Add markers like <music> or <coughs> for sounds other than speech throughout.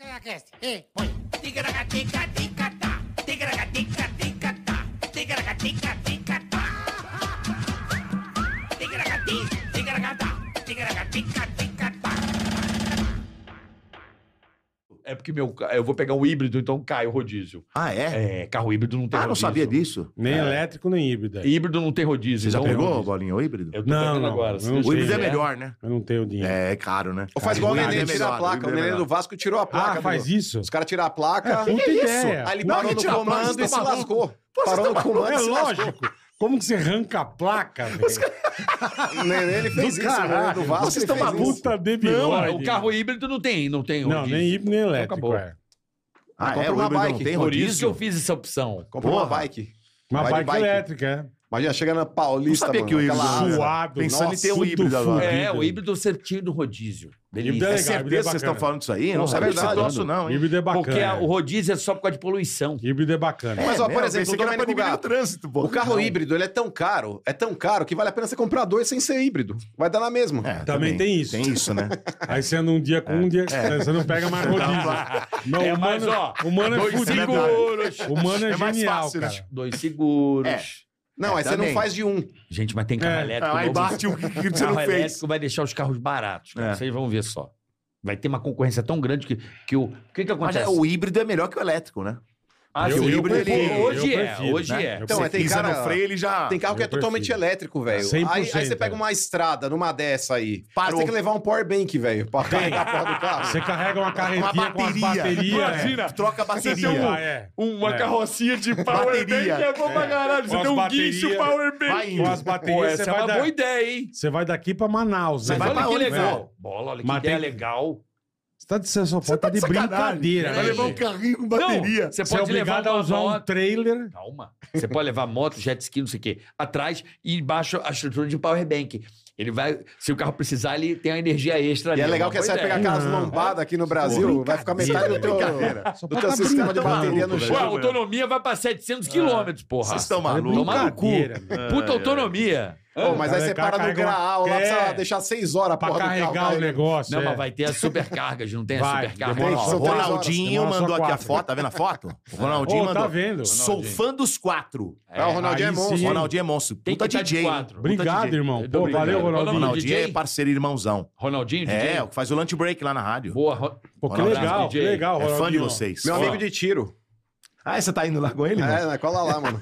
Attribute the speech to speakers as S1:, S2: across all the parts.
S1: Ticaracast. Ei, põe. Ticaracatica, ticatá. Ticaracatica, ticatá. Ticaracatica, ticatá. Ticaracati, ticaracatá. Ticaracatica, ticatá.
S2: É porque meu, ca- eu vou pegar um híbrido, então cai o rodízio.
S3: Ah, é?
S2: É, carro híbrido não tem
S3: Ah, não
S2: rodízio. É.
S3: sabia disso.
S4: Nem elétrico, nem híbrida.
S2: Híbrido não tem
S3: Você
S2: rodízio.
S3: já
S5: é um
S2: então-
S3: pegou, Bolinha, o híbrido?
S2: Eu tô
S4: Não,
S2: pegando
S4: não,
S2: agora.
S4: eu
S2: se
S4: não
S2: Deus
S4: sei.
S3: O híbrido é
S2: quiser.
S3: melhor, né?
S4: Eu não tenho dinheiro.
S3: É, é caro, né?
S5: Ou faz igual o
S3: Cara,
S5: Nenê,
S3: é
S5: tira a
S3: melhor,
S5: placa. O
S3: híbrido é
S5: Nenê
S3: melhor.
S5: do Vasco tirou a placa.
S4: Ah, faz
S5: meu.
S4: isso?
S5: Os caras tiraram a placa,
S4: É, puta ideia.
S5: aí ele
S3: Não,
S5: parou
S3: ele
S5: no
S3: tira a placa,
S5: comando
S3: você
S5: e
S3: tá
S5: se
S3: maluco?
S5: lascou.
S3: Pô, você
S5: Parou
S3: tá
S5: no comando
S4: É
S5: e se lascou.
S4: lógico. Como que você arranca a placa, velho?
S5: <laughs> O Nenê, ele fez
S4: Do
S5: isso, o Nenê
S4: caralho.
S5: do Vasco. ele
S4: Vocês estão uma
S5: fez isso.
S4: puta debilóide.
S2: Não, é, o carro híbrido não tem, não tem Então
S4: Não, nem híbrido, nem elétrico.
S2: Acabou.
S4: é.
S3: Ah,
S5: Compra
S3: é? O
S5: uma
S3: híbrido não
S5: bike.
S3: tem
S2: Por isso que
S3: rodízio?
S2: eu fiz essa opção.
S5: Comprou uma
S3: Porra.
S5: bike.
S4: Uma
S5: Vai de
S4: bike,
S5: bike.
S4: elétrica, é.
S5: Imagina, chega na Paulista,
S3: Não sabia
S5: mano,
S3: que o
S5: aquela
S3: híbrido-
S5: área.
S4: Suado.
S3: Pensando em ter o
S4: tudo
S3: híbrido agora.
S4: fudido.
S2: É, o híbrido você tira do rodízio.
S4: Híbrido é
S2: Delícia.
S3: É
S4: legal, híbrido é
S3: certeza que vocês
S4: bacana.
S3: estão falando disso aí? Eu não
S2: Porra,
S3: sabia desse
S5: verdade.
S3: troço, não, hein?
S4: Híbrido é bacana.
S2: Porque a- o rodízio é só por causa de poluição.
S4: Híbrido é bacana.
S5: Mas, ó, por exemplo, o
S3: que
S4: é
S3: era pra
S5: Domênico
S3: diminuir o
S5: Gato.
S3: trânsito, pô.
S5: O carro
S3: Não.
S5: híbrido, ele é tão caro, é tão caro que vale a pena você comprar dois sem ser híbrido. Vai dar na mesma.
S3: É,
S4: Também tem isso.
S3: Tem isso, né?
S4: Aí você anda um dia
S3: É.
S4: com um dia, você não pega
S3: <laughs>
S4: mais rodízio. Não,
S2: É,
S4: o
S2: mas,
S4: mano-
S2: ó,
S4: o mano é fudido.
S2: seguros.
S4: O mano é,
S3: É mais
S4: genial,
S3: fácil, né?
S4: cara.
S2: Dois seguros.
S3: É.
S5: Não,
S3: É,
S5: aí você
S3: também.
S5: não faz de um.
S2: Gente, mas tem carro
S4: É.
S2: elétrico.
S3: Aí
S2: novo.
S3: bate o que que você
S2: carro
S3: não fez.
S2: elétrico vai deixar os carros baratos. cara.
S3: É.
S2: Vocês vão ver só. Vai ter uma concorrência tão grande que, que o. O que, que
S3: Mas
S2: acontece?
S3: é, o híbrido é melhor que o elétrico, né?
S2: Ah,
S4: Eu-
S2: sim,
S4: eu
S2: o híbrido,
S4: prefiro,
S2: ele- hoje
S4: eu
S2: é,
S4: prefiro,
S2: hoje
S4: né?
S2: é.
S4: Eu
S5: Então,
S3: Você
S5: é, tem
S3: pisa
S5: cara-
S3: no freio, ele já...
S5: Tem carro que
S4: eu
S5: é totalmente
S4: prefiro.
S5: elétrico, velho.
S4: 100%,
S5: Aí, aí você pega
S4: velho.
S5: uma estrada numa dessa aí. Aí
S3: Parou.
S5: Você tem que levar um power bank, velho, pra carregar a porra do carro.
S4: Você carrega uma carretinha com as
S6: né?
S4: baterias.
S3: Imagina. um, Troca a bateria.
S7: um-
S4: Ah, é.
S2: Uma
S4: É.
S2: carrocinha de Powerbank
S3: Bateria.
S2: é bom pra caralho. Você
S4: Com
S2: tem um
S4: as
S2: guincho
S4: baterias.
S3: Vai
S2: Powerbank.
S3: indo.
S4: Com as
S2: Pô,
S4: baterias, você
S2: essa é
S4: vai,
S2: uma
S4: da-
S2: boa ideia, hein?
S4: você vai daqui pra Manaus.
S3: Você
S4: né?
S3: vai
S2: olha
S3: pra
S2: que
S3: onde,
S2: legal.
S3: velho?
S2: Bola, olha que
S4: Mas
S2: ideia
S4: tem-
S2: legal.
S4: Você tá de você só pode tá de brincadeira.
S3: Vai
S4: né,
S3: levar um
S8: é-
S4: gente?
S3: carrinho com
S2: Não,
S3: bateria.
S2: você
S4: Você é
S2: pode levar
S4: obrigado a
S2: uma
S4: usar um
S2: moto.
S4: trailer.
S2: Calma. Você pode levar moto, jet ski, não sei o quê, atrás e embaixo a estrutura de powerbank. Ele vai, se o carro precisar, ele tem a energia extra
S5: E
S2: ali.
S5: é
S2: uma
S5: legal que
S2: boa
S5: você vai
S2: ideia.
S5: pegar aquelas
S4: Não.
S5: lombadas aqui no Brasil, vai ficar metade do teu,
S4: Só
S5: do
S4: pode
S5: teu
S4: tá
S5: sistema de
S4: brincando,
S5: bateria no
S3: velho.
S2: Ué, a
S5: chão.
S2: autonomia vai pra 700 quilômetros, porra.
S3: Vocês estão
S4: É
S3: malucos.
S2: Tomar no cu.
S4: brincadeira. É. meu.
S2: Puta autonomia.
S5: Pô, mas aí
S4: Cara,
S5: você
S4: cara
S5: para no
S4: carrega
S5: graal
S4: uma-
S5: lá, precisa
S4: É.
S5: deixar seis horas a
S4: Pra
S5: porra do carro
S4: carregar o
S5: carregando.
S4: negócio.
S2: Não,
S4: é.
S2: mas vai ter as supercargas, não tem
S4: Vai,
S2: as supercargas?
S4: demora
S5: Tem,
S3: Ó,
S5: são
S3: o
S5: três
S3: Ronaldinho
S4: horas.
S3: mandou aqui a
S4: Quatro.
S3: foto, tá vendo a foto? O Ronaldinho
S4: Ô,
S3: mandou.
S4: tá vendo?
S3: Sou fã dos quatro.
S2: É,
S5: Ah, o Ronaldinho
S4: aí
S5: é monstro.
S4: sim.
S3: O Ronaldinho é monstro.
S2: Tem que
S9: tá
S3: Puta
S2: estar de
S3: DJ. hein?
S2: quatro.
S3: Puta
S4: Obrigado,
S3: DJ.
S4: irmão.
S2: Muito
S4: Pô,
S2: obrigado.
S4: valeu,
S2: Ronaldinho.
S4: Ronaldinho.
S3: Ronaldinho é
S2: DJ?
S3: parceiro e irmãozão.
S2: Ronaldinho,
S3: É,
S2: DJ?
S3: o que faz o lunch break lá na rádio.
S2: Boa, Ro-
S4: <laughs> Pô, que
S3: Ronaldinho,
S4: legal, que
S2: DJ.
S4: legal,
S3: é
S4: Ronaldinho.
S3: fã de vocês.
S5: Meu
S3: Ó.
S5: amigo de tiro.
S3: Ah, você tá indo lá com ele? mano?
S5: É, na cola lá, mano.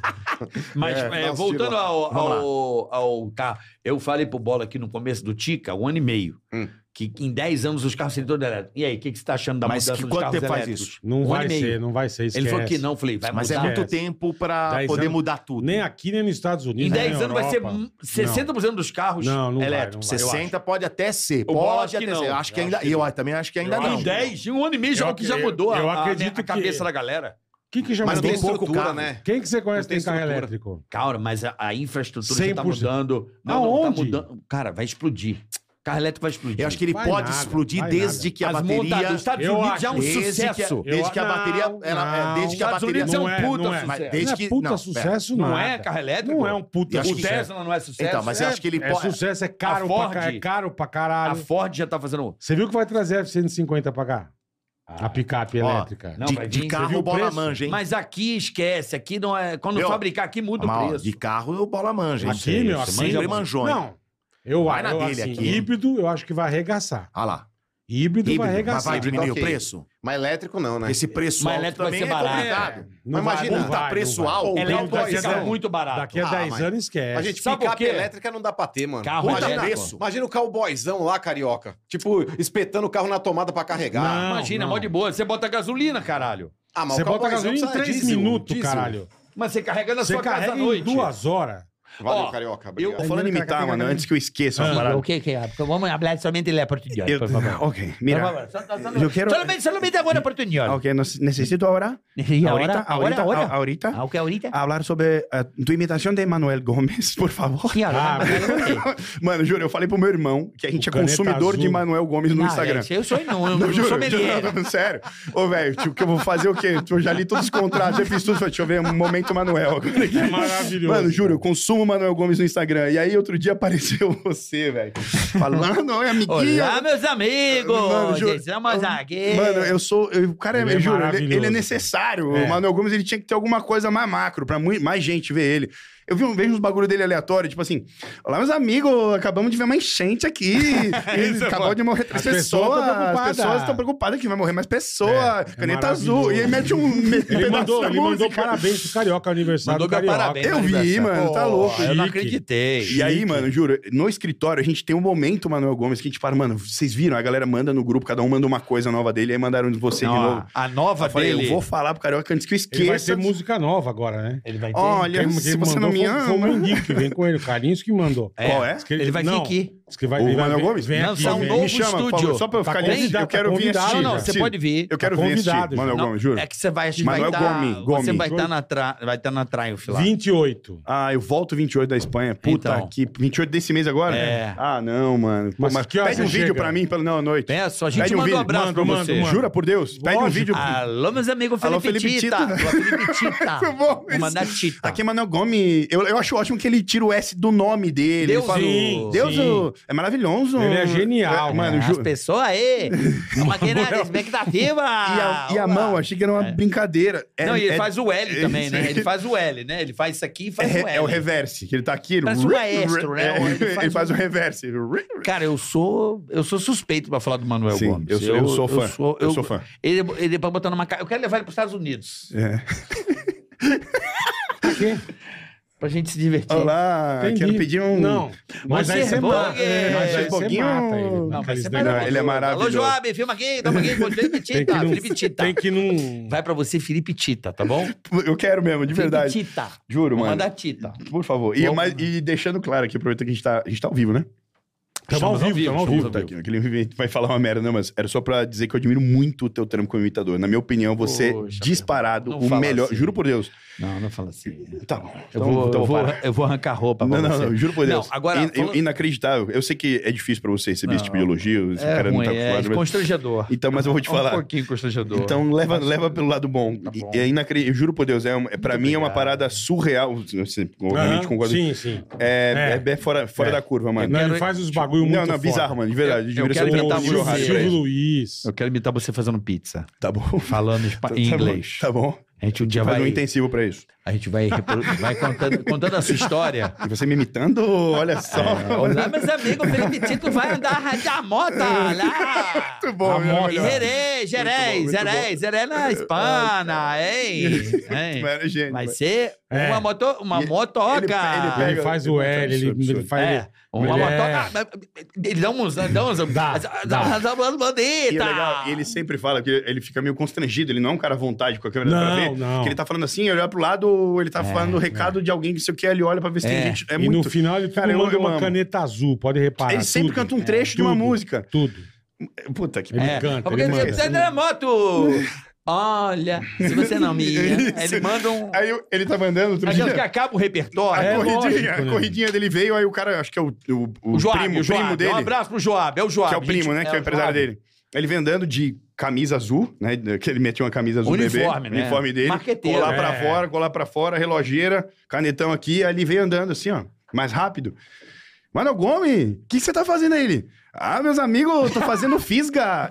S2: Mas
S5: É,
S2: é,
S5: dá uns tiros
S2: voltando
S5: lá.
S2: ao,
S3: Vamos lá.
S2: ao, ao carro, eu falei pro Bola aqui no começo do Tica, um ano e meio,
S5: Hum.
S2: que em 10 anos os carros seriam todos elétricos. E aí, o que, que você tá achando da
S3: Mas
S2: mudança
S3: que
S2: dos
S3: quanto
S2: carros
S3: tempo faz
S2: elétricos?
S3: isso?
S4: Não
S2: Um
S4: vai
S2: ano e meio.
S4: ser, não vai ser, esquece.
S2: Ele falou que não, falei, vai
S3: Mas é
S2: mudar.
S3: muito
S4: Esquece.
S3: tempo pra
S4: Dez
S3: poder
S4: anos.
S3: mudar tudo.
S4: Nem aqui, nem nos Estados Unidos.
S2: Em
S4: nem
S2: 10
S4: na
S2: anos vai ser
S4: Europa.
S2: hum, 60% dos carros
S4: Não, não vai,
S2: elétricos.
S4: não vai.
S3: 60 É pode até ser.
S2: O Bola
S3: Pode
S2: acho que
S3: até
S2: não. É.
S3: ser. Eu Acho que é
S4: Eu
S3: ainda.
S4: acho que
S3: Eu também acho que ainda
S4: Eu acho
S3: não.
S2: Em 10, em um ano e meio, já,
S4: Eu
S2: o que já
S4: ac- eu-
S2: mudou
S4: eu
S2: a, a-
S4: acredito
S2: a cabeça
S4: que-
S2: da galera.
S4: Quem que já
S5: Mas não
S4: mandou?
S5: tem
S3: pouco
S5: estrutura,
S3: carro.
S5: né?
S4: Quem que você
S5: Não
S4: conhece que tem
S5: tem
S4: carro
S5: estrutura.
S4: elétrico?
S2: Cara, mas a, a infraestrutura já tá
S4: 100%.
S2: mudando.
S4: Aonde?
S2: tá mudando. Cara, vai explodir. Carro elétrico vai explodir.
S3: Eu acho que ele
S4: Vai
S3: pode
S4: nada,
S3: explodir
S4: vai
S3: desde que a
S2: As
S3: bateria.
S2: montadoras dos Estados
S4: Eu
S2: Unidos já é um
S3: desde
S2: sucesso.
S3: Que, desde
S4: Eu-
S3: que a
S4: não,
S3: bateria. ela- é,
S4: não.
S3: desde que a
S2: Estados
S3: bateria.
S2: Unidos é um puta
S4: não é.
S2: sucesso.
S4: Mas
S3: desde
S4: não
S3: que-
S4: é puta
S3: não,
S4: sucesso,
S2: Não
S4: nada.
S2: é carro elétrico?
S4: Não é um puta
S3: Eu acho
S2: O
S3: que
S4: sucesso.
S2: Tesla não é sucesso.
S3: Então, mas eu acho que ele
S4: É
S3: pode. Tá
S4: sucesso, é caro,
S2: A
S4: pra,
S2: Ford-
S4: ca- é caro pra
S2: A
S4: caralho.
S2: Ford já tá fazendo.
S4: Você viu que vai trazer a F-150 pra cá? a picape
S10: é
S3: Ó,
S4: elétrica.
S2: Não,
S3: de,
S2: vai
S3: de
S2: vir,
S4: você viu
S3: carro
S4: o
S3: o bola
S4: preço?
S3: manja, hein?
S2: Mas aqui esquece, aqui não é. Quando
S3: Meu,
S2: fabricar aqui muda
S3: Mas, ó,
S2: o preço.
S3: de carro o bola manja, hein?
S4: aqui,
S3: Sei,
S4: meu,
S3: você
S4: assim...
S3: Sempre manjou, hein?
S4: Não. Eu,
S3: Vai na
S4: eu
S3: dele
S4: assim,
S3: aqui, hein?
S4: híbrido, eu acho que vai arregaçar.
S3: Olha lá.
S4: Híbrido, vai
S3: Híbrido, mas
S4: arregaçar.
S3: vai diminuir
S5: Tá Ok.
S3: o preço?
S5: Mas elétrico não, né?
S3: Esse preço
S2: Mas
S3: alto
S2: elétrico vai
S3: também
S2: ser
S3: é
S2: barato.
S3: complicado.
S5: Mas
S4: Não
S5: imagina,
S4: não
S3: tá
S4: não
S3: preço alto,
S4: O
S3: o
S4: elétrico vai
S2: Elétrico vai
S5: daqui a
S2: ficar
S5: dez-
S4: muito
S2: muito barato.
S4: Daqui a
S5: né? Ah,
S4: 10
S5: mas-
S4: anos esquece.
S5: A gente,
S2: Sabe por
S5: picape
S2: quê?
S5: elétrica não dá pra ter, mano.
S2: Carro
S5: Imagina-
S2: elétrico.
S3: preço.
S5: Imagina o cowboyzão lá, carioca. Tipo, espetando o carro na tomada pra carregar.
S4: Não,
S2: Imagina,
S4: Ah, não.
S2: mó de boa. Você bota gasolina, caralho.
S5: Ah, mas
S4: Você
S5: o
S4: bota
S8: é
S5: cowboyzão
S8: um
S4: gasolina em
S5: precisa de
S4: 3
S5: diesel,
S4: minutos,
S5: diesel.
S4: caralho.
S2: Mas você carrega na
S4: Você
S2: sua casa
S4: carrega
S2: à
S4: em
S2: noite.
S4: duas horas.
S5: Valeu,
S2: Ó,
S5: carioca.
S3: Tô
S5: Obrigado.
S3: falando imitar, mano, antes que eu esqueça uma parada.
S11: O que que é? Vamos falar somente la oportunidad,
S8: Eu-
S11: por favor.
S8: ok, mira.
S11: Por favor,
S4: tá
S11: solo- solo-
S8: Yo quiero.
S11: solamente, solamente buena oportunidad.
S8: Ok, nos- necesito
S11: <laughs>
S8: ahora.
S11: Y ahora, ahora,
S8: ahorita,
S11: ahora.
S8: a- ahorita,
S11: Aunque ahorita.
S8: Hablar sobre eh, tu imitação de Manuel Gomes, <laughs> por favor.
S11: Sí, ahora.
S4: Ah,
S8: <laughs> Mano, juro, eu falei pro meu irmão que a gente
S4: O
S8: é
S4: caneta
S8: consumidor de
S4: azul.
S8: Manuel Gomes no
S11: Ah,
S8: Instagram.
S11: velho, Eu sou
S8: <laughs>
S11: não, eu
S8: Não,
S11: não
S8: juro, juro,
S11: sou mediano.
S8: não, sério. Ô, velho, tipo, que eu vou fazer o quê? Eu já li todos os contratos, já fiz tudo. Falei, Deixa eu ver um momento Manuel agora aqui.
S4: É maravilhoso.
S8: Mano, juro, eu consumo o Manuel Gomes no Instagram. E aí, outro dia <laughs> apareceu você, velho. Falando, "Ah, amiguinho.
S2: Olá, meus amigos!
S8: Mano, juro-
S2: Estamos aqui.
S8: Mano, eu sou. eu- o cara, é-
S4: Ele é
S8: eu juro, ele- ele, é
S4: maravilhoso.
S8: necessário.
S4: É.
S8: O Manuel Gomes ele tinha que ter alguma coisa mais macro, pra mui- mais gente ver ele. Eu vi um, vejo uns bagulho dele aleatório, tipo assim: Olá, meus amigos, acabamos de ver uma enchente
S4: <laughs>
S8: aqui. E
S2: Isso,
S8: acabou
S2: pô.
S8: de morrer três
S4: é As
S8: pessoas.
S4: pessoas tão
S8: As
S4: preocupadas.
S8: pessoas estão preocupadas que vai morrer mais pessoa.
S4: É, é
S8: caneta azul. E aí mete um, mete um
S4: Ele
S8: pedaço
S4: mandou,
S8: da
S4: ele mandou
S8: música.
S4: parabéns pro Carioca, aniversário
S2: Mandou
S4: do
S2: meu
S4: Carioca.
S2: parabéns.
S8: Eu vi, mano, tá louco.
S2: Eu não
S4: Chique.
S2: acreditei.
S8: E aí, mano, juro, no escritório a gente tem um momento, Manuel Gomes, que a gente fala, mano, vocês viram? A galera manda no grupo, cada um manda uma coisa nova dele, aí mandaram de você de
S2: Não,
S8: novo.
S2: a, a nova
S8: assim, Eu falei,
S2: dele.
S8: eu vou falar pro Carioca antes que eu esqueça.
S4: Ele vai ter música nova agora, né?
S2: Ele vai ter.
S8: Olha,
S4: Quem- quem
S8: se você não me
S4: mandou foi- Foi o
S8: ama...
S4: Mandinho que vem com ele, o Carlinhos que mandou.
S8: Qual é?
S4: Diz que
S2: Ele vai vir
S4: não,
S2: aqui.
S4: diz que vai,
S8: O
S4: ele vai
S8: Manuel
S4: vir-
S8: Gomes?
S4: Vem
S2: Não,
S4: aqui,
S2: são
S4: vem.
S2: novo
S8: me chama, por
S2: estúdio.
S8: favor, só pra eu
S4: Tá
S8: ficar livre,
S4: convidado,
S8: eu quero
S4: tá
S8: vir
S4: convidado
S8: assistir.
S2: Não, não,
S4: já.
S2: você
S8: Sim,
S2: pode vir.
S8: Eu quero
S4: Tá
S8: vir assistir,
S4: convidado já.
S8: Manuel
S2: Não,
S8: Gomes, juro.
S2: É que você vai, acho que
S8: Manuel
S2: vai
S8: Gomes,
S2: tá, Você
S8: Gomes.
S2: vai estar na, tra... vai tá na Triumph lá.
S4: 28.
S8: Ah, eu volto 28 da Espanha. Puta
S2: Então.
S8: que... 28 desse mês agora?
S2: É.
S8: Ah, não, mano. Pô,
S4: Mas
S8: mas
S4: que horas
S8: pede um
S4: você
S8: vídeo
S4: chega?
S8: pra mim, pelo... não, à noite.
S2: É, só a gente
S8: Pede um
S2: manda um
S8: vídeo.
S2: abraço
S4: Manda,
S2: pra
S4: manda,
S2: você.
S4: manda.
S8: Jura por Deus, pede um
S4: Lógico.
S8: vídeo.
S2: Alô, meus amigos,
S8: Alô,
S2: Felipe,
S8: Felipe
S2: Tita.
S8: Tita.
S2: <laughs> Alô, Felipe
S12: <laughs>
S2: Tita.
S8: Foi bom
S2: Vou mandar Tita.
S8: Aqui é Manuel Gomes. Eu, eu acho ótimo que ele tira o S do nome dele.
S2: Deus
S8: ele fala,
S4: sim,
S8: Deus
S4: sim.
S8: o- é maravilhoso.
S4: Ele é genial,
S8: É, mano.
S4: né?
S8: ju-
S2: As pessoas
S8: <laughs>
S2: aí, uma grande expectativa.
S8: E a, e a
S2: Olá.
S8: mão, achei que era uma brincadeira. É,
S2: Não, e ele
S8: é-
S2: faz o L
S8: <laughs> é
S2: também,
S8: isso
S2: né?
S8: aí.
S2: Ele faz o L, né? Ele faz isso aqui e
S8: é,
S2: faz o L.
S8: é o reverse, que ele tá aqui. Ele...
S2: Parece um maestro, né?
S8: É,
S2: Ou ele
S8: <laughs> ele,
S2: faz
S8: faz
S2: um-
S8: o reverse.
S2: Cara, eu sou, eu sou suspeito pra falar do Manuel
S8: Sim,
S2: Gomes.
S8: eu sou- eu sou fã, eu sou fã.
S2: Ele, ele pra botar numa ca- Eu quero levar ele pros Estados Unidos.
S8: É.
S2: Pra gente se divertir.
S8: Olá,
S4: Entendi.
S8: quero pedir um...
S4: Não, mas aí você
S2: Hambúrguer.
S4: mata. é, Mas aí você
S8: Hambúrguer.
S13: é
S4: mata ele.
S8: Não,
S4: com
S2: Não, vai
S4: aqueles
S13: um
S2: ser
S4: negócios.
S2: maravilhoso.
S8: Ele é maravilhoso.
S2: Alô, Joab, filma aqui,
S8: <laughs>
S2: tamo aqui com o
S4: Tem
S2: Felipe
S4: que
S2: Tita.
S4: não-
S2: Felipe Tita.
S4: Tem que não...
S2: Vai pra você, Felipe Tita, tá bom?
S8: Eu quero mesmo, de verdade.
S2: Felipe Tita.
S8: Juro,
S2: Vou
S8: mano.
S2: mandar Tita.
S8: Por favor. E,
S2: Vou-
S8: mas- e deixando claro aqui, aproveitando que a gente tá, a gente tá ao vivo, né?
S2: Tá
S4: Tamo ao vivo, tamo ao vivo.
S8: Puta, que- aquele evento vai falar uma merda, não, mas era só pra dizer que eu admiro muito o teu trampo como imitador. Na minha opinião, você
S2: Poxa,
S8: disparado,
S2: não
S8: o
S2: fala
S8: melhor.
S2: assim.
S8: Juro por Deus.
S2: Não, não fala assim.
S8: Tá bom.
S2: Eu,
S8: Então-
S2: vou,
S8: então
S2: eu, vou,
S8: parar.
S2: eu vou arrancar roupa pra
S8: Não, não,
S2: você.
S8: não, juro por
S2: Não,
S8: Deus.
S2: agora,
S8: In-
S2: falando-
S8: Inacreditável. Eu sei que é difícil pra você receber esse tipo de elogio. Esse
S2: É
S8: cara
S2: ruim,
S8: não tá
S2: é
S8: acostumado. mas-
S2: constrangedor.
S8: Então, mas eu vou te
S2: Um
S8: falar.
S2: pouquinho constrangedor.
S8: Então leva, leva pelo lado
S14: <laughs>
S8: bom.
S2: Tá bom.
S8: E- É inacreditável. Eu juro por Deus, é, um- é, pra mim é uma
S2: obrigado.
S8: parada surreal. Você, obviamente
S4: Aham,
S8: concorda.
S4: Sim, sim.
S8: É, é- é fora, fora
S4: É.
S8: da curva, mano.
S4: Não, ele
S2: quero-
S4: faz os bagulho muito
S8: Não, não, bizarro, mano. De verdade.
S2: Eu- eu
S8: devia
S2: quero
S8: ser um
S2: imitar
S4: Tá
S8: outro nível
S2: você.
S8: hard,
S4: Silvio
S8: velho.
S4: Luiz.
S2: Eu quero imitar você fazendo pizza.
S8: Tá bom.
S2: Falando espa- em
S8: <laughs> Tá bom,
S2: inglês.
S8: Tá bom.
S2: A gente um dia
S8: Faz um
S2: vai.
S8: intensivo pra isso.
S2: A gente vai, repro- vai contando, contando
S8: <laughs>
S2: a sua história. É.
S8: E você me imitando? Olha só.
S2: Olá, meus amigos, o Felipe Tito vai andar de moto
S8: <laughs>
S2: lá.
S8: Muito bom,
S4: Amor,
S8: meu melhor.
S2: Gerei, gerei,
S8: muito É,
S2: gerei, gerei é na
S8: <laughs>
S2: Hispana, hein? hein?
S8: Era gênio.
S2: Vai
S8: velho.
S2: ser
S4: É.
S2: uma, moto, uma
S8: E-
S2: motoca.
S8: ele
S4: Ele faz o L, ele,
S8: Absurdo,
S4: ele
S8: absurdo.
S4: faz...
S2: É, uma
S4: É.
S2: motoca. Ele dá uns. Dá uns.
S4: Dá,
S2: as-
S4: dá.
S2: as- as- as
S8: E é
S2: banditas.
S8: legal, ele sempre fala que ele fica meio constrangido, ele não é um cara à vontade com a câmera pra
S4: Não,
S8: ver.
S4: não.
S8: Que ele tá falando assim, olhar pro lado, ele tá falando o recado de alguém que sei o que, ele olha pra ver se
S2: É.
S8: tem gente. É
S4: e
S8: muito.
S4: no final ele tudo
S8: Cara, eu-
S4: manda
S8: eu
S4: uma
S8: amo.
S4: caneta azul, pode reparar.
S8: Ele sempre
S4: tudo. É,
S8: canta um trecho de uma
S4: Tudo.
S8: música.
S4: Tudo.
S8: Puta que.
S4: Ele
S2: É,
S4: canta,
S2: porque
S4: ele
S2: você
S4: manda.
S2: precisa andar na moto. Olha, se você
S8: <laughs>
S2: não me. Ele manda um.
S8: Aí eu- ele tá mandando outro
S2: Aqueles que
S8: dia.
S2: é acaba o
S8: A
S2: repertório.
S4: É,
S8: corridinha,
S4: lógico,
S8: a
S4: né?
S8: corridinha dele veio, aí o cara, acho que é o, o, o
S2: O Joab,
S8: primo,
S2: o
S8: o
S2: Joab.
S8: primo dele.
S2: Um abraço pro Joab, é o Joab.
S8: que é o primo, né?
S2: gente,
S8: que é o empresário
S2: Joab.
S8: dele. Ele vem andando de camisa azul, né? Que ele metia uma camisa azul
S2: Uniforme,
S8: bebê.
S2: né?
S8: Uniforme dele.
S2: Marqueteiro.
S8: Colar
S4: É.
S8: pra fora, colar pra fora, relogeira, canetão aqui. Aí ele veio andando assim, ó. Mais rápido. Mano Gomes, o que que você tá fazendo aí? Ele? Ah, meus amigos, eu tô fazendo
S2: <laughs>
S8: fisga.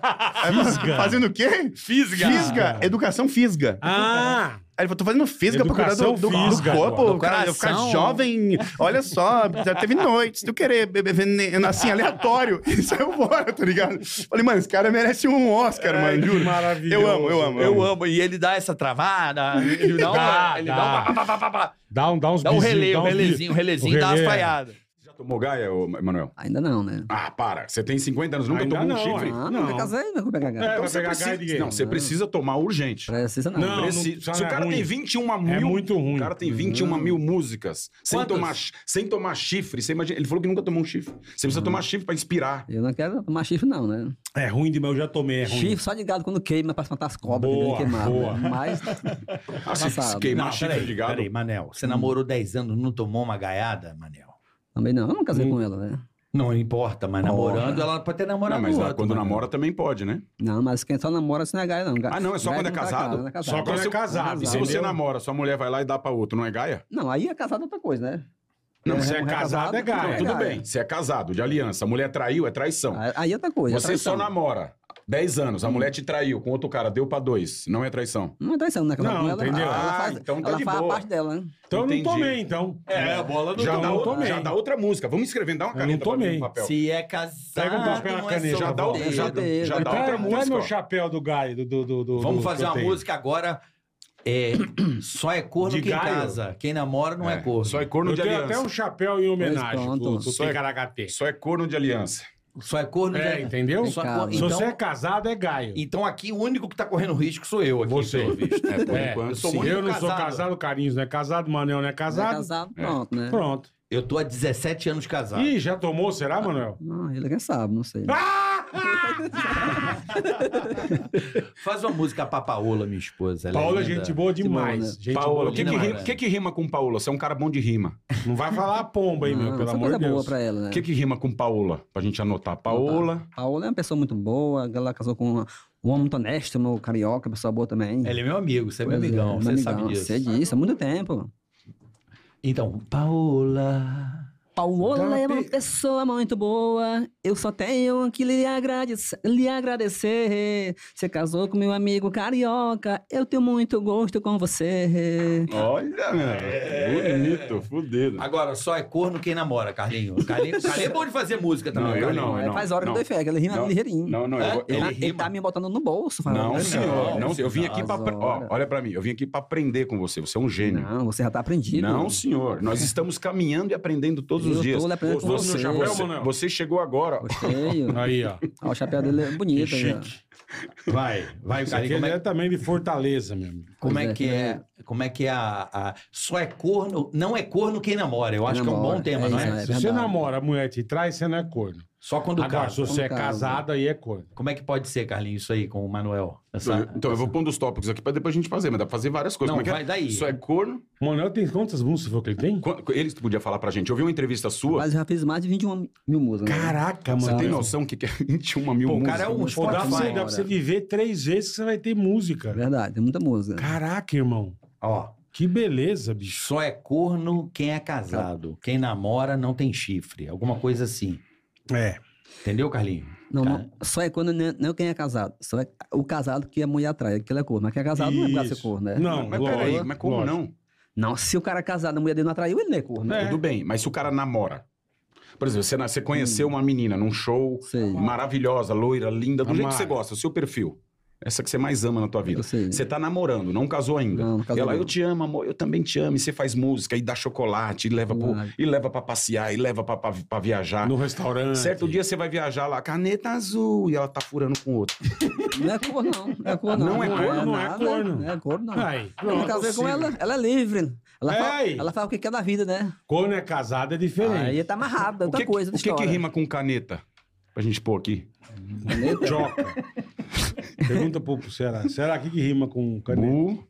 S8: fisga. Fazendo o quê?
S2: Fisga.
S8: Fisga. Educação fisga.
S4: Ah!
S8: Aí ele falou, tô fazendo fisga pra cuidar do,
S4: Educação
S8: do, do
S4: fisga,
S8: corpo,
S4: mano.
S2: Do
S8: cara, eu ficar
S2: coração.
S8: jovem. Olha só, já teve noites, do querer beber veneno, assim, aleatório. <laughs> E saiu fora, tá ligado? Falei, mano, esse cara merece um Oscar,
S4: Ai,
S8: mano,
S4: É, que
S8: juro.
S4: maravilhoso.
S8: Eu amo, eu amo.
S2: Eu amo. E ele dá essa travada. Ele dá uma.
S4: Dá,
S2: Ele
S4: dá.
S2: dá uma. pá, pá, pá, pá, pá.
S4: Dá um, dá uns
S2: Dá um
S4: bizinhos,
S2: releio, um
S4: uns bis-
S2: relezinho, um relezinho,
S4: O é.
S2: dá umas
S4: relé.
S2: falhas.
S5: Já tomou gaia, ô, Manuel?
S15: Ainda não, né?
S5: Ah, para. Você tem 50 anos, nunca
S4: Ainda
S5: tomou um
S4: não,
S5: chifre? Então
S4: é.
S15: Ah,
S4: Não.
S15: não, me casei, não Então, vou pegar
S4: É,
S15: gato.
S4: vai
S5: você
S4: pegar
S5: precisa...
S4: gaia de gay.
S5: Não, você precisa tomar urgente.
S15: Pra essência, É. não.
S4: Não,
S15: Parece-
S5: Preci-
S4: precisa,
S5: Se o
S4: é
S5: cara
S4: ruim.
S5: tem 21 mil.
S4: É muito ruim.
S5: O cara tem 21 mil músicas. Sem
S2: Quantas?
S5: tomar, sem tomar chifre. Você imagina, ele falou que nunca tomou um chifre. Você
S4: Uhum.
S5: precisa tomar chifre pra inspirar.
S15: Eu não quero tomar chifre, não, né?
S4: É ruim demais, eu já tomei, é ruim.
S15: Chifre só de gado quando queima pra espantar as cobras,
S4: Boa,
S15: que queimar. né?
S4: boa.
S15: Mas.
S4: Tá
S5: Ah, se, se
S15: Passado.
S5: queimar
S2: Não,
S5: chifre de gado.
S2: Peraí, Manel, você namorou 10 anos, não tomou uma gaiada, Manel?
S15: Também não, eu não casei com ela, né?
S2: Não importa, mas namorando, ela pode ter namorado
S5: Não, mas
S2: outro,
S5: ah, quando
S2: Manel.
S5: namora também pode, né?
S15: Não, mas quem só namora se não é gaia, não. Ga-
S5: Ah, não, é só
S15: gaia
S5: quando é
S15: não tá
S5: casado?
S15: casado, não é casado.
S4: Só quando é
S5: Então,
S4: casado.
S5: E se
S15: Entendeu?
S5: você namora, sua mulher vai lá e dá pra outro, não é gaia?
S15: Não, aí é casado é outra coisa, né?
S4: Não,
S15: É,
S4: se
S15: um
S4: é casado,
S15: recasado,
S4: é gado,
S15: não, é
S4: tudo
S15: gado.
S4: bem.
S5: Se é casado, de aliança, a mulher traiu, é traição.
S15: Aí- Aí é outra coisa. é
S5: Você
S15: traição.
S5: só namora 10 anos, a mulher te traiu com outro cara, deu pra dois. Não é traição.
S15: Não é traição, né? Casar
S4: Não,
S15: com ela,
S4: entendeu?
S15: ela
S5: Ah,
S15: faz,
S5: então tá
S15: ela
S5: de
S15: faz
S5: boa.
S15: a parte dela, né?
S4: Então
S5: Entendi.
S4: eu não tomei, então.
S5: É, a bola
S4: Já dá o
S5: Já
S4: tomei.
S5: dá outra música. Vamos escrever, dá uma
S4: Eu
S5: caneta
S4: não tomei.
S5: pra mim, um papel.
S2: Se é casado,
S4: Pega um papel e
S2: não
S4: uma
S2: é
S4: caneta,
S5: Já dá, o-
S2: solteiro.
S5: já, já dá
S4: Tá,
S5: outra
S4: tá
S5: música.
S4: meu
S5: ó.
S4: chapéu do Gaio, do, do, do, do-
S2: Vamos
S4: do- que
S2: fazer
S4: eu
S2: uma
S4: tenho.
S2: música agora. É, <clears throat> só é corno
S4: De
S2: quem
S4: galho?
S2: casa. Quem namora não é,
S5: É,
S2: corno.
S16: Só é
S4: Eu
S16: corno de
S4: tenho até
S16: aliança.
S4: um chapéu em homenagem tipo,
S15: Mas
S4: pro
S15: pronto.
S4: pro Ticaracatê.
S5: Só é corno de aliança.
S2: Só é corno
S4: É,
S2: de...
S4: entendeu?
S2: Só é
S15: Cara,
S2: corno.
S4: Se
S2: Então,
S4: você é casado, é Gaio.
S2: então aqui o único que tá correndo risco sou eu aqui.
S4: Você.
S2: pelo visto.
S5: É, por
S4: É,
S5: enquanto,
S2: eu sou
S5: sim.
S2: muito-
S4: Eu não sou
S2: casado.
S4: casado, Carinhos não é casado, Manel não é
S15: Não é
S4: casado.
S15: casado,
S5: É.
S15: pronto, né?
S4: Pronto.
S2: Eu tô há 17 anos casado.
S4: Ih, já tomou, será, Ah, Manuel?
S15: Não, ele quem sabe, não sei.
S2: Faz uma música pra Paola, minha esposa. Ela
S4: Paola é
S2: é linda. né?
S4: gente boa demais.
S15: boa,
S4: Gente
S5: Paola, o
S4: boa
S5: que, que,
S2: demais,
S5: ri-
S2: né?
S5: que que rima com Paola? Você é um cara bom de rima.
S4: demais. Não vai falar a pomba aí, meu,
S15: Não,
S4: pelo
S15: só
S4: amor de
S15: coisa boa
S4: Deus.
S15: pra ela, né?
S5: O que, que rima com Paola? Pra gente anotar. Paola.
S15: Paola é uma pessoa muito boa, ela casou com uma- um homem muito honesto, meu carioca, pessoa boa também.
S2: Ela é meu amigo, você é meu
S15: Pois
S2: amigão,
S15: meu
S2: você sabe
S15: amigão,
S2: disso.
S15: Sei disso, há muito tempo.
S2: Então, Paola.
S15: Paola é uma pessoa muito boa, eu só tenho que lhe agradecer. Lhe agradecer. Você casou com meu amigo carioca, eu tenho muito gosto com você.
S5: Olha, meu. Bonito, fudido.
S2: É. Agora, só é corno quem namora, Carlinho.
S15: <laughs>
S2: Carlinho, Carlinho é bom de fazer música também,
S5: Não, eu
S2: Carlinho.
S5: não, eu
S15: Aí
S5: não.
S15: É, faz hora que
S5: não.
S15: eu dou fé, que ele rima
S5: Não,
S15: ligeirinho.
S5: Não, não, eu,
S2: Ele
S15: Ele,
S5: eu,
S15: tá, ele
S2: rima.
S15: tá me botando no bolso. falando,
S5: Não,
S15: né?
S5: senhor. Não,
S2: não,
S5: senhor. Eu vim aqui pra.
S15: senhora.
S5: ó, olha pra mim. Eu vim aqui pra aprender com você. Você é um gênio.
S15: Não, você já tá aprendido. É.
S5: Não, senhor. Nós estamos caminhando e aprendendo todos os
S15: Eu
S5: dias.
S15: tô lhe aprendendo com
S5: Você-
S15: você.
S5: você, você chegou agora. <laughs>
S15: Gostei. ó.
S4: Aí, ó.
S15: Ó, o chapéu dele é bonito. aí, ó.
S2: Vai, vai,
S4: Isso aqui
S2: Carlinho. Como
S4: ele
S2: é,
S4: é também de Fortaleza, meu amigo.
S2: como é
S15: Pois é,
S2: que é? Como é que é a, a- Só é corno. Não é corno quem namora. Eu acho que é um
S15: namora,
S2: bom tema,
S15: é
S2: não
S15: isso,
S2: é?
S15: é.
S4: Se você
S15: verdade.
S4: namora, a mulher te traz, você não é corno.
S2: Só quando
S4: Agora, se
S2: casa.
S4: você é
S15: Quando casa.
S4: casado, aí é corno.
S2: Como é que pode ser, Carlinho, isso aí com o Manuel? Essa-
S5: Então, eu vou pondo os tópicos aqui pra depois a gente fazer, mas dá pra fazer várias coisas. Como
S2: Não,
S5: é que é?
S2: vai daí.
S5: Isso é corno.
S4: O Manuel tem quantas músicas foi que ele tem?
S5: Qu- Eles que podia falar pra gente. Eu vi uma entrevista sua.
S15: Mas eu já fiz mais de 21 mil musas. né?
S4: Caraca,
S5: Você
S4: mano.
S5: tem noção que que é <laughs> 21 mil
S2: Pô, o
S5: músicas?
S2: cara é um
S4: Pô, dá pra, você,
S2: Spotify.
S4: dá pra você viver três vezes que você vai ter música.
S15: Verdade, tem muita música.
S4: Caraca, irmão.
S2: Ó,
S4: Que beleza, bicho.
S2: só é corno quem é casado. Quem namora não tem chifre. Alguma coisa assim.
S4: É.
S2: Entendeu, Carlinho?
S15: Não,
S2: Cara.
S15: não, só é quando não é, não é quem é casado. Só é o casado que a mulher atrai, aquele é corno. Mas quem é casado não é pra ser
S4: Isso.
S15: corno, né?
S4: Não,
S5: Mas
S4: lógico,
S5: peraí, mas como
S4: lógico.
S5: não?
S15: Não, se o cara é casado, a mulher dele não atraiu, ele não é corno.
S4: É.
S5: Tudo bem, mas se o cara namora. Por exemplo, você, na- você
S15: Hum.
S5: conheceu uma menina num show
S15: Sei.
S5: maravilhosa, loira, linda, do jeito que
S4: Amar.
S5: você gosta, o seu perfil. Essa que você mais ama na tua vida.
S15: Eu sei.
S5: Você tá namorando, não casou ainda.
S15: Não, não casou
S5: Ela,
S15: ainda.
S5: eu te amo, amor, eu também te amo. E você faz música, e dá chocolate, e leva, pro,
S15: Claro.
S5: e leva pra passear, e leva pra, pra, pra viajar.
S4: No restaurante.
S5: Certo dia você vai viajar lá, caneta azul, e ela tá furando com outro.
S15: Não é corno, não. Não é corno,
S5: Não é
S4: corno, não é
S15: nada,
S4: corno.
S15: Não é corno, não.
S4: Aí,
S15: eu
S4: não
S15: me
S4: é
S15: casei com
S4: possível.
S15: ela, ela é livre. Ela,
S4: É,
S15: fala,
S4: aí.
S15: ela fala o que quer da vida, né?
S4: Corno é casado é diferente.
S15: Aí tá amarrado, é
S5: O
S15: outra
S5: que,
S15: coisa.
S5: o que, que rima com caneta? Pra gente pôr aqui.
S4: Joca. Pergunta pro pro Será. Será que, que rima com caneta?
S5: Bu.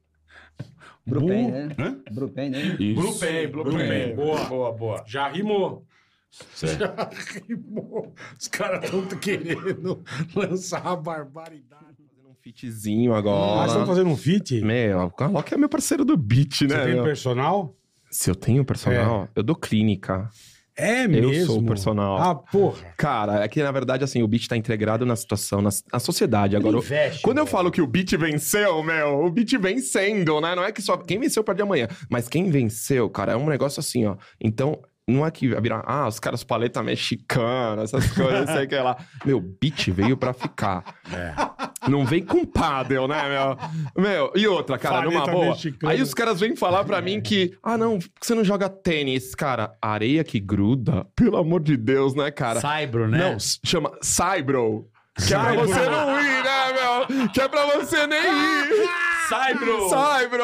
S15: Brupen, né?
S5: Hã?
S15: Brupen, né?
S5: Isso.
S4: Blupen, Blupen. Boa. Boa, boa. Já rimou. <laughs> Já rimou. Os caras estão querendo <laughs> lançar a barbaridade.
S7: um fitzinho
S4: Ah, vocês estão
S7: agora.
S4: fazendo um feat?
S7: Meu, o Caloca é meu parceiro do beat,
S4: Você
S7: né?
S4: tem
S7: meu?
S4: personal?
S7: Se eu tenho personal, eu dou clínica.
S4: É
S7: Eu
S4: mesmo?
S7: sou o personal.
S4: Ah, porra.
S7: Cara, é que na verdade, assim, o beat tá integrado na situação, na, na sociedade. Agora, eu- quando
S4: né?
S7: eu falo que o beat venceu, meu, o beat vencendo, né? Não é que só. Quem venceu perde amanhã. Mas quem venceu, cara, é um negócio assim, ó. Então. Não é que vai virar, ah, os caras paleta mexicana, essas coisas, sei que lá. Meu, beat veio pra ficar.
S2: É.
S7: Não vem com pádel, né, meu? Meu, e outra, cara, numa
S4: Paleta
S7: boa.
S4: mexicana.
S7: Aí os caras vêm falar pra mim que, ah, não, por que você não joga tênis, cara. Areia que gruda, pelo amor de Deus, né, cara?
S2: Saibro, né?
S7: Não, s- chama Cybro. Que é pra
S4: Saibro.
S7: você não ir, né, meu? Que é pra você nem ir.
S2: Saibro!
S7: Cybro,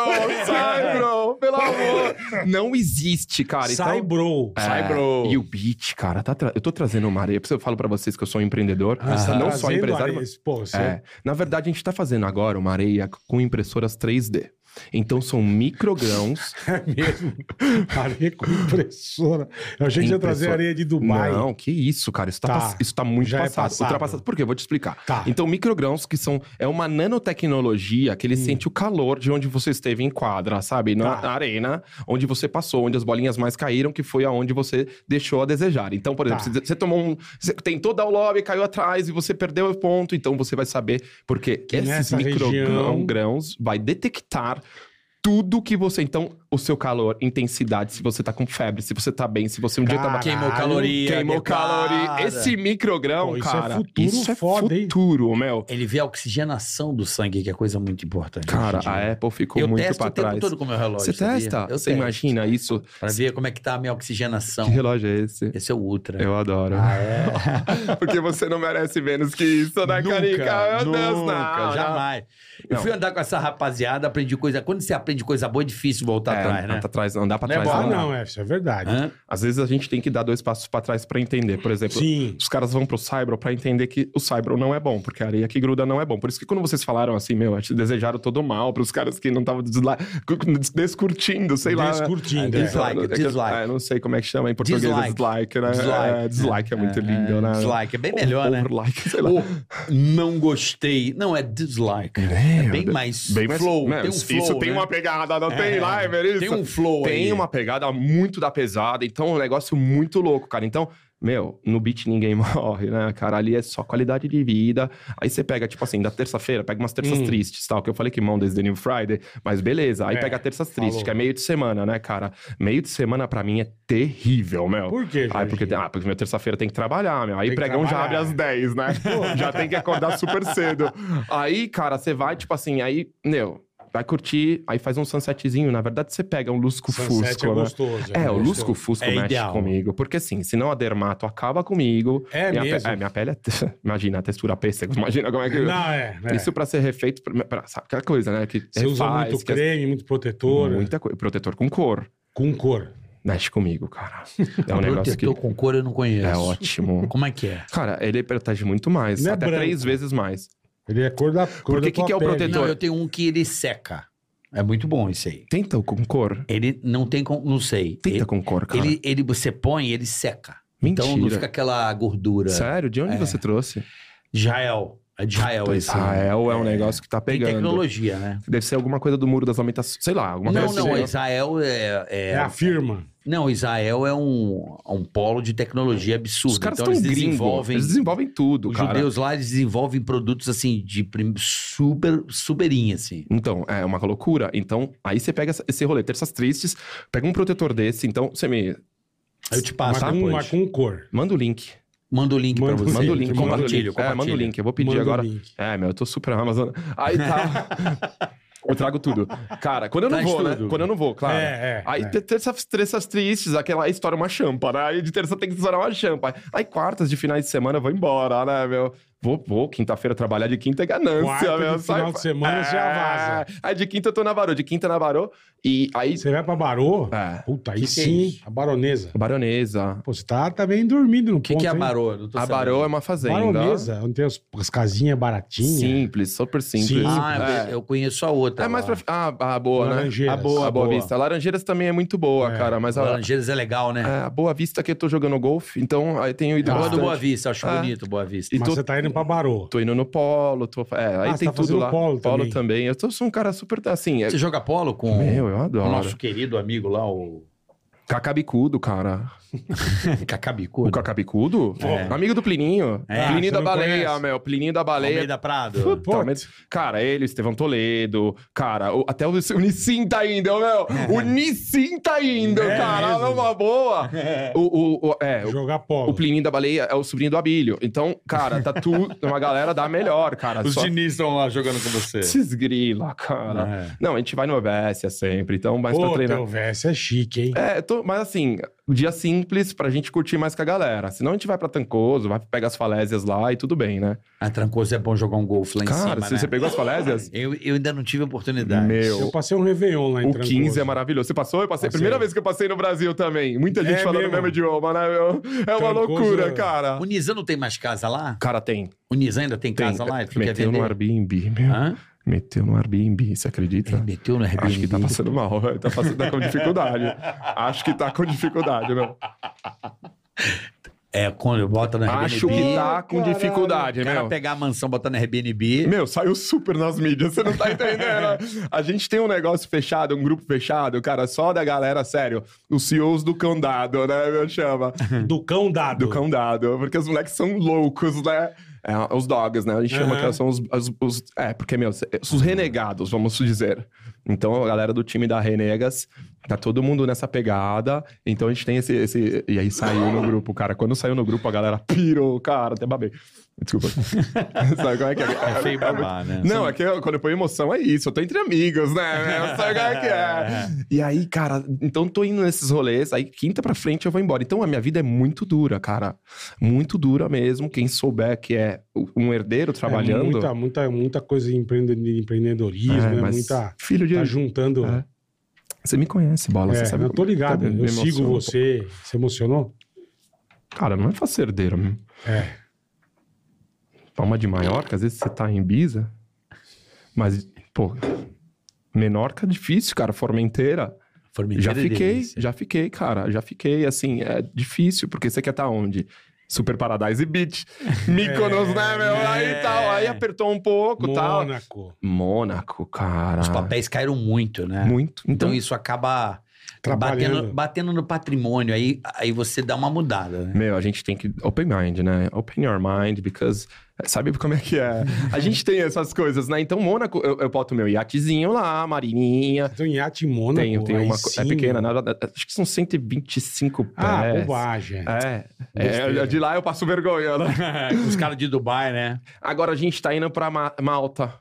S7: Cybro, pelo amor. Não existe, cara. Então-
S4: Sai, bro.
S7: É, E o beat, cara, tá tra- eu tô trazendo uma areia. Por isso eu falo pra vocês que eu sou um empreendedor.
S4: Você tá
S7: não só
S4: trazendo
S7: empresário,
S4: areia. Pô, você
S7: é. Na verdade, a gente tá fazendo agora uma areia com impressoras 3D. Então são microgrãos.
S4: <laughs> É mesmo? Areia com impressora. Eu achei que você ia trazer
S7: Impressora.
S4: areia de Dubai.
S7: Não, que isso, cara. Isso tá,
S4: Tá.
S7: pass- isso tá muito
S4: Já é
S7: passado,
S4: passado.
S7: Ultrapassado. Por quê? Eu Vou te explicar.
S4: Tá.
S7: Então, microgrãos que são... É uma nanotecnologia que ele sente o calor de onde você esteve em quadra, sabe? Na
S4: Hum. Tá.
S7: arena, onde você passou, onde as bolinhas mais caíram, que foi aonde você deixou a desejar. Então, por exemplo,
S4: Tá.
S7: você- você tomou um... Você tentou dar o lobby, caiu atrás e você perdeu o ponto. Então, você vai saber porque
S4: É
S7: esses
S4: nessa né, região-
S7: microgrãos vai detectar tudo que você... Então, o seu calor, intensidade, se você tá com febre, se você tá bem, se você um dia tava...
S4: Caralho.
S2: Queimou caloria.
S7: Queimou
S2: depara.
S7: caloria. Esse microgrão,
S4: Pô, isso é
S7: cara.
S4: futuro
S7: isso é
S4: foda, hein?
S7: futuro, meu.
S2: Ele vê a oxigenação do sangue, que é coisa muito importante.
S7: Cara,
S2: hoje em dia.
S7: a Apple ficou
S2: eu
S7: muito
S2: testo
S7: pra
S2: o tempo
S7: trás.
S2: todo com o meu relógio.
S7: Você testa?
S2: sabia? Eu
S7: Você
S2: testo.
S7: imagina isso?
S2: Pra ver como é que tá a minha oxigenação.
S7: Que relógio é esse?
S2: Esse é o Ultra. Ah, é?
S7: Eu adoro. <laughs> Porque você não merece menos que isso, né,
S2: Nunca,
S7: Carica? Meu Deus,
S2: nunca,
S7: não.
S2: jamais. Eu
S7: Não.
S2: fui andar com essa rapaziada, aprendi coisa. Quando você aprende coisa boa, é difícil voltar
S7: É,
S2: atrás, né?
S7: Tá atrás, não dá pra
S2: Não é
S7: trás.
S4: Ah,
S2: bom,
S7: não.
S4: não, é, isso é verdade.
S2: Hã?
S7: Às vezes a gente tem que dar dois passos pra trás pra entender. Por exemplo,
S4: Sim.
S7: Os caras vão pro Cybro pra entender que o Cybro não é bom, porque a areia que gruda não é bom. Por isso que quando vocês falaram assim, meu, acho que desejaram todo mal pros caras que não estavam desla... des- descurtindo, sei lá. né?
S4: Descurtindo,
S7: É,
S4: é.
S2: Dislike,
S7: é que-
S2: dislike.
S7: é, não sei como é que chama em português,
S2: Dislike.
S7: dislike, né?
S2: Dislike.
S7: É, dislike é muito lindo, né?
S2: Dislike, é bem melhor, né?
S7: Overlike, sei lá.
S2: Ou não gostei. Não, é dislike. É, bem mais
S7: Bem mais
S2: flow.
S7: né,
S2: tem um
S7: isso
S2: flow,
S7: tem
S2: né?
S7: uma pegada, não tem
S2: É,
S7: live, isso.
S2: Tem um flow
S7: Tem
S2: aí.
S7: uma pegada muito da pesada, então é um negócio muito louco, cara. Então, meu, no beat ninguém <laughs> morre, né, cara? Ali é só qualidade de vida. Aí você pega, tipo assim, da terça-feira, pega umas
S2: Hum.
S7: terças tristes, tal, que eu falei que mão desde New Friday, mas beleza. Aí
S4: É,
S7: pega terças tristes,
S4: falou.
S7: que é meio de semana, né, cara? Meio de semana pra mim é terrível, meu.
S4: Por quê,
S7: Ai,
S4: Jorginho?
S7: porque, ah, porque minha terça-feira tem que trabalhar, meu. Aí
S4: Tem que
S7: pregão já abre
S4: trabalhar.
S2: é.
S7: às 10, né? <laughs> já tem que acordar super cedo. Aí, cara, você vai, tipo assim, aí, meu, vai curtir, aí faz um sunsetzinho. Na verdade, você pega um
S4: Sunset
S7: lusco-fusco,
S4: é
S7: né?
S4: gostoso.
S7: É, o
S4: gostoso.
S7: Lusco Fusco
S2: É
S7: mexe
S2: ideal.
S7: comigo. Porque assim, senão a dermato acaba comigo.
S4: É
S7: minha pe-
S4: mesmo?
S7: é, minha pele é. <laughs> Imagina a textura pêssego. <laughs> Imagina como é que.
S4: Não, é. é.
S7: Isso pra ser refeito. pra- pra- sabe aquela coisa, né? Que
S4: Você usa
S7: refaz,
S4: muito
S7: que-
S4: creme, muito protetor, é.
S7: Muita coisa. Protetor com cor.
S4: com cor.
S7: Mexe comigo, cara. É um negócio que.
S2: Protetor com cor eu não conheço.
S7: É ótimo.
S2: <laughs> Como é que é?
S7: Cara, ele protege muito mais.
S4: Não é
S7: até
S4: branco.
S7: três vezes mais.
S4: Ele é cor da cor
S7: Porque
S4: da
S7: que
S4: tua
S7: que é o
S4: pele.
S7: protetor?
S2: Não, eu tenho um que ele seca. É muito bom esse aí.
S7: Tenta o com cor.
S2: Ele não tem com, não sei.
S7: Tenta
S2: ele,
S7: com cor, cara.
S2: ele, ele- você põe, ele seca.
S7: Mentira.
S2: Então não fica aquela gordura.
S7: Sério? De onde
S2: É.
S7: você trouxe?
S2: Israel. É de Israel esse.
S7: Israel é um negócio que tá
S2: Tem
S7: pegando.
S2: tecnologia, né?
S7: Deve ser alguma coisa do Muro das Lamentações. Sei lá, alguma
S2: não,
S7: coisa
S2: não,
S7: assim.
S2: Israel é, é-
S4: É a firma.
S2: Não, Israel é um, um polo de tecnologia absurda.
S7: Os caras
S2: então
S7: estão
S2: eles
S7: gringos.
S2: desenvolvem.
S7: Eles desenvolvem tudo,
S2: os
S7: cara.
S2: judeus lá eles desenvolvem produtos assim de prim- super superinha assim.
S7: Então, é uma loucura. Então, aí você pega essa- esse rolê, terças tristes, pega um protetor desse, então você me...
S2: Eu te
S4: mas,
S2: passo.
S7: tá,
S4: com,
S7: pois.
S4: mas com um, cor.
S7: Manda o link.
S2: Manda o link
S4: Manda-
S2: pra você.
S7: Manda o link. Manda o
S2: Compartilha,
S7: link. É, manda o
S2: compartilha.
S7: link. Eu vou pedir
S4: Manda o
S7: agora.
S4: link.
S7: É, meu, eu tô super Amazon. Aí tá.
S2: <laughs>
S7: eu trago tudo. Cara, quando eu não
S2: Traz
S7: vou, né?
S2: tudo.
S7: Quando eu não vou, claro.
S4: É, é,
S7: Aí
S4: é.
S7: te- terças, terças tristes, aquela aí estoura uma champa, né? Aí de terça tem que estourar uma champa. Aí quartas de finais de semana eu vou embora, né, meu? Vou, vou quinta-feira trabalhar de quinta é ganância,
S4: Quarta
S7: meu.
S4: de final
S7: sai- É.
S4: de semana você já vaza.
S7: Aí de quinta eu tô na Barô, de quinta na Barô. E aí.
S4: Você vai pra Barô?
S7: É.
S4: Puta, aí
S2: Que que é
S4: sim,
S2: isso?
S4: a baronesa.
S7: Baronesa.
S4: Pô, você tá, tá bem dormido no
S2: O que,
S4: ponto,
S2: que é a
S4: hein?
S2: Barô? Não tô
S7: A
S2: sabendo.
S7: Barô é uma fazenda.
S4: Baronesa, onde tem as, as casinhas baratinhas.
S7: Simples, super simples.
S4: Simples.
S2: Ah,
S7: É.
S2: eu, eu conheço a outra.
S7: É mais
S2: lá.
S7: pra. Ah, a boa, né?
S4: Laranjeiras.
S7: A boa, a boa, vista. Laranjeiras também é muito boa,
S4: É.
S7: cara. Mas a,
S2: Laranjeiras é legal, né?
S7: é, a boa vista que eu tô jogando golfe, então aí tenho ido
S2: Eu gosto do
S7: bastante.
S2: Boa Vista, acho
S7: É.
S2: bonito Boa Vista.
S7: E
S4: Mas
S7: tô,
S4: você tá indo pra Barô.
S7: tô indo no polo, tô. É, aí
S4: Ah, você
S7: tem
S4: tá
S7: tudo
S4: fazendo
S7: lá.
S4: polo também.
S7: Eu tô, sou um cara super assim. É,
S2: Você joga polo com
S7: meu, eu
S2: o
S7: adoro.
S2: nosso querido amigo lá, o
S7: Cacabicudo, cara. O
S2: <laughs> Cacabicudo.
S7: Cacabicudo?
S4: É.
S7: Amigo do Plininho.
S2: É.
S7: Plininho da
S4: Ah, você não
S7: baleia,
S4: conhece?
S7: meu. Plininho da baleia.
S2: Almeida Prado.
S7: Puta, mas- cara, ele, o Estevão Toledo, cara, o- até o, o Nissin tá indo, meu. O Nissin tá indo,
S4: É
S7: cara,
S4: mesmo.
S7: numa boa. O, o, o- é, o-
S4: Jogar polo.
S7: o Plininho da Baleia é o sobrinho do Abílio. Então, cara, tá tudo. uma galera da melhor, cara.
S3: Os
S7: Só
S3: Diniz estão lá jogando com você.
S7: desgrila, cara.
S2: É.
S7: Não, a gente vai no Ovécia sempre, então, mais pra
S4: Pô,
S7: treinar.
S4: teu Vess é chique, hein?
S7: É, eu tô, mas assim, dia simples pra gente curtir mais com a galera. Senão a gente vai pra Tancoso, vai pegar as falésias lá e tudo bem, né?
S2: A Trancoso é bom jogar um golfe lá em
S7: cara,
S2: cima,
S7: se
S2: né?
S7: você pegou as falésias,
S2: Eu, eu ainda não <laughs> tive oportunidade.
S7: meu.
S4: Eu passei um Réveillon lá em
S7: O
S4: Trancoso.
S7: 15 é maravilhoso. Você passou? Eu passei.
S4: Passei.
S7: Primeira vez que eu passei no Brasil também. Muita gente
S4: É
S7: falando o
S4: mesmo?
S7: mesmo idioma, né? meu? É uma
S4: Trancoso
S7: loucura,
S4: é-
S7: cara.
S2: O Nizam não tem mais casa lá?
S7: Cara, tem.
S2: O Nizam ainda tem casa lá? Ele quer
S7: Meteu
S2: vender?
S7: no Airbnb, meu.
S2: Hã?
S7: Meteu no Airbnb, você acredita? meteu no Airbnb. Acho que tá passando mal, <laughs> tá, passando, tá com dificuldade. Acho que tá com dificuldade, meu.
S2: É, quando bota na Airbnb.
S7: Acho que tá com
S2: Caralho.
S7: dificuldade,
S2: O cara
S7: meu.
S2: pegar a mansão, botar na Airbnb.
S7: Meu, saiu super nas mídias, você não tá entendendo. a gente tem um negócio fechado, um grupo fechado, cara, só da galera, sério, os CEOs do cão dado, né, meu chama?
S17: Do cão dado.
S7: Do cão dado, porque os moleques são loucos, né? É, os dogs, né? A gente chama
S17: Aham.
S7: que são os, os- os- É, porque, meu, os renegados, vamos dizer. Então, a galera do time da Renegas, tá todo mundo nessa pegada. Então, a gente tem esse... esse- e aí, saiu no grupo, cara. Quando saiu no grupo, a galera pirou, cara. Até babei. Desculpa. <laughs> Sabe como é que é?
S2: É feio babar, né?
S7: Não, é que eu- quando eu ponho emoção é isso. Eu tô entre amigos, né? Eu sei como
S2: <laughs>
S7: é que <laughs> é. E aí, cara, então tô indo nesses rolês. Aí, quinta pra frente, eu vou embora. Então, a minha vida é muito dura, cara. Muito dura mesmo. Quem souber que é um herdeiro trabalhando...
S17: É muita, muita, muita coisa de empreende- de empreendedorismo,
S7: É,
S17: né?
S7: mas
S17: Muita.
S7: filho de-
S17: Tá juntando.
S7: É. Você me conhece, Bola.
S17: É,
S7: você sabe
S17: eu tô
S7: como-
S17: ligado,
S7: Tá, me
S17: eu sigo
S7: emociono.
S17: você. Você emocionou?
S7: Cara, não é fácil herdeiro. meu.
S17: É.
S7: Palma de Maiorca, às vezes você tá em Ibiza, mas, pô, Menorca é difícil, cara, Formenteira. já
S2: é
S7: fiquei,
S2: delícia.
S7: já fiquei, cara, já fiquei, assim, é difícil, porque você quer tá onde? Super
S17: <laughs>
S7: Paradise Beach, Mykonos, né, meu, aí tal, aí apertou um pouco, <laughs> tal.
S17: É. Mônaco.
S7: Mônaco, cara.
S2: Os papéis caíram muito, né?
S7: Muito.
S2: Então, isso acaba
S17: Atrapalhando.
S2: batendo, batendo no patrimônio. Aí, aí você dá uma mudada, né?
S7: Meu, a gente tem que. Open mind, né? Open your mind, because. Sabe como é que é?
S2: <laughs>
S7: A gente tem essas coisas, né? Então, Mônaco, eu, eu boto meu iatezinho lá, marininha.
S17: Então, iate em Mônaco.
S7: Tenho, tenho
S17: aí
S7: uma. co-
S17: sim.
S7: É pequena, né? Acho que são 125 pés.
S17: Ah, bobagem.
S7: É.
S17: Besteira.
S7: é. De lá eu passo vergonha, né?
S2: Os caras de Dubai, né?
S7: Agora a gente tá indo pra Ma- Malta.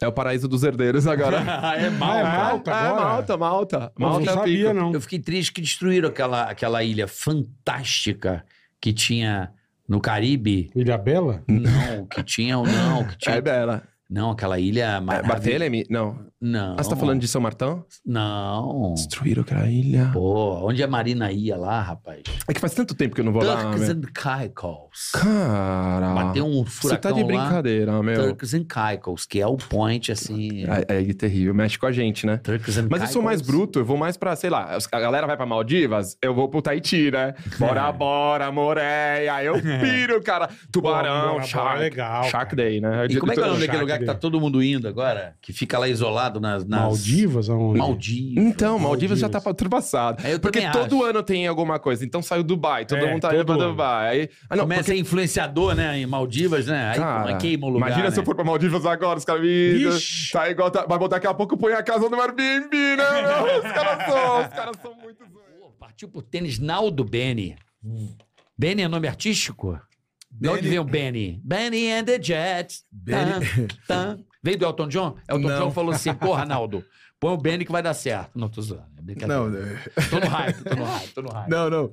S7: É o paraíso dos herdeiros agora.
S2: é mal,
S17: Ah, <laughs> é
S2: mal.
S17: Malta
S7: é,
S17: agora?
S7: Malta, Malta.
S17: Pô,
S7: Malta
S17: não sabia,
S7: pico.
S17: não.
S2: Eu fiquei triste que destruíram aquela, aquela ilha fantástica que tinha no Caribe.
S17: Ilha Bela?
S2: Não, que tinha ou não, que tinha.
S7: É bela.
S2: Não, aquela ilha
S7: É,
S2: maravilhosa.
S7: Barthelemy? Não.
S2: Não.
S7: Ah, você tá falando de São Martão?
S2: Não.
S7: Destruíram aquela ilha.
S2: Pô, onde a Marina ia lá, rapaz?
S7: É que faz tanto tempo que eu não vou lá. né?
S2: Turks
S7: meu.
S2: and Caicos.
S7: Cara.
S2: Bateu um furacão
S7: Você tá de
S2: lá.
S7: brincadeira, meu.
S2: Turks and Caicos, que é o point, assim...
S7: É, é terrível. Mexe com a gente, né?
S2: Turks and
S7: Mas eu sou mais
S2: Caicos.
S7: bruto, eu vou mais pra, sei lá, a galera vai pra Maldivas, eu vou pro Tahiti,
S2: <laughs>
S7: né? Bora, bora, moreia, eu piro, cara.
S17: Bora,
S7: Tubarão, é
S17: bora,
S7: shark.
S17: legal, cara.
S7: Shark Day, né?
S2: E como é que é o nome daquele
S17: Shark
S2: lugar que
S17: Day.
S2: tá todo mundo indo agora? Que fica lá isolado nas... nas...
S17: Maldivas? Aonde?
S2: Maldivas.
S7: Então, Maldivas já tá
S17: Maldivas.
S7: ultrapassado.
S2: É, eu
S7: porque
S2: também
S7: todo
S2: acho.
S7: ano tem alguma coisa. Então saiu Dubai, todo
S17: É,
S7: mundo tá indo
S17: todo
S7: pra
S17: ano.
S7: Dubai. Aí, ah, não,
S2: Começa a ser influenciador, né? Em Maldivas, né? Aí
S7: Cara,
S2: queima o lugar,
S7: Imagina
S2: né?
S7: se eu for pra Maldivas agora, os caras me.
S17: Vixe.
S7: Tá igual. Tá, vai botar daqui a pouco põe a casa no Airbnb, né? meu? os caras são, os caras são muito.
S2: Pô, Partiu pro tênis Naldo Beni. Beni é nome artístico? De onde vem o Benny? Benny and the Jets. Benny. Veio do Elton John? Elton John falou assim: porra, Naldo, põe o Benny que vai dar certo. Não, tô zoando. É brincadeira.
S18: Não, né? <laughs>
S2: Tô no hype, tô no hype, tô no hype.
S18: não, não.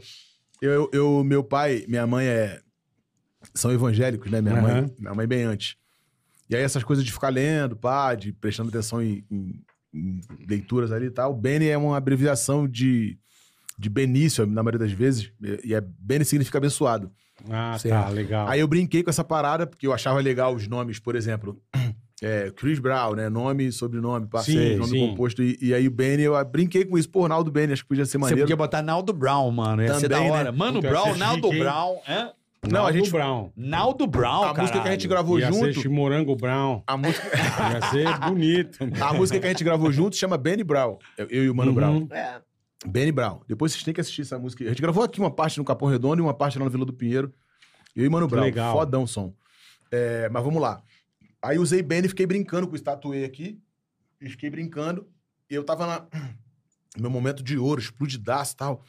S18: Eu, eu, meu pai, minha mãe é. São evangélicos, né? Minha
S17: Aham.
S18: mãe. Minha mãe bem antes. E aí essas coisas de ficar lendo, pá, de prestando atenção em, em- em leituras ali e tal. Bene é uma abreviação de, de Benício, na maioria das vezes. E é Bene significa abençoado.
S17: Ah, tá,
S18: Certo.
S17: legal.
S18: Aí eu brinquei com essa parada, porque eu achava legal os nomes, por exemplo. É, Chris Brown, né? Nome e sobrenome,
S17: Sim,
S18: parceiro, nome
S17: sim.
S18: composto. E, e aí o Benny, eu brinquei com isso, pô, Ronaldo Benny, acho que podia ser
S2: Você
S18: maneiro.
S2: podia botar Naldo Brown, mano. Ia ser da
S18: Também,
S2: hora.
S18: né?
S2: Mano
S17: Puta, ia
S2: Brown,
S17: ser
S2: Naldo
S17: chique, hein?
S2: Brown. Hã?
S18: Não, a
S17: Naldo
S18: gente-
S17: Brown.
S2: Naldo Brown,
S18: a música que a gente
S2: caralho.
S18: gravou
S17: Ia ser
S18: junto,
S17: Chimorango Brown.
S18: a música,
S17: Ia ser bonito.
S4: né?
S18: a música que a gente gravou junto chama Benny Brown. Eu, eu e o Mano
S17: Uhum.
S18: Brown. Benny Brown. Depois vocês têm que assistir essa música. A gente gravou aqui uma parte no Capão Redondo e uma parte lá na Vila do Pinheiro. Eu e Mano Brown.
S17: legal.
S18: Fodão o som. É, mas vamos lá. Aí usei Benny, fiquei brincando com o estatuê aqui. E Fiquei brincando. E eu tava na... no meu momento de ouro, explodidaço e tal.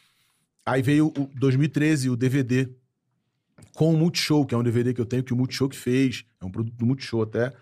S18: Aí veio o 2013, o DVD com o Multishow, que é um DVD que eu tenho que o Multishow que fez. É um produto do Multishow até,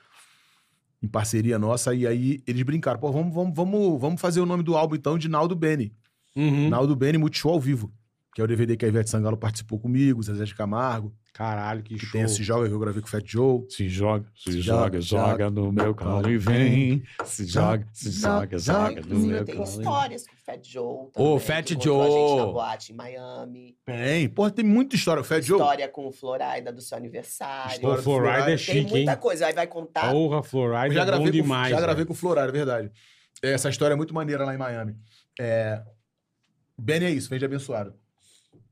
S18: em parceria nossa. E aí eles brincaram, pô, vamos, vamos, vamos, vamos fazer o nome do álbum então de Naldo Bene.
S17: Uhum.
S18: Naldo Bene Multishow ao vivo. que é o DVD que a Ivete Sangalo participou comigo, Zezé de Camargo.
S17: Caralho, que
S18: show. Tem esse Joga que eu gravei com o Fat Joe.
S17: Se joga, se joga, joga, no meu colo e vem. Se joga, se joga, joga no
S19: Inclusive,
S17: meu
S19: eu tenho
S17: colo.
S19: histórias com o Fat Joe.
S18: Ô,
S19: também,
S18: Fat
S19: que encontrou A gente na
S18: Joe.
S19: boate em Miami.
S18: Tem, porra, tem muita história. O Fat Joe.
S19: História com o Florida do seu aniversário.
S18: Pô, o Florida é
S19: Tem
S18: chique,
S19: muita
S18: hein?
S19: coisa. Aí vai
S20: tá?
S19: contar.
S17: Porra, Florida
S18: já
S17: é
S18: gravei
S17: bom
S18: com,
S17: demais.
S18: Já gravei
S17: velho.
S18: com o Florida, é verdade. Essa história é muito maneira lá em Miami. É... Benny é isso, vem de abençoado.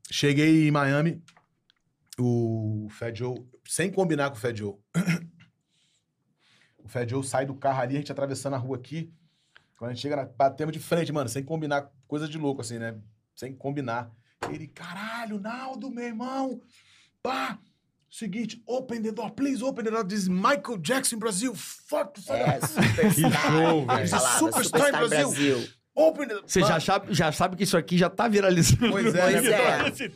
S18: Cheguei em Miami, o Fed Joe, sem combinar com o Fed Joe. <coughs> O Fed Joe sai do carro ali, a gente atravessando a rua aqui. Quando a gente chega, na, batemos de frente, mano, sem combinar, coisa de louco assim, né? Sem combinar. Ele, caralho, Naldo, meu irmão! Pá! Seguinte, open the door, please open the door. Diz Michael Jackson Brasil, fuck, fuck.
S19: É,
S2: Que show, velho.
S18: Superstar,
S19: Superstar
S18: em Brasil.
S19: Brasil.
S18: Open the door.
S21: Você já sabe, já sabe que isso aqui já tá viralizando.
S19: Pois
S2: né,
S19: é, Pois é.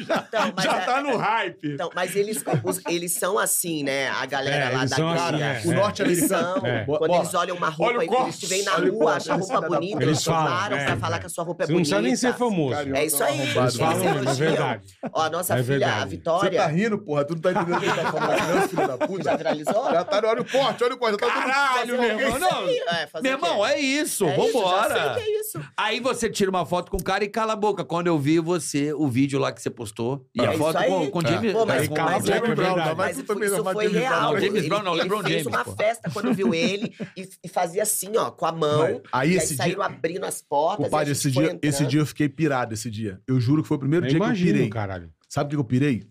S19: Então, mas
S21: Já tá no
S19: hype. Então, mas eles, os- eles
S3: <laughs>
S19: são assim, né? A galera
S21: É,
S19: lá
S21: eles
S19: da
S21: são assim,
S19: gringa.
S21: é, é. O norte-americano.
S19: Eles são.
S21: É.
S19: Quando
S21: Bola.
S19: eles olham uma
S21: Olha o
S19: roupa e
S21: corte.
S19: eles te veem na
S21: Olha o
S19: rua,
S21: corte,
S19: acham a
S21: eles
S19: roupa
S21: filha da
S19: bonita,
S21: puta.
S19: eles
S21: Eles falam,
S19: tomaram pra
S21: é,
S19: falar
S21: é.
S19: que a sua roupa é
S21: Você não
S19: bonita.
S21: precisa nem ser famoso.
S19: É isso aí.
S21: Carioca
S19: eles
S21: arrombado.
S19: elogiam.
S21: Falam, é verdade.
S19: Ó, a nossa
S21: É
S19: filha,
S21: verdade.
S19: a Vitória...
S18: Você tá rindo, porra. Tu não tá entendendo o que ele tá falando, não, filho da puta.
S19: Já viralizou? um
S18: Já tá no olho forte, olha o corte. já Tá
S21: Caralho, meu irmão. Não.
S19: É, fazer
S21: meu
S19: o quê?
S21: irmão, é isso.
S19: É isso, já
S21: vambora.
S19: sei o que é isso.
S21: Aí você tira uma foto com o cara e cala a boca. Quando eu vi você, o vídeo lá que você postou. E
S19: É
S21: a
S19: isso
S21: foto
S19: aí. É.
S21: com, com o James
S19: Pô, mas,
S21: com
S19: mas, mas,
S21: James Brown,
S19: mas
S21: tá? Vai
S19: isso
S21: pro
S19: foi,
S21: James
S19: isso
S21: Brown,
S19: foi
S21: James Brown.
S19: real.
S21: Não, James
S19: Ele-
S21: Brown não,
S19: ele
S21: LeBron
S19: fez
S21: James,
S19: uma
S21: pô.
S19: festa quando viu ele e, e fazia assim, ó, com a mão.
S18: Mano, aí
S19: e aí
S18: esse dia-
S19: saíram abrindo as portas. e a
S18: Compadre,
S19: gente
S18: esse
S19: foi
S18: dia, esse
S19: entrando.
S18: dia eu fiquei pirado, esse dia. Eu juro que foi o primeiro
S17: Eu
S18: dia
S17: imagino,
S18: que eu pirei.
S17: caralho.
S18: Sabe o que eu pirei?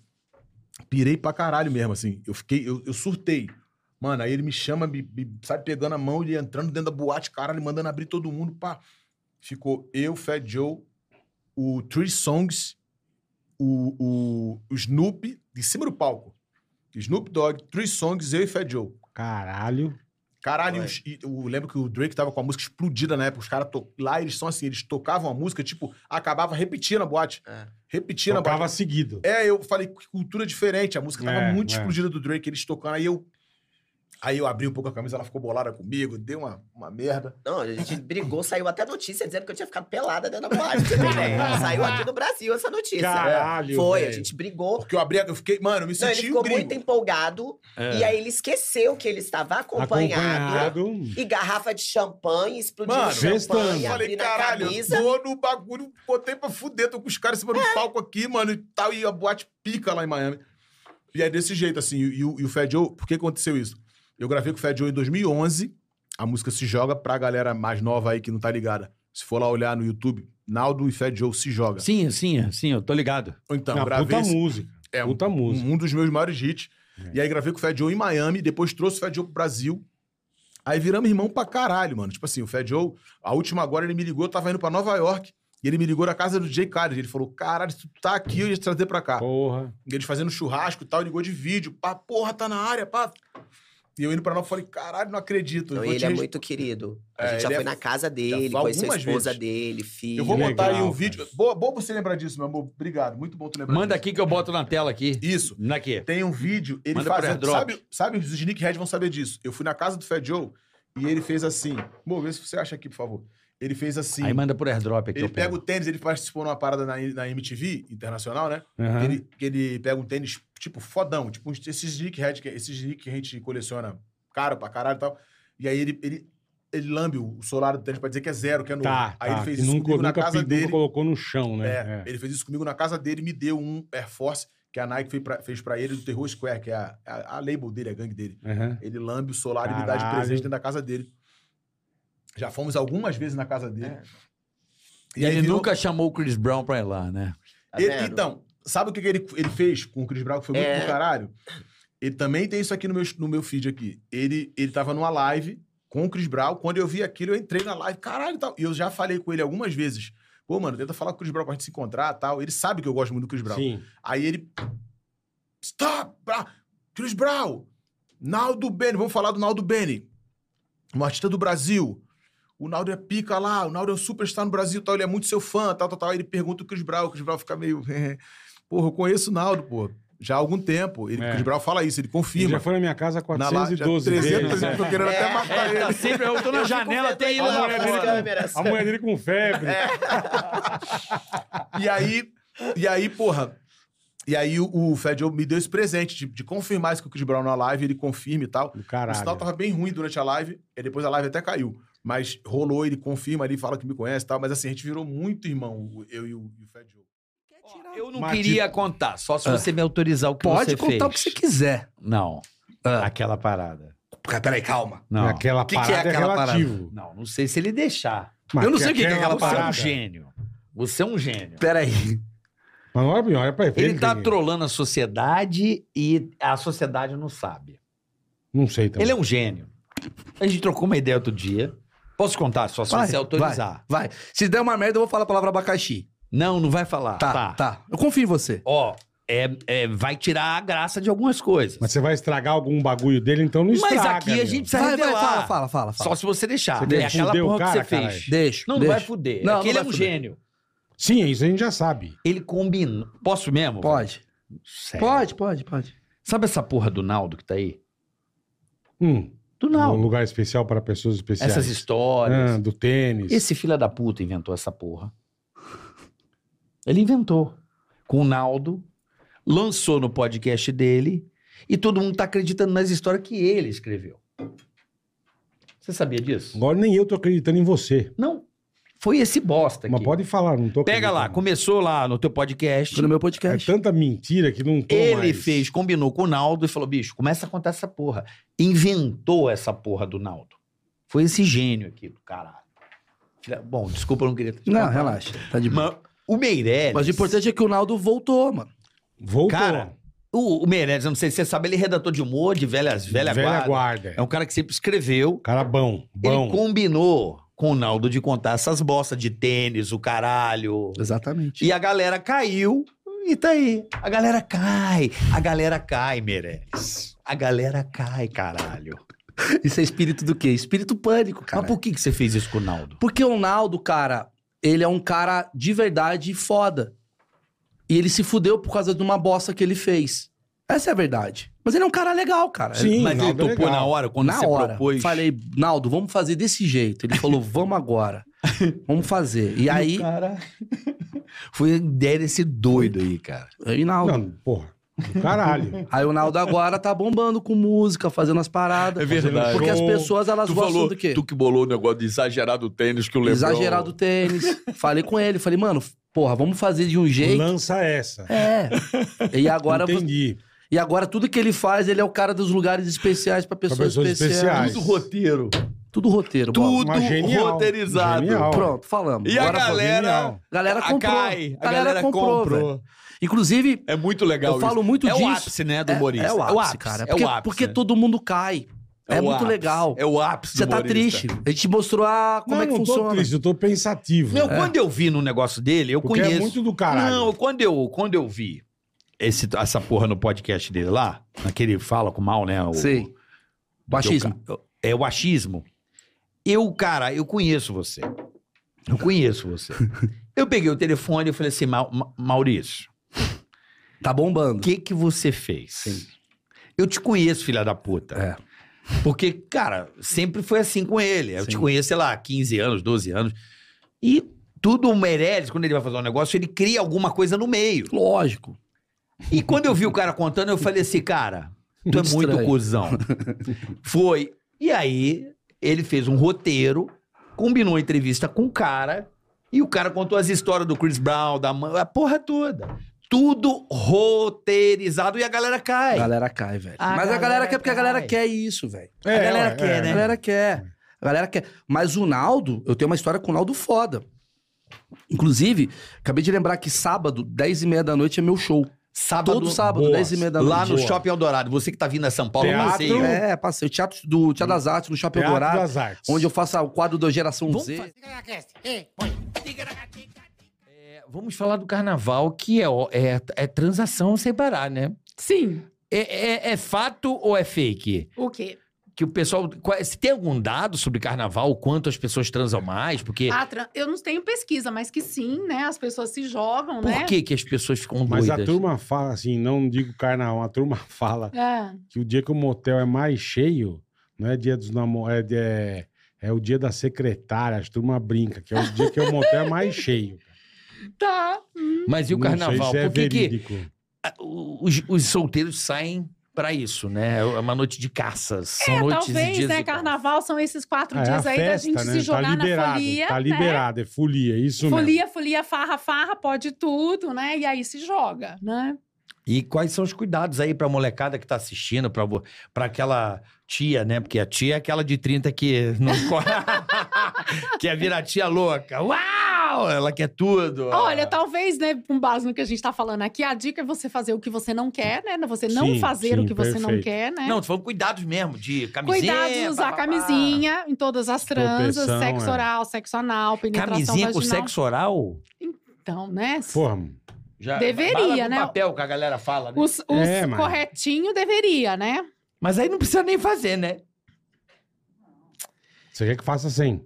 S18: Pirei pra caralho mesmo, assim. Eu fiquei, eu, eu surtei. Mano, aí ele me chama, me, me- sabe, pegando a mão, ele entrando dentro da boate, caralho, mandando abrir todo mundo, pá. Ficou eu, Fat Joe, o Three Songs, o, o, o Snoop, de cima do palco. Snoop Dogg, Three Songs, eu e Fat Joe.
S17: Caralho.
S18: Caralho, os- e eu lembro que o Drake tava com a música explodida na época. Os caras to- lá, eles são assim, eles tocavam a música, tipo, acabava repetindo a boate.
S19: É.
S18: Repetindo a
S17: Tocava
S18: boate.
S17: seguido.
S18: É, eu falei, que cultura diferente. A música tava
S17: É,
S18: muito
S17: é.
S18: explodida do Drake, eles tocando. Aí eu. Aí eu abri um pouco a camisa, ela ficou bolada comigo, deu uma, uma merda.
S19: Não, a gente brigou, saiu até notícia dizendo que eu tinha ficado pelada dentro da boate. Você entendeu? né?
S18: <laughs>
S19: saiu aqui no Brasil essa notícia.
S18: Caralho,
S19: Foi, a
S18: velho.
S19: gente brigou.
S18: Porque eu abri, a- eu fiquei, mano, eu me
S19: Não, ele
S18: senti um
S19: ficou
S18: gringo.
S19: muito empolgado.
S18: É.
S19: E aí ele esqueceu que ele estava acompanhado.
S17: Acompanhado.
S19: E garrafa de champanhe, explodindo
S18: Mano,
S19: champanhe,
S18: eu falei,
S19: abrindo a
S18: caralho, eu
S19: camisa. É.
S18: tô no bagulho, botei pra fuder, tô com os caras em cima do palco aqui, mano, e tal, e a boate pica lá em Miami. E é desse jeito, assim, e, o- e o Fed Joe, por que aconteceu isso? Eu gravei com o Fed Joe em 2011, a música se joga pra galera mais nova aí que não tá ligada. Se for lá olhar no YouTube, Naldo e Fed Joe se joga.
S2: Sim, sim, sim, eu tô ligado.
S18: Então,
S2: Uma
S18: gravei
S2: puta
S18: esse-
S2: música.
S18: É,
S2: Puta
S18: um,
S2: música. É.
S18: um dos meus maiores hits. E aí gravei com o Fed Joe em Miami, depois trouxe o Fed Joe pro Brasil. Aí viramos irmão pra caralho, mano. Tipo assim, o Fed Joe, a última agora ele me ligou, eu tava indo pra Nova York. E ele me ligou na casa do Jay Carter. Ele falou: caralho, se tu tá aqui, eu ia te trazer pra cá.
S17: Porra.
S18: Eles fazendo churrasco e tal, ligou de vídeo. Pá, porra, tá na área, pá. E eu indo pra Nova, falei: caralho, não acredito. eu
S19: Não,
S18: vou
S19: ele
S18: te
S19: é
S18: res-
S19: muito querido. A
S18: É,
S19: gente já
S18: ele
S19: foi
S18: é-
S19: na casa
S18: já
S19: dele, conheceu
S18: foi
S19: a
S18: algumas
S19: esposa
S18: vezes.
S19: dele, filho.
S18: Eu vou botar aí um vídeo. Boa, boa você lembrar disso, meu amor. Obrigado. Muito bom tu lembrar
S2: Manda aqui que eu boto na tela aqui.
S18: Isso.
S2: Naqui.
S18: Tem um vídeo, ele
S2: Manda
S18: faz.
S2: pro airdrop.
S18: Sabe, sabe, os sneakheads vão saber disso. Eu fui na casa do Fed Joe e ele fez assim. Amor, vê se você acha aqui, por favor. Ele fez assim.
S2: Aí manda por airdrop aqui.
S18: Ele
S2: eu
S18: pega
S2: pego.
S18: o tênis, ele participou numa parada na, na MTV internacional, né?
S2: Aham.
S18: Ele, que ele pega um tênis, tipo, fodão, tipo, uns- esses sneakhead, que- esses sneak que a gente coleciona caro pra caralho e tal. E aí ele, ele, ele lambe o solar do tênis pra dizer que é zero, que é novo.
S17: Tá,
S18: aí
S17: tá,
S18: ele fez
S17: que
S18: isso
S17: nunca,
S18: comigo na
S17: nunca
S18: casa
S17: pediu,
S18: dele.
S17: colocou no chão, né?
S18: É, Ele fez isso comigo na casa dele, me deu um Air Force que a Nike fez pra, fez pra ele do Terror Square, que é a, a, a label dele, a gangue dele.
S17: Aham.
S18: Ele lambe o solar e me dá de
S17: Caralho.
S18: presente dentro da casa dele. Já fomos algumas vezes na casa dele.
S2: E ele nunca chamou o Chris Brown pra ir lá, né?
S18: Ele- então, sabe o que, que ele, ele fez com o Chris Brown, que foi muito
S2: É.
S18: do caralho? Ele também tem isso aqui no meu, no meu feed aqui. Ele, ele tava numa live com o Chris Brown. Quando eu vi aquilo, eu entrei na live, caralho e tal. E eu já falei com ele algumas vezes. Pô, mano, tenta falar com o Chris Brown pra gente se encontrar tal. Ele sabe que eu gosto muito do Chris Brown.
S17: Sim.
S18: Aí ele. Stop! Bra... Chris Brown! Naldo Bene, vamos falar do Naldo Bene. Um artista do Brasil. O Naldo é pica lá, o Naldo é um superstar no Brasil, tal, ele é muito seu fã, tal, tal, tal. Aí ele pergunta o Chris Brown, o Chris Brown fica meio. <laughs> porra, eu conheço o Naldo, pô. Já há algum tempo. Ele, O Chris Brown fala isso, ele confirma.
S17: É. Ele já foi na minha casa
S18: Na live, já
S17: 412
S18: 300
S17: vezes. né?
S18: vezes, tô querendo até matar ele.
S2: É. sempre, eu tô na janela, tem É.
S17: A mulher, dele, com- a mulher dele com febre.
S18: E aí, E aí, porra. E aí o, o Fed Joe me deu esse presente de, de confirmar isso com o Chris Brown na live, ele confirma e tal. O sinal tava bem ruim durante a live, e depois a live até caiu. Mas rolou, ele confirma ali, fala que me conhece e tal. Mas assim, a gente virou muito irmão, o- eu e o, e o Fed Joe.
S2: Eu não queria contar, Ah, só
S19: Ah.
S2: se você me autorizar o que
S18: Pode
S2: você fez.
S18: contar o que você
S2: quiser. Não.
S21: Ah.
S4: Aquela parada.
S2: Peraí, calma.
S4: Não. Aquela
S2: O que que
S4: parada é relativo.
S2: parada? Não, não sei se ele deixar.
S4: Mas
S2: eu não sei o que que é
S4: aquela
S2: aquela parada.
S4: parada.
S2: Você é um gênio. Você é um gênio. Peraí.
S4: Mas olha, olha pra
S2: Ele tá trolando a sociedade e a sociedade não sabe.
S4: Não sei também.
S2: Ele é um gênio. A gente trocou uma ideia outro dia. Posso contar só se
S4: Vai,
S2: você autorizar?
S22: Vai. Se der uma merda, eu vou falar a palavra abacaxi.
S2: Não, não vai falar.
S22: Tá, tá. Eu confio em você.
S2: Ó, é, é, vai tirar a graça de algumas coisas.
S4: Mas você vai estragar algum bagulho dele, então não
S2: Mas
S4: estraga.
S2: aqui a
S4: meu.
S2: gente precisa
S22: Vai, vai,
S2: revelar.
S22: fala, fala, fala, fala.
S2: Só se você deixar.
S4: Você
S2: é
S4: deixa-
S2: aquela
S4: fudeu o
S2: porra
S4: cara,
S2: que você
S4: caralho.
S2: fez.
S4: Deixa,
S2: Não,
S4: deixa.
S2: não vai fuder.
S4: Não,
S2: é que
S4: não
S2: ele é
S4: vai
S2: um
S4: fuder.
S2: gênio.
S4: Sim, isso a gente já sabe.
S2: Ele combinou. Posso mesmo?
S22: Pode.
S2: Sério.
S22: Pode, pode, pode.
S2: Sabe essa porra do Naldo que tá aí?
S4: Hum.
S2: Do Naldo.
S4: Um lugar especial para pessoas especiais.
S2: Essas histórias.
S4: Ah, do tênis.
S2: Esse filho da puta inventou essa porra. Ele inventou. Com o Naldo, lançou no podcast dele e todo mundo tá acreditando nas histórias que ele escreveu. Você sabia disso?
S4: Agora nem eu tô acreditando em você.
S2: Não. Foi esse bosta aqui.
S4: Mas pode falar, não tô
S2: Pega lá, começou lá no teu podcast.
S22: No meu podcast.
S4: É tanta mentira que não tô
S2: Ele
S4: mais.
S2: fez, combinou com o Naldo e falou: bicho, começa a contar essa porra. Inventou essa porra do Naldo. Foi esse gênio aqui do caralho. Filha- Bom, desculpa, eu não queria. te
S22: Não,
S2: contar.
S22: relaxa. Tá de
S2: boa. O Meirelles.
S22: Mas o importante é que o Naldo voltou, mano.
S4: Voltou.
S2: Cara, o, o Meirelles, eu não sei se você sabe, ele é redator de humor de velhas, velha,
S4: Velha
S2: guarda.
S4: guarda.
S2: É um cara que sempre escreveu.
S4: Cara bom, bom.
S2: Ele combinou com o Naldo de contar essas bostas de tênis, o caralho.
S22: Exatamente.
S2: E a galera caiu e tá aí. A galera cai. A galera cai, Meirelles. A galera cai, caralho.
S22: Isso é espírito do quê? Espírito pânico, cara. Mas
S2: por que, que você fez isso com o Naldo?
S22: Porque o Naldo, cara, ele é um cara de verdade foda. E ele se fudeu por causa de uma bosta que ele fez. Essa é a verdade. Mas ele é um cara legal, cara.
S2: Sim,
S22: Mas
S2: Naldo é legal.
S22: na hora. Falei, Naldo, vamos fazer desse jeito. Ele
S2: <laughs>
S22: falou, vamos agora. Vamos fazer. E aí...
S2: Cara... <laughs> Foi a ideia desse doido aí, cara.
S22: Aí, Naldo.
S4: Não, porra. Do caralho.
S22: <laughs> Aí o Naldo agora tá bombando com música, fazendo as paradas.
S2: É
S22: Porque as pessoas, elas gostam do quê?
S2: que bolou o negócio de exagerar do tênis que o
S22: Exagerar do tênis. Tipo, <laughs> falei com ele, falei, mano, porra, vamos fazer de um jeito.
S4: Lança essa.
S22: É. E agora.
S4: Entendi.
S22: E agora tudo que ele faz, ele é o cara dos lugares especiais pra pessoas,
S4: pessoas
S22: especiais.
S4: especiais.
S22: Tudo
S2: roteiro.
S22: Tudo roteiro,
S4: Tudo
S22: Bola.
S4: Mas genial. roteirizado. Genial.
S22: Pronto, falamos.
S4: E a
S22: Agora falamos.
S4: galera-
S22: Genial. galera
S2: a
S22: comprou.
S2: cai, a galera comprou.
S22: velho. Inclusive,
S2: É muito legal
S22: eu falo muito
S2: é
S22: disso.
S2: o ápice, né, do
S22: É-
S2: humorista.
S22: É, o ápice, cara. Porque,
S2: é o ápice.
S22: porque todo mundo cai. É,
S2: É o
S22: muito
S2: ápice.
S22: legal.
S2: É o ápice do
S22: Você tá
S2: humorista.
S22: triste. A gente mostrou a, como
S4: não,
S22: é que
S4: não
S22: funciona.
S4: tô triste, eu tô pensativo.
S2: Não, quando eu vi no negócio dele, eu
S4: né? Porque é
S2: conheço.
S4: muito do caralho.
S2: Não, quando eu, quando eu vi esse, essa porra no podcast dele lá, naquele fala com mal, né? O,
S22: Sim. O achismo.
S2: É o achismo. Eu, cara, eu conheço você. Eu conheço
S22: <laughs>
S2: você. Eu peguei o telefone e falei assim, "Mau- Ma- Maurício.
S22: Tá bombando. O
S2: que que você fez? Eu te conheço, filha da puta. É. Porque, cara, sempre foi assim com ele. Eu te conheço, sei lá, 15 anos, 12 anos. E tudo o Meirelles, quando ele vai fazer um negócio, ele cria alguma coisa no meio.
S22: Lógico.
S2: E quando eu vi o cara contando, eu falei assim, cara, tu é
S22: Muito
S2: muito
S23: <laughs>
S22: estranho.
S2: cuzão. Foi. E aí, ele fez um roteiro, combinou a entrevista com o cara, e o cara contou as histórias do Chris Brown, da mãe, a porra toda. Tudo roteirizado e a galera cai.
S22: A galera cai, velho.
S2: A
S22: Mas a galera
S2: galera
S22: quer porque a galera
S2: cai.
S22: quer isso, velho.
S2: É,
S22: a galera
S2: ué,
S22: quer,
S2: é,
S22: né?
S2: é.
S22: A galera quer. A galera quer. Mas o Naldo, eu tenho uma história com o Naldo foda. Inclusive, acabei de lembrar que sábado, 10 e meia da noite, é meu show.
S2: Sábado?
S22: Todo sábado,
S2: Tá Boa.
S22: 10 e meia da noite.
S2: Lá no Shopping Eldorado. Você que tá vindo a São Paulo,
S22: Teatro-
S2: passei.
S22: É, passei. O Teatro do Teatro das Artes, no Shopping
S2: Teatro
S22: Eldorado.
S2: das Artes.
S22: Onde eu faço ah, o quadro da Geração
S2: Vamos
S22: Z.
S1: Vamos falar do carnaval, que é, ó- é, é transação sem parar, né?
S24: Sim.
S1: É, é- é fato ou é fake?
S24: O quê?
S1: Que o pessoal.
S2: é,
S1: qual- Se tem algum dado sobre carnaval, o quanto as pessoas transam mais? Porque.
S24: Ah, tran- eu não tenho pesquisa, mas que sim, né? As pessoas se jogam,
S1: por
S24: né?
S1: que, que as pessoas ficam
S4: Mas a
S1: doidas?
S4: turma fala assim, não digo carnaval, a turma <laughs> fala
S24: É.
S4: que o dia que o motel é mais cheio, não é dia dos namorados, é, de- é, é o dia da secretária, a turma brinca, que é o dia que o motel é mais cheio.
S2: Tá. Mas e o
S3: Não sei
S2: carnaval?
S3: se é
S2: Por que, que
S3: verídico.
S2: ah, os, os solteiros saem pra isso, né? É uma noite de caças. São
S24: É,
S2: noites e
S24: talvez,
S2: dias
S24: né?
S2: de caça.
S24: Carnaval são esses quatro
S4: Ah, é a
S24: dias aí da
S4: festa,
S24: gente
S4: né?
S24: se jogar
S4: tá liberado,
S24: na folia.
S4: Tá
S24: né?
S4: liberado, é folia, isso mesmo.
S24: Folia, folia, farra, farra, pode tudo, né? E aí se joga, né?
S2: E quais são os cuidados aí pra molecada que tá assistindo, pra, vo- pra aquela tia, né? Porque a tia é aquela de 30 que não <laughs> corre. que é virar tia louca. Uau! Ela quer tudo.
S24: Olha, talvez, né, com base no que a gente tá falando aqui, a dica é você fazer o que você não quer, né? Você não
S2: Sim,
S24: fazer
S2: sim,
S24: o que você não
S2: perfeito.
S24: quer, né?
S2: Não, tô falando cuidados mesmo, de camisinha.
S24: Cuidado de usar
S2: papapá.
S24: camisinha em todas as transas,
S2: Proteção,
S24: sexo
S2: é.
S24: oral, sexo anal, penetração
S2: Camisinha com
S24: vaginal.
S2: sexo oral?
S24: Então, né?
S2: Já,
S24: Deveria,
S2: bala no
S24: né?
S2: papel que a galera fala, né?
S24: Os, os
S4: É,
S24: corretinho deveria, né?
S2: Mas aí não precisa nem
S24: <laughs>
S2: fazer, né?
S4: Você quer que faça assim?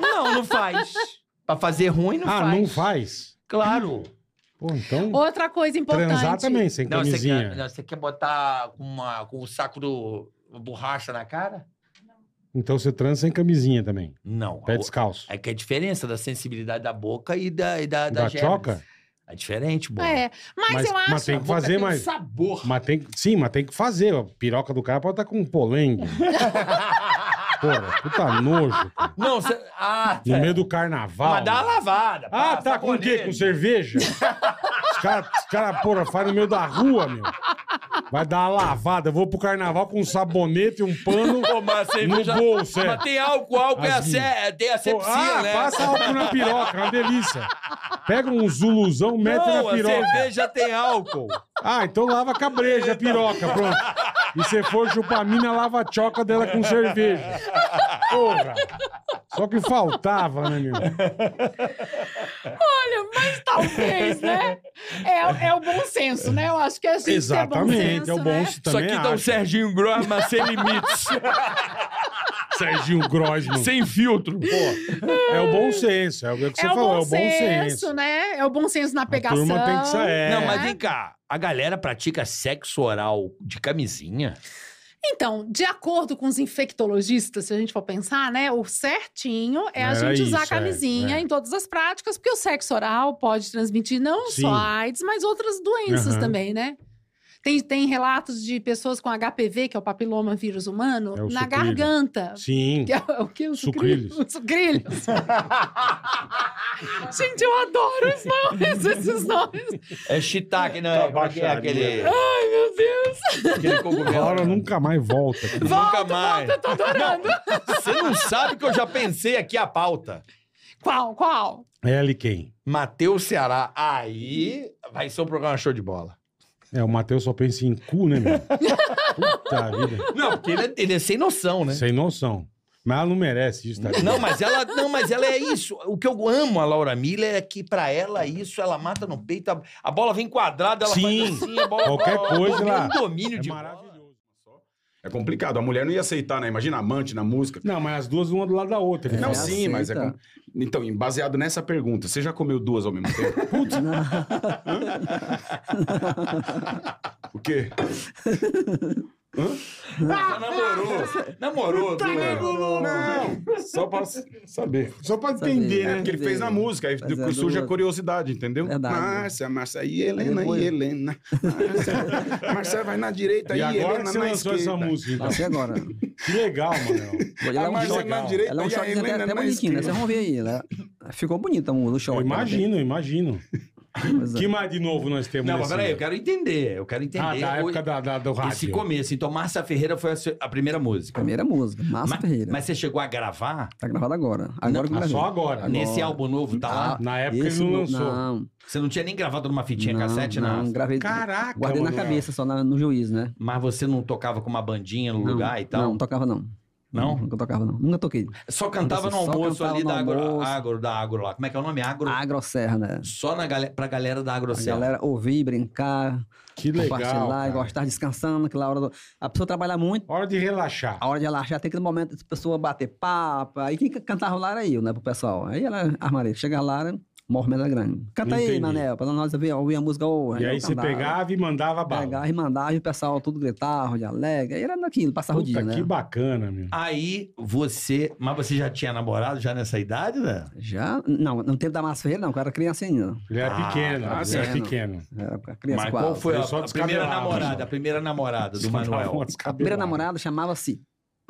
S2: Não, não faz. pra fazer ruim, não
S4: ah,
S2: faz.
S4: não faz?
S2: Claro.
S4: Pô, então.
S24: Outra coisa importante.
S4: Transar também, sem
S2: Não, você quer,
S4: camisinha.
S2: não, você quer botar com, uma, com o saco do borracha na cara?
S4: Então você transa sem camisinha também.
S2: Não.
S4: Pé descalço.
S2: É que é a diferença da sensibilidade da boca e da e da, da,
S4: Da
S2: gêmeas.
S4: choca?
S2: É diferente, bom.
S24: É, mas, eu acho
S4: Mas tem que fazer
S3: um
S4: mais. Mas tem, que- sim, mas tem que fazer. A piroca do cara pode estar com um
S2: <laughs>
S4: polengue. Porra, puta nojo. cara.
S2: Não, você... Ah,
S4: No
S2: tá.
S4: meio do carnaval.
S2: Mas dá uma lavada.
S4: Ah,
S2: passa
S4: tá com o quê?
S2: sabonete.
S4: Com cerveja? Os caras, os cara, porra, faz no meio da rua, meu. Vai dar uma lavada. Eu vou pro carnaval com um sabonete e um
S2: <laughs>
S4: pano
S2: Pô, mas
S4: no
S2: a cerveja-
S4: bolso, é.
S2: Mas tem álcool, álcool é
S4: Assim.
S2: ace- tem asepsia,
S4: ah,
S2: né?
S4: passa álcool na piroca, é uma delícia. Pega um zuluzão, mete
S2: Não,
S4: na
S2: a
S4: piroca.
S2: cerveja tem álcool.
S4: Ah, então lava a cabreja, a piroca, pronto. E se for chupar a mina, lava a choca dela com cerveja. Porra! Só que faltava, né, meu?
S24: Olha, mas talvez, né? É, é o bom senso, né? Eu acho que a gente
S4: Exatamente,
S24: é
S4: é o
S24: bom senso,
S4: bom
S24: né?
S4: senso também Isso aqui dá um acho.
S2: tá Serginho Gross, mas sem limites.
S4: <laughs> Serginho Grosman.
S2: Sem filtro.
S4: é o bom senso, é o que você falou, é o bom senso.
S24: né? É o bom senso na pegação.
S2: Não,
S4: É.
S24: né?
S2: mas vem cá. A galera pratica sexo oral de camisinha?
S24: Então, de acordo com os infectologistas, se a gente for pensar, né, o certinho é a
S2: Era
S24: gente usar
S2: isso, é,
S24: camisinha
S2: é.
S24: em todas as práticas, porque o sexo oral pode transmitir não
S4: Sim.
S24: só AIDS, mas outras doenças
S4: Aham.
S24: também, né? Tem, tem relatos de pessoas com HPV, que é o papiloma vírus humano,
S4: É o
S24: na
S4: sucrilhos.
S24: garganta.
S4: Sim.
S24: Que é o que? O
S4: Sucrilhos.
S24: sucrilhos. <laughs>
S4: <laughs>
S24: Sucrilhos. gente, eu adoro os nomes, esses nomes.
S2: É shiitake, não é? Como é que é
S24: Ai,
S2: aquele...
S24: meu Deus.
S2: Aquele cogumelo.
S4: Agora nunca mais volta.
S2: Nunca mais. Não, você não sabe que eu já pensei aqui a pauta.
S24: Qual, qual?
S4: É Ele quem?
S2: Matheus Ceará. Aí vai ser um programa show de bola.
S4: É, o Matheus só pensa em cu, né, meu? Puta vida.
S2: Não, porque ele é, ele é sem noção, né?
S4: Sem noção. Mas ela não merece isso, tá?
S2: Não, mas ela, não,
S4: <laughs>
S2: mas ela é isso. O que eu amo a Laura Miller é que pra ela isso, ela mata no peito, a, a bola vem quadrada, ela
S4: Sim.
S2: faz assim, a bola
S4: Qualquer
S2: ela
S4: coisa,
S2: domina
S4: ela-
S2: um domínio de
S5: É complicado. A mulher não ia aceitar, né? Imagina amante na música.
S4: Não, mas as duas uma do lado da outra.
S5: Não,
S4: né?
S5: sim,
S4: Aceita.
S5: mas é. com- Então, em- baseado nessa pergunta, você já comeu duas ao
S15: <laughs>
S5: mesmo tempo?
S4: Putz.
S5: o quê?
S3: Ah,
S2: Ela namorou. Namorou,
S5: Tá
S2: duas.
S5: namorou. Não, só pra s- saber. Só pra entender, né? Porque ele fez na música, aí
S11: Mas é
S5: surge
S11: duas.
S5: a curiosidade, entendeu? Márcia, Márcia e Helena
S11: depois-
S5: e Helena. Márcia, Márcia vai na direita
S11: E
S5: e,
S11: agora que
S5: Helena
S11: você
S5: na
S11: lançou
S5: esquerda.
S11: essa música, então? Lancei agora.
S4: Que legal, Manel.
S5: A
S11: um
S5: Márcia
S11: choque.
S5: Ah, na direita
S11: Ela é um
S5: e a
S11: choque até-
S5: Helena
S11: até
S5: na
S11: bonitinho, né?
S5: esquerda.
S11: Vocês vão
S15: Vamos ver aí, ela ficou bonita o né? show.
S4: Eu imagino, eu imagino.
S15: é.
S4: que mais de novo nós temos
S2: Não, mas
S4: nesse-
S2: peraí, eu quero entender. Eu quero entender.
S4: Ah, da
S2: o-
S4: época da, da- do rádio.
S2: Esse começo. Então, Márcia Ferreira foi a, se- a primeira música.
S15: Primeira música, Márcia
S2: Ma-
S15: Ferreira.
S2: Mas você chegou a gravar?
S15: Tá gravado agora. Agora
S4: ah,
S15: que eu gravei.
S2: Nesse álbum novo, tá lá?
S15: Ah, esse no- Não,
S2: Você não tinha nem gravado numa fitinha
S15: não,
S2: cassete,
S15: não, um
S2: na...
S15: gravei.
S2: Caraca,
S15: Guardei na
S2: Manuel.
S15: cabeça, só na- no juiz, né?
S2: Mas você não tocava com uma bandinha no
S15: Não,
S2: lugar e tal?
S15: Não, tocava não.
S2: Não?
S15: Nunca tocava não. Nunca toquei. Tipo assim,
S2: Só cantava no
S15: Só
S2: almoço
S15: cantava
S2: ali
S15: no
S2: da agro,
S15: almoço.
S2: agro, da agro lá. Como é que é o nome? Agro?
S15: Agrosserra, né?
S2: Só na galera, pra galera da
S15: A
S2: Agrocel.
S15: galera ouvir, brincar,
S4: que
S2: legal,
S15: compartilhar,
S2: cara.
S15: gostar descansando, aquela hora do... A pessoa trabalha muito.
S4: Hora de relaxar.
S15: A hora de relaxar, tem aquele momento de pessoa bater papo. Aí quem cantava lá era eu, né, pro pessoal. Aí ela, armaria, chega lá, né, Mormela Grande. Canta aí,
S4: Entendi.
S15: Manel, pra nós ouvir, ouvir a música. ô,
S4: E
S15: Angel
S4: aí você
S15: Candado.
S4: pegava e mandava bala.
S15: Pegava e mandava, e o pessoal tudo gritava, de alegre. Aí era naquilo, passar
S4: Puta,
S15: rodinho, né?
S4: que bacana, meu.
S2: Aí você. Mas você já tinha namorado já nessa idade, né?
S15: Já? Não, no tempo da Márcia Ferreira, não, que eu era criança ainda.
S4: Ele era pequeno, ah, você era pequeno.
S15: Era É, criança
S2: tá
S15: quase.
S2: Mas qual foi a,
S15: Eu só
S2: a primeira
S15: descabelava,
S2: namorada?
S15: já.
S2: A primeira namorada do Manuel.
S15: A primeira namorada chamava-se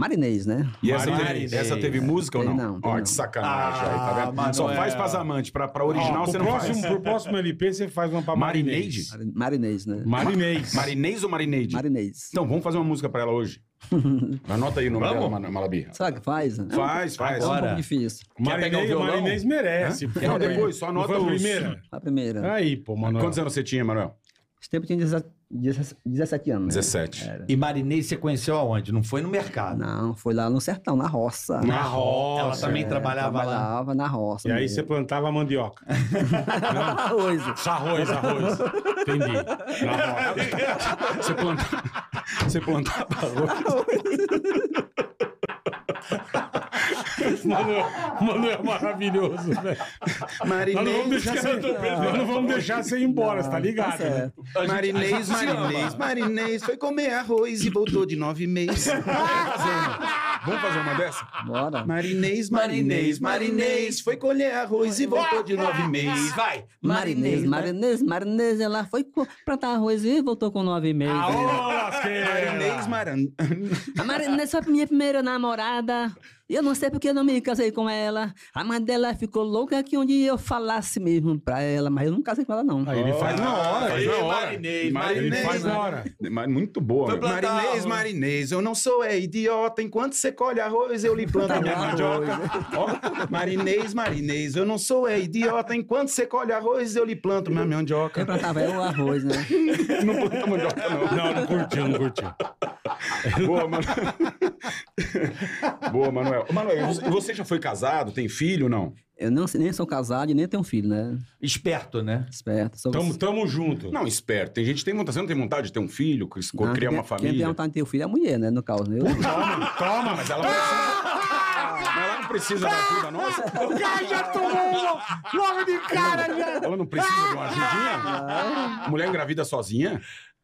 S15: Marinês, né?
S5: E essa
S2: Marinês.
S5: teve, essa né? teve música ou não?
S15: Teve não, teve
S5: Ó,
S15: não.
S5: que sacanagem
S4: Ah,
S5: aí, tá vendo?
S4: Manuel.
S5: Só faz pras amantes, pra, pra
S4: Ó,
S5: original
S4: pro
S5: você não
S4: próximo,
S5: faz.
S4: Pro próximo LP você faz uma pra Marinês.
S5: Marinês?
S15: Marinês,
S5: <laughs>
S15: né?
S4: Marinês.
S5: Marinês ou Marineide?
S15: Marinês.
S5: Então, vamos fazer uma música pra ela hoje. <laughs> Anota aí o nome dela, Manu- Malabi.
S15: Será que faz? né?
S5: Faz, faz.
S15: É um pouco
S5: Bora.
S15: difícil.
S5: pegar o violão?
S4: Marinês merece.
S5: Hã?
S4: pô.
S5: Não, depois, é só
S4: Não
S5: anota
S4: foi a
S5: os-
S4: primeira.
S15: A primeira.
S4: Aí, pô, Manuel.
S5: Quantos anos você tinha, Manuel?
S15: Esse tempo tinha 17 anos. né?
S5: 17.
S2: E Marinês você conheceu aonde? Não foi no mercado.
S15: Não, foi lá no sertão, na roça.
S2: Na roça. Ela também
S15: É,
S2: trabalhava lá.
S15: Trabalhava na roça.
S4: E aí
S15: mesmo.
S4: você plantava mandioca.
S15: Arroz.
S4: Arroz, arroz. Entendi. Na roça.
S5: Você plantava, você plantava
S4: arroz. Manoel, Manoel é maravilhoso, velho.
S5: Marinês,
S4: Nós não vamos deixar
S5: já
S4: você,
S5: sei.
S4: nós não vamos deixar você ir embora, você tá ligado? né?
S5: Marinês,
S4: A gente- a gente
S5: Marinês,
S4: ama.
S5: Marinês, foi comer arroz e voltou de nove meses. Vamos fazer uma dessa?
S15: Bora.
S5: Marinês, Marinês, Marinês, foi colher arroz e voltou de nove meses. né? Vai!
S15: Marinês, marinês, marinês, ela foi co- plantar arroz e voltou com nove meses.
S5: Ah, Marinês, Maran...
S15: A marinês foi minha primeira namorada. e Eu não sei porque eu não me casei com ela. A mãe dela ficou louca que um dia eu falasse mesmo pra ela, mas eu não casei com ela, não.
S4: Aí ele Ah, faz na hora.
S5: Faz na hora. Marinês, Mas Muito boa.
S4: Foi
S5: meu.
S4: plantar
S5: Marinês,
S4: arroz.
S5: Marinês, eu não sou é idiota. Enquanto você colhe arroz,
S4: <laughs>
S5: eu lhe
S4: Tá
S5: planto minha mandioca. Ó, Marinês, Marinês, eu não sou é idiota. Enquanto você colhe arroz, eu lhe planto minha mandioca.
S15: Eu plantava o arroz, né?
S5: <laughs> Não planta mandioca, não.
S4: Não, não curtiu, não curtiu.
S5: Boa, mano. Boa, Manuel. Ô, Manuel, você- você já foi casado? Tem filho ou não?
S15: Eu não, nem sou casado e nem tenho filho, né?
S2: Esperto, né?
S15: Esperto. Sou...
S5: Tamo-
S4: Tamo junto.
S5: Não, esperto. Tem gente que tem vontade. Você não tem vontade de ter um filho, cri-
S15: Não,
S5: criar
S15: Ah, quem-
S5: uma
S15: Quem tem
S5: família?
S15: vontade de ter filho é a mulher, né? No caso, né?
S5: <laughs>
S15: Eu...
S5: Toma, toma, mas ela <laughs> precisa. mas ela não precisa da ajuda nossa.
S3: O cara já tomou uma logo de cara, já.
S5: Ela não precisa de uma ajudinha? Mulher engravida sozinha?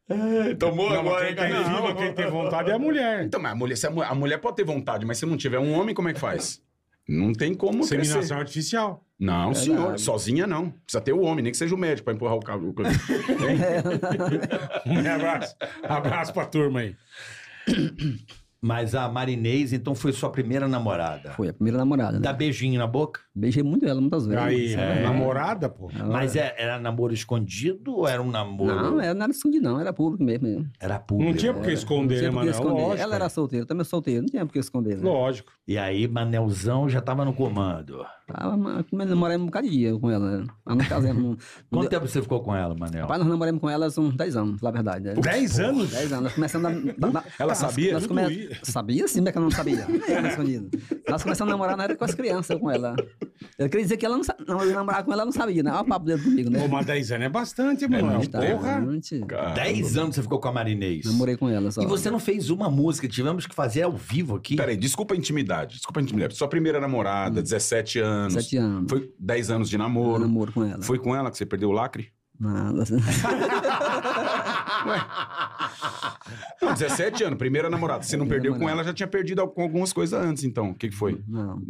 S4: É, tomou
S5: mas
S4: agora,
S5: quem
S4: hein,
S5: tem
S4: cara?
S5: filho,
S4: Não,
S5: quem tem
S4: vontade é a mulher.
S5: Então, mas a mulher, se a, mu- a mulher pode ter vontade, mas se não tiver um homem, como é que faz? Não tem como
S4: Inseminação
S5: crescer.
S4: artificial.
S23: É
S5: Não,
S4: É Verdade.
S5: senhor. Sozinha, não. Precisa ter o homem, nem que seja o médico pra empurrar o carro.
S4: <laughs> É Um abraço. Abraço pra turma aí.
S2: Mas a Marinês, então, foi sua primeira namorada.
S15: Foi a primeira namorada, né?
S2: Dá beijinho na boca?
S15: Beijei muito ela muitas vezes.
S2: Aí,
S15: né?
S2: é.
S4: Namorada, pô.
S2: Mas é- era namoro escondido ou era um namoro?
S15: Não, é. ela não era escondido, não. Era público mesmo. é.
S2: Era público.
S4: Não tinha por que esconder,
S15: Não tinha
S4: né,
S15: por que
S4: Manuel?
S15: esconder.
S4: Lógico.
S15: Ela era solteira, também solteira. Não tinha por que esconder, né?
S4: Lógico.
S2: E aí, Manelzão já tava no comando.
S15: Tava, mas eu namorei um bocado de dia com ela. né? Nós não casamos.
S2: <laughs> Quanto tempo você ficou com ela, Manel?
S15: Rapaz, nós namoramos com ela há uns 10 anos, falar a verdade. Né?
S4: 10 anos?
S15: 10 anos. Nós começamos a...
S5: Ela sabia?
S15: Nós
S5: Tudo
S15: come-
S5: isso.
S15: Sabia sim, como é que ela não sabia? Eu não escondia. Nós começamos a namorar, nós era com as crianças com ela. Eu queria dizer que ela não sabia. Não, eu namorava com ela, ela não sabia, né? Olha o papo dele comigo, né?
S4: Pô, mas 10 anos é bastante,
S2: um
S4: Manuel.
S15: muito
S4: Porra.
S15: bastante.
S5: Ah,
S2: Dez anos você ficou com a Marinês.
S15: Namorei com ela só.
S2: E você não fez uma música, tivemos que fazer ao vivo aqui.
S5: Peraí, desculpa a intimidade. Desculpa a intimidade. Sua primeira namorada, 17 anos.
S15: 17 Hum. anos.
S5: Foi 10 anos de namoro.
S15: Namoro com ela.
S5: Foi com ela que você perdeu o lacre?
S15: Nada.
S5: <laughs> Não, 17 anos, primeira namorada. Você não perdeu com ela, já tinha perdido al- com algumas coisas antes, então. O que, que foi?
S15: Não. <laughs>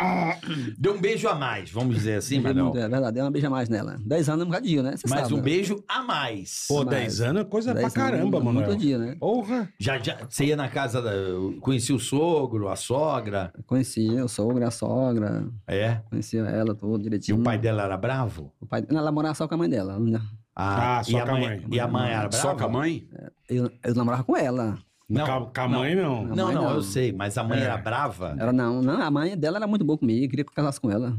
S5: É,
S2: Deu um beijo a mais, vamos dizer assim,
S15: Beijei
S2: Manel.
S15: muito, é verdade, deu uma beija a mais nela. 10 anos é um bocadinho, né? Você
S2: Mas
S15: sabe,
S2: um
S15: né?
S2: beijo a mais.
S4: Pô, 10 anos é coisa pra
S15: 10 anos, um
S4: caramba,
S15: muito
S4: Manuel.
S15: dia, né?
S4: Porra.
S2: Já, já, você ia na casa, da, conhecia o sogro, a sogra.
S15: Conhecia o sogro, a sogra.
S2: É?
S15: Conhecia ela todo direitinho.
S2: E o pai dela era bravo?
S15: O pai... Ela morava só com a mãe dela. né?
S2: Ah, e a mãe. E a mãe era brava?
S5: Só com a mãe?
S15: Eu, eu namorava com ela.
S2: Não.
S4: Com a- com a mãe, não.
S2: Não, não, eu sei, mas a mãe
S4: É.
S2: era brava.
S15: Ela não, não, a mãe dela era muito boa comigo, queria que eu casasse com ela.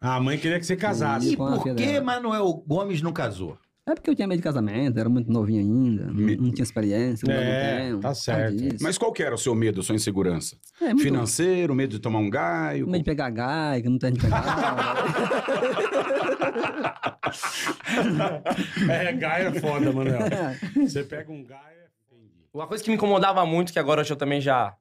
S4: Ah, A mãe queria que você casasse.
S2: E por que Manuel Gomes não casou?
S15: É porque eu tinha medo de casamento, era muito novinho ainda, não tinha experiência, não
S5: É,
S15: tinha tempo.
S2: tá
S4: tá
S15: por causa disso.
S5: Mas qual que era o seu medo, a sua insegurança?
S15: É, muito-
S5: Financeiro, medo de tomar um gaio?
S15: Medo de pegar gai, que não tem de pegar.
S4: É, Gaia é foda, Manuel.
S23: É.
S4: Você pega um gaia.
S23: Uma coisa que me incomodava muito, que agora eu já também já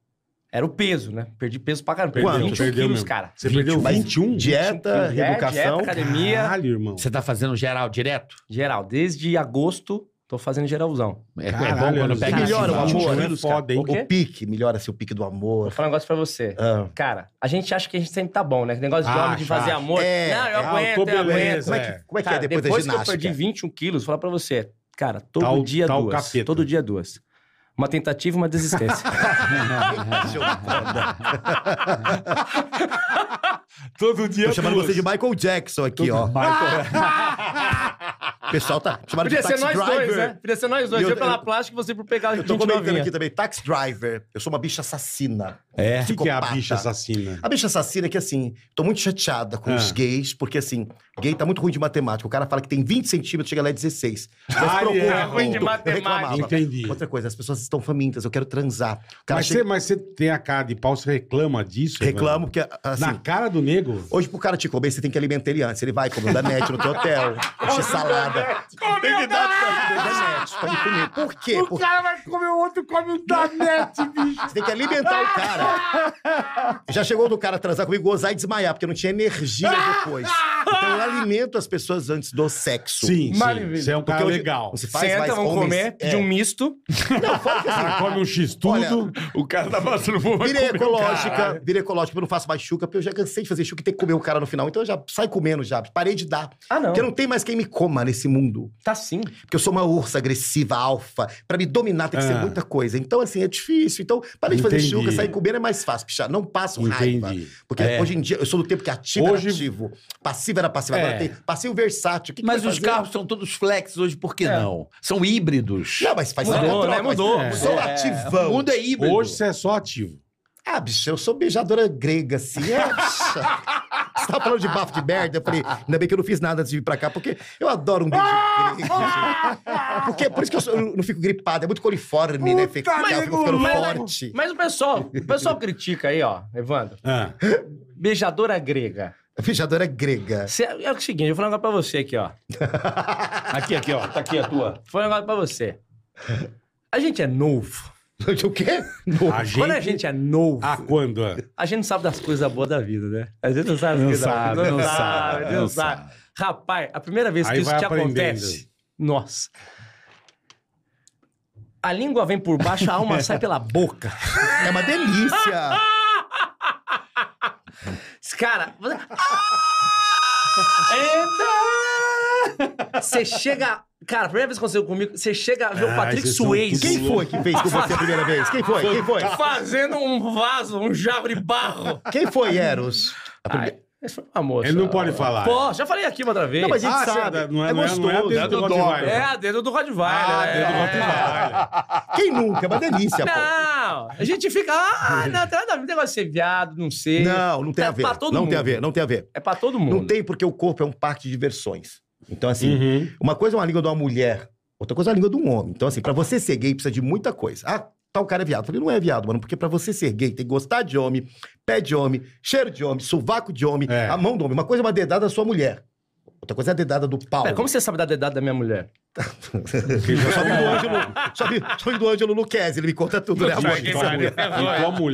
S23: Era o peso, né? Perdi peso pra caramba. Perdi
S2: Quanto?
S23: 21
S2: Perdeu
S23: quilos,
S2: mesmo.
S23: cara.
S2: Você perdeu 21?
S23: É,
S2: Dieta, reeducação.
S23: Dieta, academia.
S2: Caralho,
S23: irmão.
S2: Você tá fazendo geral direto?
S23: Geral. Desde agosto, tô fazendo geralzão.
S2: É- é bom Caralho, quando pega
S23: Melhora
S2: esse
S23: o amor.
S2: ritmo, é foda, hein?
S23: O quê?
S2: O
S23: pique. Melhora-se o pique do amor. Vou falar um negócio pra você. Cara, a gente acha que a gente sempre tá bom, né? Esse negócio de
S10: Ah,
S23: homem de
S10: acha,
S23: fazer
S10: acha.
S23: amor.
S10: É,
S23: Não, eu
S10: ah, eu
S23: aguento,
S10: tô
S23: eu aguento.
S10: beleza, Como é que- como é que é
S23: Cara,
S10: depois da
S23: Depois que
S10: ginástica?
S23: eu perdi 21 quilos, vou falar pra você. Cara, todo
S10: Tal-
S23: dia
S10: tal
S23: duas.
S10: capeta.
S23: Todo dia duas. Uma tentativa e uma desistência.
S10: <laughs> Todo
S23: dia
S25: Tô chamando
S23: duas.
S25: você de Michael Jackson aqui, ó. O pessoal tá chamando
S23: Podia
S25: de
S23: ser
S25: taxi
S23: nós
S25: driver.
S23: dois, né? Podia ser nós dois.
S25: E
S23: Eu,
S25: eu-
S23: pela
S25: eu-
S23: plástica e você por pegar
S25: Eu tô
S23: gente
S25: comentando
S23: novinha.
S25: aqui também. Tax driver. Eu sou uma bicha assassina.
S4: É? O que que é a
S25: Psicopata.
S4: bicha assassina?
S25: A bicha assassina é que, assim, tô muito chateada com
S4: Ah.
S25: os gays, porque, assim, gay tá muito ruim de matemática. O cara fala que tem 20 centímetros, chega lá é 16. Mas
S4: Ah,
S25: procura
S4: ele é
S25: muito.
S4: ruim de
S25: Eu
S4: matemática.
S25: reclamava.
S4: Entendi.
S25: Outra coisa, as pessoas estão famintas, eu quero transar. O cara
S4: Mas,
S25: chega-
S4: você, mas você tem a cara de pau, você reclama disso?
S25: Reclamo,
S4: velho?
S25: porque.
S4: Na cara do nego.
S25: Hoje, pro cara te comer, você tem que alimentar ele antes. Ele vai comer o Danete no teu
S4: <laughs>
S25: hotel, de salada.
S3: Tem que
S25: dar pra ele comer. Por quê?
S3: O
S25: Por-
S3: cara vai comer o outro, come o Danete, bicho. Você
S25: tem que alimentar o cara. Já chegou do cara transar comigo, gozar e desmaiar, porque não tinha energia depois. Então eu alimento as pessoas antes do sexo.
S4: Sim, sim. Maravilha. Você é um
S25: Porque
S4: cara
S25: hoje
S4: legal.
S25: Você faz
S4: Senta,
S25: mais
S4: vamos
S25: homens- É.
S4: comer, pedir um
S23: misto.
S25: Não, fala que assim,
S4: Ela come um x-tudo. O cara tá passando por
S25: Virei
S2: um
S25: ecológica, virei ecológica, eu não faço mais chuca, porque eu já cansei de fazer chuca e ter que comer o cara no final. Então eu já saio comendo já. Parei de dar.
S23: Ah, não.
S25: Porque não tem mais quem me coma nesse mundo.
S23: Tá sim.
S25: Porque eu sou uma ursa agressiva, alfa. Pra me dominar tem que ser
S4: Ah.
S25: muita coisa. Então, assim, é difícil. Então, parei de fazer
S4: Entendi.
S25: chuca, sair comendo é mais fácil, pichar. Não passo raiva.
S4: Entendi.
S25: Porque
S4: É.
S25: hoje em dia, eu sou do tempo que ativo
S2: Hoje-
S25: era ativo. Passivo era passivo. Agora
S2: É.
S25: tem passivo versátil. O que que
S2: Mas
S25: vai
S2: os
S25: fazer?
S2: carros são todos flex hoje, por
S4: É.
S23: É.
S2: que não? São híbridos. né?
S25: Não, mas faz troca, mas- é. Sou ativão.
S2: O mundo é híbrido.
S25: Hoje
S4: né? você é só ativo.
S25: Ah, bicho, eu sou beijadora grega, assim. É, bicha. Você tava falando de bafo de merda? Eu falei, ainda bem que eu não fiz nada antes de vir pra cá, porque eu adoro um beijo grego. gente. Porque por isso que eu, sou- eu não fico gripado, é muito coliforme, né? Fica,
S23: Mas-
S25: fica ficando
S23: mas-
S25: forte. Ah.
S23: Mas o pessoal, o pessoal critica aí, ó, Evandro. Beijadora grega.
S25: Beijadora grega.
S23: é o seguinte, eu vou falar um negócio pra você aqui,
S25: <laughs>
S23: ó. aqui, aqui, ó. Tá aqui a tua. Vou falar um negócio pra você. A gente é novo.
S25: <laughs> O quê?
S23: A gente... Quando a gente é novo. Ah,
S4: quando?
S23: A gente não sabe das coisas boas da vida, né? A gente não sabe das
S4: Não
S23: coisas
S4: sabe,
S23: boas.
S4: não sabe,
S23: não
S4: não
S23: sabe. Rapaz, a primeira vez
S4: Aí
S23: que isso
S4: vai
S23: te
S4: aprendendo.
S23: acontece. Nossa. A língua vem por baixo,
S25: <laughs>
S23: a alma sai pela boca.
S25: É uma delícia.
S23: Cara, você... Ah! Você chega. Cara, a primeira vez que aconteceu comigo, você chega a ver o
S25: Ah,
S23: Patrick
S25: vocês são
S23: Swayze.
S25: tudo Quem foi que fez com você a primeira vez? Quem foi? Quem foi?
S23: Fazendo um vaso, um jabre barro.
S25: Quem foi, é? Eros? A primeira-
S23: Esse foi uma moça.
S4: Ele não pode falar.
S23: Pô, já falei aqui uma outra vez.
S4: Não, mas a gente Ah, sabe. você- não é- É não é- não é gostoso. dedo do Rottweiler.
S23: É, a dedo do Rottweiler.
S4: Ah,
S23: é.
S4: dedo do
S25: Quem nunca? É uma delícia, pô.
S23: Não, a gente fica...
S25: <laughs>
S23: Ah, não, tem nada a ver. Não tem negócio de ser viado, não sei.
S25: Não, não tem
S23: É
S25: a ver.
S23: pra todo
S25: não
S23: mundo.
S25: tem a ver, não tem a ver.
S23: É pra todo mundo.
S25: Não tem porque o corpo é um parque de diversões. Então, assim,
S23: Uhum.
S25: uma coisa é uma língua de uma mulher, outra coisa é a língua de um homem. Então, assim, pra você ser gay precisa de muita coisa. Ah, tal cara é viado. Eu falei, não é viado, mano, porque pra você ser gay tem que gostar de homem, pé de homem, cheiro de homem, sovaco de homem, a mão do homem. Uma coisa é uma dedada da sua mulher. Outra coisa é a dedada do pau.
S23: Pera, como você sabe da dedada da minha mulher?
S25: Só vem do Ângelo, só vem, só vem do Ângelo Luquezzi, ele me conta tudo, né, amor?
S4: Tá E tua mulher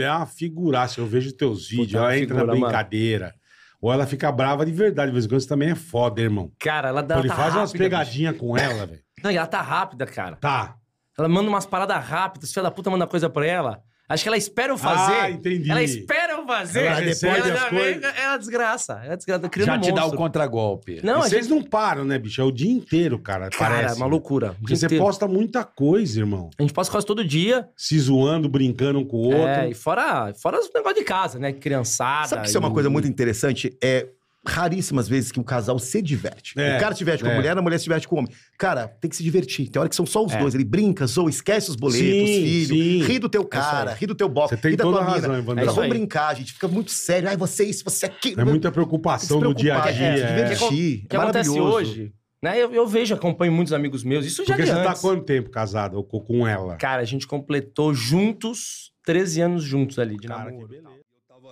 S4: é uma figuraça. Eu vejo teus vídeos, ela entra na
S23: figura, mano.
S4: brincadeira. Ou ela fica brava de verdade. De vez em quando você também é foda, irmão.
S23: Cara, ela dá...
S4: Pô, ele
S23: ela tá
S4: faz umas
S23: rápida, bicho.
S4: pegadinhas com ela, velho.
S23: Não, e ela tá rápida, cara.
S4: Tá.
S23: Ela manda umas paradas rápidas, filha da puta manda coisa pra ela. Acho que ela espera eu fazer.
S4: Ah, entendi.
S23: Ela espera eu fazer.
S4: Ela recebe
S23: ela
S4: as
S23: já
S4: coisas.
S23: vem- ela desgraça. Ela desgraça. um Criando
S4: Já te dá o
S2: contragolpe.
S23: Não,
S4: Não,
S23: a
S4: vocês não param, né, bicho? É o dia inteiro, cara.
S23: Cara,
S4: parece. né?
S23: uma loucura. O
S4: Porque
S23: dia
S4: você
S23: inteiro.
S4: posta muita coisa, irmão.
S23: A gente posta quase todo dia.
S4: Se zoando, brincando um com o outro.
S23: É, e fora, fora os negócios de casa, né? Criançada.
S25: Sabe que isso é uma
S23: e-
S25: coisa muito interessante? É raríssimas vezes que um casal se diverte.
S23: É,
S25: o cara se diverte com
S23: é.
S25: a mulher, a mulher se diverte com o homem. Cara, tem que se divertir. Tem hora que são só os
S23: É.
S25: dois. Ele brinca, zoa, esquece os boletos,
S4: Sim,
S25: filho,
S4: sim. É
S25: ri do teu cara,
S4: aí.
S25: ri do teu bofe,
S4: Você tem
S25: ri da
S4: toda
S25: tua
S4: a razão,
S25: mina.
S4: Evandro.
S25: Mas
S4: É isso
S25: vamos
S4: aí.
S25: brincar, gente. Fica muito sério. Ai, você isso, você aquilo.
S4: É muita preocupação no dia a
S25: preocupar,
S4: dia.
S25: é, se divertir.
S23: O que acontece
S25: maravilhoso.
S23: hoje, né? Eu, eu vejo, acompanho muitos amigos meus. Isso já
S4: Porque
S23: de
S4: você tá
S23: antes.
S4: há quanto tempo casado ou co- com ela?
S23: Cara, a gente completou juntos 13 anos juntos ali de namoro.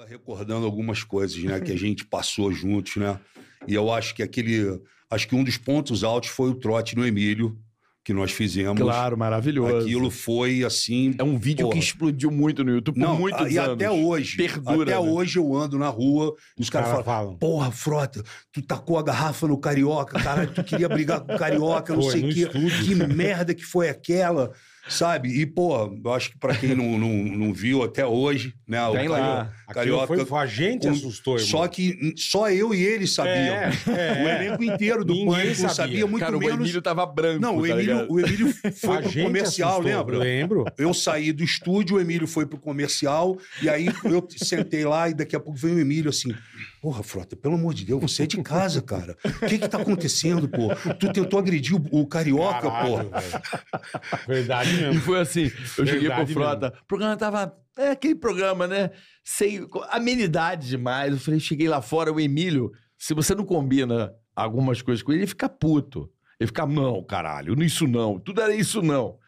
S26: recordando algumas coisas, né, que a gente passou juntos, né? E eu acho que aquele, acho que um dos pontos altos foi o trote no Emílio, que nós fizemos.
S2: Claro, maravilhoso.
S26: Aquilo foi assim.
S2: É um vídeo que explodiu muito no YouTube por
S26: Não,
S2: muitos
S26: e
S2: anos.
S26: até hoje.
S2: Perdura.
S26: até
S2: né?
S26: hoje eu ando na rua e os caras
S2: caras
S26: falam, Porra, Frota, tu tacou a garrafa no Carioca, caralho, tu queria brigar com o Carioca, não
S3: Foi,
S26: sei
S3: no
S26: o quê. Que merda que foi aquela, sabe? E, pô, eu acho que pra quem não, não, não viu até hoje, né? o
S3: Tem lá.
S26: Cario- Carioca.
S3: Aquilo foi- a gente assustou, irmão.
S26: Só que hum, só eu e ele sabiam.
S3: É, é.
S26: o elenco inteiro do
S3: Ninguém
S26: Pânico
S3: sabia.
S26: sabia. muito
S3: Cara, o
S26: menos...
S3: Emílio
S2: tava branco,
S26: Não, o
S3: tá
S26: Emílio,
S3: ligado?
S26: o Emílio
S3: A
S26: foi pro
S3: gente
S26: comercial,
S3: assustou,
S26: lembra?
S3: lembro.
S26: Eu saí do estúdio, o Emílio foi pro comercial, e aí eu sentei lá e daqui a pouco veio o Emílio assim: Porra, Frota, pelo amor de Deus, você é de casa, cara. O que que tá acontecendo, pô? Tu tentou agredir o, o carioca,
S3: Caralho,
S26: pô.
S3: Verdade
S2: E foi assim, eu cheguei pro
S3: Verdade
S2: Frota, o programa tava... É aquele programa, né? Sem amenidade demais. Eu falei, cheguei lá fora, o Emílio, se você não combina algumas coisas com ele, ele fica puto. Ele fica, não, caralho, isso não, tudo era isso não.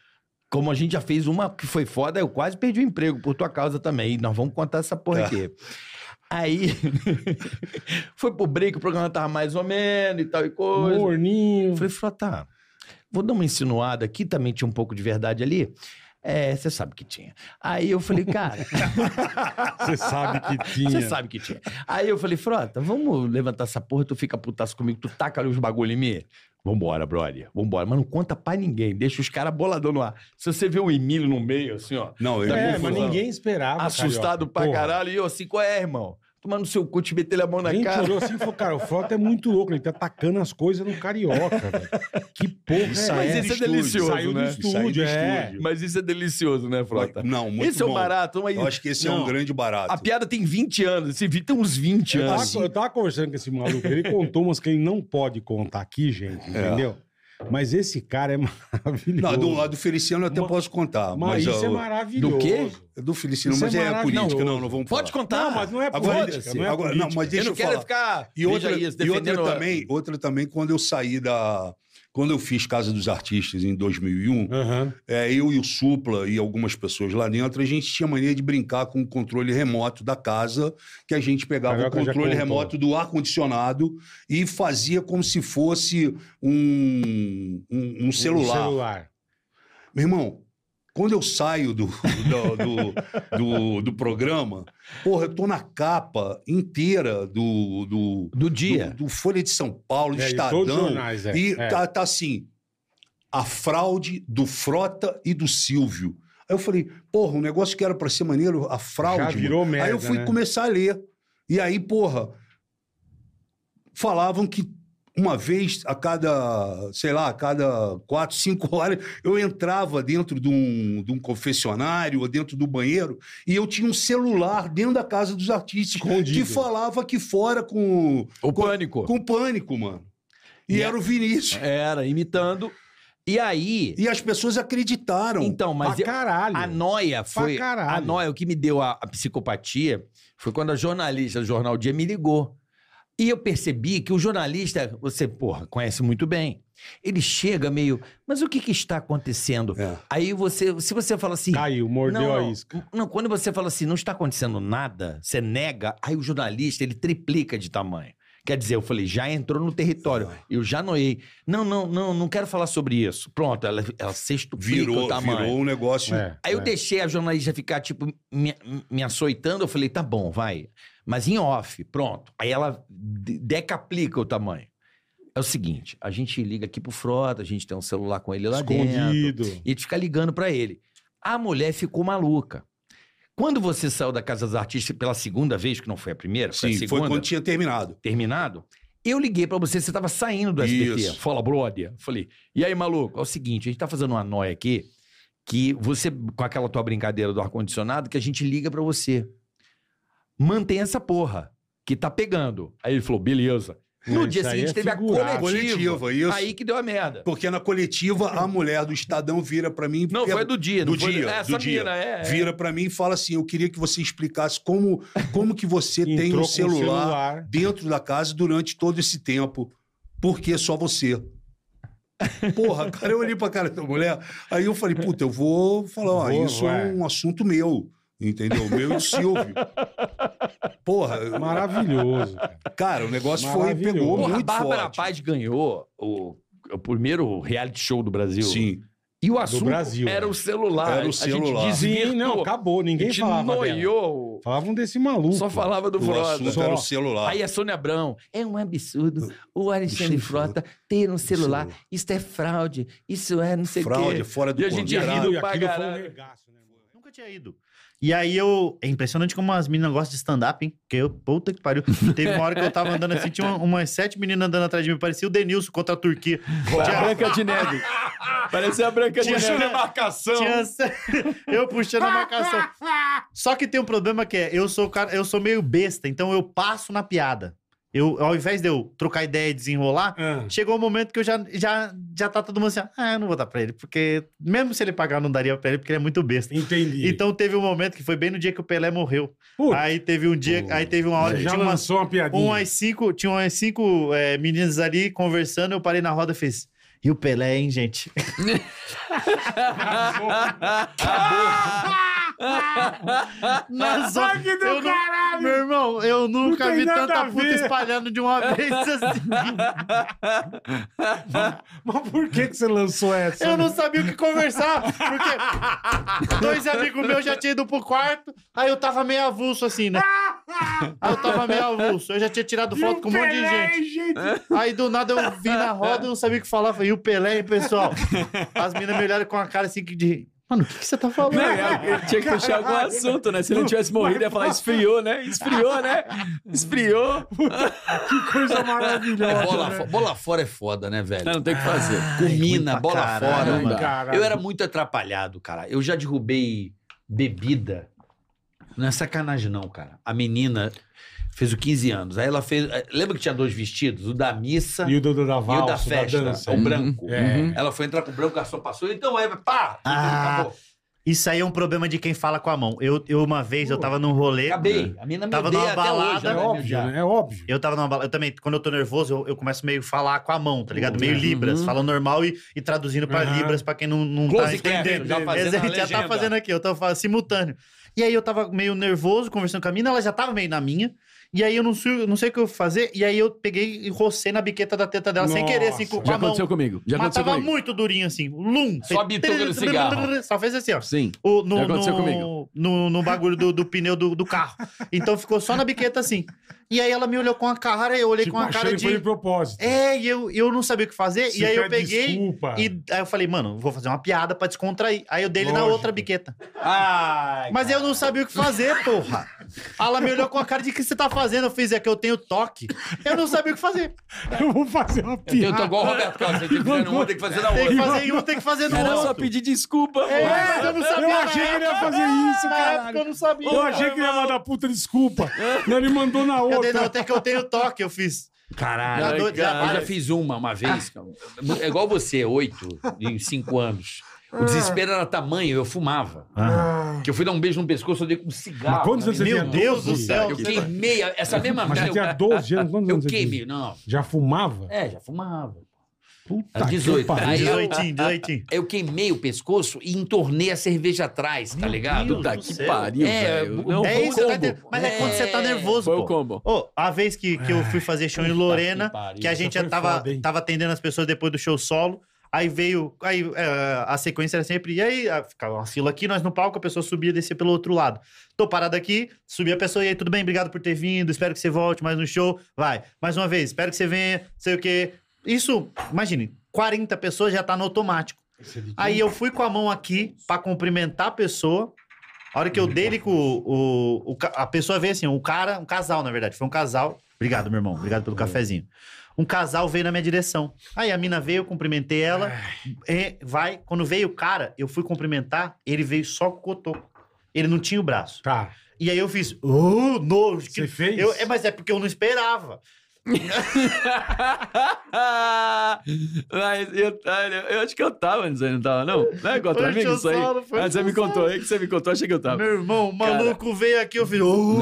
S2: Como a gente já fez uma que foi foda, eu quase perdi o emprego por tua causa também. E nós vamos contar essa porra aqui. Aí <laughs> foi pro break, o programa tava mais ou menos e tal e coisa.
S4: Morninho.
S2: Falei, Frota, vou dar uma insinuada aqui, também tinha um pouco de verdade ali. É, você sabe que tinha. Aí eu falei, cara.
S4: <laughs> Você sabe que tinha.
S2: Você sabe que tinha. Aí eu falei, Frota, vamos levantar essa porra, tu fica putaço comigo, tu taca ali os bagulho em mim. Vambora, brother. Vambora. Mas não conta pra ninguém. Deixa os caras boladão no ar. Se você vê o Emílio no meio, assim, ó.
S26: Não,
S2: da
S4: É, mas
S2: confusão,
S4: ninguém esperava.
S2: Assustado
S4: Carioca.
S2: pra
S4: Porra.
S2: caralho. E eu assim, qual é, irmão? Tomando seu cu, te meter a mão na
S4: A gente
S2: cara.
S4: olhou assim e falou, cara, o Frota é muito louco, ele tá atacando as coisas no Carioca, velho. Que porra
S2: Mas
S4: é essa?
S2: isso é
S23: assim,
S2: delicioso,
S4: Saiu
S2: né?
S4: do estúdio, é.
S2: Mas isso é delicioso, né, Frota?
S26: Não, muito
S2: Esse é
S26: bom.
S2: um barato. Mas...
S26: Eu acho que esse é um grande barato.
S2: A piada tem 20 anos. Esse vídeo tem uns 20
S4: Eu
S2: anos.
S4: tava, eu tava conversando com esse maluco, ele contou umas que ele não pode contar aqui, gente, entendeu? Mas esse cara é maravilhoso.
S26: Não, do lado do Feliciano eu até posso contar.
S4: mas
S26: Mas,
S4: isso é
S26: ó,
S4: maravilhoso.
S26: Do quê? Do Feliciano,
S4: Isso
S26: mas
S4: é
S26: é, política,
S4: maravilhoso.
S26: não, não vamos
S4: Pode
S26: falar.
S4: contar. Não, mas não é
S26: agora,
S4: política, não é
S26: agora,
S4: política.
S26: mas deixa eu,
S4: Eu não quero
S26: falar.
S4: ficar,
S26: e outra,
S4: veja isso,
S26: e outra
S4: defendendo a-
S26: também, outra também, quando eu saí da... Quando eu fiz Casa dos Artistas em 2001, é, eu e o Supla e algumas pessoas lá dentro, a gente tinha mania de brincar com o controle remoto da casa, que a gente pegava
S4: Carioca
S26: o
S4: já
S26: controle
S4: contou.
S26: remoto do ar-condicionado e fazia como se fosse um, um, um celular.
S4: celular.
S26: Meu irmão, quando eu saio do, do, do, do- do programa, porra, eu tô na capa inteira do. Do,
S2: dia.
S26: Do, do Folha de São Paulo, do
S4: É, e
S26: Estadão.
S4: todos os jornais, é,
S26: E
S4: é.
S26: Tá, tá assim: a fraude do Frota e do Silvio. Aí eu falei, porra, um negócio que era pra ser maneiro, a fraude.
S4: Já virou
S26: mano. Aí
S4: merda,
S26: eu fui
S4: né?
S26: começar a ler. E aí, porra, falavam que uma vez a cada, sei lá, a cada quatro, cinco <laughs> horas, eu entrava dentro de um, de um confessionário ou dentro do banheiro e eu tinha um celular dentro da casa dos artistas que falava aqui fora com...
S2: O pânico. é
S26: Com o pânico, mano. E, era o Vinícius.
S2: Era, imitando. E aí.
S26: E as pessoas acreditaram.
S2: Então, mas.
S4: Pra
S2: eu-
S4: caralho.
S2: A noia foi.
S4: caralho.
S2: A noia, é o que me deu a, a psicopatia foi quando a jornalista do Jornal Dia me ligou. E eu percebi que o jornalista, você, porra, conhece muito bem. Ele chega meio, mas o que, que está acontecendo? Aí você, se você fala assim.
S4: É. Caiu, mordeu
S2: não,
S4: a
S2: não,
S4: isca.
S2: Não, quando você fala assim, não está acontecendo nada, você nega, aí o jornalista, ele triplica de tamanho. Quer dizer, eu falei, já entrou no território, eu já noiei. Não, não, não, não quero falar sobre isso. Pronto, ela, ela sextuplica
S26: Virou-
S2: o tamanho.
S26: virou um negócio- É,
S2: aí eu
S26: é.
S2: deixei a jornalista ficar, tipo, me, me açoitando, eu falei, tá bom, vai. Mas em off, pronto. Aí ela de- decaplica o tamanho. É o seguinte, a gente liga aqui pro Frota, a gente tem um celular com ele lá
S4: Escondido.
S2: dentro. E a gente fica ligando pra ele. A mulher ficou maluca. Quando você saiu da Casa dos Artistas pela segunda vez, que não foi a primeira, foi a
S26: Sim, foi
S2: segunda.
S26: quando tinha terminado.
S2: Terminado? Eu liguei pra você, você tava saindo do SBT.
S26: Isso.
S2: Fala, brother. Falei, e aí, maluco? É o seguinte, a gente tá fazendo uma noia aqui, que você, com aquela tua brincadeira do ar-condicionado, que a gente liga pra você. Mantém essa porra, que tá pegando. Aí ele falou, beleza. No
S26: Isso
S2: dia
S26: aí
S2: seguinte
S26: é
S2: teve a
S26: figurado.
S2: coletiva.
S26: Coletiva, isso.
S2: Aí que deu a merda.
S26: Porque na coletiva, a mulher do Estadão vira pra mim.
S2: Não, foi do dia,
S26: Do
S2: não foi-
S26: dia.
S2: essa
S26: do dia.
S2: mina, é, é.
S26: Vira pra mim e fala assim: eu queria que você explicasse como, como que você tem
S4: Entrou
S26: um
S4: com o
S26: celular,
S4: celular.
S26: dentro da casa durante todo esse tempo. Por que só você? Porra, cara, eu olhei pra cara da mulher. Aí eu falei, puta, eu vou falar, ó,
S4: Vou,
S26: isso
S4: vai.
S26: é um assunto meu. Entendeu? Meu e do Silvio. Porra. eu-
S4: Maravilhoso.
S26: Cara, o negócio foi, pegou
S2: Porra,
S26: muito
S2: A Bárbara
S26: forte.
S2: Paz ganhou o, o primeiro reality show do Brasil.
S26: Sim.
S2: E o
S26: Do
S2: assunto
S26: Brasil,
S2: era
S26: é.
S2: o celular.
S26: Era o celular.
S2: A gente desvirtuou.
S26: Sim, não,
S2: <laughs>
S26: acabou, ninguém
S2: a gente
S26: falava dela.
S2: Noiou.
S26: Falavam desse maluco.
S2: Só falava do
S26: O
S2: Frota.
S26: assunto
S2: Só.
S26: era o celular.
S2: Aí a Sônia Abrão. É um absurdo o Alexandre Frota ter um celular. Isso é fraude. Isso é não sei o quê.
S26: Fraude, fora do
S2: E a gente
S26: contrato.
S2: rindo
S26: E
S2: pra
S26: aquilo foi um
S2: caralho.
S27: Nunca tinha ido. né, E aí eu. É impressionante como as meninas gostam de stand-up, hein? Porque eu, puta que pariu. Teve uma hora que eu tava andando assim, tinha uma- umas sete meninas andando atrás de mim. Parecia o Denilson contra a Turquia.
S6: a Branca de
S27: <laughs>
S6: Neve.
S27: Parecia a Branca
S6: de Neve.
S27: marcação. Eu puxando
S4: <laughs>
S27: a marcação. Só que tem um problema que é, eu sou o cara, eu sou meio besta, então eu passo na piada. Eu, ao invés de eu trocar ideia e desenrolar,
S4: Ah.
S27: chegou um momento que eu já, já, já tá todo mundo assim, ah, eu não vou dar pra ele, porque mesmo se ele pagar, eu não daria pra ele, porque ele é muito besta.
S26: Entendi.
S27: Então teve um momento que foi bem no dia que o Pelé morreu. Aí teve um dia, aí teve uma hora que
S4: Já
S27: tinha uma,
S4: lançou uma piadinha.
S27: Umas cinco, tinha umas cinco eh, meninas ali conversando, eu parei na roda e fiz, e o Pelé, hein, gente?
S6: Nas
S27: Nossa,
S6: que do
S27: eu não-
S6: caralho!
S27: Meu irmão, eu nunca
S6: tem
S27: vi
S6: nada a
S27: tanta puta
S6: ver.
S27: espalhando de <laughs> uma vez assim.
S4: Mas por que, que você lançou essa?
S27: Eu não sabia o que
S4: <laughs>
S27: conversar, porque dois amigos meus já tinham ido pro quarto, aí eu tava meio avulso assim, né? Aí eu tava meio avulso, eu já tinha tirado
S6: E
S27: foto
S6: o
S27: com um monte de
S6: Pelé,
S27: gente.
S6: gente?
S27: Aí do nada eu vi na roda, eu não sabia o que falar, falei, e o Pelé, hein, pessoal? As meninas me olharam com a cara assim que de... Mano, o que, que você tá falando?
S20: é,
S6: Não, ele tinha que puxar algum assunto, né? Se ele não tivesse morrido, ia falar, esfriou, né? Esfriou, né? Esfriou.
S2: Que <laughs>
S6: coisa maravilhosa,
S2: É, bola,
S6: né?
S2: fo- bola fora é foda, né, velho? é
S6: Não, não tem o que fazer.
S2: Comina,
S6: ruim pra
S2: bola
S6: caralho,
S2: fora.
S6: não
S2: mano.
S6: dá.
S2: Eu era muito atrapalhado, cara. Eu já derrubei bebida. Não é sacanagem, não, cara. A menina fez o 15 anos. Aí ela fez. eh, Lembra que tinha dois vestidos? O da missa.
S4: E o do- do- da
S2: E o da
S4: valsa, da
S2: festa.
S4: dança.
S2: O
S4: Uhum.
S2: branco.
S4: É. Uhum.
S2: Ela foi entrar com o branco, o garçom passou. Então, aí, pá!
S27: Ah, isso aí é um problema de quem fala com a mão. Eu, eu uma vez, eu tava num rolê. É.
S2: Acabei. A mina me
S27: Tava
S2: odeia
S27: numa
S2: até hoje,
S27: balada.
S2: né? É óbvio,
S27: né?
S4: É óbvio.
S27: Eu tava numa balada. Eu também, quando eu tô nervoso, eu, eu começo meio a falar com a mão, tá ligado?
S2: Uhum.
S27: Meio Libras,
S2: Uhum.
S27: falando normal e, e traduzindo pra
S2: Uhum.
S27: Libras, pra quem não, não tá
S2: Close caption,
S27: entendendo.
S2: já fazendo a
S27: Exato, já tá
S2: legenda.
S27: fazendo aqui, eu tava falando simultâneo. E aí eu tava meio nervoso, conversando com a mina, ela já tava meio na minha. E aí eu não, sei- não sei o que eu fazer. E aí eu peguei e rocei na biqueta da teta dela sem querer, assim, com
S6: Nossa.
S27: com a
S6: Já
S27: mão.
S6: aconteceu comigo, já
S27: Mas
S6: aconteceu
S27: tava
S6: comigo.
S27: muito durinho, assim. Lum!
S6: Só a bituca
S27: <laughs>
S6: do cigarro.
S27: Só fez assim, ó.
S6: Sim,
S27: O, no,
S6: já aconteceu
S27: no-
S6: comigo.
S27: No, no bagulho do, do pneu do, do carro. Então ficou só na biqueta, assim. E aí ela me olhou com a cara, eu olhei
S4: Tipo,
S27: com a
S4: achando
S27: cara
S4: que
S27: de...
S4: foi de propósito.
S27: É, e eu, eu não sabia o que fazer.
S4: Você
S27: e aí eu
S4: quer
S27: peguei
S4: desculpa.
S27: e aí eu falei, mano, vou fazer uma piada pra descontrair. Aí eu dei ele na
S4: Lógico.
S27: outra biqueta.
S6: Ai,
S27: Mas eu não sabia o que fazer, porra. Ela me olhou com a cara de o que você tá fazendo. Eu fiz, é que eu tenho toque. Eu não sabia o que fazer.
S4: Eu vou fazer uma
S27: piada.
S2: Eu tô igual o
S4: <laughs>
S2: Roberto Carlos. Tem que fazer um, tem que fazer na outra.
S27: É, Tem que fazer em um, tem que fazer no
S2: Era
S27: outro.
S2: só pedir desculpa,
S27: É,
S2: pô.
S27: mas eu não sabia.
S4: Eu achei que ele ia fazer isso,
S27: Na
S4: cara.
S27: época eu não sabia.
S4: Eu achei que ele ia mandar puta desculpa. Não, ele mandou na outra.
S27: Eu dei na outra que eu tenho toque, eu fiz.
S2: Caralho,
S27: Já
S2: eu
S27: dou- já
S2: já
S27: vai.
S2: fiz uma uma vez. cara. É igual você, oito, em cinco anos. O desespero era tamanho, eu fumava.
S6: Ah.
S2: Que eu fui dar um beijo no pescoço, eu dei com um cigarro.
S6: Mas quantos anos você
S2: Meu
S6: tinha?
S2: Deus do
S6: 12?
S2: céu. Eu
S6: Que
S2: queimei a- essa mesma
S4: Mas já
S2: eu-
S4: tinha 12 anos, quantos
S2: Eu
S4: anos você tinha?
S2: queimei, não.
S4: Já fumava?
S2: É, já fumava.
S4: Puta
S2: Era 18.
S4: Tá, que pariu.
S2: Aí eu- Eu queimei o pescoço e entornei a cerveja atrás, tá ligado?
S27: Deus
S2: Puta
S27: do
S2: que
S27: céu.
S2: pariu,
S27: É,
S2: velho.
S27: é
S2: foi um
S27: isso, tá
S2: combo.
S27: entendendo? mas é quando você tá nervoso,
S2: foi
S27: pô.
S2: o combo.
S27: Ô, a vez que, que eu fui fazer show em Lorena,
S2: que pariu.
S27: que, a gente
S2: Essa
S27: já
S2: foi
S27: tava,
S2: foda, hein?
S27: tava atendendo as pessoas depois do show solo, aí veio, aí é, a sequência era sempre, e aí a- ficava uma fila aqui, nós no palco, a pessoa subia e descia pelo outro lado. Tô parado aqui, subi a pessoa, e aí, tudo bem, obrigado por ter vindo, espero que você volte mais no show, vai. Mais uma vez, espero que você venha, sei o quê. Isso, imagine, 40 pessoas já tá no automático. Aí eu fui com a mão aqui pra cumprimentar a pessoa. A hora que eu dei ele com o, o- o ca- A pessoa veio assim, um cara, um casal, na verdade. Foi um casal. Obrigado, meu irmão. Obrigado pelo cafezinho. Um casal veio na minha direção. Aí a mina veio, eu cumprimentei ela. é, vai. Quando veio o cara, eu fui cumprimentar, ele veio só com o cotoco. Ele não tinha o braço.
S4: Tá.
S27: E aí eu fiz. Oh, nojo. Você
S4: fez?
S27: é, mas é porque eu não esperava.
S4: <laughs>
S6: Mas eu, eu acho que eu tava, não sei, não tava, não? Não é contra
S27: Foi
S6: amigo isso aí?
S27: Tiozolo, foi
S6: Ah, você me contou aí que você me contou, achei que eu tava.
S27: Meu irmão, o maluco veio aqui, eu fiz. "Oh",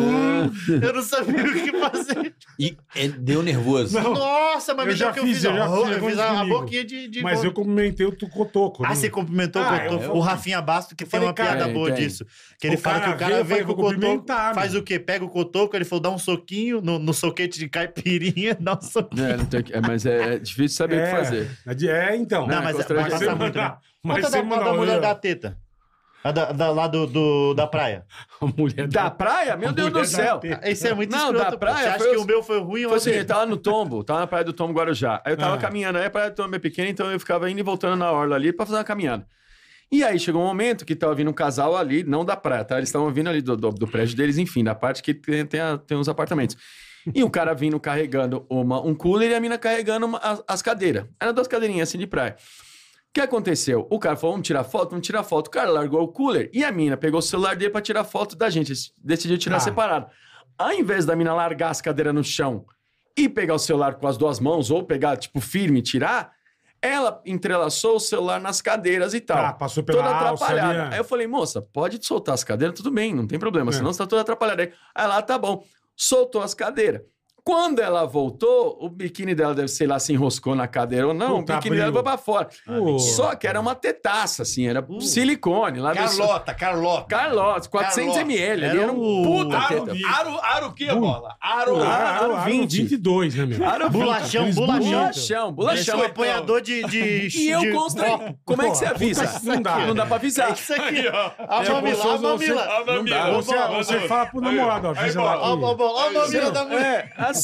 S27: eu não sabia o que <laughs> fazer.
S2: E é, deu nervoso.
S27: Nossa,
S4: eu
S27: mas me deu
S4: já
S27: que eu
S4: fiz,
S27: fiz,
S4: eu já fiz.
S27: ó. Eu
S4: aconteceu
S27: fiz a- a
S4: comigo.
S27: boquinha de- de
S4: Mas
S27: boca.
S4: eu comentei o tu- cotoco.
S27: Ah, um
S4: né?
S27: você cumprimentou
S4: Ah,
S27: o Cotoco.
S4: eu-
S27: o Rafinha Basto, que tem
S4: Falei,
S27: uma
S4: cara,
S27: piada
S4: é,
S27: boa
S4: tem.
S27: disso. Que ele
S4: O
S27: fala que
S4: cara
S27: o cara
S4: veio,
S27: vem
S4: eu
S27: com o
S4: falei, vou
S27: Cotoco,
S4: cumprimentar,
S27: faz
S4: meu.
S27: o quê? Pega o Cotoco, ele falou, <laughs> dá um soquinho no, no soquete de minha, nossa.
S6: É, não tem o que- é, mas é, é difícil saber o que fazer.
S4: É, então.
S27: Não, mas vai passar muito, né? Conta da, da
S4: não,
S27: mulher
S4: né?
S27: da teta. A da, da- lá do, do- da praia.
S6: A mulher da, praia? Meu
S27: A
S6: Deus
S27: mulher
S6: do
S27: da
S6: céu.
S27: teta. Isso é muito
S6: Não,
S27: escroto,
S6: da
S27: pô.
S6: praia
S27: Você acha
S6: foi
S27: que o meu foi ruim ou
S6: Foi assim,
S27: assim?
S6: eu tava no Tombo, tava na praia do Tombo Guarujá. Aí eu tava
S27: Ah.
S6: caminhando, aí a praia do Tombo é pequena, então eu ficava indo e voltando na orla ali pra fazer uma caminhada. E aí chegou um momento que tava vindo um casal ali, não da praia, tá? Eles estavam vindo ali do, do, do prédio deles, enfim, da parte que tem, tem, a- tem uns apartamentos. E o cara vindo carregando uma, um cooler e a mina carregando uma- as, as cadeiras. Eram duas cadeirinhas assim de praia. O que aconteceu? O cara falou, vamos tirar foto, vamos tirar foto. O cara largou o cooler e a mina pegou o celular dele pra tirar foto da gente. Eles Decidiu tirar
S9: Ah.
S6: separado. Ao invés da mina largar as cadeiras no chão e pegar o celular com as duas mãos, ou pegar, tipo, firme e tirar, ela entrelaçou o celular nas cadeiras e tal.
S4: Tá, passou pela
S6: Toda
S4: alça ali,
S6: atrapalhada.
S4: né?
S6: Aí eu falei, moça, pode soltar as cadeiras, tudo bem, não tem
S4: É.
S6: problema, senão você tá toda atrapalhada. aí. Aí ela, tá bom, soltou as cadeiras. Quando ela voltou, o biquíni dela deve, sei lá, se enroscou na cadeira ou não,
S9: Puta,
S6: o biquíni dela
S9: abriu.
S6: foi pra fora. Só que era uma tetaça, assim, era silicone. Lá
S9: Carlota,
S6: Carlota. Carlota, 400
S9: Carlota.
S6: ml. Era,
S9: Era
S6: era um
S9: o-
S6: puta
S9: Aro-
S6: teta.
S9: Aro- Aro o quê, bola?
S3: Ah,
S9: Aro-
S6: Aro,
S4: Aro
S6: 20.
S4: 22, né, meu?
S6: Aro 20.
S4: Aqueles
S6: Ah, Bolachão, bolachão.
S4: Esse
S27: apanhador de- de-
S3: <laughs>
S6: E eu
S27: de
S6: constranho.
S27: copo.
S6: Como é que você
S27: Porra,
S6: avisa?
S27: puta, isso aqui,
S6: Não dá
S27: ó.
S6: pra avisar.
S27: Isso aqui, ó. A
S6: É,
S27: mamila,
S6: você-
S27: a mamila.
S6: você- não dá.
S4: Ou você- ou você fala pro namorado, ó, avisa lá que-
S27: Ó, ó, ó, ó, a mamila da
S6: É,
S27: mulher.
S6: assim.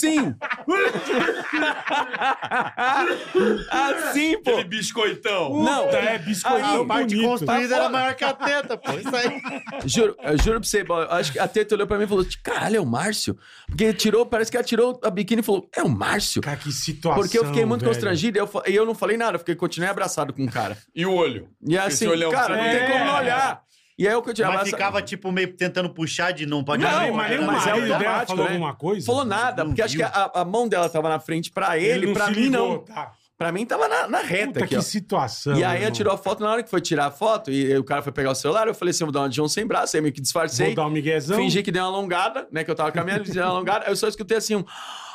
S6: assim, pô. Aquele
S9: biscoitão.
S6: Não,
S9: Puta, é Tá biscoitão
S3: assim,
S6: Aí,
S9: parte
S6: bonito.
S3: Tá
S9: construída era maior
S27: é que a teta, pô. Isso <laughs> aí.
S6: Juro, eu juro pra você, Bola, eu acho que a Teta olhou pra mim e falou: caralho, é o Márcio? Porque tirou, parece que atirou a biquíni e falou: é o Márcio?
S4: Cara, que situação.
S6: Porque eu fiquei muito
S4: velho.
S6: constrangido e eu, fa- e eu não falei nada, eu fiquei, continuei abraçado com o cara.
S9: E o olho?
S6: E assim,
S9: olhão que
S6: cara,
S9: você
S6: não
S9: tem.
S6: tem como não olhar. E aí eu continuei
S27: Mas
S6: abraçado.
S27: ficava, tipo, meio tentando puxar de não é um pode
S6: Não,
S27: não,
S6: mas
S4: é
S6: é
S27: era-
S6: nem o marido
S27: era-
S6: dela falou
S27: né?
S6: alguma
S4: coisa?
S6: Falou nada, porque acho que a, a mão dela tava na frente pra
S4: Ele
S6: ele,
S4: não
S6: pra
S4: se
S6: mim
S4: ligou,
S6: não.
S4: tá.
S6: Pra mim tava na, na reta
S4: Puta,
S6: aqui,
S4: que
S6: ó.
S4: situação.
S6: E aí
S4: meu
S6: ela tirou a foto, na hora que foi tirar a foto, e, e o cara foi pegar o celular, eu falei assim, eu vou dar uma de João sem braço, aí meio que disfarcei.
S4: Vou dar um miguezão.
S6: Fingi que dei uma alongada, né, que eu tava caminhando, dei uma alongada, aí eu só escutei assim um,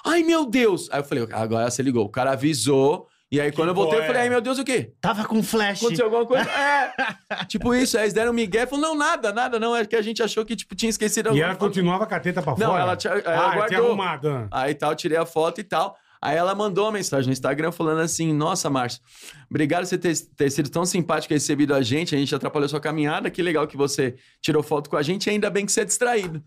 S6: ai meu Deus! Aí eu falei, agora você ligou, o cara avisou, e aí quando eu voltei, eu
S27: boa,
S6: falei,
S27: é.
S6: ai meu Deus, o quê?
S27: Tava com flash.
S6: Aconteceu alguma coisa? É! tipo isso, aí eles deram um migué, falou, não, nada, nada, não, é que a gente achou que, tipo, tinha esquecido
S4: E
S6: alguma
S4: ela continuava com a teta pra
S6: não,
S4: fora?
S6: ela, tinha, ela
S4: ah, tinha
S6: guardou.
S4: arrumado. né?
S6: Aí tal, tirei a foto e tal. Aí ela mandou uma mensagem no Instagram falando assim: Nossa, Márcio, obrigado por você ter, ter sido tão simpático e recebido a gente. A gente atrapalhou sua caminhada. Que legal que você tirou foto com a gente. Ainda bem que você é distraído.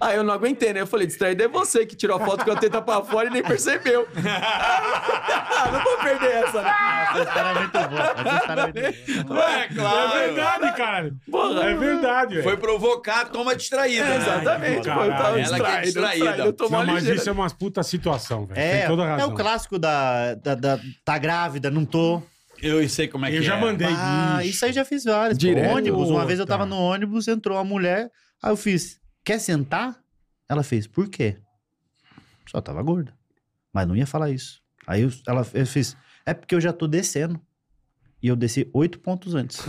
S6: Aí eu não aguentei, né? Eu falei: Distraído é você que tirou a foto com a teta pra fora e nem percebeu.
S4: <laughs>
S6: Ah, não vou perder essa, né?
S27: Essa história é muito boa. Essa história é muito boa.
S9: É claro.
S4: É verdade, cara.
S6: Porra.
S4: É verdade, velho.
S9: Foi provocar, toma distraída.
S2: né?
S4: É, exatamente, pô, eu
S9: Ela que
S4: tava
S9: é
S4: distraído,
S9: distraída. Eu
S4: Não, mas isso é uma puta situação, velho.
S27: É,
S4: Tem toda a
S27: é
S4: razão.
S27: o clássico da, da, da- Tá grávida, não tô.
S9: Eu sei como é que
S27: Eu já
S9: é.
S27: mandei Ah, isso aí já fiz várias. pô.
S9: Direto.
S27: Ônibus, uma vez eu tava no ônibus, entrou uma mulher, aí eu fiz, quer sentar? Ela fez, por quê? Só tava gorda. Mas não ia falar isso. Aí eu, ela, eu fiz, é porque eu já tô descendo. E eu desci oito pontos antes.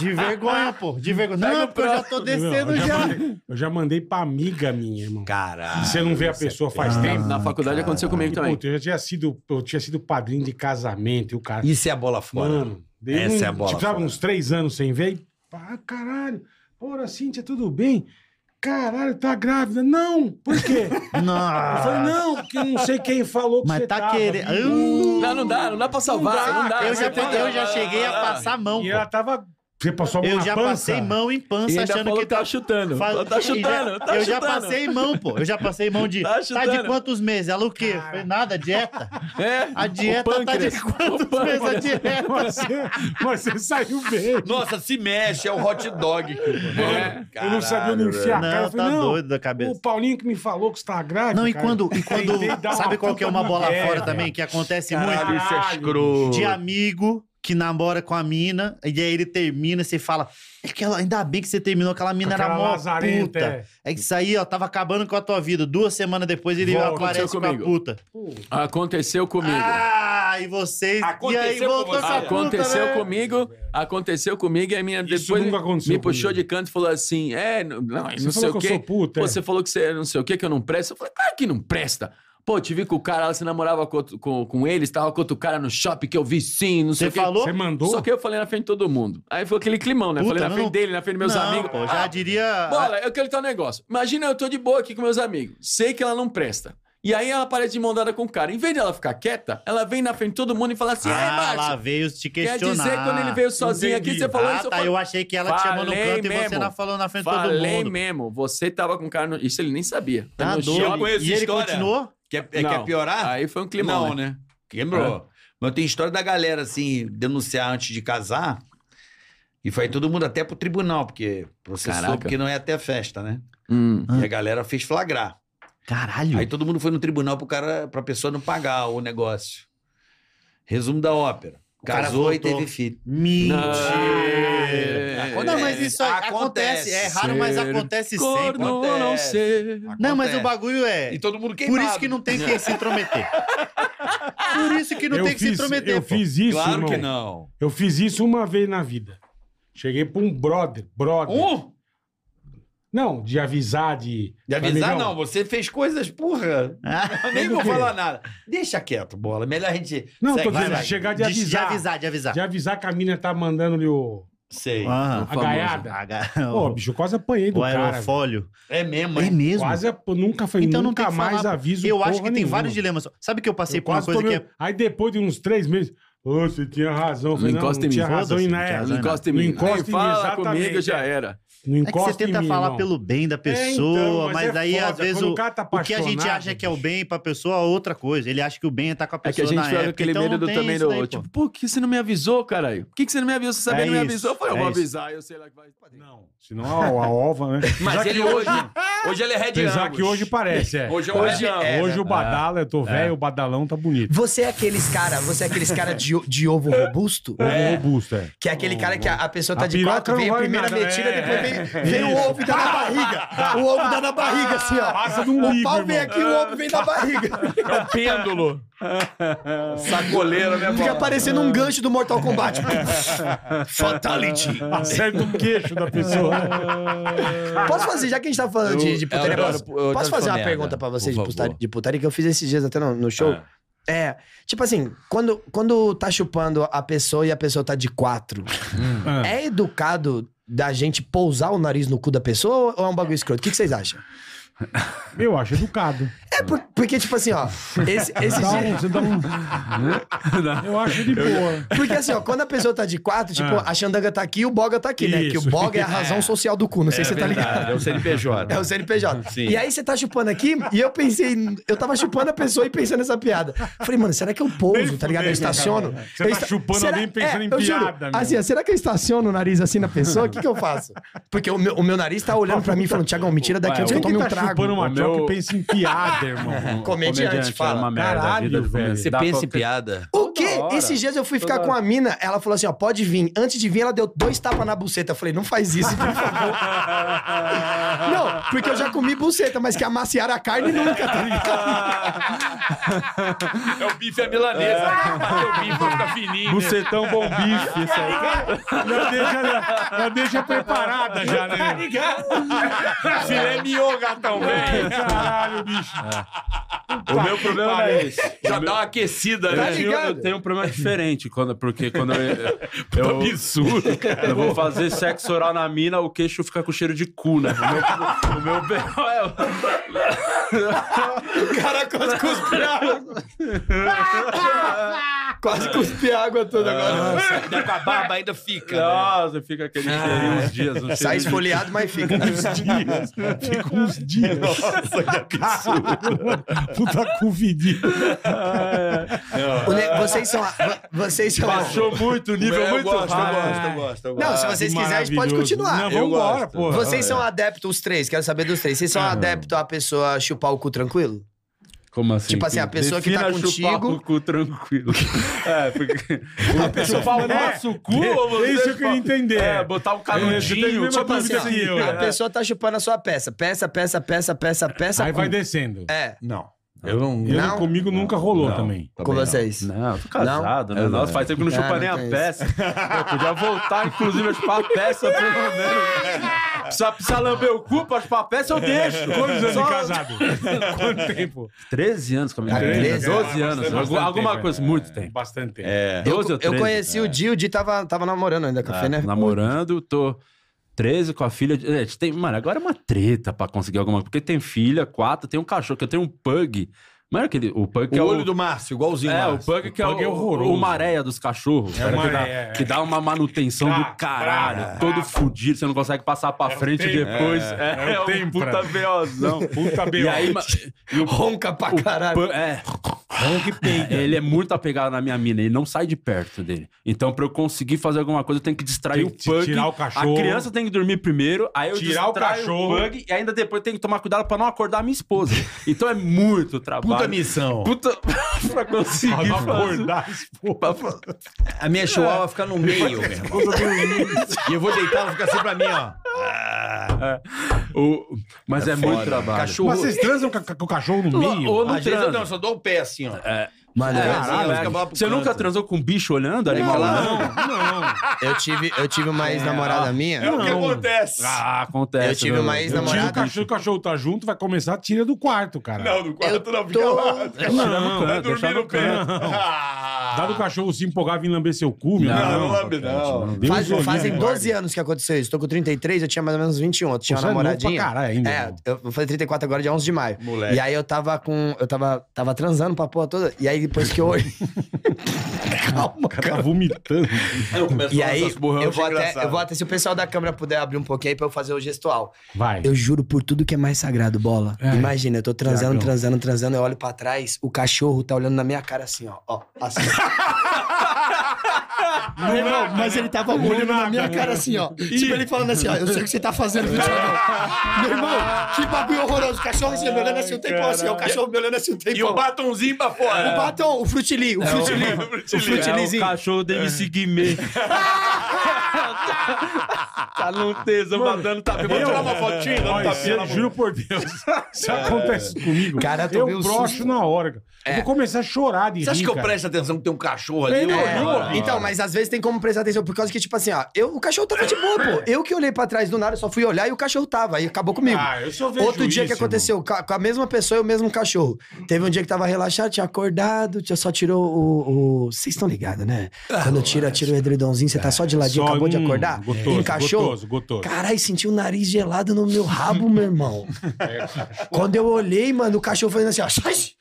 S27: De vergonha, pô. De vergonha.
S4: Pega
S27: Não,
S4: o
S27: porque eu já
S4: próximo.
S27: tô descendo
S4: Não, eu
S27: já.
S4: Mandei, eu já mandei pra amiga minha, irmão. Caralho. Você não vê a pessoa faz
S6: Ah,
S4: tempo?
S6: na faculdade aconteceu comigo
S4: E,
S6: também.
S4: Puta, eu já tinha sido, eu tinha sido padrinho de casamento e o cara.
S28: Isso é a bola fora.
S4: Mano, dei
S28: Essa é
S4: um-
S28: a bola
S4: Tipo, sabe,
S28: fora.
S4: uns três anos sem ver. e, Ah, caralho. Porra, Cíntia, tudo bem? Caralho, tá grávida. Não, por
S28: <laughs>
S4: quê?
S27: Nossa.
S4: Eu falei, não, porque eu não sei quem falou que
S27: Mas
S4: você
S27: tá
S4: tava,
S27: querendo-
S4: viu?
S6: Não, não dá, não dá pra salvar. Não dá,
S27: eu,
S6: você
S27: já,
S6: tem-
S27: eu já cheguei a passar a mão.
S4: E
S27: pô.
S4: ela tava. Você passou a mão
S27: Eu
S4: na
S27: já
S4: pança?
S27: passei mão em pança
S4: E ainda
S27: achando
S4: falou
S27: que
S4: que tava chutando.
S27: Fala- <laughs>
S4: Tá chutando,
S27: Eu já-
S4: tá
S27: eu já
S4: chutando.
S27: passei mão, pô. Eu já passei
S6: <laughs>
S27: mão de.
S4: Tá
S27: Tá, de
S4: chutando.
S27: quantos meses? Ela o quê? Foi nada, dieta?
S6: É.
S27: A
S4: o
S27: dieta tá de
S4: pâncreas.
S27: quantos
S4: O pâncreas.
S27: meses a
S6: <laughs>
S27: dieta? assim?
S4: Você- Você saiu bem.
S9: Nossa, se mexe, é
S2: um
S9: o hot dog.
S27: É.
S4: eu não sabia onde enfiar a cara. Eu
S2: tá
S4: falei, não,
S27: tá
S4: O Paulinho que me falou que você tá grávida.
S27: Não, e
S4: cara.
S27: quando. E quando
S4: Tentei dar
S27: sabe
S4: uma
S27: qual que é
S4: puta
S27: uma bola
S4: migué,
S27: fora
S4: velho.
S27: também que acontece
S4: Caralho,
S27: muito?
S4: isso é escroto.
S27: De amigo que namora com a mina, e aí ele termina, você fala. É que ela, ainda bem que você terminou, aquela mina
S4: Aquela
S27: era mó
S4: lazarenta,
S27: puta.
S4: é.
S27: É. que isso aí, ó, tava acabando com a tua vida. Duas semanas depois ele
S6: Volta,
S27: aparece com
S6: aconteceu
S27: a
S6: comigo.
S27: puta.
S6: Aconteceu comigo.
S27: Ah, e vocês. e aí voltou com a puta,
S6: Aconteceu
S27: né?
S6: comigo, aconteceu comigo, e a minha depois
S4: nunca aconteceu
S6: me puxou
S4: comigo.
S6: de canto e falou assim: é, não, não,
S4: Você
S6: não sei
S4: falou
S6: o
S4: que eu
S6: quê.
S4: sou puta,
S6: Pô,
S4: é.
S6: Você falou que você é não sei o quê, que eu não presto. Eu falei, claro que não presta. Pô, tive com o cara, ela se namorava com, outro- com, com eles, tava com outro cara no shopping que eu vi sim, não
S29: Você
S6: sei o que.
S29: falou? Você mandou?
S6: Só que eu falei na frente de todo mundo. Aí foi aquele climão, né?
S29: Puta,
S6: falei na
S29: não-
S6: frente dele, na frente dos meus
S29: Não,
S6: amigos.
S29: pô, já diria-
S6: Bora, eu quero tal negócio. Imagina, eu tô de boa aqui com meus amigos. Sei que ela não presta. E aí ela aparece de mão dada com o cara. Em vez dela ficar quieta, ela vem na frente de todo mundo e fala assim: "Ei,
S27: Ah,
S6: Márcio,
S27: lá veio te
S6: Quer
S27: questionar.
S6: dizer, quando ele veio sozinho aqui, você falou
S27: ah,
S6: isso.
S27: Tá,
S6: falei-
S27: eu achei que ela te chamou no
S6: Falei
S27: canto e você
S6: mesmo.
S27: não falou na frente de todo
S6: Falei
S27: mundo.
S6: mesmo. Você tava com o cara no... Isso ele nem sabia.
S27: Tá
S6: No
S27: doido.
S6: shopping.
S27: Eu conheço E ele história. continuou?
S2: Quer, é, quer
S6: Não.
S2: piorar?
S6: Aí foi um climão,
S2: clima. Não,
S6: né?
S2: né? Quebrou.
S6: É.
S2: Mas tem história da galera, assim, denunciar antes de casar. E foi todo mundo até pro tribunal, porque processou,
S6: Caraca.
S2: porque não é até festa, né?
S6: Hum.
S27: Ah.
S2: E a galera fez flagrar.
S6: Caralho.
S2: Aí todo mundo foi no tribunal pro cara, pra pessoa não pagar o negócio. Resumo da ópera.
S27: cara
S2: Casou e
S27: voltou.
S2: teve filho.
S27: Mentira!
S2: Acontece.
S27: Não, mas isso aí acontece. É raro, mas acontece sempre.
S2: é, Corno ou não ser.
S27: Não, mas
S2: Acontece.
S27: o bagulho é.
S2: E todo mundo
S27: Por
S2: queimado.
S27: isso que não tem que se intrometer. Por isso que não
S4: Eu
S27: tem que se
S4: fiz-
S27: intrometer.
S4: Eu
S27: pô.
S4: fiz isso,
S2: Claro
S4: irmão.
S2: que não.
S4: Eu fiz isso uma vez na vida. Cheguei pra um brother, brother. Um? Não, de avisar de...
S2: De avisar,
S4: Amigão,
S2: ah, não, você fez coisas, porra.
S4: Ah.
S2: Nem
S4: Sendo
S2: vou
S4: o quê?
S2: falar nada. Deixa quieto, bola. Melhor a gente.
S4: Não,
S2: Segue,
S4: tô
S2: vai,
S4: dizendo,
S2: vai.
S4: chegar de
S2: De- de
S4: avisar.
S2: avisar, de avisar.
S4: De avisar que a mina tá mandando-lhe o...
S2: Sei.
S27: Ah,
S4: a gaiada.
S27: <laughs>
S4: Pô, bicho, eu quase apanhei do
S27: O
S4: cara.
S27: aerofólio.
S2: É mesmo,
S27: É mesmo.
S4: Quase ap- nunca foi,
S27: Então não
S4: nunca
S27: tem que
S4: mais
S27: falar, pô.
S4: aviso
S27: Eu acho
S4: porra
S27: que tem
S4: nenhuma.
S27: vários dilemas. Sabe que eu passei por uma
S4: quase
S27: coisa que
S4: tomei-
S27: é.
S4: Aí depois de uns três meses... Ô, você tinha razão. Eu
S6: Não
S4: falei,
S6: encosta em mim.
S4: Tinha razão em nada.
S6: Não encosta em mim.
S4: Não encosta em mim,
S6: Fala comigo,
S4: exatamente, <laughs>
S6: já
S4: é.
S6: era.
S4: Não
S27: É que você
S4: encosta em
S27: tenta
S4: mim,
S27: falar
S4: irmão.
S27: pelo bem da
S4: É,
S27: pessoa,
S4: então,
S27: mas,
S4: mas é
S27: daí
S4: foda,
S27: às vezes
S4: quando
S27: o,
S4: o cara tá
S27: o que a gente
S4: apaixonado,
S27: acha que é o bem pra pessoa é outra coisa. Ele acha que o bem é tá com a
S6: É que
S27: pessoa
S6: a gente
S27: na
S6: fica
S27: época.
S6: com aquele
S27: então
S6: medo
S27: não
S6: do
S27: tem
S6: também
S27: isso
S6: do.
S27: daí, pô.
S6: tipo, pô, por que você não me avisou, caralho? Por que, que você não me avisou? Você sabia
S4: É
S6: que não me
S4: isso,
S6: avisou? Eu falei, eu
S4: é
S6: vou
S4: isso.
S6: avisar, eu sei lá que vai. Não.
S4: Senão a, a ova, né?
S6: <laughs> Mas
S4: Já
S6: ele
S4: que
S6: hoje- hoje ele é Red
S4: Apesar
S6: Angus.
S4: que hoje parece, é.
S6: Hoje é
S4: o
S6: um Red Angus.
S4: Hoje
S6: É,
S4: o badala, eu tô
S6: É.
S4: velho, o badalão tá bonito.
S30: Você é aqueles cara, você é aqueles cara de, o- de ovo robusto?
S4: É. Robusto, é.
S30: Que é aquele cara que a, a pessoa tá
S4: A
S30: de
S4: piroca
S30: quatro,
S4: não
S30: vem a
S4: vale
S30: primeira
S4: nada,
S30: metida,
S4: é.
S30: depois vem,
S4: É.
S30: vem o
S4: Isso.
S30: ovo e dá na barriga. O ovo dá na barriga, assim, ó.
S4: Passa do
S30: o
S4: umbigo,
S30: pau vem
S4: irmão.
S30: aqui, o ovo vem na barriga.
S2: É um pêndulo. Sacoleiro,
S6: É
S2: né,
S30: Fica
S2: bola?
S30: parecendo um gancho do Mortal
S6: <laughs>
S30: Kombat. Fatality.
S4: Acerta
S20: um
S4: o queixo da pessoa.
S30: <laughs> Posso fazer, já que a gente tá falando de, de putaria,
S4: Eu adoro-
S30: posso,
S4: eu adoro
S30: posso fazer
S4: essa
S30: uma
S4: merda,
S30: pergunta pra vocês de
S4: por
S30: putaria,
S4: favor. Ah.
S30: de putaria que eu fiz esses dias até no, no show? É. tipo assim, quando, quando tá chupando a pessoa e a pessoa tá de quatro,
S4: Hum. Ah.
S30: é educado da gente pousar o nariz no cu da pessoa ou é um bagulho escroto? O que, que vocês acham?
S4: Eu acho educado.
S30: É por- porque, tipo assim, ó. Esse, esse
S4: Dá
S30: dia-
S4: um- você um. dá um-
S30: <laughs>
S4: <laughs> Eu acho de boa.
S30: Porque assim, ó, quando a pessoa tá de quatro, tipo,
S4: Ah.
S30: a Xandanga tá aqui e o Boga tá aqui, né? Que o
S4: Isso.
S30: Boga é a razão
S4: <laughs> É.
S30: social do cu, não sei
S4: É
S30: se você tá
S4: verdade,
S30: ligado.
S4: <laughs> é o CNPJ.
S30: É o
S6: <laughs>
S30: CNPJ.
S4: Sim.
S30: E aí você tá chupando aqui e eu pensei, eu tava chupando a pessoa e pensando nessa piada. Falei, mano, será que eu pouso, tá ligado? Eu
S4: fudendo,
S30: estaciono.
S4: cara. Você
S30: Eu é,
S4: tá chupando alguém pensando em
S30: eu
S4: piada, meu.
S30: Assim, ó, será que eu estaciono o nariz assim na pessoa? O que que eu faço? Porque o meu, o meu nariz tá olhando pra mim e falando, Tiagão, me tira daqui antes que eu
S4: Quem
S30: tome
S4: que
S30: um
S4: tá
S30: trago.
S4: chupando uma
S30: O
S4: choca
S30: meu-
S4: e pensa em piada, irmão?
S30: Comediante, fala. Caralho, velho.
S2: Você
S30: Dá
S2: pensa em
S30: qualquer-
S2: piada.
S30: <laughs> O quê?
S2: hora.
S30: Esses dias eu fui
S2: Toda
S30: ficar com
S2: hora.
S30: a mina, ela falou assim, ó, pode vir. Antes de vir, ela deu dois tapas na buceta. Eu falei, não faz isso, por
S4: <laughs>
S30: favor. <laughs> não, porque eu já comi buceta, mas que amaciar a carne nunca, tá ligado?
S2: É o bife à milanesa.
S30: É.
S2: o bife vai ficar fininho.
S4: Bucetão bom bife, isso aí. Já deixa, já deixa preparada já, né?
S2: Tá
S4: meu?
S2: Filé mignon, gatão, velho.
S4: Caralho, bicho.
S3: O meu problema não é esse.
S2: Já dá uma aquecida,
S3: Eu,
S2: né?
S3: tenho, eu tenho um problema diferente, quando, porque quando
S31: <laughs>
S3: eu. eu
S31: Tá
S2: absurdo, cara.
S3: Eu vou fazer sexo oral na mina, o queixo fica com cheiro de cu, né? O meu. O meu
S30: o cara quase cuspiu
S4: <laughs>
S30: água. quase cuspiu água toda agora.
S2: Com a barba <laughs> ainda fica. né? Ah.
S3: Nossa, fica aquele cheirinho uns dias. Um
S30: Sai
S3: cheirinho de-
S30: esfoliado, mas fica.
S4: Fica uns dias.
S3: Nossa, que absurdo.
S4: Puta covidinha.
S30: O ne- Vocês são. a- Vocês são.
S3: Baixou muito o nível,
S30: Eu
S3: muito
S30: gosto, eu
S3: rápido.
S30: gosto, eu
S3: gosto, eu
S30: Não, se vocês quiserem, a gente pode continuar.
S3: Não, vamos embora, pô.
S30: Vocês são adeptos, os três, quero saber dos três. Vocês são adeptos a pessoa chupar o cu tranquilo?
S3: Como assim?
S30: Tipo assim, a pessoa que tá
S3: Defina chupar
S30: contigo-
S3: o
S30: <laughs>
S3: cu tranquilo. É, porque.
S30: A pessoa-
S3: chupar o
S30: É,
S3: nosso cu ou você.
S30: é isso que eu queria entender.
S3: É, botar um canudinho.
S30: tipo assim, ó, a pessoa tá chupando a sua peça. Peça, peça, peça, peça, peça.
S4: Aí vai
S30: cu.
S4: descendo.
S30: É.
S4: Não.
S3: Eu não.
S4: Eu,
S30: Não?
S4: Comigo nunca rolou também.
S30: Com vocês?
S3: Não, tô casado, né? Nossa, faz tempo que
S6: É.
S3: não
S4: <laughs> né?
S3: chupa nem a peça. Eu podia voltar, inclusive, a chupar a peça, pelo menos.
S31: Precisa, precisa lamber o cu para os papéis, eu deixo.
S4: Quantos anos
S31: Só-
S3: <laughs>
S4: de casado? Quanto tempo?
S31: 13 anos com a minha
S4: Ah,
S31: mulher.
S4: 13?
S31: 12
S4: É,
S31: anos.
S4: bastante
S31: Algu-
S4: tempo,
S31: alguma
S4: é.
S31: coisa, muito tempo.
S4: Bastante tempo.
S31: É.
S30: Eu,
S31: 12 ou
S30: eu
S31: 13,
S30: conheci o Di, o Di tava, tava namorando ainda com a
S31: Tá,
S30: Fê, né?
S31: Namorando, tô 13 com a filha. de- é, tem, mano, agora é uma treta pra conseguir alguma coisa. Porque tem filha, quatro, tem um cachorro, que eu tenho um pug. Não era aquele. O pug que
S3: O
S31: é
S3: olho do Márcio, igualzinho
S31: É,
S3: Márcio.
S31: o pug que
S3: O
S31: é,
S3: pug é
S31: o,
S3: horroroso.
S31: o maréia dos cachorros.
S3: É
S31: cara,
S3: o
S31: que, dá,
S3: maréia,
S31: que dá uma manutenção do caralho. todo fudido, você não consegue passar pra frente
S3: tempra.
S31: depois.
S3: É,
S31: É,
S3: é o
S31: um
S3: tempra.
S31: puta beozão.
S3: Puta
S31: E aí,
S3: BO.
S31: ma- e o,
S30: Ronca pra caralho.
S31: pug- é. Ronca e peida. Ele é muito apegado na minha mina, ele não sai de perto dele. Então, pra eu conseguir fazer alguma coisa, eu tenho que distrair
S4: Tem
S31: o
S4: que
S31: pug.
S4: tirar o cachorro.
S31: A criança tem que dormir primeiro, aí eu
S4: Tirar o
S31: distraio
S4: cachorro.
S31: o pug e ainda depois tenho que tomar cuidado pra não acordar a minha esposa. Então é muito trabalho.
S4: Puta missão.
S31: Puta <laughs> pra conseguir
S4: Pra
S31: acordar.
S4: A minha
S31: É.
S2: chihuahua fica no meio, meu irmão. E eu vou deitar, ela fica assim pra mim, ó.
S31: É. O- Mas é,
S2: É
S31: muito
S2: foda.
S31: trabalho.
S2: Cachorro-
S4: Mas vocês transam com, com o cachorro no
S31: Ou-
S4: meio?
S31: ou não
S2: Às vezes eu
S31: transa.
S2: não, só dou o pé assim, ó.
S31: É.
S30: Mano,
S31: É,
S30: eu-
S2: assim,
S31: caralho,
S30: eu-
S31: velho. você nunca transou com um bicho olhando?
S30: Não,
S31: animal?
S30: Eu tive, eu tive uma ex-namorada minha.
S31: Ah, acontece.
S30: Eu tive
S31: né?
S30: uma
S2: é
S4: Tira o
S30: ex-namorada.
S4: cachorro, o cachorro tá junto, vai começar, tira do quarto, cara.
S2: Não, no quarto não fica
S30: tô-
S2: lá.
S4: É, tira no canto,
S2: vai
S4: deixa
S2: dormir
S4: no
S2: no canto. Ah,
S4: Dá do cachorro se empolgar vir lamber seu
S31: um
S4: cu,
S31: né,
S4: meu
S2: Não, não lambe, não.
S4: Deus
S30: Faz-
S4: o livre,
S30: fazem
S4: guarde.
S30: 12 anos que aconteceu isso. Tô com 33, eu tinha mais ou menos 21. Eu tinha
S4: Você
S30: uma
S4: é novo pra
S30: namoradinha.
S4: caralho ainda,
S30: é,
S4: irmão.
S30: eu vou fazer 34 agora, dia 11 de maio.
S4: Moleque.
S30: E aí eu tava com. Eu tava, tava transando pra porra toda. E aí depois que eu.
S4: <laughs>
S30: Calma, cara.
S4: Tá vomitando.
S30: E aí, eu vou, até, eu vou até. Se o pessoal da câmera puder abrir um pouquinho aí pra eu fazer o gestual.
S4: Vai.
S30: Eu juro por tudo que é mais sagrado, bola.
S4: É.
S30: Imagina, eu tô transando,
S4: Thiagão.
S30: transando, transando, eu olho pra trás, o cachorro tá olhando na minha cara assim, ó. ó assim. Meu irmão, mas ele tava olhando na minha cara assim, ó. Tipo, ele falando assim, ó, eu sei o que você tá <laughs> fazendo, Vitinho. Meu irmão, que bagulho horroroso. O cachorro assim, me olhando assim um tempão assim, ó. O cachorro me olhando assim um tempão.
S2: E o batonzinho pra fora.
S30: O batom, o frutili, o
S2: É, o-
S26: <laughs>
S30: frutili.
S2: o
S30: O
S2: frutili.
S30: frutilizinho.
S2: É, o
S31: cachorro deve seguir meio.
S30: Ah,
S31: Tá num tesão,
S4: Mano,
S31: mandando
S2: Tá,
S31: tapinha. Vamos
S4: eu-
S31: tirar uma fotinha? Dá um
S4: Olha,
S31: tapinha na
S3: <laughs>
S4: eu Juro por Deus. Isso
S2: É.
S4: acontece comigo.
S2: Cara, eu tomei
S4: eu
S2: um
S4: broxo
S2: susto.
S4: na hora. cara. Eu vou começar a chorar de
S2: Você acha
S4: rir,
S2: que eu
S4: cara.
S2: presto atenção que tem um cachorro ali?
S30: É,
S2: Eu-
S30: é,
S2: eu-
S30: então, mas às vezes tem como prestar atenção, por causa que, tipo assim, ó, eu, o cachorro tava de boa, pô. Eu que olhei pra trás do nada, só fui olhar e o cachorro tava, aí acabou comigo.
S4: Ah, eu só vejo
S30: Outro dia
S4: isso,
S30: que aconteceu, ca- com a mesma pessoa e o mesmo cachorro. Teve um dia que tava relaxado, tinha acordado, tinha só tirou o. o- Vocês estão ligados, né? Quando tira, tira o edredomzinho, você tá só de ladinho,
S4: Ah, Só,
S30: acabou de
S4: hum,
S30: acordar,
S4: gotoso,
S30: encaixou.
S4: gotoso, gotoso.
S30: Caralho, senti o nariz gelado no meu rabo, meu
S4: <laughs>
S30: irmão.
S4: É,
S30: Quando eu olhei, mano, o cachorro fazendo assim, ó.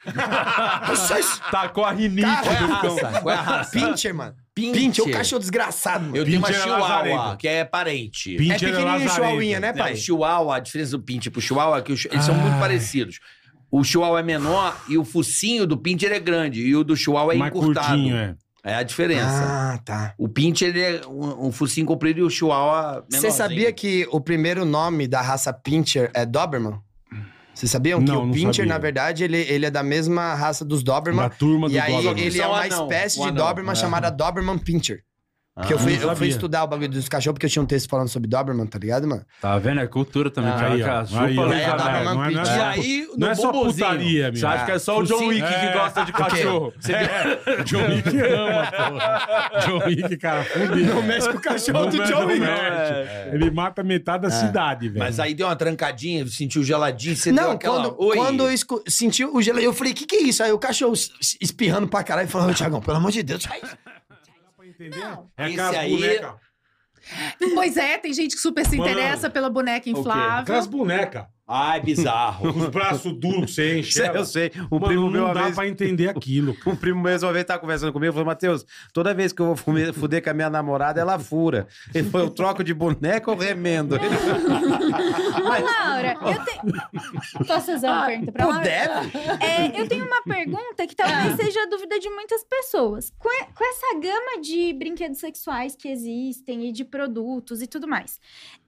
S30: <laughs> Sai! Sai!
S31: Tacou a rinite
S30: Caralho,
S2: raça? Qual é a raça?
S30: Pincher, mano.
S2: Pincher.
S30: Pincher, o cachorro desgraçado, mano.
S2: Eu tenho uma
S30: Pincher é
S2: chihuahua,
S30: lazarento.
S2: que é parente.
S30: Pincher É pequenininho é lazarento. chihuahuinha, né, pai?
S2: Não, chihuahua, a diferença do pincher pro chihuahua é que os- eles são muito parecidos. O chihuahua é menor e o focinho do pincher é grande. E o do chihuahua é
S4: Mais
S2: encurtado.
S4: curtinho, é.
S2: É a diferença.
S30: Ah,
S2: <laughs>
S30: tá.
S2: O pincher ele é um, um focinho comprido e o chihuahua menorzinho.
S30: Você sabia que o primeiro nome da raça Pinscher é Doberman? Vocês sabiam que
S4: Não,
S30: o
S4: não
S30: Pinscher,
S4: sabia.
S30: na verdade, ele, ele é da mesma raça dos Doberman.
S4: Da turma
S30: e
S4: do
S30: aí
S4: Doberman.
S30: ele é
S4: São
S30: uma
S4: anão,
S30: espécie
S4: um
S30: de
S4: anão.
S30: Doberman
S4: É.
S30: chamada Doberman Pinscher. Porque
S31: Ah,
S30: eu, fui,
S31: não
S30: eu fui
S31: sabia.
S30: estudar o bagulho dos cachorros, porque eu tinha um texto falando sobre Doberman, tá ligado, mano?
S31: Tá vendo? É cultura também.
S30: Ah,
S31: cara.
S30: aí, ó.
S31: Chupa
S30: Aí, ó.
S31: Luiz
S30: É,
S31: Amel.
S30: dá pra manter.
S31: E
S30: E
S31: aí,
S30: aí,
S31: no
S30: no
S4: é
S31: bombonzinho.
S30: bombonzinho.
S31: Você acha que é só o John Focinho. Wick que É.
S4: <laughs>
S31: gosta de
S30: Ok.
S31: cachorro?
S30: Você-
S4: É, <laughs> John Wick ama, porra. John Wick, cara, fudido.
S30: Não mexe
S2: <laughs>
S30: com o cachorro
S4: Não
S2: do
S4: mexe,
S2: John
S4: não
S2: Wick. É.
S4: mexe. Ele mata metade da cidade, velho.
S2: Mas aí deu uma trancadinha, sentiu geladinho, você deu
S30: Não,
S2: aquela...
S30: quando,
S2: Oi.
S30: quando eu escu- senti o gelo, eu falei, o que, que é isso? Aí o cachorro s- s- espirrando pra caralho e falou, "Ô, Tiagão, pelo amor de Deus, sai
S4: É
S2: Esse
S4: aquelas
S2: aí-
S4: bonecas.
S24: Pois é, tem gente que super se
S4: Mano.
S24: interessa pela boneca
S4: Aquelas
S24: inflável.
S4: bonecas.
S2: Ai, bizarro.
S4: <laughs> Os braços duros, você enche.
S9: Sei,
S4: ela.
S9: eu sei. O
S4: Mano,
S9: primo
S4: não
S9: meu uma
S4: dá
S9: vez-
S4: pra
S5: <laughs>
S4: entender aquilo.
S9: Um primo meu uma vez tava conversando comigo, falou, Matheus, toda vez que eu vou fume- fuder com a minha namorada, ela fura. Ele falou, eu troco de boneca ou
S2: <laughs>
S9: remendo?
S32: Laura, eu tenho. <laughs> Posso fazer uma pergunta pra Laura?
S9: deve?
S32: É, eu tenho uma pergunta que talvez seja a dúvida de muitas pessoas. Com, e- com essa gama de brinquedos sexuais que existem e de produtos e tudo mais,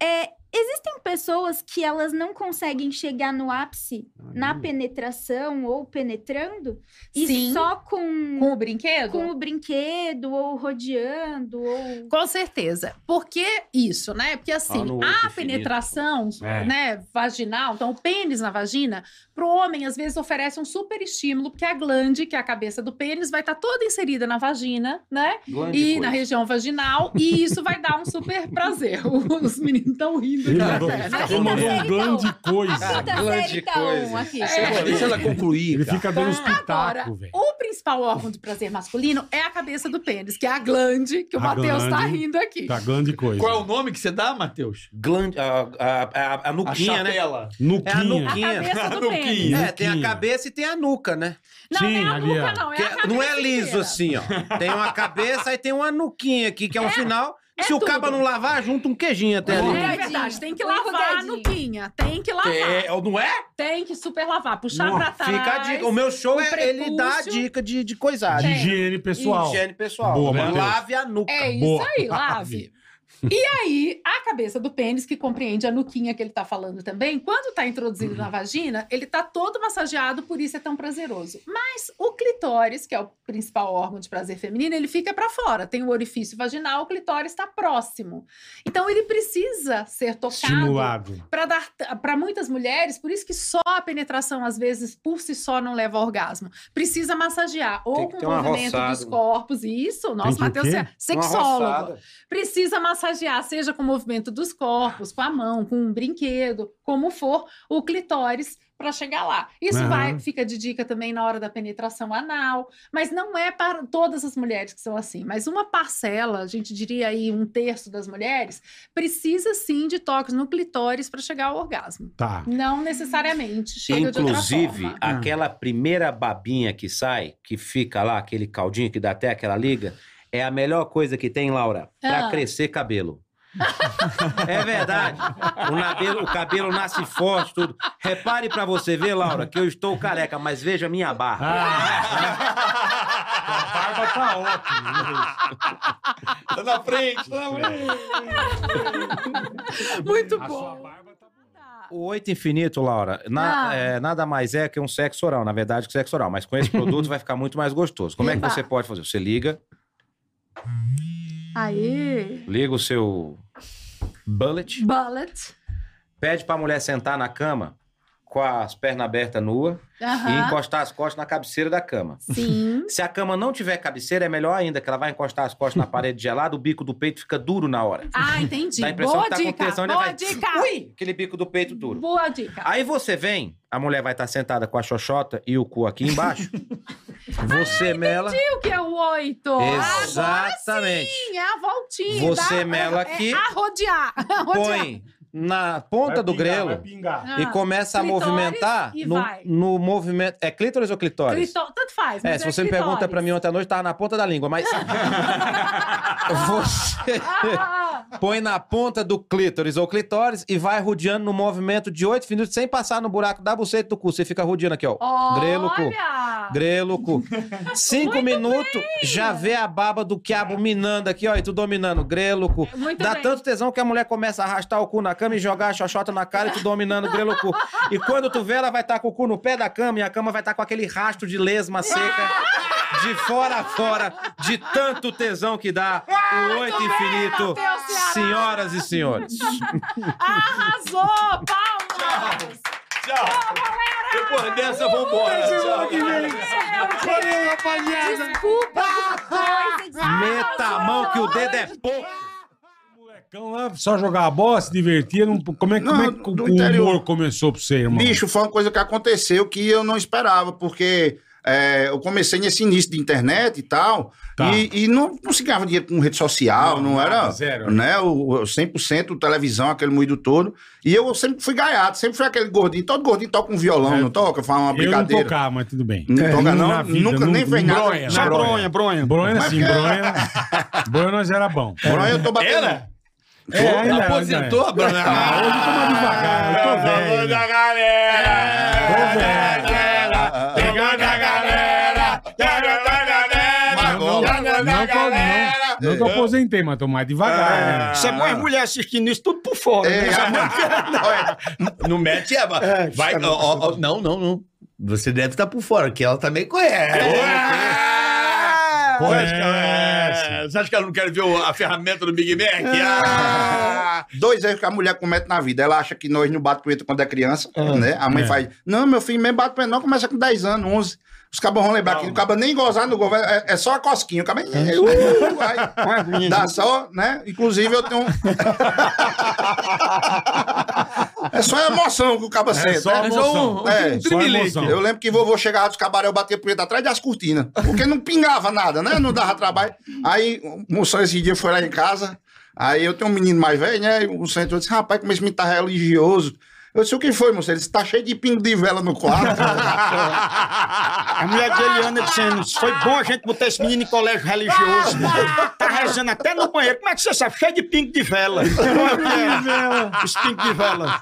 S32: é, existem pessoas que elas não conseguem chegar no ápice na penetração ou penetrando e
S24: Sim.
S32: só com.
S24: Com o brinquedo?
S32: Com o brinquedo, ou rodeando, ou.
S24: Com certeza. Por que isso, né? Porque assim,
S32: Fala o outro
S24: a
S32: infinito.
S24: penetração,
S32: É.
S24: né, vag- vaginal, então o pênis na vagina, pro homem às vezes oferece um super estímulo, porque a glande, que é a cabeça do pênis, vai estar toda inserida na vagina, né?
S33: Glande
S24: e
S33: coisa.
S24: na região vaginal, e isso vai dar um super prazer. <laughs> Os meninos estão rindo.
S34: Ele
S24: aqui
S34: mandou-
S24: na é série.
S34: ele mandou um grande coisa.
S24: Quinta série tá um aqui.
S34: É. Deixa ela concluir,
S4: Ele
S34: cara.
S4: fica dando uns
S24: Agora,
S4: pitacos, velho.
S24: o principal órgão do prazer masculino é a cabeça do pênis, que é a glande, que o
S4: A
S24: Matheus tá
S4: glande.
S24: rindo aqui.
S4: Tá grande coisa.
S2: Qual é o nome que você dá, Matheus? Glande, a, a, a, a nuquinha, né?
S9: chapela.
S2: Nuquinha.
S9: É <laughs> a nuquinha.
S2: A cabeça do pênis.
S9: É, tem a
S2: Nuquinha.
S9: cabeça e tem a nuca, né?
S24: Não, Sim, não é a ali, nuca, ó. não, é a
S9: Que não é liso assim, ó. Tem uma cabeça e tem uma nuquinha aqui, que é um sinal. Se o caba não lavar, junta um queijinho até ali.
S24: É verdade, tem que lavar a nuquinha, tem que lavar.
S9: É, ou não é?
S24: Tem que super lavar, puxar
S9: Não,
S24: pra trás.
S9: fica a dica. O meu show é- ele dá a
S24: prepúcio.
S9: dica de, de coisagem.
S24: De higiene
S4: pessoal.
S9: Higiene pessoal.
S4: Boa, Matheus.
S9: Lave a nuca.
S24: É isso aí,
S4: <laughs>
S24: lave. E aí, a cabeça do pênis, que compreende a nuquinha que ele tá falando também, quando tá introduzido na vagina, ele tá todo massageado, por isso é tão prazeroso. Mas o clitóris, que é o principal órgão de prazer feminino, ele fica pra fora. Tem o orifício vaginal, o clitóris tá próximo. Então ele precisa ser tocado
S4: Estimulado.
S24: para dar para muitas mulheres, por isso que só a penetração às vezes por si só não leva ao orgasmo. Precisa massagear ou com
S9: ter
S24: o
S9: uma
S24: movimento dos
S9: roçada.
S24: corpos, e isso,
S9: Tem
S24: nossa,
S9: que o
S24: Matheus, você
S9: quê?
S24: é
S9: Uma
S24: sexólogo.
S9: roçada.
S24: Precisa massagear, seja com o movimento dos corpos, com a mão, com um brinquedo, como for, o clitóris para chegar lá. Isso
S32: Aham.
S24: vai fica de dica também na hora da penetração anal, mas não é para todas as mulheres que são assim, mas uma parcela, a gente diria aí um terço das mulheres, precisa sim de toques no clitóris para chegar ao orgasmo.
S4: Tá.
S24: Não necessariamente chega de
S9: Inclusive,
S24: outra forma.
S9: aquela primeira babinha que sai, que fica lá, aquele caldinho que dá até aquela liga, é a melhor coisa que tem, Laura, pra
S24: Ah.
S9: crescer cabelo. é verdade. O, nabelo- o cabelo nasce forte, tudo. Repare pra você ver, Laura, que eu estou careca, mas veja a minha barba.
S34: A barba tá ótima.
S2: Tá na frente, tá na
S34: frente.
S24: Muito
S34: bom.
S9: O oito infinito, Laura, na-
S34: Ah.
S9: é, nada mais é que um sexo oral, na verdade, que sexo oral. Mas com esse produto vai ficar muito mais gostoso. Como é que
S24: Eba.
S9: você pode fazer? Você liga,
S24: Aí,
S9: liga o seu bullet,
S24: bullet.
S9: pede pra mulher sentar na cama com as pernas abertas nua e
S24: Aham.
S9: encostar as costas na cabeceira da cama. <laughs>
S24: Sim.
S9: Se a cama não tiver cabeceira, é melhor ainda, que ela vai encostar as costas na parede gelada, o bico do peito fica duro na hora.
S24: Ah, entendi.
S9: Dá a impressão
S24: Boa
S9: que tá com
S24: dica.
S9: tensão, ele
S24: Boa
S9: vai-
S24: dica.
S9: Aquele bico do peito duro.
S24: Boa dica.
S9: Aí você vem, a mulher vai estar sentada com a xoxota e o cu aqui
S24: <laughs>
S9: embaixo. Você mela.
S24: Entendi o que é o oito.
S9: Exatamente.
S24: Agora sim, é a voltinha.
S9: Você
S24: dá-
S9: mela
S24: é
S9: aqui,
S24: <laughs> Arrodear. arrodear.
S9: Põe na ponta do grelo e
S24: Ah,
S9: começa a
S24: clitóris
S9: movimentar
S24: e
S9: no,
S24: vai.
S9: no movimento. É clítoris ou clitóris?
S24: Clitó- Tanto faz.
S9: É,
S24: mas
S9: se você me
S24: clitóris.
S9: pergunta pra mim ontem à noite, tava na ponta da língua, mas. você põe na ponta do clítoris ou clitóris e vai rodeando no movimento de 8 minutos sem passar no buraco da buceta do cu. Você fica rodeando aqui, ó.
S24: Olha!
S9: Grelo, cu. Grelo, cu. Cinco minutos, já vê a baba do quiabo minando aqui, ó, e tu dominando. Grelo, cu.
S24: Muito
S9: Dá
S24: bem.
S9: tanto tesão que a mulher começa a arrastar o cu na cama e jogar a xoxota na cara e tu dominando. Grelo, cu. E quando tu vê, ela vai estar com o cu no pé da cama e a cama vai estar com aquele rastro de lesma seca. De fora a fora, de tanto tesão que dá o oito infinito, senhoras e
S24: <laughs>
S9: senhores.
S24: Arrasou! Palmas!
S2: Tchau!
S34: Depois
S2: dessa, vambora.
S24: um
S34: Até semana
S2: Tchau.
S34: que vem. Valeu, rapaziada.
S4: Ah,
S9: Meta a mão que o dedo é pouco.
S4: Então lá, só jogar a bola, se divertir. Não... Como é, como é que o, o humor começou pra você, irmão?
S11: Bicho, foi uma coisa que aconteceu que eu não esperava, porque é, eu comecei nesse início de internet e tal, e, e não, não se ganhava dinheiro com rede social, Tá. não, era
S34: zero.
S11: né, o, o 100% televisão, aquele moído todo. E eu sempre fui gaiado, sempre fui aquele gordinho, todo gordinho toca um violão, não toca? Faz uma
S4: Eu não
S11: brincadeira.
S4: tocar, mas tudo bem.
S33: É,
S11: Não toca, não?
S4: na
S11: Nunca- nem fez nada.
S4: Bronha,
S11: Só
S4: né?
S11: bronha,
S4: bronha. Bronha
S11: Mas
S4: sim,
S11: porque-
S4: bronha. bronha nós era bom.
S11: Bronha eu tô batendo.
S4: É, ainda é, ainda é. Ah, hoje eu tô mais devagar, eu tô velho. Ah, né? Não, que eu- não, É. não que eu aposentei, mas tô mais
S11: É.
S4: devagar. né?
S33: Você põe é as mulheres assistindo isso tudo por fora. né? Essa
S3: Não mete a.
S4: É,
S3: Vai,
S4: tá
S3: ó, ó, ó, não, não, não. Você deve estar por fora, que ela também conhece.
S4: É,
S3: é? Você acha que ela- é, Você acha que ela não quer ver o- a ferramenta do Big Mac? Ah,
S11: Dois erros que a mulher comete na vida. Ela acha que nós não bate punheta quando é criança,
S21: Ah,
S11: né? A mãe
S21: é.
S11: faz, não, meu filho, mesmo bate punheta não, começa com 10 anos, 11. Os cabos vão lembrar que o cabo nem gozar no governo, é, é só a cosquinha. O cabo é, uh, <laughs> aí, dá só, né? Inclusive eu tenho... é só emoção que o cabo
S21: É
S11: sente.
S21: só
S11: né?
S21: emoção.
S11: É,
S21: Um tremelique.
S11: só emoção. Eu lembro que vovô chegava dos cabaré, eu batia punheta atrás das cortinas, porque não pingava nada, né? Não dava trabalho. Aí o Moção esse dia foi lá em casa, aí eu tenho um menino mais velho, né? E o Moção entrou e disse, rapaz, como esse menino tá religioso. Eu disse, o que foi, Moção? Ele disse, tá cheio de pingo de vela no <laughs> quarto.
S4: É.
S33: <laughs> A mulher de Eliana dizendo: foi bom a gente botar esse menino em colégio religioso. Tá rezando até no banheiro. Como é que você sabe? Cheio de pingo de vela.
S11: Pingo
S33: de vela. Os pingos de vela.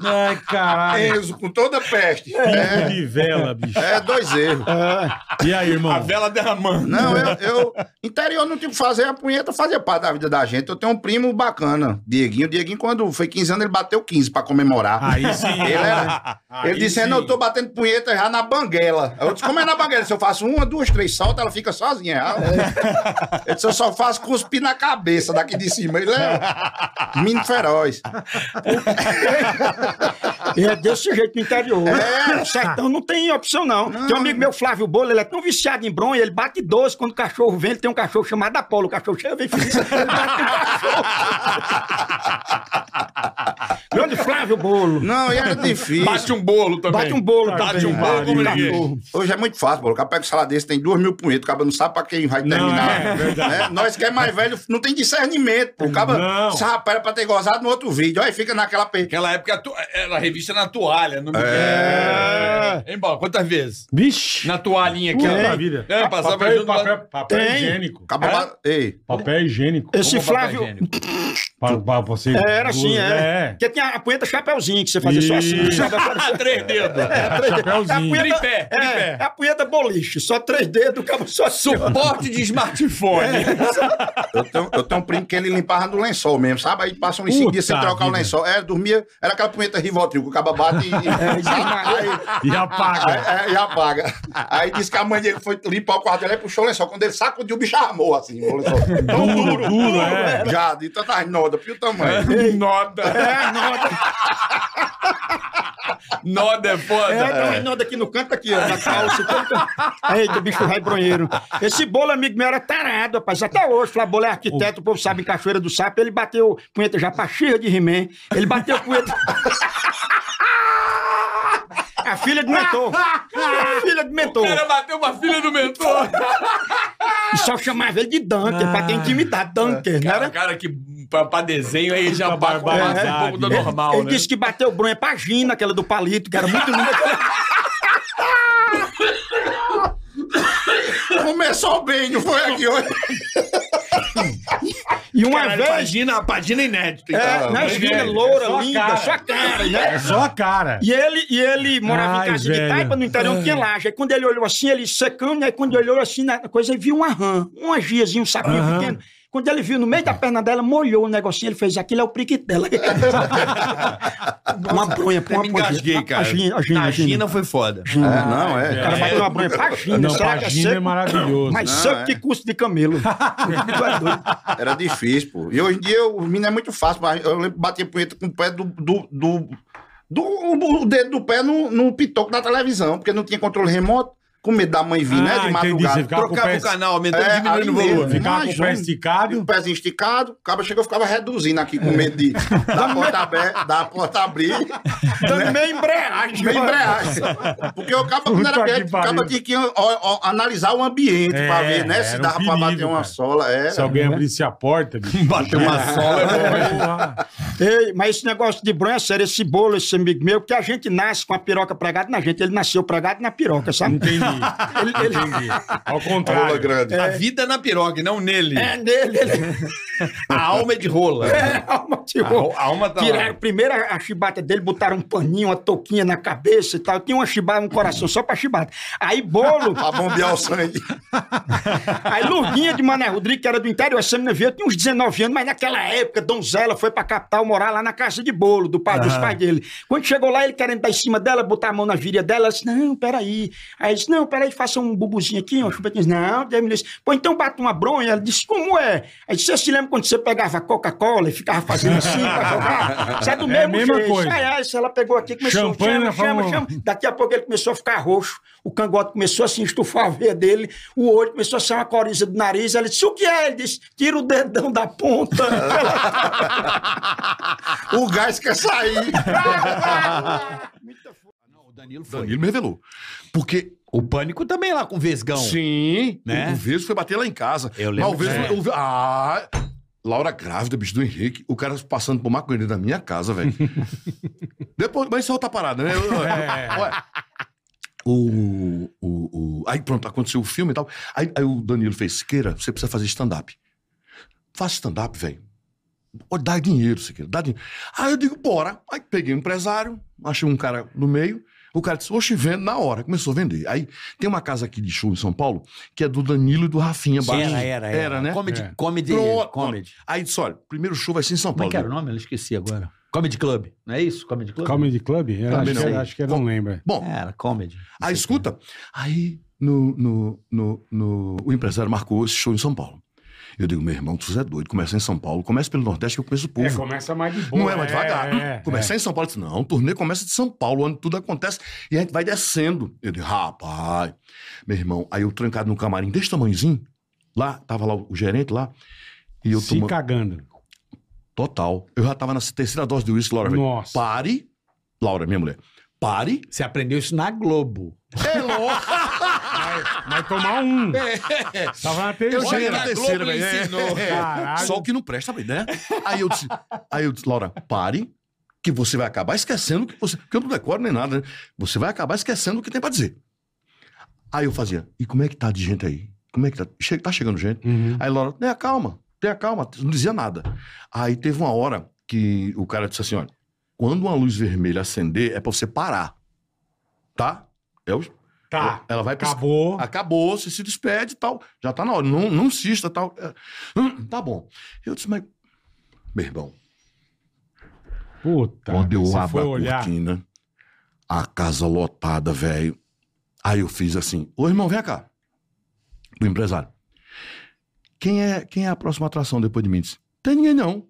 S11: Ai,
S33: caralho.
S11: Enzo, com toda a peste.
S33: Pingo
S11: de vela, bicho. É, dois erros.
S4: É.
S3: E aí, irmão?
S11: A
S3: vela derramando. <laughs>
S11: Não, eu, eu- Interior não tinha o que fazer, a punheta fazia parte da vida da gente. Eu tenho um primo bacana, Dieguinho. Dieguinho, quando foi 15 anos, ele bateu 15 pra comemorar.
S3: Aí sim.
S11: Ele, era,
S3: Aí
S11: ele disse: "É, Não, eu tô batendo punheta já na banguela. Eu disse: Como é na banguela? Se eu faço uma, duas, três saltos, ela fica sozinha.
S3: É.
S11: Eu disse: Eu só faço cuspir na cabeça daqui de cima. Ele é.
S3: <laughs>
S11: Menino feroz.
S33: E é desse jeito no interior. É, no sertão não tem opção, não. Tem um amigo meu, Flávio Bolo, ele é tão viciado em bronha, ele bate doce quando o cachorro vem. Ele tem um cachorro chamado Apolo. O cachorro chega, vem feliz. Ele bate no cachorro. Grande Flávio Bolo.
S11: Não, e era difícil.
S33: Bate
S11: um bolo
S33: também. Bate um bolo
S11: Bate
S33: também.
S11: um bolo
S33: Bate um
S11: como
S33: bolo.
S11: ninguém. Hoje é muito fácil, bolo. O cara pega o saladeiro, tem duas mil punhetas. O cara não sabe pra quem vai terminar.
S3: é verdade.
S11: Né? Nós que é mais velho, não tem discernimento. pô. O cara
S3: Não.
S11: se rapaz era pra ter gozado no outro vídeo. Aí fica naquela... pe-
S3: Naquela época tu- era revista É, na toalha. No...
S11: É.
S3: Hein, Bola? Quantas vezes?
S4: Vixe.
S3: Na toalhinha aqui.
S4: Puta
S3: ó.
S4: vida.
S3: É, passava
S4: Papel-
S3: junto lá-
S4: papel- papel Tem. higiênico. Acabou
S3: É?
S4: ba- Papel higiênico.
S33: Esse Flávio.
S4: Pra, pra você.
S33: É, Era assim, é.
S4: é.
S33: Porque tinha a punheta chapeuzinho que você fazia só assim.
S4: Isso.
S33: sabe?
S3: <laughs> Três dedos.
S33: É, três dedos. É a
S3: Chapeuzinho.
S33: punheta,
S3: Tripé,
S33: é,
S3: tripé.
S33: é a punheta boliche, só três dedos, o cabo só assim, É,
S3: Suporte de smartphone.
S11: Eu tenho, eu tenho um primo que ele limpava no lençol mesmo, sabe? Aí passa uns
S3: Puta
S11: cinco dias sem trocar o
S3: vida.
S11: lençol. É, dormia... Era aquela punheta rivotril, que o cabo bate e...
S33: <laughs> É,
S3: E apaga.
S11: É, é, e apaga. Aí disse que a mãe dele foi limpar o quarto dele, aí puxou o lençol. Quando ele sacudiu, o bicho armou assim. O
S3: <laughs>
S11: lençol. Tão duro, duro,
S3: é.
S11: Já, de tantas nodas, pio tamanho.
S3: Noda.
S11: É,
S33: noda.
S3: Noda é foda.
S33: É, tem uma noda aqui no canto, aqui, ó, na calça. todo- Eita, bicho vai bronheiro. Esse bolo, amigo meu, era tarado, rapaz. Até hoje, Flávio Bolo é arquiteto, o povo sabe, em Cachoeira do Sapo, ele bateu punheta já pra Xirra de He-Man. Ele bateu punheta... É A filha do mentor. É A filha do mentor.
S3: O cara bateu uma filha do mentor.
S33: E só chamava ele de Dunker, pra ter intimidade. Dunker, né?
S3: Cara, cara que pra, pra desenho aí já bate um pouco do
S33: Ele-
S3: normal,
S33: ele,
S3: né?
S33: disse que bateu o Brunha pra Gina, aquela do palito, que era muito linda.
S11: <laughs>
S3: <laughs>
S11: Começou bem, não foi aqui hoje.
S33: E uma vez-
S3: Pagina, pagina inédita.
S33: É,
S35: então.
S33: né, Gina, loura, linda, só a cara,
S3: É
S35: É
S33: né?
S4: Só a cara.
S33: E
S35: <laughs>
S33: ele, e ele morava
S4: Ai,
S33: em casa
S4: velho.
S33: de taipa, no interior não
S3: Ah.
S33: tinha laje. Aí quando ele olhou assim, ele secando, aí quando ele olhou assim na coisa, ele viu uma rã, uma giazinha, um sapinho
S4: Aham.
S33: pequeno. Quando ele viu no meio da perna dela, molhou o negocinho, ele fez aquilo, é o priquito dela. uma bronha, pô,
S3: Eu
S33: uma
S3: me
S33: bronha.
S3: engasguei, cara.
S33: A Gina, a Gina,
S3: Na
S33: a Gina.
S3: Gina foi foda.
S33: Gina.
S3: Ah, não, é.
S33: O cara
S3: É.
S33: bateu uma bronha pra Gina,
S3: Não,
S33: será
S3: pra
S33: que é
S3: Gina é
S33: seco?
S3: maravilhoso.
S33: Mas
S11: Não,
S33: seco
S11: é.
S33: que custo de
S3: <laughs>
S33: camelo.
S11: Era difícil, pô. E hoje em dia o menino é muito fácil, mas eu lembro bater punheta com o pé do. do, do, do- o dedo do pé no, no pitoco da televisão, porque não tinha controle remoto, com medo da mãe vir, né?
S4: Ah,
S11: De
S4: entendi, você
S11: madrugada.
S4: ficava com o pé- É,
S11: diminuindo
S4: ali mesmo. Ficava com o pé
S11: esticado. O pezinho esticado, o cabo chegou, eu ficava reduzindo aqui com medo
S4: <laughs>
S11: de da porta aberta, da porta abrir. né?
S33: Dando meio embreagem.
S11: Meio embreagem. Porque o cabo, quando era
S3: Puta que
S11: criança, o cabo
S3: pariu.
S11: tinha que ó, ó, analisar o ambiente pra
S4: É,
S11: ver, né? Se
S4: era um
S11: dava pra
S4: perigo,
S11: bater uma
S4: cara.
S11: sola. Era,
S4: Se alguém
S11: né?
S4: abrisse a porta, bicho. É.
S11: Bateu uma sola,
S33: É.
S11: é né?
S33: Ei, mas esse negócio de bronha, sério, esse bolo, esse amigo meu, que a gente nasce com a piroca pregada na gente, ele nasceu pregado na piroca, sabe?
S4: Entendi.
S33: Entendi.
S4: Ao
S33: Rola grande.
S3: A vida é na piroca, e não nele.
S33: É, nele. ele-
S3: <laughs> A alma é de rola.
S33: É, a alma de
S3: A ro-
S33: rola.
S3: a alma tá lá.
S33: Tiraram primeiro a, a chibata dele, botaram um paninho, uma touquinha na cabeça e tal. Tinha uma chibata, um coração só pra chibata. Aí bolo.
S3: <laughs>
S11: pra bombear o sangue.
S33: Aí Luvinha de Mané Rodrigues, que era do interior, essa menina veio, eu tinha uns 19 anos, mas naquela época, donzela foi pra capital morar lá na casa de bolo do pai, dos
S25: Aham.
S33: pais dele. Quando chegou lá, ele querendo dar em cima dela, botar a mão na virilha dela, ela disse, não, peraí. Aí ele disse, não,
S21: não, peraí, faça um bubuzinho aqui,
S4: É.
S21: uma chupetinha. Não, Deus me livre. Pô, então bate uma bronha. Ela disse, como é? Aí disse, você se lembra quando você pegava Coca-Cola e ficava fazendo assim pra
S4: <laughs>
S21: jogar? Isso é do
S4: É a
S21: mesmo
S4: mesma
S21: jeito.
S4: coisa.
S21: Aí, aí, se ela pegou aqui, começou,
S4: Champanhe
S21: chama,
S4: na
S21: chama,
S4: fama-
S21: chama. Daqui a pouco ele começou a ficar roxo. O cangote começou a se estufar a veia dele. O olho começou a sair uma coriza do nariz. Ela disse, o que é? Ele disse, tira o dedão da ponta.
S8: <laughs> o gás quer sair.
S27: O Danilo
S35: foi. Danilo me revelou. Porque.
S27: O pânico também lá com o Vesgão.
S35: Sim.
S27: Né?
S35: O, o Vesgo foi bater lá em casa. Eu
S27: lembro
S35: Mas o Vesgo.
S27: disso.
S35: o Ve- ah! Laura grávida, bicho do Henrique, o cara passando por maconha na minha casa,
S27: <laughs>
S35: velho. Depois, mas isso é outra parada, né? Eu- eu-
S27: É.
S35: Ué, o, o, o- aí pronto, aconteceu o filme e tal. Aí, aí o Danilo fez, Siqueira, você precisa fazer stand-up. Faça stand-up, velho. Ô, Dá dinheiro, Siqueira, dá dinheiro. Aí eu digo, bora. Aí peguei um empresário, achei um cara no meio. O cara disse, oxe, vendo na hora. Começou a vender. Aí tem uma casa aqui de show em São Paulo, que é do Danilo e do Rafinha
S3: Sim,
S35: Bastos.
S3: era, era, era.
S35: né?
S3: Comedy-
S35: É.
S3: comedy-
S35: Pronto,
S3: comedy.
S35: pronto. Aí disse, olha, primeiro show vai ser em São
S3: Como é
S35: Paulo. né?
S3: que era o nome? Eu esqueci agora. Comedy Club, não é isso? Comedy Club?
S4: Comedy Club?
S35: Também
S4: É, acho,
S35: não.
S4: Que, era- acho que era, não lembro.
S35: Bom.
S3: É, Era comedy.
S35: Aí escuta, aí no, no, no, no- o empresário marcou esse show em São Paulo. Eu digo, meu irmão, tu é doido, começa em São Paulo, começa pelo Nordeste que eu conheço o povo.
S4: É, começa mais de boa.
S35: Não é mais
S4: é,
S35: devagar.
S4: é,
S35: começar
S4: é.
S35: em São Paulo, eu disse, não, o turnê começa de São Paulo, onde tudo acontece, e a gente vai descendo. Eu digo, rapaz, meu irmão, aí eu trancado num camarim desse tamanhozinho, lá, tava lá o gerente lá, e eu
S4: Se cagando.
S35: Total. Eu já tava na terceira dose do uísque, Laura. velho.
S4: Nossa.
S35: Pare, Laura, minha mulher, pare.
S27: Você aprendeu isso na Globo.
S35: É louco.
S4: Vai
S35: <laughs>
S4: tomar um. Tava na
S35: É.
S4: terceira.
S35: Eu já ia na
S4: Olha,
S35: terceira,
S4: a Globo
S35: velho. É,
S4: ensinou.
S35: é, é.
S4: Caralho.
S35: Só o que não presta, velho, né? Aí eu disse, aí eu disse, Laura, pare, que você vai acabar esquecendo que você. Porque eu não decoro nem nada, né? Você vai acabar esquecendo o que tem pra dizer. Aí eu fazia, e como é que tá de gente aí? Como é que tá? Che- tá chegando gente?
S4: Uhum.
S35: Aí Laura, tenha calma, tenha calma, não dizia nada. Aí teve uma hora que o cara disse assim: olha, quando uma luz vermelha acender, é pra você parar. Tá? É o.
S4: Tá.
S35: Ela vai pra-
S4: Acabou.
S35: Acabou, você se despede e tal. Já tá na hora. Não, não insista tal. É, hum, tá bom. Eu disse, mas. Meu irmão.
S4: Puta.
S35: Quando eu
S4: Tá. você
S35: abro
S4: foi
S35: a
S4: olhar.
S35: cortina, a casa lotada, velho. Aí eu fiz assim: Ô irmão, vem cá. Do empresário. Quem é, quem é a próxima atração depois de mim? Disse, Tem ninguém não.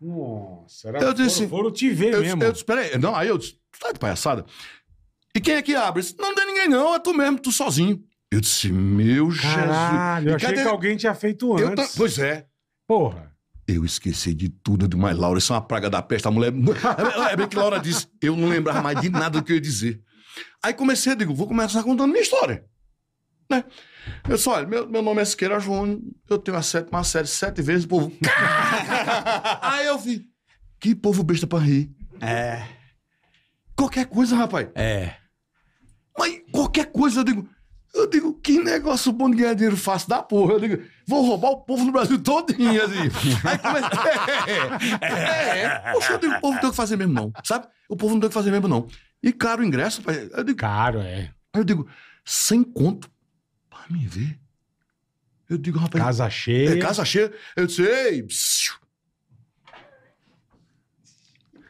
S4: Nossa, era
S35: eu disse.
S4: foram, foram te ver
S35: eu, disse,
S4: mesmo.
S35: Eu disse, peraí. Não, aí eu disse, tu tá de palhaçada? E quem é que abre? Eu disse, Não tem ninguém não, é tu mesmo, tu sozinho. Eu disse, meu
S4: Caralho, eu
S35: Jesus. E
S4: achei
S35: cadê-
S4: que alguém tinha feito
S35: Eu ta-
S4: antes.
S35: Pois é.
S4: Porra.
S35: Eu esqueci de tudo de mais Laura. Isso é uma praga da peste. A mulher. <laughs> É bem que Laura disse. Eu não lembrava mais de nada do que eu ia dizer. Aí comecei, digo, vou começar contando minha história. Né? Eu disse, olha, meu, meu nome é Siqueira Júnior, eu tenho a sétima série sete vezes, o povo. <laughs> Aí eu vi. Que povo besta pra rir. É. Qualquer coisa, rapaz. É. Mas qualquer coisa, eu digo. Eu digo, que negócio bom de ganhar dinheiro fácil da porra. Eu digo, vou roubar o povo do Brasil todinho, <laughs> assim. Aí <laughs> comecei. É, é. Poxa, eu
S30: um
S35: digo, o povo não tem o que fazer mesmo, não. Sabe? O povo não tem o que fazer mesmo, não. E caro o ingresso, pai. Eu digo,
S4: caro, é.
S35: Eu digo, sem conto. Pra me ver. Eu digo, rapaz.
S4: Casa
S35: É,
S4: cheia.
S35: casa cheia. Eu disse, ei. psiu.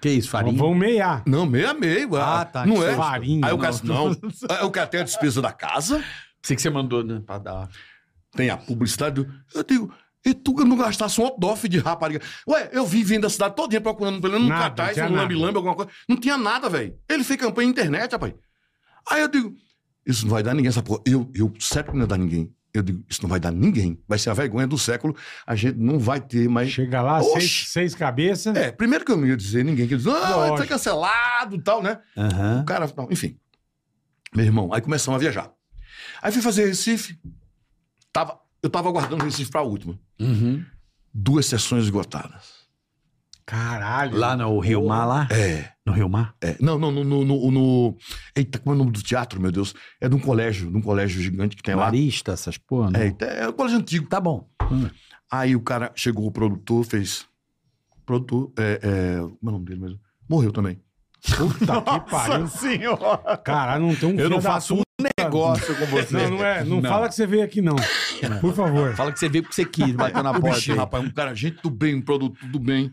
S27: Que isso, farinha?
S4: Vão meiar.
S35: Não, meia, meia. Ah,
S4: tá,
S35: Não
S4: que
S35: é?
S4: farinha,
S35: Aí o cara disse,
S4: não.
S35: não. Aí o cara tem a despesa da casa.
S3: Sei que você mandou, né? Pra dar.
S35: Tem a publicidade. do- Eu digo, e tu não gastasse um off de rapariga? Ué, eu vi vindo da cidade todinha procurando pelo menos um
S4: Nada,
S35: cartaz,
S4: tinha
S35: um
S4: nada.
S35: lambe-lambe, alguma coisa. Não tinha nada, velho. Ele fez campanha na internet, rapaz. Aí eu digo, isso não vai dar ninguém, essa porra. Eu, eu certo que não ia dar ninguém. Eu digo, isso não vai dar ninguém. Vai ser a vergonha do século. A gente não vai ter mais.
S4: Chega lá, seis, seis cabeças.
S35: É, primeiro que eu não ia dizer ninguém que diz, ah, vai ser
S4: Lógico.
S35: cancelado e tal, né? O cara, não, enfim. Meu irmão, aí começamos a viajar. Aí fui fazer Recife. Tava, eu tava aguardando Recife pra última. Duas sessões esgotadas.
S4: Caralho.
S35: Lá no Rio Mar, lá?
S2: <laughs>
S35: É. No Rio Mar? É. Não, não, no, no, no- no- Eita, como é o nome do teatro, meu Deus? É de um colégio, de um colégio gigante que tem lá.
S2: Marista, essas porra. né?
S35: É, é um colégio antigo. Tá bom.
S4: Hum.
S35: Aí o cara chegou, o produtor fez. Produtor. É, é, como é o nome dele mesmo? Morreu também.
S4: Puta que pariu.
S35: senhora!
S4: Caralho, não tem um
S35: Eu não
S4: filho da
S35: faço um
S4: puta.
S35: negócio com você.
S4: Não, não é. Não,
S35: Não.
S4: fala que você veio aqui,
S35: <laughs>
S4: não. Por favor.
S35: Fala que você veio porque você quis,
S4: bateu
S35: <laughs>
S4: na
S35: o
S4: porta
S35: Bichinho,
S4: aí.
S35: rapaz, um cara, gente do bem, um produto do bem.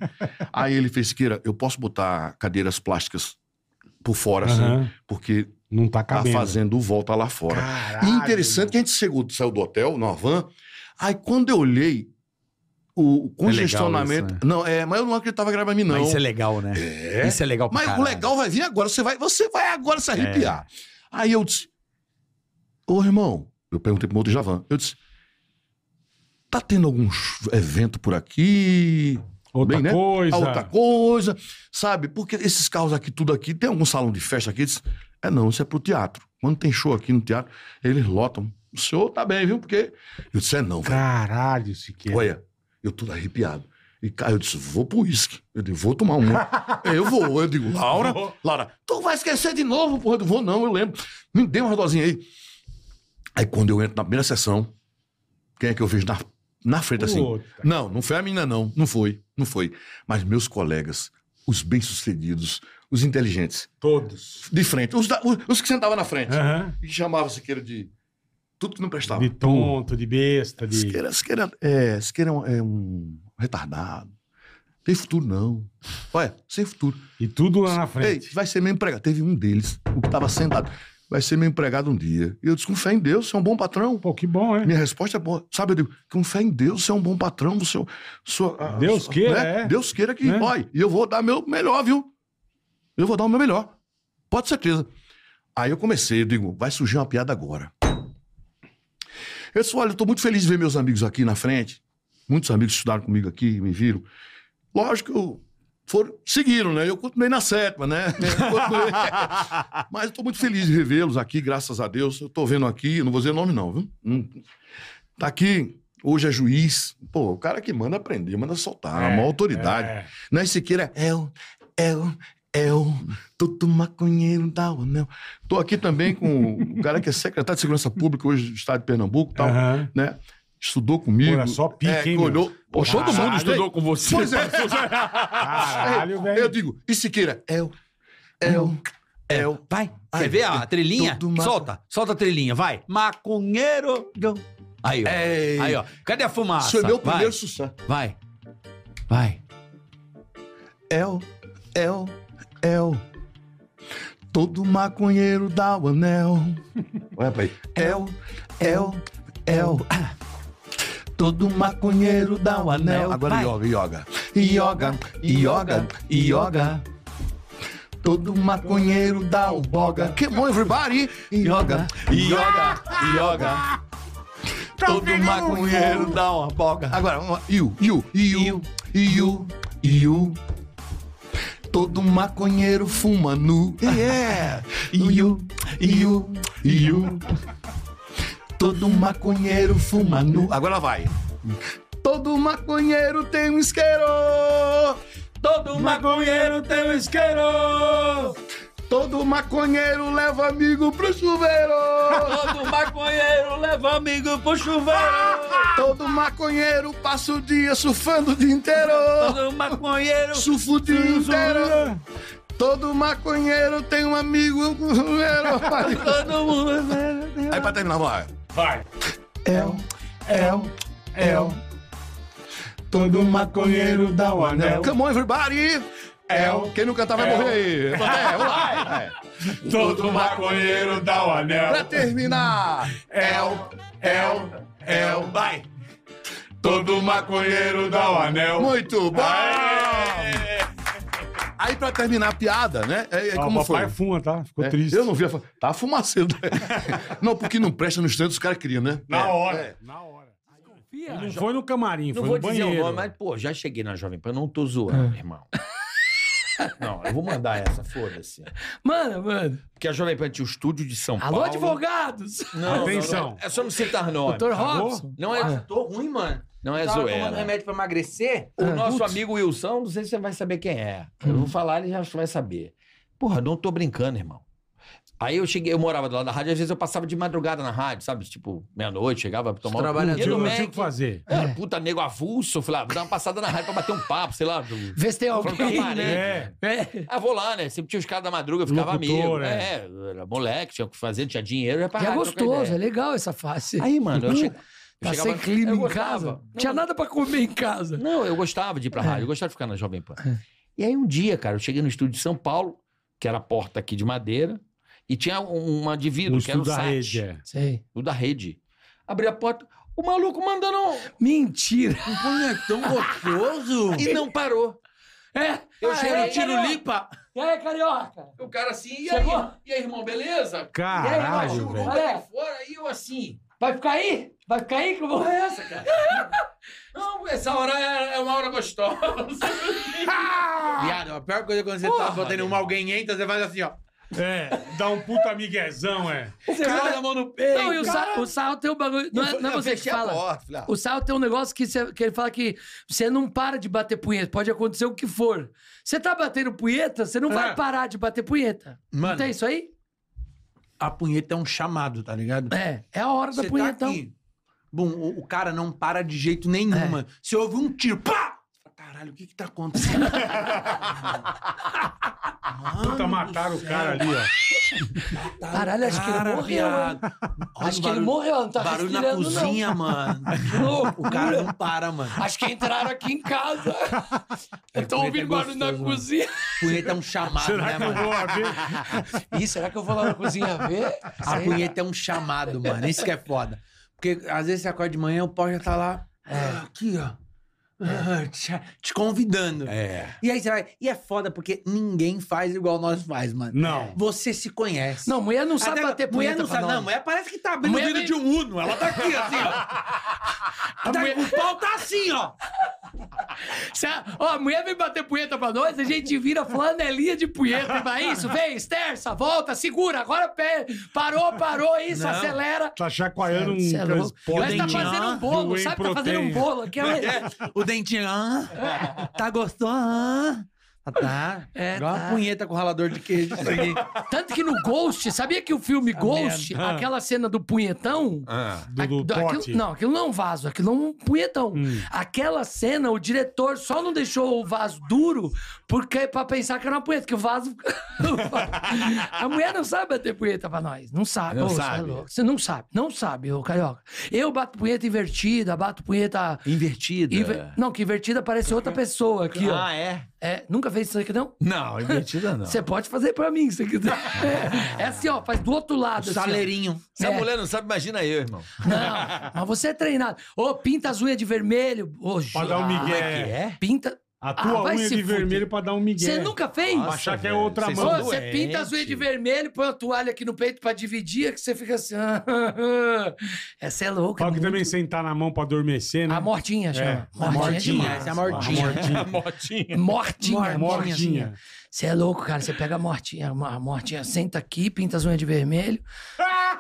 S35: Aí ele fez, Queira, eu posso botar cadeiras plásticas por fora,
S4: Aham.
S35: assim, porque
S4: Não tá cabendo.
S35: Tá fazendo volta lá fora. E interessante que a gente chegou, saiu do hotel, numa van. Aí quando eu olhei, o o congestionamento.
S36: isso, né?
S35: Não, é, mas eu não acreditava que era pra mim, não.
S36: Mas isso é legal, né?
S35: É.
S36: Isso é legal pra
S35: Mas
S36: caralho. É.
S35: o legal vai vir agora. Você vai, você vai agora se arrepiar. Aí eu disse. Ô, irmão, eu perguntei pro outro Javan. Eu disse. Tá tendo algum ch- evento por aqui?
S4: Outra coisa.
S35: Ah, outra coisa. Sabe? Porque esses carros aqui, tudo aqui, tem algum salão de festa aqui? Eu disse, é não, isso é pro teatro. Quando tem show aqui no teatro, eles lotam. O senhor tá bem, viu? Porque. Eu disse, é não, velho.
S4: Caralho, Siqueira.
S35: Olha, eu tudo arrepiado. E cara, eu disse, vou pro uísque. Eu digo, vou tomar um. <laughs> eu vou. Eu digo, Laura, Laura, tu vai esquecer de novo, porra. Eu digo, vou não, eu lembro. Me dê uma dosinha aí. Aí quando eu entro na primeira sessão, quem é que eu vejo na, na frente assim?
S4: Puta.
S35: Não, não foi a menina não. Não foi, não foi. Mas meus colegas, os bem-sucedidos, os inteligentes.
S4: Todos.
S35: De frente. Os, da- os- os que sentavam na frente. E que chamavam Siqueira de... Tudo que não prestava.
S4: De tonto, de besta, Tá de.
S35: Siqueira, Siqueira, é, Siqueira é um, é um retardado. Tem futuro, não. Olha, sem futuro.
S4: E tudo lá na frente.
S35: vai ser meu empregado. Teve um deles, o que estava sentado. Vai ser meu empregado um dia. E eu disse, com fé em Deus, você é um bom patrão.
S4: Pô, que bom, é?
S35: Minha resposta é boa. Sabe, eu digo, com fé em Deus, você é um bom patrão. Você, é um- sua, a-
S4: Deus
S35: sua-
S4: queira,
S35: né?
S4: é.
S35: Deus queira que...
S4: Né?
S35: Olha, e eu vou dar meu melhor, viu? Eu vou dar o meu melhor. Pode ter certeza. Aí eu comecei, eu digo, vai surgir uma piada agora. Eu disse, olha, eu tô muito feliz de ver meus amigos aqui na frente. Muitos amigos estudaram comigo aqui, me viram. Lógico, eu- foram, seguiram, né? Eu continuei na sétima, né? <laughs> Eu continuei. Mas eu tô muito feliz de revê-los aqui, graças a Deus. Eu tô vendo aqui, eu não vou dizer nome não, viu? Hum. Tá aqui, hoje é juiz. Pô, o cara que manda aprender, manda soltar, é uma autoridade. Não é Siqueira, eu, eu, eu, todo maconheiro da Unel. Tô aqui também com o cara que é secretário de Segurança Pública hoje do Estado de Pernambuco e tal,
S4: Aham.
S35: né? Estudou comigo. É,
S4: Pô, era só pique, hein,
S35: que
S4: meu?
S35: olhou. Pô, todo
S4: Caralho.
S35: mundo
S4: Estudou com você,
S35: Pois é.
S4: passou- Caralho, velho.
S35: Eu digo, e Siqueira, eu, eu, eu.
S2: É, Vai,
S35: Ai,
S2: Quer ver a
S35: é
S2: trilhinha?
S35: todo ma-
S2: Solta, solta a trilhinha, vai. Maconheiro. do- Aí, ó.
S35: Ei.
S2: Aí, ó. Cadê a fumaça?
S35: Isso é meu
S2: Vai.
S35: primeiro sucesso.
S2: Vai. Vai.
S35: El, el, el. Todo maconheiro dá o anel. Olha pra aí. El, el, el. Todo maconheiro dá o anel. Agora
S20: Vai.
S35: yoga, yoga. Yoga, yoga, yoga. Todo maconheiro dá o boga. Come on, everybody. Yoga, yoga, yoga. Todo maconheiro dá uma boga. Agora, vamos lá. Iu, iu, iu, iu, iu. Todo maconheiro fuma nu. <laughs> Yeah! Iu, iu, iu. Todo maconheiro fuma nu. Agora vai. Todo maconheiro tem um isqueiro. Todo maconheiro tem um isqueiro. Todo maconheiro leva amigo pro chuveiro. Todo maconheiro leva amigo pro chuveiro. Todo maconheiro passa o dia surfando o dia inteiro. Todo maconheiro surfa o dia inteiro. Todo maconheiro tem um amigo pro chuveiro. <laughs> Todo mundo. é Aí pra terminar, vai. Vai. El, el, el. Todo maconheiro dá o
S3: é
S35: anel. Come on, everybody! El. Quem não cantar tá, vai
S20: El.
S35: morrer aí. É, vamos lá.
S20: Todo maconheiro É dá o anel.
S35: Pra terminar.
S20: El, el, el. um, é Vai. Todo maconheiro dá o anel.
S35: Muito bom! Aí, pra terminar a piada, né? É, é
S4: Ó,
S35: como
S4: o papai
S35: foi?
S4: fuma, tá? Ficou
S35: É,
S4: triste.
S35: Eu não vi a... fu- Tá fumaceiro. não, porque não presta no instante, os caras criam, né?
S4: Na hora.
S2: Na hora.
S4: Ele não foi no camarim,
S2: Não
S4: foi
S2: vou
S4: no
S2: dizer
S4: banheiro.
S2: o nome, mas, pô, já cheguei na Jovem Pan, não tô zoando, irmão. <laughs> Não, eu vou mandar essa, foda-se. Manda, manda. Porque a Jovem Pan tinha o estúdio de São
S20: Alô,
S2: Paulo.
S20: advogados!
S2: Não,
S20: Atenção.
S2: Não, não, é só não citar nome.
S20: Doutor
S2: por favor.
S20: Robson.
S2: Não é.
S37: Ah.
S38: tá
S2: Tô ruim, mano. Não é
S20: Tava
S2: zoeira.
S20: tomando remédio
S2: pra emagrecer. O
S20: Ah,
S2: nosso
S20: putz. Hum.
S2: amigo Wilson, não sei se você vai saber quem é. Eu vou falar, ele já vai saber. Porra, não tô brincando, irmão. Aí eu cheguei, eu morava do lado da rádio, às vezes eu passava de madrugada na rádio, sabe? Tipo, meia-noite, chegava pra tomar um
S4: Não tinha,
S2: Pequeno
S4: não tinha o
S2: Mac,
S4: que fazer.
S20: É.
S2: Cara, puta nego avulso, eu falei, ah, vou dar uma passada na rádio pra bater um papo, sei lá. Do...
S4: Vê se tem
S2: Foi pro
S4: alguém,
S2: camarim.
S4: né?
S2: Ah, vou lá, né? Sempre tinha os caras da madruga, eu ficava
S20: É. Locutor,
S2: amigo.
S20: é.
S2: É, eu era moleque, tinha o que fazer, tinha dinheiro, ia pra
S20: E é
S2: rádio, trocar
S20: gostoso,
S2: ideia.
S20: é legal essa face.
S2: Aí, mano, eu
S39: Uhum.
S20: Não,
S2: chego- eu
S20: Tá
S2: chegava-
S20: sem clima
S2: eu
S20: em
S2: gostava.
S20: casa.
S2: Não,
S20: Tinha nada pra comer em casa.
S2: Não, eu gostava de ir pra rádio, eu gostava de ficar na Jovem Pan. E aí um dia, cara, eu cheguei no estúdio de São Paulo, que era a porta aqui de madeira,
S28: E tinha um- uma de vidro,
S2: O
S28: que era o
S2: estudo da
S28: SAT.
S2: rede, é.
S40: Sei.
S28: O da rede. Abri a porta, o maluco mandando... um
S2: Mentira! Um bonecão gostoso!
S28: E não parou.
S2: É?
S28: Eu
S2: Ah,
S28: cheguei
S2: é,
S28: no tiro
S2: carioca.
S28: limpa.
S2: E aí, carioca?
S28: O cara assim, e aí,
S2: Chegou?
S28: e aí irmão, beleza? e
S2: Caralho,
S28: aí,
S2: velho.
S28: Olha fora, aí eu assim...
S2: Vai ficar aí? Vai ficar aí? Que porra é essa,
S39: <laughs>
S2: cara?
S28: Não, essa hora é é uma hora gostosa.
S13: Viado, a pior coisa é quando você tá botando uma alguém entra, você faz assim, ó.
S4: É, dá um puta miguezão, é.
S13: Você bota a mão no peito.
S39: Não, e o sarro,
S13: Cara.
S39: o sarro tem um bagulho. Não é, não é
S13: Eu
S39: você que
S13: fechei a
S39: fala.
S13: porta, filha.
S39: o sarro tem um negócio que, você- que ele fala que você não para de bater punheta, pode acontecer o que for. Você tá batendo punheta, você não vai
S2: É.
S39: parar de bater punheta. Não
S2: Mano.
S39: tem isso aí?
S2: A punheta é um chamado, tá ligado? tá
S39: É, é a hora da punheta.
S2: Bom, o, o cara não para de jeito
S39: É.
S2: nenhuma. Se houve um tiro, pá! Caralho, o que que tá acontecendo?
S4: Puta, mataram o cara ali, ó.
S39: Caralho, acho que ele morreu. hein? Acho que ele morreu, não tá
S2: Barulho na
S39: respirando, não.
S35: <laughs>
S2: cozinha, mano.
S39: Que louco.
S2: O cara não para, mano.
S39: Acho que entraram aqui em casa. Eu
S2: punheta
S39: tô ouvindo
S2: é
S39: barulho na
S2: gostoso, mano.
S39: cozinha.
S2: <laughs> Punheta é um chamado,
S39: Será
S2: né,
S39: que eu
S2: mano?
S39: vou lá
S2: Ih, será que eu vou lá na cozinha ver?
S13: A punheta é um chamado, mano. Isso que é foda. Porque às vezes você acorda de manhã, o pau já tá lá.
S4: É.
S13: ah, Aqui, ó. Ah, Te, te convidando.
S2: É.
S13: E aí você vai. E é foda porque ninguém faz igual nós faz, mano.
S4: Não.
S13: Você se conhece.
S39: Não, mulher não
S2: sabe bater
S13: mulher
S2: punheta
S13: não
S2: pra
S13: sabe.
S2: nós.
S13: Não, mulher parece que tá abrindo o
S2: Mulher
S13: vidro
S2: vem-
S13: de um Uno. Ela tá aqui, assim, ó.
S39: Tá-
S13: O pau tá assim, ó.
S39: Se a, ó, a mulher vem bater punheta pra nós, a gente vira flanelinha de punheta. E vai isso, vem, esterça, volta, segura, agora pé, parou, parou, isso,
S4: Não.
S39: acelera.
S4: Tá chacoalhando um
S39: Cê é louco.
S4: transporte.
S39: Mas tá fazendo um bolo, sabe? Tá fazendo um <laughs> bolo. Aqui é...
S13: O dentinho, ah, tá gostoso, ah. Ah, Tá.
S39: É,
S13: Igual
S39: tá.
S13: uma punheta com ralador de queijo. isso aqui.
S39: Tanto que no Ghost, sabia que o filme Ghost,
S13: merda.
S39: aquela cena do punhetão,
S2: Ah.
S4: Do, Ah, do
S39: Do- aquilo-
S4: pote.
S39: não, aquilo não é um vaso, aquilo é um punhetão. Aquela cena, o diretor só não deixou o vaso duro porque pra pensar que era uma punheta, que o vaso. <laughs> a mulher não sabe bater punheta pra nós. Não sabe.
S2: Não
S39: Ô, você
S2: sabe.
S39: é louco. Você não sabe, não sabe, ô carioca. Eu bato punheta invertida, bato punheta.
S2: Invertida?
S39: Inver- Não, que invertida
S2: <laughs>
S39: parece outra pessoa aqui, ó.
S2: Ah, é?
S39: É, nunca fez isso aqui, não?
S2: Não, invertida não.
S39: Você pode fazer pra mim,
S2: <laughs>
S39: se quiser. É, assim, ó, faz do outro lado. assim, ó.
S13: Saleirinho.
S28: Se a
S39: É.
S28: mulher não sabe, imagina eu, irmão.
S13: <laughs>
S39: Não, mas você é treinado. Ô, pinta as unhas de vermelho. Ô, Ah,
S4: Pra dar um migué.
S39: é Pinta. Ah,
S4: A tua unha de vermelho pra dar um migué.
S39: Você nunca fez?
S4: Achar que é outra
S39: Ô,
S4: mão.
S39: Você pinta as unhas de vermelho, põe a toalha aqui no peito pra dividir, que você fica assim. ah, ah, ah. <laughs> Essa é louca.
S4: Fala que também sentar na mão pra adormecer, né? A
S39: mortinha
S4: chama.
S39: A mortinha, essa é <laughs> a
S4: A
S39: mortinha. mortinha.
S4: mortinha.
S39: Mortinha.
S4: Mortinha.
S39: Você é louco, cara. Você pega a mortinha, uma- a mortinha, senta aqui, pinta as unhas
S13: <laughs>
S39: de vermelho,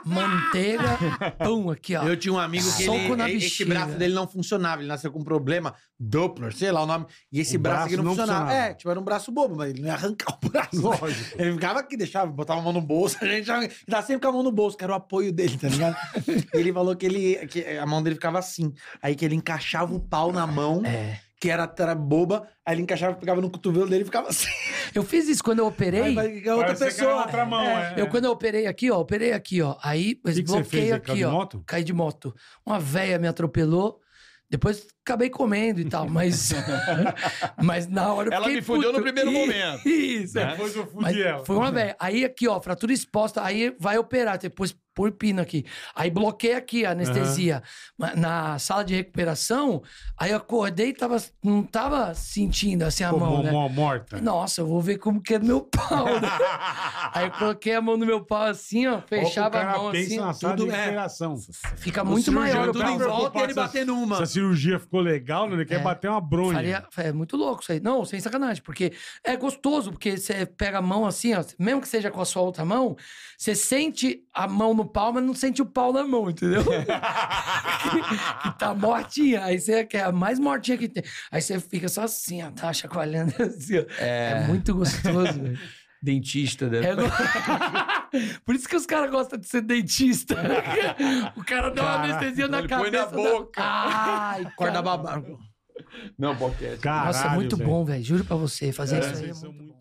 S39: manteiga, pum, aqui, ó.
S13: Eu tinha um amigo que
S39: Soco
S13: ele,
S39: na
S13: e- esse
S39: bexiga.
S13: braço dele não funcionava. Ele nasceu com um problema, Doppler, sei lá o nome. E esse
S39: O
S41: Um
S13: braço, aqui
S39: braço
S13: não,
S39: não
S13: funcionava.
S39: funcionava. É.
S13: É, tipo, era um braço bobo, mas ele não ia arrancar o <laughs> braço. Lógico. Ele ficava aqui, deixava, botava a mão no bolso, a gente já- ele tava sempre com a mão no bolso, que era o apoio dele, tá
S4: <laughs>
S13: ligado? E ele falou que ele. que a mão dele ficava assim. Aí que ele encaixava o pau na mão.
S4: É.
S13: Que era, era boba, aí ele encaixava, pegava no cotovelo dele e ficava assim.
S39: Eu fiz isso quando eu operei.
S13: Aí vai ficar outra
S39: Parecia que era
S13: pessoa.
S39: outra mão,
S13: É.
S39: Eu, quando eu operei aqui, ó, operei aqui, ó. Aí eu
S13: que você fez?
S39: desbloqueei
S13: Caiu
S39: aqui,
S13: de
S39: ó.
S13: moto?
S39: Caí de moto. Uma véia me atropelou. Depois acabei comendo e tal,
S13: <laughs>
S39: mas. <laughs> mas na hora eu
S28: Ela
S39: fiquei
S28: me fudeu
S39: puto.
S28: no primeiro
S39: Ih,
S28: momento.
S39: Isso.
S28: Né? Depois eu fudi
S39: Mas
S28: ela.
S39: Foi uma véia. Aí aqui, ó, fratura exposta. Aí vai operar, depois por pino aqui. Aí bloqueei aqui a anestesia. Ma- Na sala de recuperação, aí eu acordei e tava, não tava sentindo assim a
S4: Pô,
S39: mão.
S4: mó-
S39: né?
S4: mó morta.
S39: Nossa, eu vou ver como que é do meu pau. né?
S4: <laughs>
S39: Aí eu coloquei a mão no meu pau assim, ó, fechava
S4: Olha o
S39: a
S4: cara
S39: mão
S4: pensa
S39: assim.
S4: na sala
S39: tudo
S4: de
S39: é.
S4: recuperação.
S39: Fica
S4: O
S39: muito
S4: cirurgião
S39: maior o
S4: tá
S39: pau.
S4: preocupado se a- Se a cirurgia ficou legal, né? Ele quer
S39: É.
S4: bater uma bronha.
S39: Faria- é muito louco isso aí. Não, sem sacanagem, porque é gostoso, porque você pega a mão assim, ó, mesmo que seja com a sua outra mão, você sente a mão no pau, mas não sente o pau na
S4: <laughs>
S39: mão, entendeu? <laughs> que, que tá mortinha. Aí você quer a mais mortinha que tem. Aí você fica só assim, ó, tá chacoalhando assim, ó. É, muito gostoso, velho.
S28: <laughs> Dentista, né?
S39: É go- <laughs> Por isso que os caras gostam de ser dentista. <laughs> o cara dá uma
S28: Caraca.
S39: anestesia na
S28: então Ele põe
S39: cabeça.
S28: na
S39: da-
S28: boca.
S39: Ai,
S13: Corda
S39: cara.
S13: babá.
S28: Não, boquete.
S39: Nossa, é muito bom, velho. Juro pra você. Fazer
S28: É,
S39: isso aí.
S28: vocês
S39: é
S28: são
S39: muito-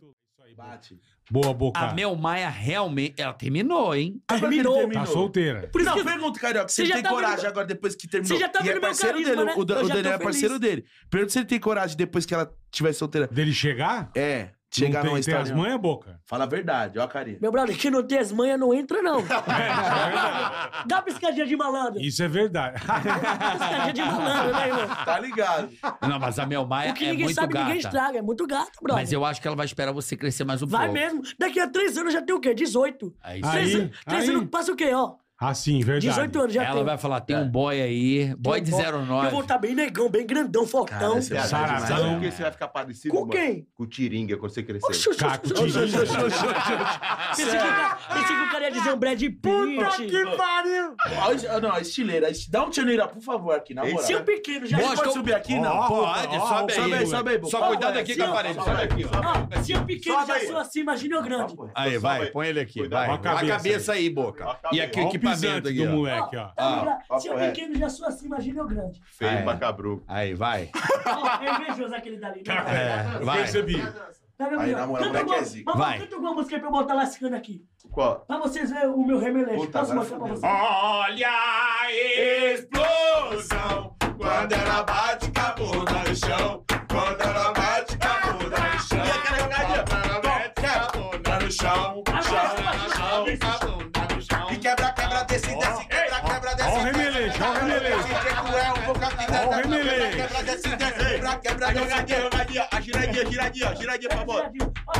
S4: Boa boca.
S2: A Mel Maia realmente. Ela terminou, hein?
S4: Terminou. Tá solteira.
S2: Por isso que eu
S13: pergunto, Carioca,
S2: Você já tá vendo-
S13: agora depois que
S2: Você já tá
S13: E <laughs>
S2: vendo
S13: é
S2: meu
S13: parceiro
S2: carisma,
S13: dele,
S2: né?
S13: o, Dan-
S2: Eu
S13: o
S2: já tô
S13: Daniel é parceiro
S2: feliz.
S13: dele. Pergunta se ele tem coragem depois que ela tiver solteira.
S4: Dele chegar?
S13: É.
S17: Chegar
S4: tem-
S17: numa
S4: tem
S17: história.
S4: as manhas, Boca?
S17: Fala a verdade, ó a carinha.
S39: Meu brother, que não tem as manhas não
S4: <laughs>
S39: entra,
S4: É,
S39: não. Dá piscadinha de malandro.
S4: Isso é
S39: <laughs>
S4: verdade.
S39: Piscadinha de malandro, né, irmão?
S17: Tá ligado.
S2: Não, mas a Mel Maia
S39: O que
S2: é
S39: ninguém
S2: muito
S39: sabe,
S2: gata.
S39: ninguém estraga. É muito gato, brother.
S2: Mas eu acho que ela vai esperar você crescer mais um
S39: Vai
S2: pouco.
S39: mesmo. Daqui a três anos já tem o quê? 18.
S2: Aí sim.
S39: três
S2: Aí,
S39: anos, três
S2: aí.
S39: anos passa o quê, ó?
S4: Assim, verdade. É.
S39: 18 anos já
S2: Ela
S39: tem.
S2: vai falar, tem um boy aí, boy de
S18: Então,
S39: Eu vou-
S2: 09.
S39: Eu vou estar bem negão, bem grandão, fortão.
S2: Cara, esse é
S39: Saradão.
S2: demais, né?
S18: Por que você vai ficar parecido
S39: Com
S18: mano,
S39: quem?
S18: então com o Tiringa quando você crescer?
S39: Oxi, oxi, oxi, oxi, oxi, oxi, oxi, Pensei que o cara- pensei que o cara ia dizer um Brad Pitt.
S17: Puta que pariu! Ó, Não, a estileira. a esti- Dá um tiro no Irá, por favor, aqui, na moral.
S39: Esse é o pequeno, já-
S17: Ele pode
S39: Mostra o-
S17: subir aqui? Não.
S39: Ó,
S17: Pode,
S39: ó,
S17: sobe aí.
S39: sobe aí,
S17: sobe aí.
S39: Só cuidado aqui com a parede, sobe aqui, Ó, se eu pequeno já sou assim, imagina eu grande.
S8: Aí, vai, põe ele aqui, vai.
S17: Ó a cabeça
S8: a cabeça aí, boca. E aqui o
S17: Ó o
S8: equipamento
S17: pisante
S8: aqui,
S17: do
S8: ó.
S17: moleque, Ah, ó.
S2: Ah,
S39: Tá ligado?
S8: Ó,
S39: se eu
S8: papo reto.
S39: pequeno já sou assim, imagina
S17: <laughs>
S39: eu grande.
S8: Feio pra cabru. Aí, vai.
S39: Ó, é invejoso aquele dali. né?
S8: É, vai.
S39: Tá, meu
S8: Aí,
S39: amigo?
S8: na moral,
S39: Canta
S8: moleque é
S39: uma-
S8: zica.
S39: Mamãe,
S8: Vai.
S39: Canta uma música pra eu botar lascando aqui.
S18: Qual?
S39: Pra vocês verem o meu remeleixo.
S18: Puta,
S39: Posso
S18: agora
S39: mostrar pra vocês?
S3: Olha a explosão quando ela bate com a bunda no chão. Quando ela bate com a é bunda no chão. Quando ela mete com a bunda no chão. Chão, chão, com a bunda no chão. é E quebra, quebra, desce, desce, quebra, quebra, desce. Olha o remeleixo, olha o remeleixo.
S39: é um
S3: Olha o remeleixo. Quebra, desce, desce, quebra, quebra, desce. Jogadinha, jogadinha. A giradinha, giradinha, giradinha, por favor.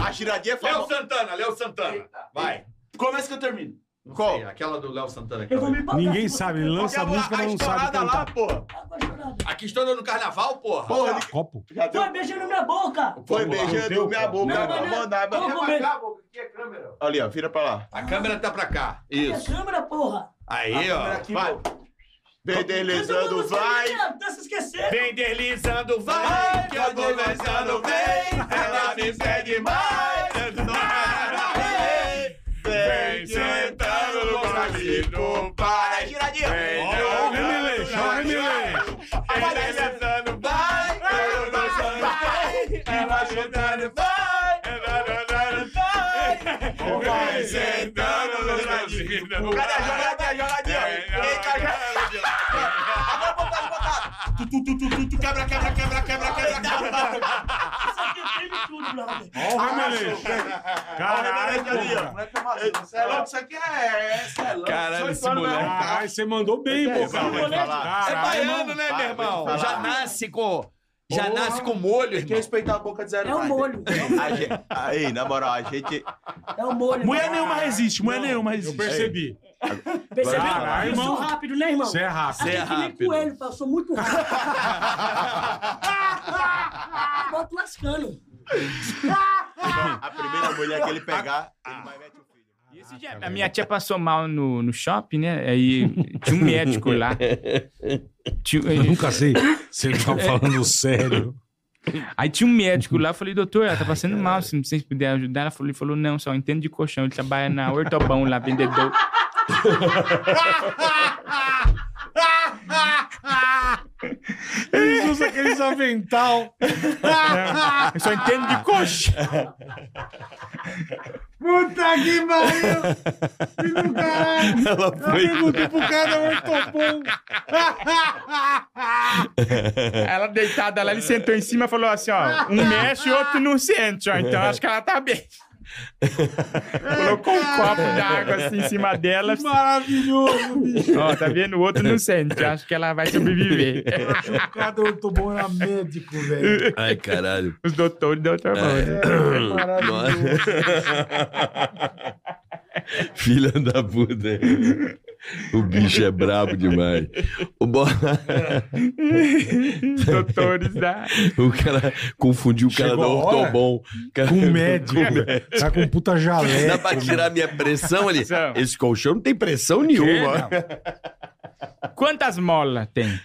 S3: A giradinha, por favor. Léo Santana, Léo Santana. Vai. Começa que eu termino. Qual? aquela do Léo Santana.
S39: Eu vou me pagar.
S4: Ninguém sabe, ele lança a
S3: Aquela-
S4: música,
S3: a
S4: mas não sabe
S3: estourada lá,
S4: cantar.
S3: porra. Aqui estourou no carnaval, porra.
S4: Copo.
S39: Foi beijando minha boca.
S18: Foi beijando minha boca.
S39: é um Não, mas
S18: pra
S39: não-
S18: mandar-
S39: Vamos
S18: Vira
S39: comer.
S18: pra cá, boca. Aqui é câmera. Ali, ó, vira pra lá.
S3: A câmera tá pra cá.
S39: Minha câmera, porra.
S3: Aí, ó. vai. Vem deslizando,
S39: Você
S3: vai.
S39: não Tá se esquecendo.
S3: Vem deslizando, vai. Que eu vou beijando, vem. Ela me pede mais. Vem sentando no banquinho, vai. Giradinha. Vem remeleixo, olha o remeleixo. Vem deslizando, vai. Eu vou dançando, vai. Ela chutando, vai. Ela dançando, vai. Vem sentando no banquinho. Cadê a jogadinha, jogadinha? Vem cá, Tá jogadinha. é, Tu, tu, tu, tu, tu, tu, quebra, quebra, quebra, quebra, quebra, quebra.
S39: Isso aqui eu tenho de tudo, brother.
S3: Ó o remeleixo.
S4: Caralho, porra.
S3: é Caralho, isso aqui é... isso é louco.
S4: Caralho, tá-
S3: esse moleque. tá
S4: Caralho, você mandou bem, Boca.
S3: É baiano, né, meu irmão? Já
S2: nasce com...
S3: Já nasce com molho, irmão. Tem que
S18: respeitar a boca de zero.
S39: É
S3: né?
S39: o molho.
S18: A gente- Aí, na moral, a gente.
S39: É o molho.
S18: Mulher
S39: irmão.
S18: nenhuma resiste, mulher nenhuma
S39: eu
S18: resiste.
S39: percebi.
S18: Percebeu?
S39: eu sou rápido, né, irmão?
S18: Você é rápido.
S39: Aqui
S18: Você é
S39: que nem
S18: rápido.
S39: coelho, pô, eu sou muito rápido. <laughs> Boto lascando.
S18: A primeira mulher que ele pegar, ele vai meter o filho.
S28: A minha tia passou mal no, no shopping, né? Aí tinha um médico <laughs> lá. um-
S4: Eu nunca sei se ele tá <laughs> falando sério.
S28: É. Aí tinha um médico lá, eu falei, doutor, ela tá passando mal, se vocês puderem ajudar. Ela falou, ele falou, não, só um entendo de colchão, ele trabalha na Hortobão lá, <laughs> vendedor.
S4: Eles usam aqueles avental.
S28: Eu só entendo de coxa.
S4: Puta que pariu! Filho do caralho!
S28: Ela foi-
S4: Eu perguntei pro cara, mas tô
S28: <laughs>
S4: bom.
S28: Ela deitada lá, ele sentou em cima e falou assim, ó, um mexe e outro não sente, ó. Então acho que ela tá bem. Colocou um copo d'água assim em cima dela.
S4: Maravilhoso, bicho.
S28: Ó, tá vendo? O outro não sente. Acho que ela vai sobreviver.
S4: O cara do outro bom era médico, velho.
S28: Ai,
S3: <laughs>
S28: caralho. Os doutores da outra
S18: É.
S28: mão.
S3: né?
S18: <clears throat> Filha da puta. O bicho é brabo demais. O bola.
S28: Doutores da.
S18: O cara confundiu o cara
S4: Chegou
S18: da
S4: a hora?
S18: Ortobon. Cara-
S4: Com um médico.
S18: com médico.
S4: Tá com um puta jalé.
S18: Dá pra tirar minha pressão ali? Esse colchão não tem pressão nenhuma.
S4: <laughs>
S28: Quantas molas tem?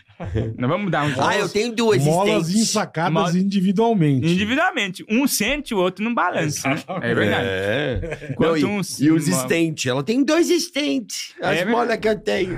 S28: Nós vamos dar um
S18: Ah, eu tenho duas
S4: Molas
S28: existentes.
S4: ensacadas
S28: Mola-
S4: individualmente.
S28: Individualmente. Um sente, o outro não balança. né? É verdade. um
S18: É.
S28: Enquanto
S18: Não, e,
S28: uns-
S18: e os
S28: uma-
S18: estentes. Ela tem dois estentes. As
S28: É
S18: molas que eu tenho.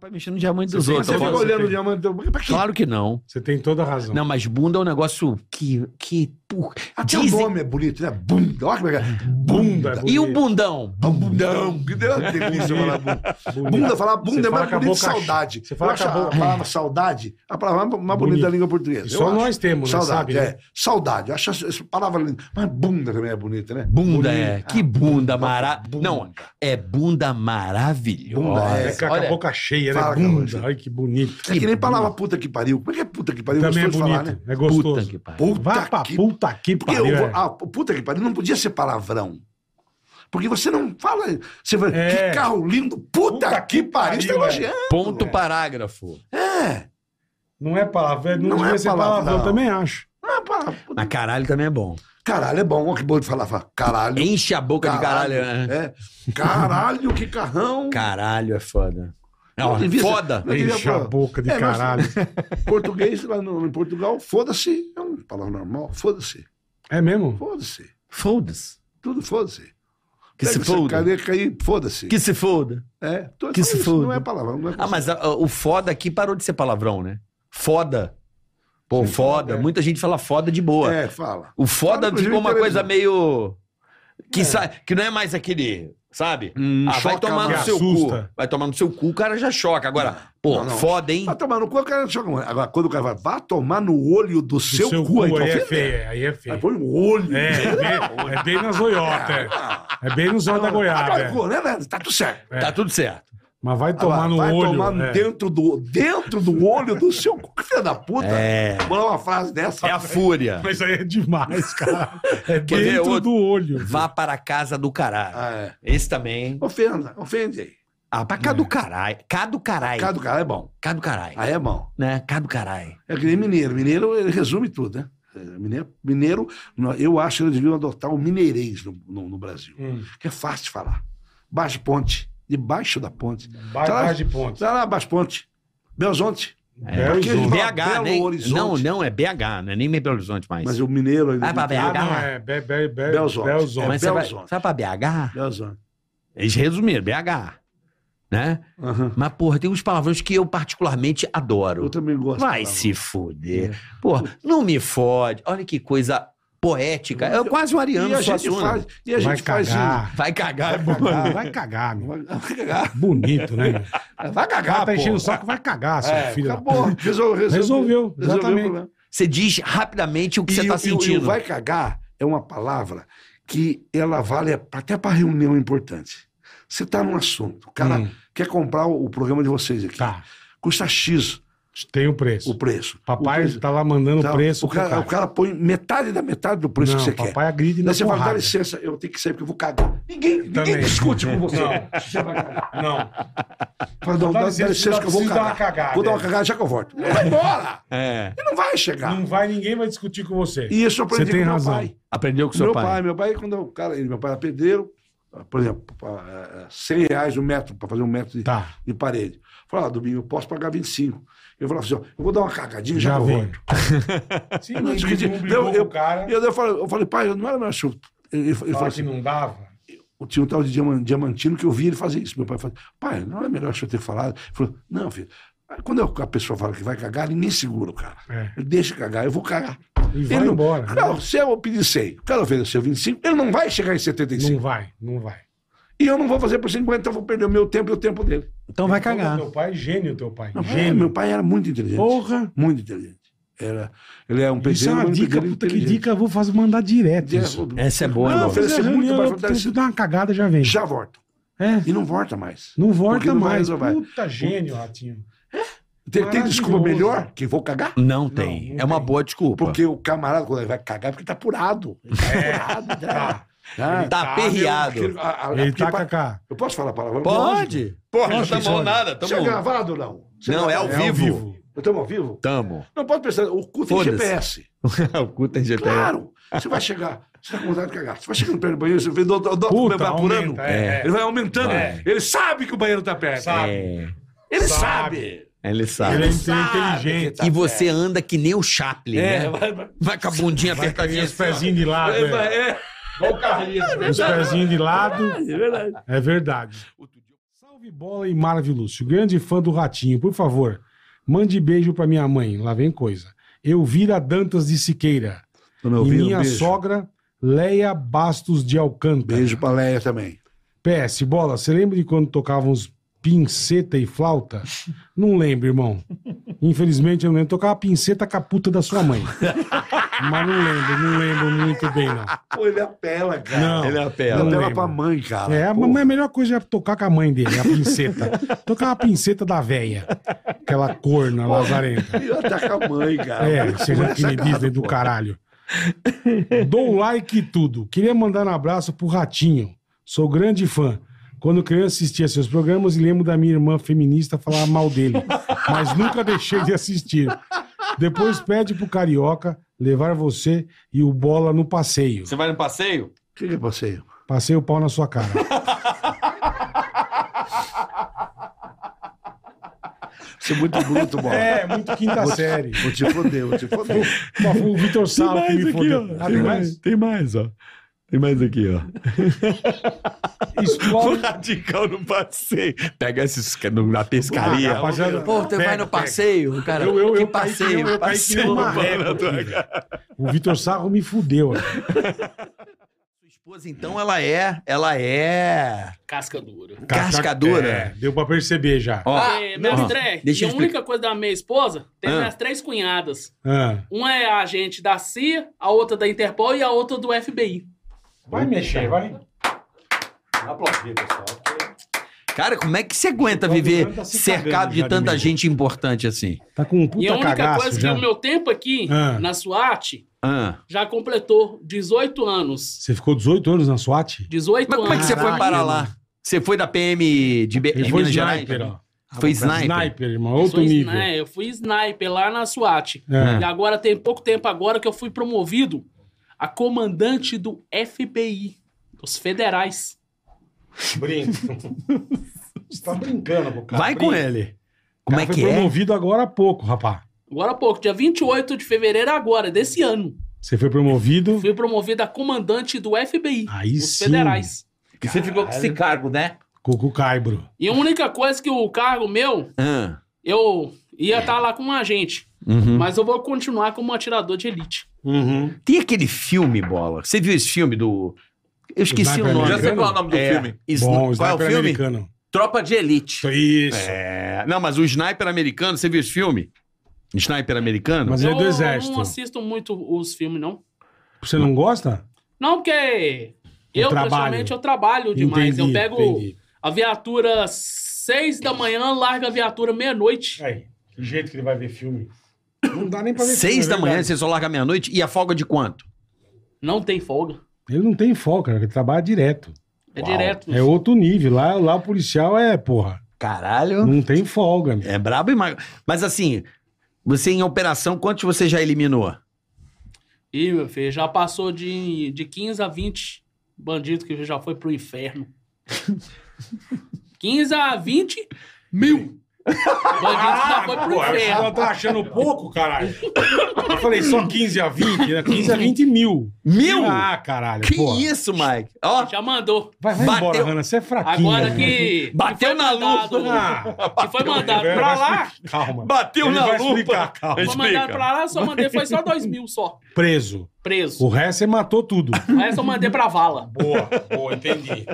S2: Vai mexer tá no diamante dos
S28: Você
S2: outros.
S28: fica- você
S2: eu falo
S28: fica
S2: pra
S28: olhando
S2: você. Claro que não.
S4: Você tem toda a razão.
S2: Não, mas bunda é um negócio que, que
S14: Por...
S4: <laughs>
S14: Até o nome é bonito, né? Bunda. Olha como é que é. Bunda.
S2: E o bundão?
S3: É
S14: Bundão. Que deu
S18: <laughs>
S14: uma delícia falar bunda. Bunda, falar bunda é
S4: Você fala
S14: mais
S4: com a
S14: bonito que
S4: boca-
S14: saudade.
S4: você fala
S14: Eu
S4: com a
S14: acho
S4: boca-
S14: palavra saudade a palavra mais mais bonita da língua portuguesa.
S4: E só
S14: eu acho.
S4: nós temos, né?
S14: Saudade,
S4: Sabe,
S14: é.
S4: né?
S14: Saudade. Eu acho essa- essa palavra linda. Mas bunda também é bonita, né?
S2: Bunda é. Que bunda maravilhosa. Não, é bunda maravilhosa.
S4: é, com a boca cheia, né?
S14: Fala,
S4: Bunda. Ai, que bonito.
S14: É que nem palavra puta que pariu. Como é que é puta que pariu?
S4: Também é
S14: Gostoso de falar,
S4: bonito,
S14: né?
S4: é gostoso.
S14: Puta que pariu. Puta Vá pra que...
S4: puta que
S14: Porque
S4: pariu,
S14: eu vou-
S4: é.
S14: ah, puta que pariu não podia ser palavrão. Porque você não fala. Você fala,
S2: É.
S14: que carro lindo, puta, que pariu. Você tá
S2: pariu, é.
S14: elogiando.
S2: Ponto parágrafo.
S4: Não é palavra, não,
S14: Não
S4: devia
S14: é
S4: ser
S14: palavra,
S4: palavrão,
S14: não.
S4: também acho.
S2: Mas caralho também é bom.
S14: Caralho é bom, ó, que bom de falar. fala, Caralho.
S2: Enche a boca de caralho, né?
S14: É. Caralho, que carrão.
S2: Caralho é foda. Não,
S14: Não devia ser-
S2: foda.
S14: não devia falar. É, mas- <laughs> Português, lá no, em Portugal, foda-se. É uma palavra normal, foda-se.
S4: É mesmo?
S14: Foda-se.
S2: Foda-se.
S14: Tudo foda-se.
S2: Que se
S14: Pega essa
S2: foda.
S14: caneca aí, foda-se.
S2: Que se foda.
S14: É, tô-
S2: Que
S14: só
S2: se
S14: isso,
S2: foda.
S14: Não é palavra, não é
S2: Ah, mas a- a- o foda aqui parou de ser palavrão, né? Foda. Pô, foda. Muita gente fala foda de boa.
S14: É, fala.
S2: O foda
S14: Fala,
S2: ficou uma
S14: inclusive,
S2: coisa meio. Que, sa- que não é mais aquele. Sabe? ah, vai
S14: Hum, choca
S2: tomar no
S14: mais.
S2: seu
S14: Assusta.
S2: cu. Vai tomar no seu cu, o cara já choca. Agora, pô,
S14: Não, não.
S2: foda, hein?
S14: Vai tomar no cu, o cara choca muito. Agora, quando o cara vai, vá tomar no olho do, seu, cu, então, aí,
S4: aí é
S14: ofende.
S4: feio, aí é feio.
S14: Aí põe o olho.
S4: É, é bem, é bem nas zoiotas. É. É bem no zóio da goiaba.
S14: Agora,
S4: é.
S14: cu, né, velho? Tá tudo certo.
S2: Tá tudo certo.
S4: Mas vai tomar
S14: Agora,
S4: no
S14: vai
S4: olho.
S14: tomar
S4: é.
S14: dentro, do, dentro do olho do seu cu. <laughs> Que filha da puta.
S2: É.
S14: Mandar uma frase dessa.
S2: É a fúria.
S4: Mas aí é demais,
S14: <laughs>
S4: cara. É
S2: Quer ver
S4: dentro
S2: outro?
S4: do olho.
S2: Vá para a casa do caralho. Esse também.
S14: Ah, é. Ofenda, ofende aí. Hum.
S2: Ah, pra cá do caralho. Cá do caralho.
S14: Cá do caralho é bom.
S2: Cá do caralho.
S14: Aí é bom.
S2: Né? Cá do caralho.
S14: É que nem mineiro. Mineiro, ele resume tudo, né? É, Mineiro, mineiro, nó- eu acho que eles deviam adotar o mineirês no, no- no Brasil.
S2: Hum.
S14: Que é fácil de falar. Baixa ponte. Debaixo da ponte.
S4: Ba- Baixo de ponte.
S14: Tá lá, Baixa ponte. Belzonte.
S2: É,
S14: Porque eles falam
S2: BH,
S14: Belo
S2: né?
S14: Horizonte.
S2: Não, não, é BH, não é nem Belo Horizonte mais.
S14: Mas o mineiro... ainda
S2: Ah, pra BH?
S14: tem-
S4: Não, é be, be, be,
S14: Belzonte.
S4: Belzonte.
S2: Mas você vai, você vai pra BH? Eles resumiram, BH. Né? Mas, porra, tem uns palavrões que eu particularmente adoro. Eu
S14: também gosto. É.
S2: Vai se fuder. Porra, não me fode. Olha que coisa poética. É quase um ariano
S14: E a gente
S2: Suassuna.
S14: faz- e a Vai gente faz cagar. isso.
S2: Vai cagar.
S4: Vai cagar,
S2: mano.
S4: vai cagar, meu.
S14: Vai cagar.
S4: Bonito, né? meu?
S14: <laughs> Vai cagar,
S4: Tá enchendo o
S14: porra.
S4: saco, vai cagar, seu
S14: É,
S4: filho. da
S14: acabou.
S4: puta.
S14: Resol- resolveu.
S4: Resolveu,
S14: Resolveu o
S4: exatamente.
S14: problema.
S2: Você diz rapidamente o que
S14: E
S2: você
S14: o-
S2: tá
S14: e o- E
S2: sentindo.
S14: o vai cagar é uma palavra que ela vale até para reunião importante. Você está num assunto, o cara
S4: Hum.
S14: quer comprar o, o programa de vocês aqui. Custa X.
S4: Tá. Tem o preço.
S14: O preço.
S4: Papai tá lá mandando
S14: Tá,
S4: preço
S14: O
S4: pro
S14: cara,
S4: cara.
S14: o cara põe metade da metade do preço
S4: Não,
S14: que você quer.
S4: papai agride na
S14: Aí você fala, dá
S4: porrada.
S14: licença, eu tenho que sair porque eu vou cagar. Ninguém, ninguém
S4: Também.
S14: discute com você.
S4: Não.
S14: Você vai cagar.
S4: Não.
S14: Fala, não, dá, licença, que eu vou
S4: preciso
S14: cagar.
S4: dar uma cagada.
S14: Vou dar uma cagada já que eu volto. Vai embora!
S2: É.
S14: E não vai chegar.
S4: Não vai, ninguém vai discutir com você.
S14: E isso eu aprendi
S4: Você tem
S14: com meu
S4: razão.
S14: pai.
S2: Aprendeu com
S14: meu
S2: seu
S14: pai.
S2: pai.
S14: Meu pai, quando o cara, ele- meu pai era pedreiro, por exemplo, pa- eh, 100 reais o metro para fazer um metro de,
S4: Tá.
S14: de parede. Falava, ah, domingo, eu posso pagar 25. Eu falava assim, ó, eu vou dar uma cagadinha e já,
S4: Já
S14: já
S4: vem.
S14: volto.
S4: Sim,
S14: Eu
S4: não
S14: não discuti.
S4: brigou
S14: Eu-
S4: com
S14: eu-
S4: o cara.
S14: eu, eu, falei, eu falei, pai, não era meu chute. Ele, ele falou
S4: Fala que
S14: assim,
S4: não dava.
S14: o tinha um tal de Diaman- diamantino que eu vi ele fazer isso. Meu pai falou, pai, não é melhor eu ter falado? Ele falou, não, filho. Aí, Quando a pessoa fala que vai cagar, ninguém segura o cara.
S4: É.
S14: Ele deixa cagar, eu vou cagar.
S4: E vai
S14: não-
S4: embora, né?
S14: Não, se eu pedir 100, o cara ofereceu 25, ele não vai chegar em 75.
S4: Não vai, não vai.
S14: E eu não vou fazer por 50, então eu vou perder o meu tempo e o tempo dele.
S2: Então vai
S4: Cagar. Teu pai é gênio, teu pai.
S14: Meu pai,
S4: gênio.
S14: meu pai era muito inteligente.
S4: Porra!
S14: Muito inteligente. Era, ele é um pedreiro,
S4: Isso é uma
S14: mas um
S4: dica,
S14: pedreiro
S4: puta que
S14: inteligente.
S4: dica, eu vou fazer, mandar direto.
S14: É,
S4: isso.
S14: vou-
S2: Essa é boa,
S14: Não,
S2: irmão.
S14: oferecer
S4: Fazer
S14: muito,
S4: reunião,
S14: mas
S4: eu
S14: oferecer-
S4: preciso dar uma cagada já vem.
S14: Já volta.
S4: É.
S14: E não volta mais.
S4: Não volta
S14: Porque não vai
S4: mais.
S14: resolver.
S4: Puta gênio, Ratinho.
S14: Tem, tem desculpa
S4: Maravilhoso.
S14: melhor que vou cagar?
S2: Não tem. é uma boa desculpa.
S14: Porque o camarada, quando ele vai cagar, é porque tá apurado. Ele tá
S4: É.
S14: apurado. Tá,
S2: Ele tá aperreado.
S14: Aquele- a- a-
S4: Ele
S14: porque
S4: tá
S14: pa-
S4: cacá.
S14: Eu posso falar a palavra?
S2: Pode.
S14: Porra,
S2: Lógico
S14: não
S2: que
S14: tá mal
S2: pode.
S14: nada. Tamo...
S2: Isso é
S14: gravado ou não?
S2: Não, é ao vivo.
S14: Eu tamo ao vivo?
S2: Tamo.
S14: Não pode pensar, o cu tem
S2: Foda-se.
S14: GPS.
S2: <laughs> o cu tem GPS.
S14: Claro, você vai chegar, você tá com vontade de cagar. Você vai chegando perto do banheiro, você vê o doutor do, do, vai apurando.
S4: aumenta, é.
S14: Ele vai aumentando.
S4: É.
S14: Ele sabe que o banheiro tá perto.
S2: É.
S14: Ele sabe.
S2: Ele sabe.
S4: Ele é inteligente.
S14: tá
S2: e você anda que nem o Chaplin,
S4: É,
S2: né?
S4: vai-
S2: Vai,
S4: vai-
S2: com a bundinha
S4: Vai com
S2: apertadinha.
S4: os
S3: assim,
S4: pezinhos de lado,
S2: É,
S4: é.
S2: vai- é.
S4: Igual o Carlinhos. Os
S3: né?
S4: pezinhos de lado.
S14: É verdade.
S4: É verdade. Salve bola e Marvel Lúcio. Grande fã do Ratinho. Por favor, mande beijo pra minha mãe. Lá vem coisa. Eu vira Dantas de Siqueira. E
S14: Dona Elvira, um
S4: minha
S14: beijo.
S4: sogra, Leia Bastos de Alcântara.
S14: Beijo pra Leia também.
S4: PS, bola, você lembra de quando tocavam uns pinceta e flauta? Não lembro, irmão. Infelizmente eu não lembro. Tocava pinceta com a puta da sua mãe. <laughs> Mas não lembro, não lembro muito bem, não.
S14: Pô, ele apela, cara.
S4: Não,
S14: ele apela.
S4: não
S14: Ele apela
S4: lembro.
S14: pra mãe, cara.
S4: é, a
S14: Pô.
S4: mamãe, a melhor coisa é tocar com a mãe dele, a pinceta. tocar uma pinceta da véia. Aquela corna lazarenta.
S35: <laughs>
S14: Melhor tá com a mãe, cara.
S4: então. É, seja que me Disney do caralho. Dou um like e tudo. Queria mandar um abraço pro Ratinho. Sou grande fã. Quando criança assistia seus programas e lembro da minha irmã feminista falar mal dele. Mas nunca deixei de assistir. Depois pede pro Carioca levar você e o Bola no passeio.
S14: Você vai no passeio? O que, que é passeio?
S4: Passei o pau na sua cara.
S14: Você é muito bruto, bola.
S4: É, muito quinta
S14: Vou te-
S4: série.
S14: Vou te foder, vou
S4: <laughs>
S14: te foder.
S4: Só foi o Vitor Sala que
S14: Tem
S4: me
S14: mais aqui,
S4: fodeu.
S14: ó.
S4: Ah,
S14: Tem
S4: tem
S14: mais?
S4: mais?
S14: Tem mais, ó. Tem mais aqui, ó.
S4: <laughs> Explode.
S14: radical no passeio. Pega esses
S2: é
S14: ca- no- na pescaria.
S42: Ah, rapaziada, Pô, você vai no passeio, cara?
S14: Eu, eu,
S42: Que
S14: eu caí que nem-
S42: passeio?
S14: eu caí que nem
S42: Passeio,
S14: uma
S42: mano.
S14: régua, cara.
S4: O Vitor Sarro me fudeu. né?
S2: esposa, então, ela é. Ela é.
S31: Casca dura.
S2: Cascadura.
S4: É, deu pra perceber já.
S2: Ah,
S31: É, meus três. E
S4: Deixa eu
S31: a
S4: explicar.
S31: um única coisa da minha esposa, tem
S4: Ah.
S31: minhas três cunhadas.
S4: Ah.
S31: Uma é a agente da CIA, a outra da Interpol e a outra do FBI.
S4: Vai mexer, vai.
S14: Aplaudir, pessoal.
S2: Cara, como é que você aguenta viver cercado de tanta gente importante assim?
S4: Tá com um
S31: e a única coisa
S2: já.
S31: que o meu tempo aqui,
S4: Ah.
S31: na SWAT,
S2: Ah.
S31: já completou 18 anos.
S4: Você ficou 18 anos na SWAT?
S31: 18
S2: Mas como é que
S31: anos.
S2: você foi parar lá? Você foi da PM de B...
S4: Ele
S2: em
S4: foi
S2: Minas Gerais?
S4: sniper, ó. Ah,
S2: Foi sniper?
S4: Sniper, irmão.
S31: Eu
S4: Outro
S31: sou
S4: nível.
S31: sni- eu fui sniper lá na SWAT.
S4: É.
S31: E agora tem pouco tempo agora que eu fui promovido a comandante do FBI, dos federais.
S4: <laughs> Brinco. Você tá brincando, pô, cara.
S31: Vai com
S4: Brinca.
S31: ele.
S4: O
S31: Como
S4: cara
S31: é
S4: foi
S31: que é?
S4: promovido agora há pouco, rapá.
S31: Agora há pouco, dia 28 de fevereiro é agora, desse ano.
S4: Você foi promovido.
S31: Fui promovido a comandante do FBI,
S4: Aí
S31: dos
S4: sim.
S31: federais.
S4: E você ficou com esse
S31: cargo, né?
S4: Cucu Caibro.
S31: E a única coisa que o cargo meu,
S2: Ah.
S31: eu ia estar lá com um agente.
S2: Uhum.
S31: Mas eu vou continuar como atirador de elite. Uhum.
S2: Tem aquele filme, Bola. Você viu esse filme do... Eu esqueci
S31: Sniper
S2: o nome.
S31: americano? Já sei qual é o
S14: nome do filme.
S2: Sni-
S14: Bom,
S2: qual é o
S14: Sniper
S2: filme?
S14: americano.
S2: Tropa de Elite.
S4: Isso.
S2: Não, mas o Sniper americano, você viu esse filme? Sniper americano?
S4: Mas ele é do
S31: Eu
S4: exército.
S31: não assisto muito os filmes, não.
S4: Você não gosta?
S31: Não, porque eu,
S4: trabalho.
S31: praticamente, eu trabalho demais.
S4: Entendi,
S31: eu pego
S4: entendi.
S31: a viatura seis da manhã, larga a viatura meia-noite.
S4: Aí, que jeito que ele vai ver filme? Não dá nem pra ver
S2: Seis
S4: filme, é
S2: da manhã,
S4: verdade.
S2: você só larga meia-noite. E a folga de quanto?
S31: Não tem folga.
S4: Ele não tem foco, cara. Ele trabalha direto.
S31: É direto.
S4: É outro nível. Lá, lá o policial é, porra.
S2: Caralho.
S4: Não tem folga, meu.
S2: É brabo e magro. Mas assim, você em operação, quantos você já eliminou?
S31: Ih, meu filho, já passou de, de 15 a 20 bandidos que já foi pro
S4: <laughs>
S31: inferno. 15 a 20 mil bandidos que já foi pro
S4: Porra,
S31: inferno.
S4: ela tá achando pouco, caralho. Eu falei só 15 a 20, né? 15 a 20 mil.
S2: Mil?
S4: Ah, caralho.
S31: Que
S4: porra.
S2: isso, Mike? Ó,
S31: já mandou.
S4: Vai, vai embora, Hanna. Você é fraquinho.
S31: Agora
S4: né?
S31: que. Bateu na Ah, luva. Que foi mandado
S4: Ele
S31: pra
S4: vai
S31: lá.
S4: explicar, Calma.
S31: Bateu
S4: Ele
S31: na
S4: vai
S31: lupa.
S4: explicar, calma.
S31: Foi mandado pra lá, só mandei, foi só dois mil só.
S4: <laughs> Preso.
S31: Preso.
S4: O resto você matou tudo.
S31: Aí só mandei pra vala.
S4: Boa, boa, entendi.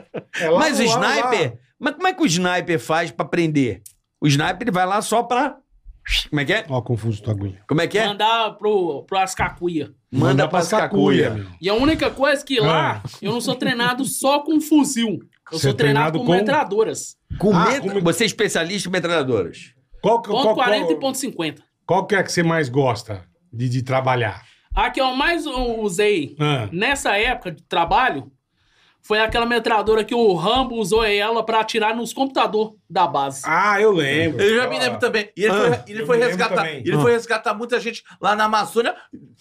S4: É
S2: mas o sniper. Mas como é que o sniper faz pra prender? O sniper ele vai lá só pra. Como é que é?
S4: Ó, confuso tua agulha.
S2: Como é que é?
S31: Mandar pro, pro Ascacuia.
S2: Manda, Manda pras cacuia.
S31: E a única coisa é que lá,
S4: Ah.
S31: eu não sou treinado só com fuzil. Eu
S2: Você é
S31: sou treinado,
S2: treinado
S31: com
S2: com-
S31: metralhadoras.
S4: Ah,
S2: Com metra- Você é especialista em metralhadoras.
S4: Qual que,
S31: Ponto
S4: qual,
S31: 40 e
S4: qual,
S31: ponto 50.
S4: qual que é que você mais gosta de, de trabalhar?
S31: A que eu mais usei
S4: Ah.
S31: nessa época de trabalho foi aquela metralhadora que o Rambo usou ela pra atirar nos computadores da base.
S4: Ah, eu lembro. Ah.
S31: Eu
S3: já me lembro também. E ele foi, ele foi resgatar, ele
S31: Ah.
S3: foi resgatar tá muita gente lá na Amazônia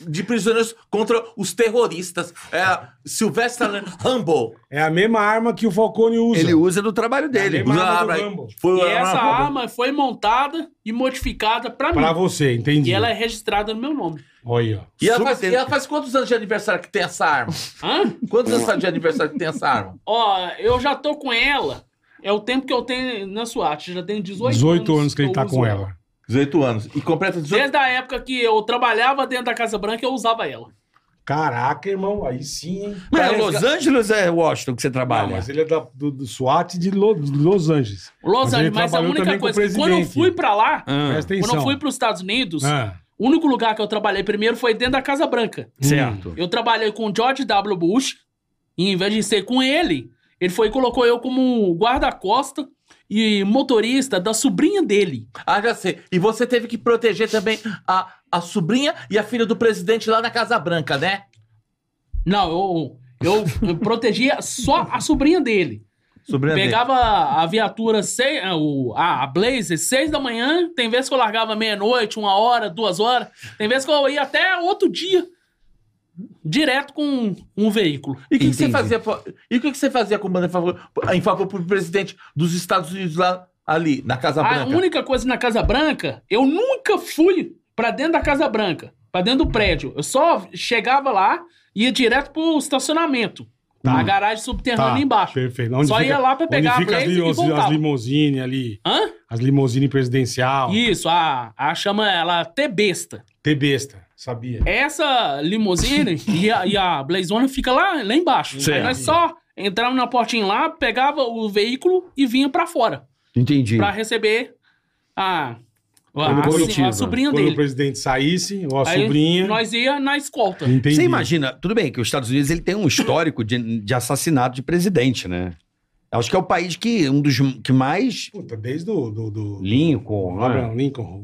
S3: de prisioneiros contra os terroristas. É, Sylvester Rambo.
S4: É a mesma arma que o Falcone usa. É
S3: Ele
S2: usa no trabalho
S3: dele.
S4: mesma
S3: Usa a
S4: arma do
S3: arma-
S4: Rambo.
S3: foi
S31: E
S3: a
S31: essa
S3: arma-
S31: arma foi montada e modificada pra mim.
S4: Pra você, entendi.
S31: E ela é registrada no meu nome.
S4: Olha aí, ó.
S3: E ela, faz, e ela faz quantos anos de aniversário que tem essa arma? Quantos anos de aniversário que tem essa arma?
S31: Ó, eu já tô com ela. É o tempo que eu tenho na SWAT. Já tenho 18,
S4: 18 anos que ele
S31: eu
S4: tá
S31: uso
S4: com ela.
S3: 18 anos. E completa
S31: Desde a época que eu trabalhava dentro da Casa Branca, eu usava ela.
S4: Caraca, irmão, aí sim, hein?
S2: Mas é Los Angeles ou é Washington que você trabalha?
S4: Não, mas ele é da- do, do SWAT de, Lo- de Los Angeles.
S31: Los
S4: ele
S31: Angeles, mas a
S4: trabalhou
S31: única
S4: também com o
S31: coisa, é que quando eu
S4: presidente.
S31: fui pra lá,
S4: Ah. Presta
S31: quando eu
S4: atenção.
S31: fui pros Estados Unidos,
S4: Ah.
S31: o único lugar que eu trabalhei primeiro foi dentro da Casa Branca.
S2: Certo.
S31: Eu trabalhei com o George W. Bush, e em vez de ser com ele, ele foi e colocou eu como guarda-costa e motorista da sobrinha dele.
S32: Ah, já sei. E você teve que proteger também a, a sobrinha e a filha do presidente lá na Casa Branca, né?
S31: Não, eu, eu, eu protegia só a sobrinha dele.
S32: Sobrinha dele.
S31: Pegava a viatura seis, ah, o- a, a Blazer seis da manhã, tem vezes que eu largava meia-noite, uma hora, duas horas, tem vezes que eu ia até outro dia direto com um veículo.
S32: E o que, que você fazia? pô- E o que, que você fazia, comandante, em favor, em favor pro presidente dos Estados Unidos lá ali, na Casa Branca?
S31: A única coisa na Casa Branca, eu nunca fui pra dentro da Casa Branca, pra dentro do prédio. Eu só chegava lá e ia direto pro estacionamento.
S4: Tá.
S31: A garagem subterrânea
S4: Tá,
S31: ali embaixo.
S4: Perfeito. Onde
S31: Só
S4: fica-
S31: ia lá pra pegar
S4: onde
S31: a
S4: fica as,
S31: Blaze e
S4: limous- as
S31: voltava.
S4: limousine ali.
S31: Hã?
S4: As limousine presidencial.
S31: Isso, a, a chama ela T-Besta.
S4: T besta, sabia?
S31: Essa limusine <laughs> e a, e a Blazona fica lá, lá embaixo. Aí
S4: Certo.
S31: nós só entrava na portinha lá, pegava o veículo e vinha pra fora.
S2: Entendi.
S31: Pra receber a, assim, a,
S4: Quando
S31: a-
S4: comitiva.
S31: a sobrinha
S4: Quando o
S31: dele.
S4: presidente saísse, ou a
S31: Aí
S4: sobrinha.
S31: Nós ia na escolta.
S4: Entendi.
S2: Você imagina, tudo bem que os Estados Unidos ele tem um histórico de, de assassinato de presidente, né? Acho que é o país que um dos que mais
S4: Puta, desde o do, do
S2: Lincoln, né?
S4: Abraham Lincoln,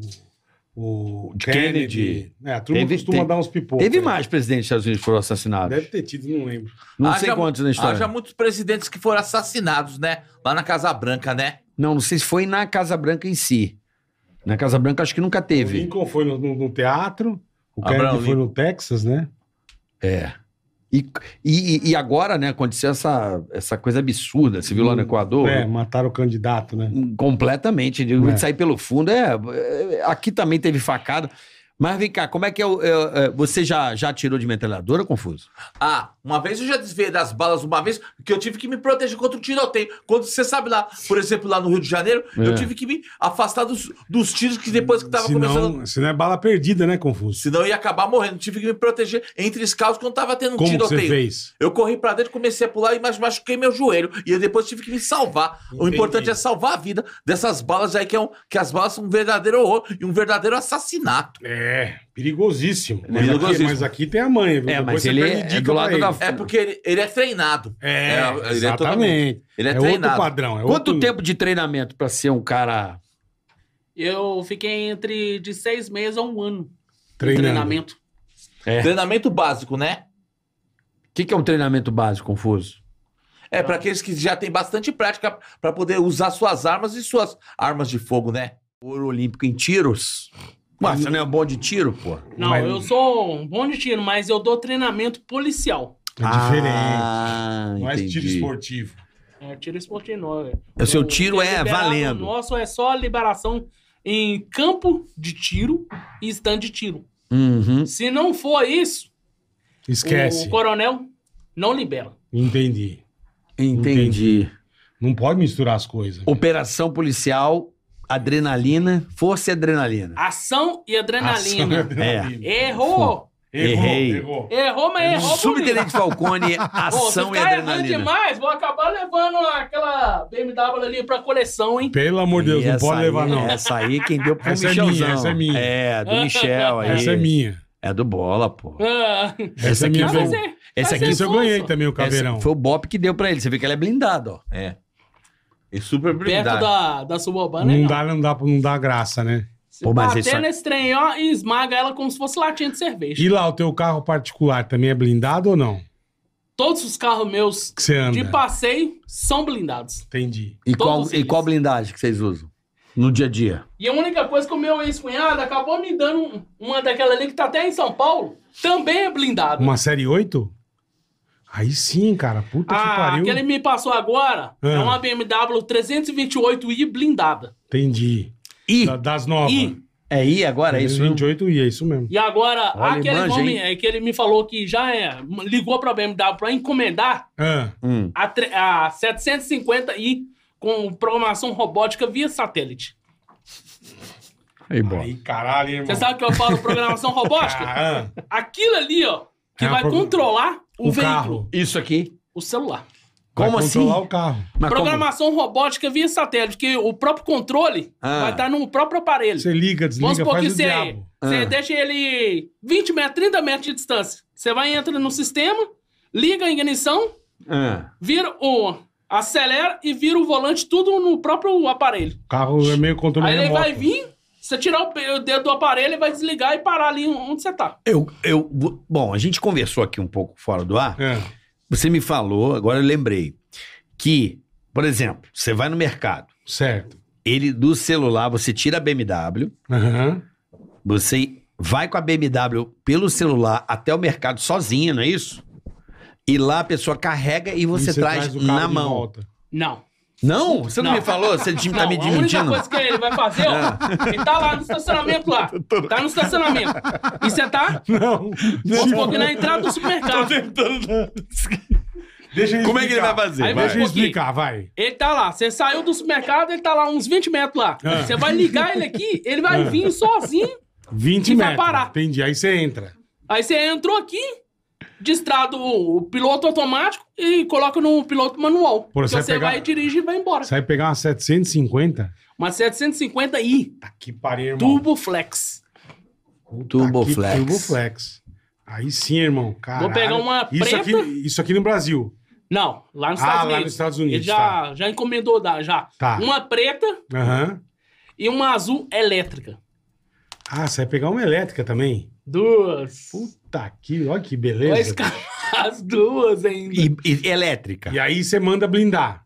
S4: o, o
S2: de Kennedy.
S4: É, a turma costuma
S2: tem-
S4: dar uns pipocos.
S2: Teve mais presidentes dos Estados Unidos que foram assassinados.
S4: Deve ter tido, não lembro.
S2: Não
S32: Haja-
S2: sei quantos na história.
S32: Haja muitos presidentes que foram assassinados, né? Lá na Casa Branca, né?
S2: Não, não sei se foi na Casa Branca em si. Na Casa Branca acho que nunca
S4: O
S2: teve.
S4: Lincoln foi no, no- no teatro, o
S2: Abraham
S4: Kennedy foi
S2: Lincoln.
S4: no Texas, né?
S2: É. E, e, e agora, né, aconteceu essa, essa coisa absurda. Você viu lá no Equador?
S4: É, mataram o candidato, né?
S2: Hum, Completamente. De
S4: É.
S2: sair pelo fundo. É, é, aqui também teve facada. Mas vem cá, como é que é o. é, é, você já, já tirou de metralhadora, Confuso?
S32: Ah, uma vez eu já desviei das balas uma vez, que eu tive que me proteger contra o tiroteio. Quando você sabe lá, por exemplo, lá no Rio de Janeiro,
S4: É.
S32: eu tive que me afastar dos, dos tiros que depois que tava
S4: Se
S32: começando.
S4: não, se não é bala perdida, né, Confuso?
S32: Senão eu ia acabar morrendo. Tive que me proteger entre escalos quando tava tendo um
S4: Como que
S32: tiroteio.
S4: você fez?
S32: Eu corri pra dentro, comecei a pular e mais machuquei meu joelho. E eu depois tive que me salvar. O
S4: Entendi.
S32: importante é salvar a vida dessas balas aí, que, é um, que as balas são um verdadeiro horror e um verdadeiro assassinato.
S4: É, perigosíssimo. Mas, aqui,
S32: Perigosíssimo.
S4: mas aqui tem a mãe,
S3: É,
S4: viu? Depois você pede dica pra É, ele.
S32: É porque ele, ele é treinado. É,
S2: totalmente-
S4: exatamente.
S2: Ele é,
S4: É outro
S2: treinado.
S4: padrão, é
S2: Quanto
S4: outro-
S2: tempo de treinamento pra ser um cara.
S31: Eu fiquei entre de seis meses a um ano. de
S2: Treinando.
S31: Treinamento.
S4: É.
S32: Treinamento básico, né?
S2: O É. que, que é um treinamento básico, Confuso?
S32: É pra aqueles que já têm bastante prática pra poder usar suas armas e suas armas de fogo, né?
S2: Ouro olímpico em tiros? Ué, você não é bom de tiro, pô?
S31: Não, eu sou um bom de tiro, mas eu dou treinamento policial. Ah.
S4: É diferente.
S2: não
S4: é tiro
S2: esportivo.
S31: É tiro esportivo, não. é-
S2: O seu tiro é
S31: liberado
S2: valendo.
S31: nosso é só liberação em campo de tiro e stand de tiro.
S2: Uhum.
S31: Se não for isso,
S4: Esquece.
S31: o coronel não libera.
S4: Entendi.
S2: Entendi.
S4: Não pode misturar as coisas.
S2: Operação policial, adrenalina, força e adrenalina.
S31: Ação e adrenalina.
S2: Ação e adrenalina.
S31: Errou!
S2: Errei.
S31: Errou, mas errou.
S2: Subtenente
S31: bonito.
S2: Falcone,
S31: <laughs>
S2: ação
S31: Pô, se
S2: e
S31: ficar errando
S2: adrenalina.
S31: demais, vou acabar levando aquela BMW ali pra coleção, hein?
S4: Pelo amor de Deus,
S2: E
S4: não
S2: essa
S4: pode
S2: aí-
S4: levar, não.
S2: Essa aí quem deu pro
S4: Essa é minha,
S2: Michelzão.
S4: essa é minha.
S2: É, do
S31: <laughs>
S2: Michel aí.
S4: Essa é minha.
S2: É do bola, pô.
S31: Ah. é,
S2: Esse aqui, foi,
S4: veio.
S2: esse aqui
S4: Esse eu ganhei também, o caveirão.
S2: Esse foi o Bop que deu pra ele. Você vê que ela é blindada, ó.
S32: É. E super
S31: Perto da, da suburbana,
S4: Não
S31: não.
S4: dá, não dá, não dá graça, né?
S31: Pô,
S2: é
S31: é- Bater nesse trem, ó, e esmaga ela como se fosse latinha de cerveja.
S4: E lá, o teu carro particular também é blindado ou não?
S31: Todos os carros meus
S4: Que você anda.
S31: de passeio são blindados.
S4: Entendi.
S2: E qual,
S31: Todos
S2: e qual blindagem que vocês usam no dia a dia?
S31: E a única coisa que o meu ex-cunhado acabou me dando um- uma daquela ali que tá até em São Paulo, também é blindada.
S4: Uma série 8? Aí sim, cara. Puta que
S31: Ah,
S4: pariu.
S31: que ele me passou agora é
S4: Ah.
S31: uma BMW 328i blindada.
S4: Entendi.
S2: I.
S4: das novas.
S2: É I agora,
S4: é isso? 28 I, é isso mesmo.
S31: E agora,
S4: Olha,
S31: aquele
S4: manja,
S31: homem
S4: hein?
S31: é, que ele me falou que já é, ligou pra BMW pra encomendar
S4: Ah.
S31: a, tre- a 750i com programação robótica via satélite.
S2: Aí, bom.
S4: Caralho, irmão. <laughs>
S31: Você sabe o que eu falo programação robótica?
S4: Ah,
S31: Aquilo ali, ó, que
S2: É,
S31: vai
S2: pro-
S31: controlar o,
S2: O
S31: veículo.
S2: carro. Isso aqui.
S31: O celular.
S2: Vai Como assim?
S4: controlar o carro.
S31: Programação robótica via satélite, que o próprio controle
S4: Ah.
S31: vai estar no próprio aparelho.
S4: Você liga,
S31: Vamos
S4: desliga,
S31: supor
S4: faz
S31: que
S4: o
S31: você,
S4: diabo.
S31: você
S4: Ah.
S31: deixa ele 20 metros, 30 metros de distância. Você vai entra no sistema, liga a ignição, vira o. acelera e vira o volante tudo no próprio aparelho.
S4: O carro é meio controle
S31: Aí ele
S4: remoto.
S31: vai vir, você tirar o pe- o dedo do aparelho, ele vai desligar e parar ali onde você tá.
S3: Eu, eu, bom, a gente conversou aqui um pouco fora do ar.
S31: É.
S3: Você me falou, agora eu lembrei, que, por exemplo, você vai no mercado.
S4: Certo.
S3: Ele do celular, você tira a BMW,
S4: Aham.
S3: você vai com a BMW pelo celular até o mercado sozinho, não é isso? E lá a pessoa carrega e você,
S31: E você
S3: traz,
S31: traz o carro
S3: na
S31: de
S3: mão.
S31: volta. Não.
S3: Não? Você não, me falou?
S31: <laughs>
S3: Você tá
S31: Não,
S3: me
S31: A única
S3: desmentindo?
S31: coisa que ele vai fazer, ó, ele tá lá no estacionamento lá. Tá no estacionamento. E você tá?
S4: Não.
S31: Vamos supor que na entrada do supermercado.
S4: Deixa eu
S31: Como é que ele
S4: explicar.
S31: vai fazer? Aí vai
S4: Deixa eu
S31: um pouquinho.
S4: explicar, vai.
S31: Ele tá lá, você saiu do supermercado, ele tá lá uns 20 metros lá.
S4: Ah.
S31: Você vai ligar ele aqui, ele vai
S4: Ah.
S31: vir sozinho.
S4: 20
S31: E vai
S4: metros.
S31: parar.
S4: Entendi. Aí você entra.
S31: Aí você entrou aqui, destrado o, o piloto automático e coloca no piloto manual.
S4: Pô,
S31: Porque
S4: você
S31: você
S4: vai pegar-
S31: vai dirigir e vai embora.
S4: Você vai pegar uma 750?
S31: Uma 750i. Tá
S4: que pariu,
S31: Turbo Flex.
S4: Aqui, Turboflex. Aí sim, irmão. Caralho.
S31: pegar uma
S4: isso
S31: preta.
S4: aqui, isso aqui no Brasil.
S31: Não, lá nos
S4: Ah,
S31: Estados
S4: lá
S31: Unidos.
S4: nos Estados Unidos,
S31: Ele já, já encomendou, da- já.
S4: Tá.
S31: Uma preta
S4: Aham.
S31: e uma azul elétrica. <laughs>
S4: Ah, você vai pegar uma elétrica também?
S31: Duas.
S4: Puta que, olha que
S31: Vai
S4: beleza.
S31: escalar As duas ainda.
S3: elétrica.
S4: E aí você manda blindar.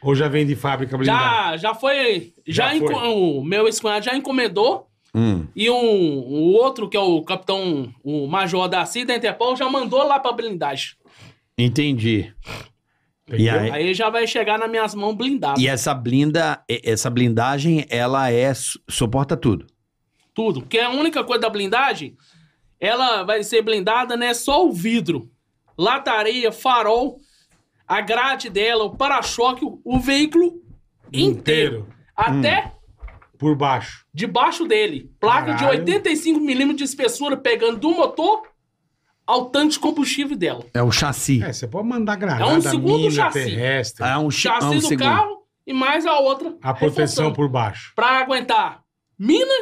S4: Ou já vem de fábrica blindar?
S31: Já, já foi. Já,
S4: Já foi.
S31: enco- O meu ex-cunhado já encomendou.
S4: Hum.
S31: E um, o outro, que é o capitão, o major da CIA da Interpol, já mandou lá pra blindagem.
S3: Entendi. E aí,
S31: Aí já vai chegar nas minhas mãos blindado.
S3: E essa blinda, e- essa blindagem, ela é su- suporta tudo.
S31: Tudo. Porque a única coisa da blindagem, ela vai ser blindada, né? Só o vidro, lataria, farol, a grade dela, o para-choque, o, o veículo inteiro. Até
S4: Por baixo.
S31: debaixo dele. Placa
S4: Caralho.
S31: de 85 milímetros de espessura, pegando do motor ao tanque de combustível dela.
S3: É o chassi.
S4: É, você pode mandar granada,
S31: É um segundo
S4: mina,
S31: chassi.
S4: terrestre.
S3: É um
S31: Chassi do carro e mais a outra.
S4: Ah, A proteção
S31: reforçando.
S4: por baixo.
S31: Pra aguentar mina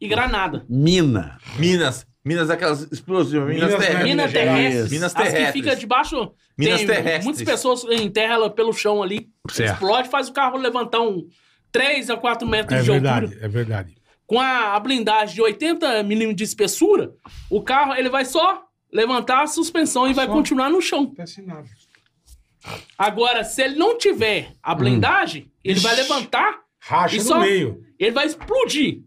S31: e granada.
S3: Mina.
S32: Minas. Minas aquelas explosivas. Minas, terrestres.
S31: Minas terrestres.
S32: Minas
S31: As
S32: terrestres.
S31: que fica debaixo.
S32: Minas
S31: tem
S32: terrestres.
S31: Muitas pessoas em terra ela pelo chão ali.
S4: Certo.
S31: Explode, faz o carro levantar um 3 a 4 metros
S4: É
S31: de
S4: verdade,
S31: altura.
S4: é verdade.
S31: Com a, a blindagem de 80 milímetros de espessura, o carro ele vai só levantar a suspensão e vai continuar no chão. Agora, se ele não tiver a blindagem, ele vai levantar.
S4: Racha
S31: e
S4: no
S31: só-
S4: meio. Hum.
S31: Ele vai explodir.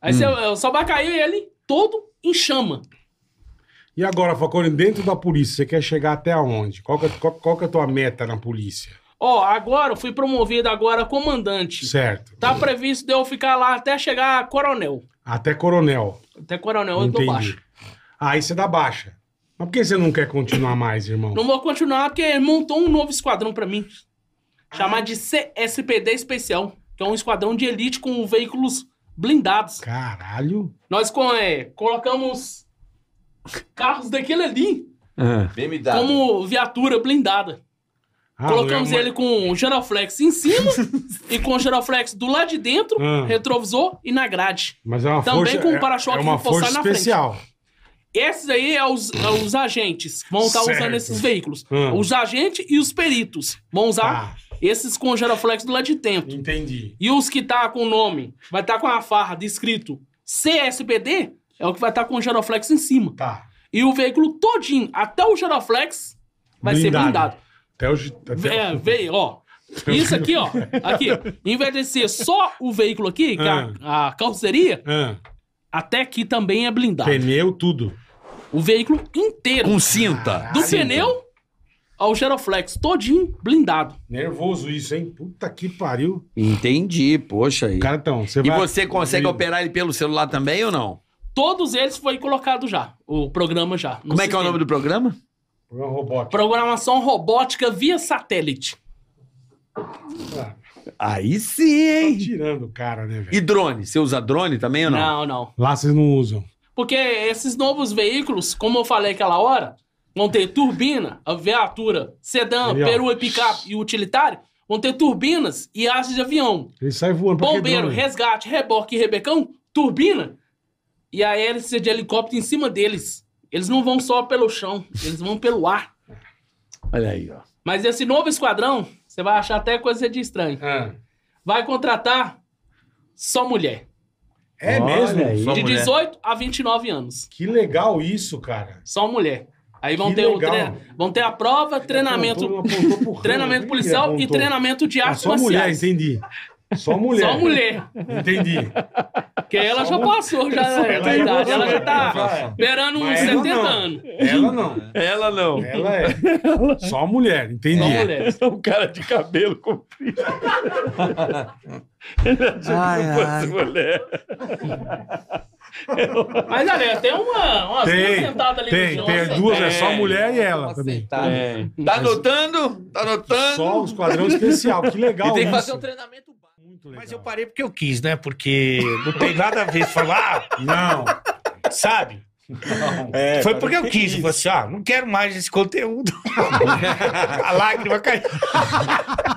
S31: Aí você, só vai cair ele todo em chama.
S4: E agora, Facone, dentro da polícia, você quer chegar até onde? Qual que, é- qual, qual que é a tua meta na polícia?
S31: Ó, agora eu fui promovido agora a comandante.
S4: Certo.
S31: Tá previsto de eu ficar lá até chegar a coronel.
S4: Até coronel.
S31: Até coronel eu dou
S4: Entendi.
S31: baixo.
S4: Aí você dá baixa. Mas por que você não quer continuar mais, irmão?
S31: Não vou continuar porque ele montou um novo esquadrão pra mim. Chamar de CSPD Especial, que é um esquadrão de elite com veículos blindados.
S4: Caralho.
S31: Nós co- é, colocamos carros daquele ali É. como viatura blindada.
S4: Ah,
S31: Colocamos
S4: mulher-
S31: ele com o Geroflex em
S4: <laughs>
S31: cima e com o Geroflex do lado de dentro,
S4: Ah.
S31: retrovisor e na grade.
S4: Mas é uma
S31: Também
S4: força,
S31: com
S4: é-
S31: o para-choque
S4: é uma
S31: reforçado
S4: força
S31: na frente.
S4: especial.
S31: Esses aí é os, é os agentes vão estar
S4: Certo.
S31: usando esses veículos.
S4: Ah.
S31: Os agentes e os peritos vão usar esses com o Geroflex do lado de dentro.
S4: Tá. Entendi.
S31: E os que tá com o nome, vai estar com a farra de escrito CSPD, é o que vai estar com o Geroflex em cima.
S4: Tá.
S31: E o veículo todinho, até o Geroflex, vai ser blindado.
S4: Até hoje. Até...
S31: É, veio, ó. Isso aqui,
S4: <laughs>
S31: ó. Aqui. Em vez de ser só o veículo aqui, que é
S4: Hum.
S31: a, a carroceria, até aqui também é blindado.
S4: Pneu, tudo. Tá
S31: O veículo inteiro.
S3: Com cinta.
S31: Do
S4: Cinta.
S31: pneu ao Geroflex, todinho blindado.
S4: Nervoso isso, hein? Puta que pariu.
S3: Entendi, poxa aí.
S4: Cartão, você
S3: E
S4: vai-
S3: você consegue operar ele pelo celular também ou não?
S31: Todos eles foi colocado já, o programa já. no
S3: Como é que é o
S31: sistema.
S3: nome do programa?
S4: Programa robótico.
S31: Programação robótica via satélite.
S3: Aí sim, hein?
S4: Ah. Tá tirando o cara, né, velho?
S3: E drone? Você usa drone também ou não?
S31: Não, não.
S4: Lá vocês não usam.
S31: Porque esses novos veículos, como eu falei aquela hora, vão ter turbina, a viatura, sedã,
S4: Aí, ó.
S31: perua e picape e utilitário, vão ter turbinas e asas de avião.
S4: Ele sai voando pra
S31: Bombeiro,
S4: quebrando.
S31: resgate, reboque e rebecão, turbina. E a hélice de helicóptero em cima deles. Eles não vão só pelo chão, eles vão pelo ar.
S2: Olha aí, ó.
S31: Mas esse novo esquadrão, você vai achar até coisa de estranho.
S4: Ah.
S31: Vai contratar só mulher.
S4: É Olha mesmo? aí. Só
S31: De
S4: mulher.
S31: 18 a 29 anos.
S4: Que legal isso, cara.
S31: Só mulher. Aí vão
S4: Que
S31: ter, o
S4: legal.
S31: treina- vão ter a prova, treinamento, <laughs> treinamento policial e
S4: apontou.
S31: treinamento de
S4: Ah,
S31: artes
S4: só mulher,
S31: marciais.
S4: entendi. Só mulher.
S31: Só mulher.
S4: Entendi.
S31: Porque ela já passou já
S4: Tá
S31: da
S4: Só mulher.
S31: idade. Ela já tá
S4: Vai.
S31: beirando uns
S4: Mas ela
S31: 70
S4: não.
S31: anos.
S4: Ela não. Ela não. né? Ela é. Só mulher, entendi.
S31: Só mulher.
S4: <laughs> um cara de cabelo comprido.
S31: Ai, ai.
S20: mulher.
S31: Mas, galera, tem uma, umas duas
S4: Tem,
S31: sentadas ali
S4: tem,
S31: no
S4: tem
S31: chão. assim,
S4: duas, é
S31: Tem.
S4: só mulher e ela também.
S2: Tem.
S4: Mas-
S32: Tá anotando? Tá anotando?
S4: Só um
S3: <laughs>
S4: esquadrão especial, que legal
S32: E tem que
S4: isso.
S10: é
S32: fazer um treinamento.
S10: Mas eu parei porque eu quis, né? Porque não tem nada a ver falar.
S4: Não.
S10: Sabe?
S4: É,
S10: Foi
S4: cara,
S10: porque eu
S4: que
S10: quis.
S4: isso?
S10: Eu falei assim, ah, não quero mais esse conteúdo. a lágrima caiu.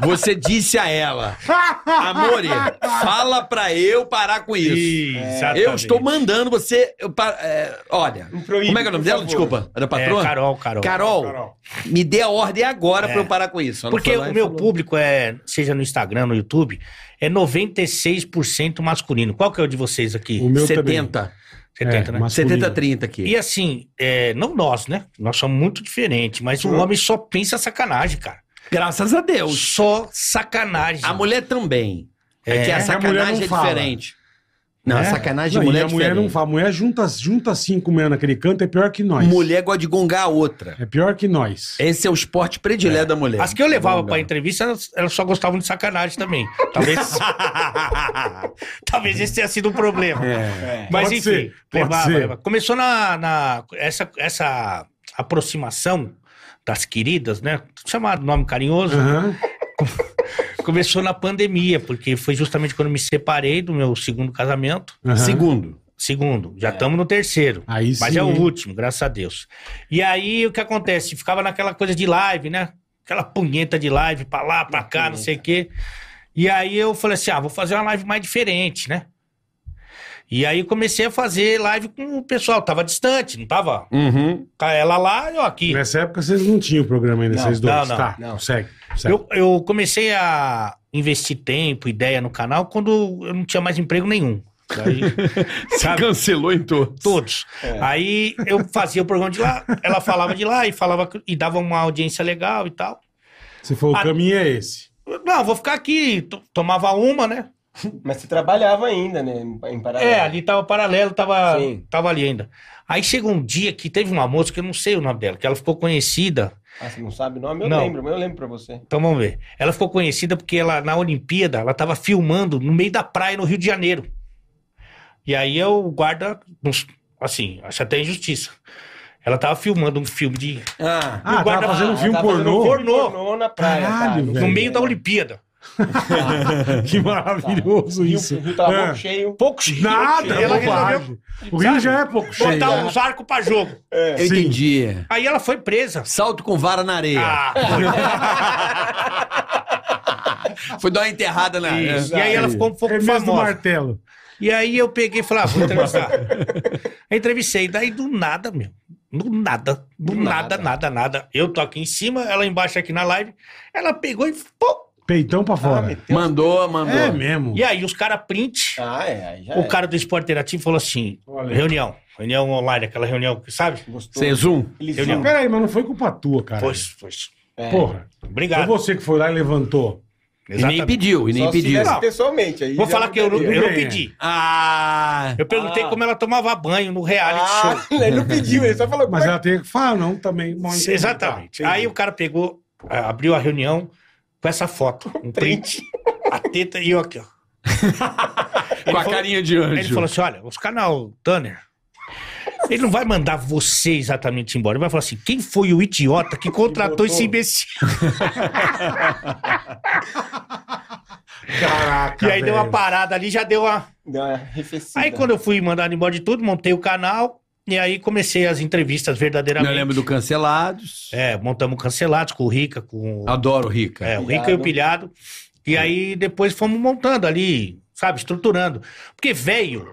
S28: Você disse a ela, <laughs> Amore, fala pra eu parar com isso.
S32: Exatamente.
S28: eu estou mandando você. eu pa- é, olha,
S4: Um
S28: como é que é o nome dela? Desculpa, era patroa?
S10: É, Carol, Carol.
S28: Carol, me dê a ordem agora
S10: É.
S28: pra eu parar com isso. Ela
S10: Porque
S28: foi lá
S10: o
S28: e
S10: meu
S28: falou.
S10: público é, seja no Instagram, no YouTube, é 96% masculino. Qual que é o de vocês aqui?
S28: O meu 70.
S10: 70,
S28: É,
S10: né?
S28: masculino. 70, 30 aqui.
S10: E assim, é, não nós, né? Nós somos muito diferentes, mas o homem só pensa sacanagem, cara.
S28: Graças a Deus.
S10: Só sacanagem.
S28: A mulher também. É, que a
S4: É,
S28: sacanagem
S4: mulher não
S28: é
S4: fala.
S28: diferente. Não, a sacanagem de
S4: Não, e
S28: mulher é
S4: a mulher
S28: diferente.
S4: não fala. A mulher junta, junta cinco mulheres naquele canto, é pior que nós.
S28: Mulher gosta de gongar a outra.
S4: É pior que nós.
S28: Esse é o esporte predileto da mulher.
S10: As que eu
S20: Tá
S10: levava pra entrevista, elas, elas só gostavam de sacanagem também.
S20: <laughs>
S10: Talvez. Talvez esse tenha sido um problema.
S20: É.
S10: Mas
S20: Pode
S10: enfim,
S20: ser, pode
S10: levava,
S20: ser.
S10: levava. Começou na. na- essa, essa aproximação das queridas, né? Chamado nome carinhoso. <laughs> Começou na pandemia, porque foi justamente quando eu me separei do meu segundo casamento.
S4: Uhum. Segundo.
S10: Segundo. Já estamos no terceiro. mas
S4: sim,
S10: é o
S4: hein?
S10: último, graças a Deus. E aí o que acontece? Ficava naquela coisa de live, né? Aquela punheta de live pra lá, pra cá, não sei o quê. E aí eu falei assim: ah, vou fazer uma live mais diferente, né? E aí eu comecei a fazer live com o pessoal, tava distante, não tava?
S4: Uhum.
S10: Ela lá e eu aqui.
S4: Nessa época vocês não tinham o programa ainda,
S10: Não,
S4: vocês dois.
S10: não, não,
S4: tá,
S10: não.
S4: segue. segue.
S10: Eu, eu comecei a investir tempo, ideia no canal quando eu não tinha mais emprego nenhum.
S28: <laughs>
S10: Daí,
S28: cancelou em todos.
S10: Todos.
S9: É.
S10: Aí eu fazia o programa de lá, ela falava de lá e falava que- e dava uma audiência legal e tal.
S4: Você falou,
S10: Ah.
S4: o caminho é esse. <laughs>
S10: Não, vou ficar aqui. to- Tomava uma, né?
S9: Mas você trabalhava ainda, né? Em em paralelo.
S10: É, ali tava paralelo, tava, tava ali ainda. Aí chegou um dia que teve uma moça, que eu não sei o nome dela, que ela ficou conhecida.
S9: Ah, você não sabe o nome? Eu
S10: Não.
S9: lembro, mas eu lembro pra você.
S10: Então vamos ver. Ela ficou conhecida porque ela, na Olimpíada, ela tava filmando no meio da praia no Rio de Janeiro. E aí eu guarda, uns- assim, acho até injustiça. Ela tava filmando um filme de.
S9: Ah,
S10: E o
S4: Ah, tava fazendo um filme
S10: tava fazendo
S4: pornô?
S10: um pornô.
S9: Tornou na praia, tá?
S4: Caralho,
S10: no
S4: velho.
S10: meio da Olimpíada.
S4: <laughs> que maravilhoso isso.
S9: tava
S4: É.
S9: pouco cheio.
S10: Pouco cheio.
S4: Nada,
S10: Ela
S4: bobagem.
S10: resolveu,
S4: O Rio já é pouco cheio.
S10: é Botar uns arcos pra jogo.
S9: É.
S28: Eu entendi.
S10: Aí ela foi presa. Ah.
S28: Salto com vara na areia. <laughs> foi dar uma enterrada na areia.
S10: Isso. E aí ela ficou um pouco famosa.
S4: É martelo.
S10: E aí eu peguei e falei, ah,
S4: <laughs>
S10: vou entrevistar. Eu Entrevistei. Daí do nada, meu. Do nada. Do nada, nada, nada, Eu tô aqui em cima, ela embaixo aqui na live. Ela pegou e... pô, Ah,
S4: Peitão pra fora.
S28: mandou, mandou.
S4: É mesmo.
S10: E aí os caras print.
S9: Ah, é. Aí já
S10: o
S9: é.
S10: cara do esporte interativo falou assim,
S4: Olha.
S10: reunião. Reunião online, aquela reunião, que sabe?
S4: Sem
S28: um?
S4: zoom? Não,
S10: Reunião.
S4: peraí, mas não foi culpa tua, cara.
S10: Pois, pois.
S28: É.
S9: É.
S4: Porra.
S10: Obrigado.
S4: Foi você que foi lá e levantou.
S10: Exatamente. Só se tivesse
S9: pessoalmente aí.
S10: Vou
S9: já
S10: falar que eu não,
S9: poderia.
S10: eu não pedi.
S28: É. Ah!
S10: Eu perguntei
S9: Ah.
S10: como ela tomava banho no reality show.
S4: <laughs> ele não
S9: pediu, ele só falou.
S4: Mas ela tem que falar, não, também. Bom, entendi.
S10: Exatamente. Aí o cara pegou, ah, abriu a reunião com essa foto, um print, a teta e eu
S28: <laughs>
S10: aqui, ó.
S28: Com a carinha de anjo.
S10: Ele falou assim: olha, os canal Tanner. Ele não vai mandar você exatamente embora. Ele vai falar assim: quem foi o idiota que contratou esse imbecil?
S7: Caraca,
S10: E aí deu uma
S7: velho.
S10: parada ali, já deu uma. Aí quando eu fui mandado embora de tudo, montei o canal e aí comecei as entrevistas verdadeiramente.
S2: Eu lembro do Cancelados.
S10: É, montamos o Cancelados com o Rica, com.
S2: Adoro o Rica.
S10: É, o Rica e o Pilhado. E aí depois fomos montando ali, sabe, estruturando. Porque velho,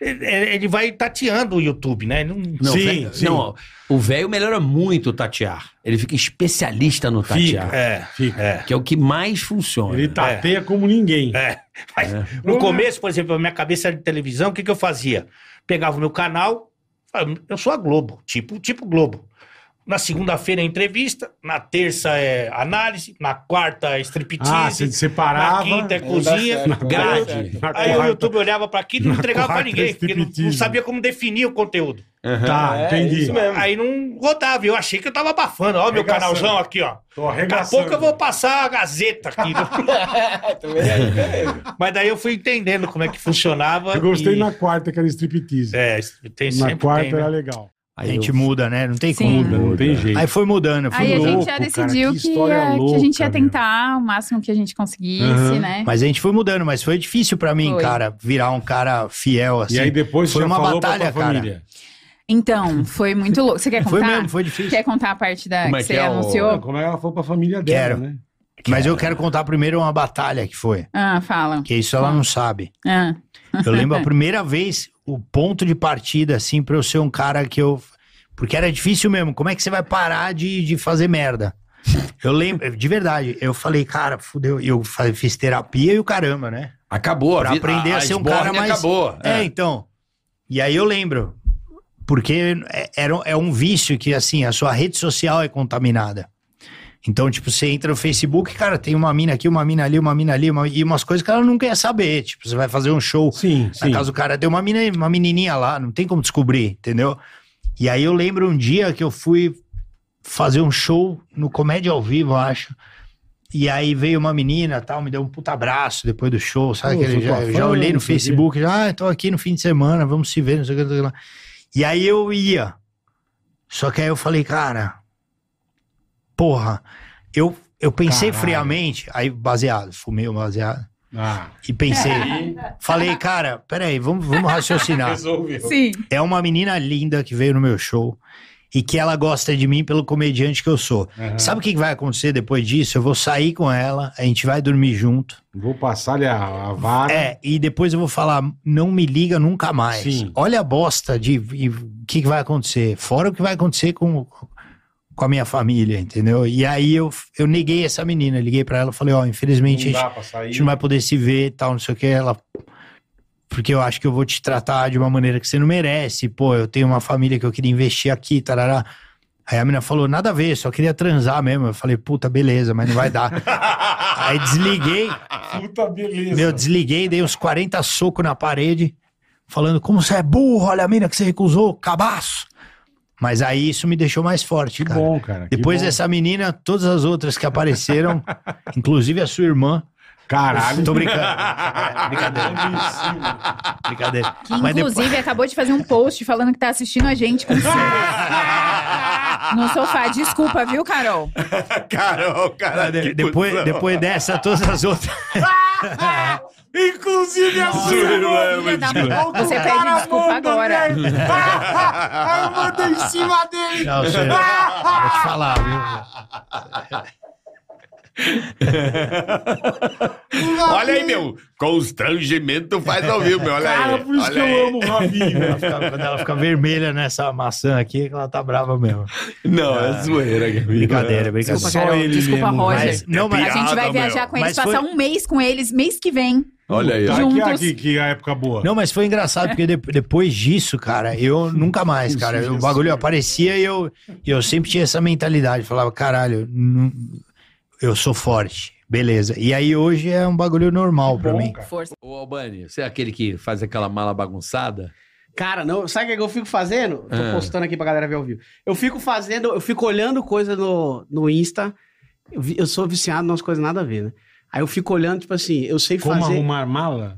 S10: ele- ele vai tateando o YouTube, né? Ele
S2: Não,
S10: Sim,
S2: velho-
S10: sim.
S2: não, ó, o velho melhora muito o tatear. Ele fica especialista no tatear.
S10: Fica, é,
S2: Que é o que mais funciona. Ele
S10: tateia
S4: como ninguém.
S10: É. Mas no começo, por exemplo, a minha cabeça era de televisão, o que, que eu fazia? Pegava o meu canal, falava, eu sou a Globo, tipo, tipo Globo. Na segunda-feira é entrevista, na terça é análise, na quarta é striptease.
S4: Ah, você separava.
S10: Na quinta é
S4: Não dá
S10: cozinha.
S4: certo, não dá
S10: grade.
S4: certo. Na
S10: Aí o
S4: quarta-
S10: YouTube olhava pra aquilo e não
S4: na
S10: entregava pra
S4: quarta é
S10: ninguém, porque não, não
S4: striptease.
S10: sabia como definir o conteúdo.
S4: Aham. Tá, É, entendi. isso mesmo.
S10: Aí não rodava, eu achei que eu tava abafando. Ó, meu
S4: Arregaçando.
S10: canalzão aqui, ó. Daqui
S4: Tô
S10: a
S4: arregaçando.
S10: pouco eu vou passar a Gazeta aqui.
S4: <laughs>
S9: é.
S10: Mas daí eu fui entendendo como é que funcionava.
S4: Eu gostei
S10: e-
S4: na quarta, que era striptease.
S10: É, tem
S4: Na
S10: sempre
S4: quarta
S10: tem, né?
S4: era legal.
S12: A gente muda, né? Não tem como.
S4: Muda, não tem jeito.
S12: Aí foi mudando. Foi
S24: Aí a gente
S12: louco,
S24: já
S12: cara,
S24: decidiu que,
S12: história
S24: ia- que
S12: louca,
S24: a gente ia
S12: meu.
S24: tentar o máximo que a gente conseguisse,
S12: Aham.
S24: né?
S12: Mas a gente foi mudando, mas foi difícil pra mim,
S24: Foi.
S12: cara, virar um cara fiel assim.
S4: E aí depois você
S12: foi
S4: já
S12: uma
S4: falou pra
S12: batalha,
S4: tua
S12: cara.
S4: família.
S24: Então, foi muito louco. Você quer contar?
S12: Foi mesmo, foi difícil.
S24: Quer contar a parte da É,
S12: é
S24: que você anunciou?
S4: Como ela foi pra família dela,
S12: Quero.
S4: né?
S12: Mas eu quero contar primeiro uma batalha que foi.
S24: Ah, fala.
S12: Que isso ela não sabe.
S24: Ah.
S12: Eu lembro
S24: <laughs>
S12: a primeira vez, o ponto de partida, assim, pra eu ser um cara que eu. Porque era difícil mesmo. Como é que você vai parar de, de fazer merda? Eu lembro, de verdade, eu falei, cara, fudeu. E Eu fa- fiz terapia e o caramba, né?
S2: Acabou,
S12: Pra
S2: vi-
S35: Ah,
S12: aprender a, ser um cara
S2: esborne
S12: mais.
S2: Acabou.
S12: É, então. E aí eu lembro. Porque é, era, é um vício que, assim, a sua rede social é contaminada. Então, tipo, você entra no Facebook, cara, tem uma mina aqui, uma mina ali, uma mina ali, uma- e umas coisas que ela nunca ia saber. Tipo, você vai fazer um show.
S4: Sim,
S12: Na
S4: sim.
S12: casa do cara, tem uma, mina, uma menininha lá, não tem como descobrir, entendeu? E aí eu lembro um dia que eu fui fazer um show no Comédia ao Vivo, eu acho. E aí veio uma menina tal, me deu um puta abraço depois do show, sabe?
S4: Pô,
S12: aquele-
S4: sou
S12: já,
S4: tua
S12: eu
S4: fã,
S12: já olhei no
S4: não sei o quê.
S12: Facebook, já, ah, tô aqui no fim de semana, vamos se ver, não sei o que, não sei o que lá. E aí eu ia. Só que aí eu falei, cara, porra, eu, eu pensei
S4: Caralho.
S12: friamente, aí baseado, fumei o baseado. E pensei, falei, cara, peraí, vamos, vamos raciocinar.
S3: Resolveu.
S24: Sim.
S12: É uma menina linda que veio no meu show e que ela gosta de mim pelo comediante que eu sou. Sabe o que que vai acontecer depois disso? Eu vou sair com ela, a gente vai dormir junto.
S4: Vou passar-lhe a, a vara.
S12: É, e depois eu vou falar, não me liga nunca mais. Olha a bosta de e o que, que vai acontecer. Fora o que vai acontecer com, com a minha família, entendeu? E aí eu, eu neguei essa menina, liguei pra ela, falei, ó, infelizmente
S4: Não
S12: a
S4: dá
S12: gente-
S4: pra sair.
S12: a gente não vai poder se ver e tal, não sei o que. Ela, porque eu acho que eu vou te tratar de uma maneira que você não merece. Pô, eu tenho uma família que eu queria investir aqui, tarará. Aí a menina falou, nada a ver, só queria transar mesmo. Eu falei, puta, beleza, mas não vai
S4: <laughs>
S12: dar. Aí desliguei.
S7: Puta beleza.
S12: Meu, desliguei, dei uns 40 socos na parede, falando, como você é burro, olha a mina que você recusou, cabaço. Mas aí isso me deixou mais forte, cara.
S4: bom, cara, que
S12: Depois
S4: bom.
S12: dessa menina, todas as outras
S4: <laughs>
S12: que apareceram, inclusive a sua irmã.
S4: Caralho.
S28: <laughs>
S12: Tô brincando. Brincadeira. Brincadeira.
S3: Ah,
S24: Que, inclusive, acabou de fazer um post falando que tá assistindo a gente com ciúmes. no sofá. <laughs> Desculpa, viu, Carol?
S4: <laughs>
S12: Carol, cara. Depois, depois dessa, todas
S4: <laughs>
S12: as outras.
S3: Inclusive a sua irmã.
S24: filha da puta, você pede desculpa agora.
S43: né?
S3: Ah, eu mandei em cima dele.
S12: Não, você-
S43: Ah,
S12: vou te falar, viu?
S44: Olha aí, meu. Constrangimento faz Tá ao vivo, meu. Olha aí.
S12: Cara, por isso
S44: olha
S12: que eu
S44: aí.
S12: amo o Rafinha. Ela fica- Quando ela fica vermelha nessa maçã aqui, que ela tá brava mesmo. Ah,
S44: Não, é zoeira. Gabi.
S12: Brincadeira, brincadeira.
S24: Desculpa, Carol. Desculpa, Roger.
S12: Mas- não, mas
S24: a gente vai viajar com eles,
S12: Mas foi-
S24: passar um mês com eles, mês que vem.
S44: Olha aí,
S12: ó.
S24: Juntos.
S4: Tá Que, que a época boa.
S12: Não, mas foi engraçado, porque de- depois disso, cara, eu nunca mais, cara. o bagulho aparecia e eu, e eu sempre tinha essa mentalidade. Falava, caralho, nu- eu sou forte. Beleza. E aí hoje é um bagulho normal pra mim.
S24: Força.
S45: Ô, Albani, você é aquele que faz aquela mala bagunçada?
S43: Cara, não, sabe o que é que eu fico fazendo? Tô
S45: Ah.
S43: postando aqui pra galera ver ao vivo. Eu fico fazendo, eu fico olhando coisa no, no Insta. Eu, vi- eu sou viciado nas coisas nada a ver, né? Aí eu fico olhando, tipo assim, eu sei
S4: Como
S43: fazer
S4: arrumar mala?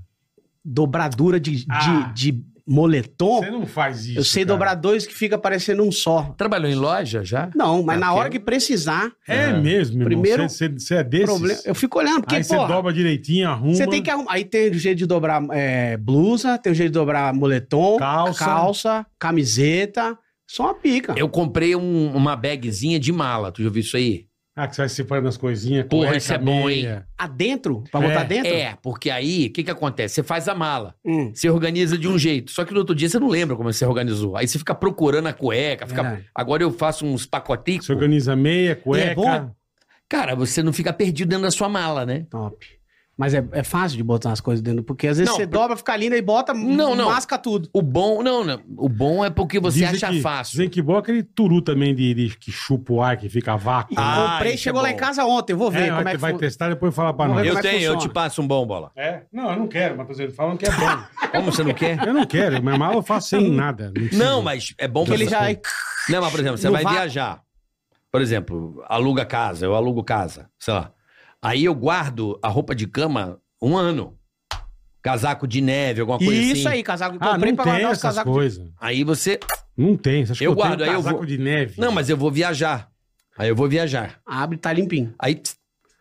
S43: dobradura de, de, de moletom.
S4: Ah. Você não faz isso.
S43: eu sei
S4: cara.
S43: dobrar dois que fica parecendo um só.
S2: Trabalhou em loja já?
S43: Não, mas na
S4: Aqui.
S43: hora que precisar.
S4: É mesmo, irmão.
S43: Primeiro,
S4: Você- Você você é desses?
S43: problema- eu fico olhando, porque,
S4: Aí você
S43: porra,
S4: dobra direitinho, arruma.
S43: Você tem que arrumar. Aí tem o jeito de dobrar é, blusa, tem o jeito de dobrar moletom, calça, camiseta. Só uma pica.
S2: Eu comprei um- uma bagzinha de mala. Tu já ouviu isso aí?
S4: Ah, que você vai separando as coisinhas.
S2: Porra,
S4: cueca,
S2: isso é bom, hein?
S4: meia.
S43: Adentro?
S4: Pra botar dentro?
S2: É, porque aí, o que que acontece? Você faz a mala,
S43: Hum.
S2: você organiza de um jeito, só que no outro dia você não lembra como você organizou. Aí você fica procurando a cueca, fica-
S4: Verdade.
S2: agora eu faço uns pacotinhos. Você
S4: organiza
S43: é
S4: meia, cueca.
S2: Cara, você não fica perdido dentro da sua mala, né?
S43: Top. Mas é, é fácil de botar as coisas dentro, porque às vezes
S2: Não,
S43: você
S2: por-
S43: dobra, fica linda e bota,
S2: Não, não.
S43: masca tudo.
S2: O bom, não, não. O bom é porque você
S4: Dizem
S2: acha
S4: que-
S2: fácil.
S4: Dizem que bom é aquele turu também de, de- que chupa o ar, que fica vácuo.
S2: Ah,
S43: comprei, Ah,
S2: é
S43: chegou lá em casa ontem, eu vou ver
S4: É,
S43: como
S4: vai,
S43: é que
S4: vai
S43: fu-
S4: testar depois fala pra
S43: Vamos
S4: nós.
S43: ver como é que funciona.
S2: passo um bom, bola.
S4: É? Não, eu não quero, mas tô dizendo, falando que é bom.
S2: Como você não quer?
S4: Eu não quero, minha mala eu faço sem nada.
S2: Não, mas é bom
S4: Que ele já é-
S2: Não, mas por exemplo, você
S4: No
S2: vai
S4: vácuo.
S2: viajar. Por exemplo, aluga casa, eu alugo casa, sei lá. Aí eu guardo a roupa de cama um ano. Casaco de neve, alguma coisa assim.
S43: Isso aí, casaco.
S4: Ah,
S43: comprei
S4: não
S43: pra
S4: tem
S43: guardar os
S4: essas
S43: casacos.
S4: coisas.
S2: Aí você.
S4: Não tem. Você acha que
S2: eu
S4: eu
S2: guardo,
S4: tenho
S2: aí eu
S4: casaco
S2: vou.
S4: de neve?
S2: Não, mas eu vou viajar. Aí eu vou viajar.
S43: Abre, tá limpinho.
S2: Aí tss,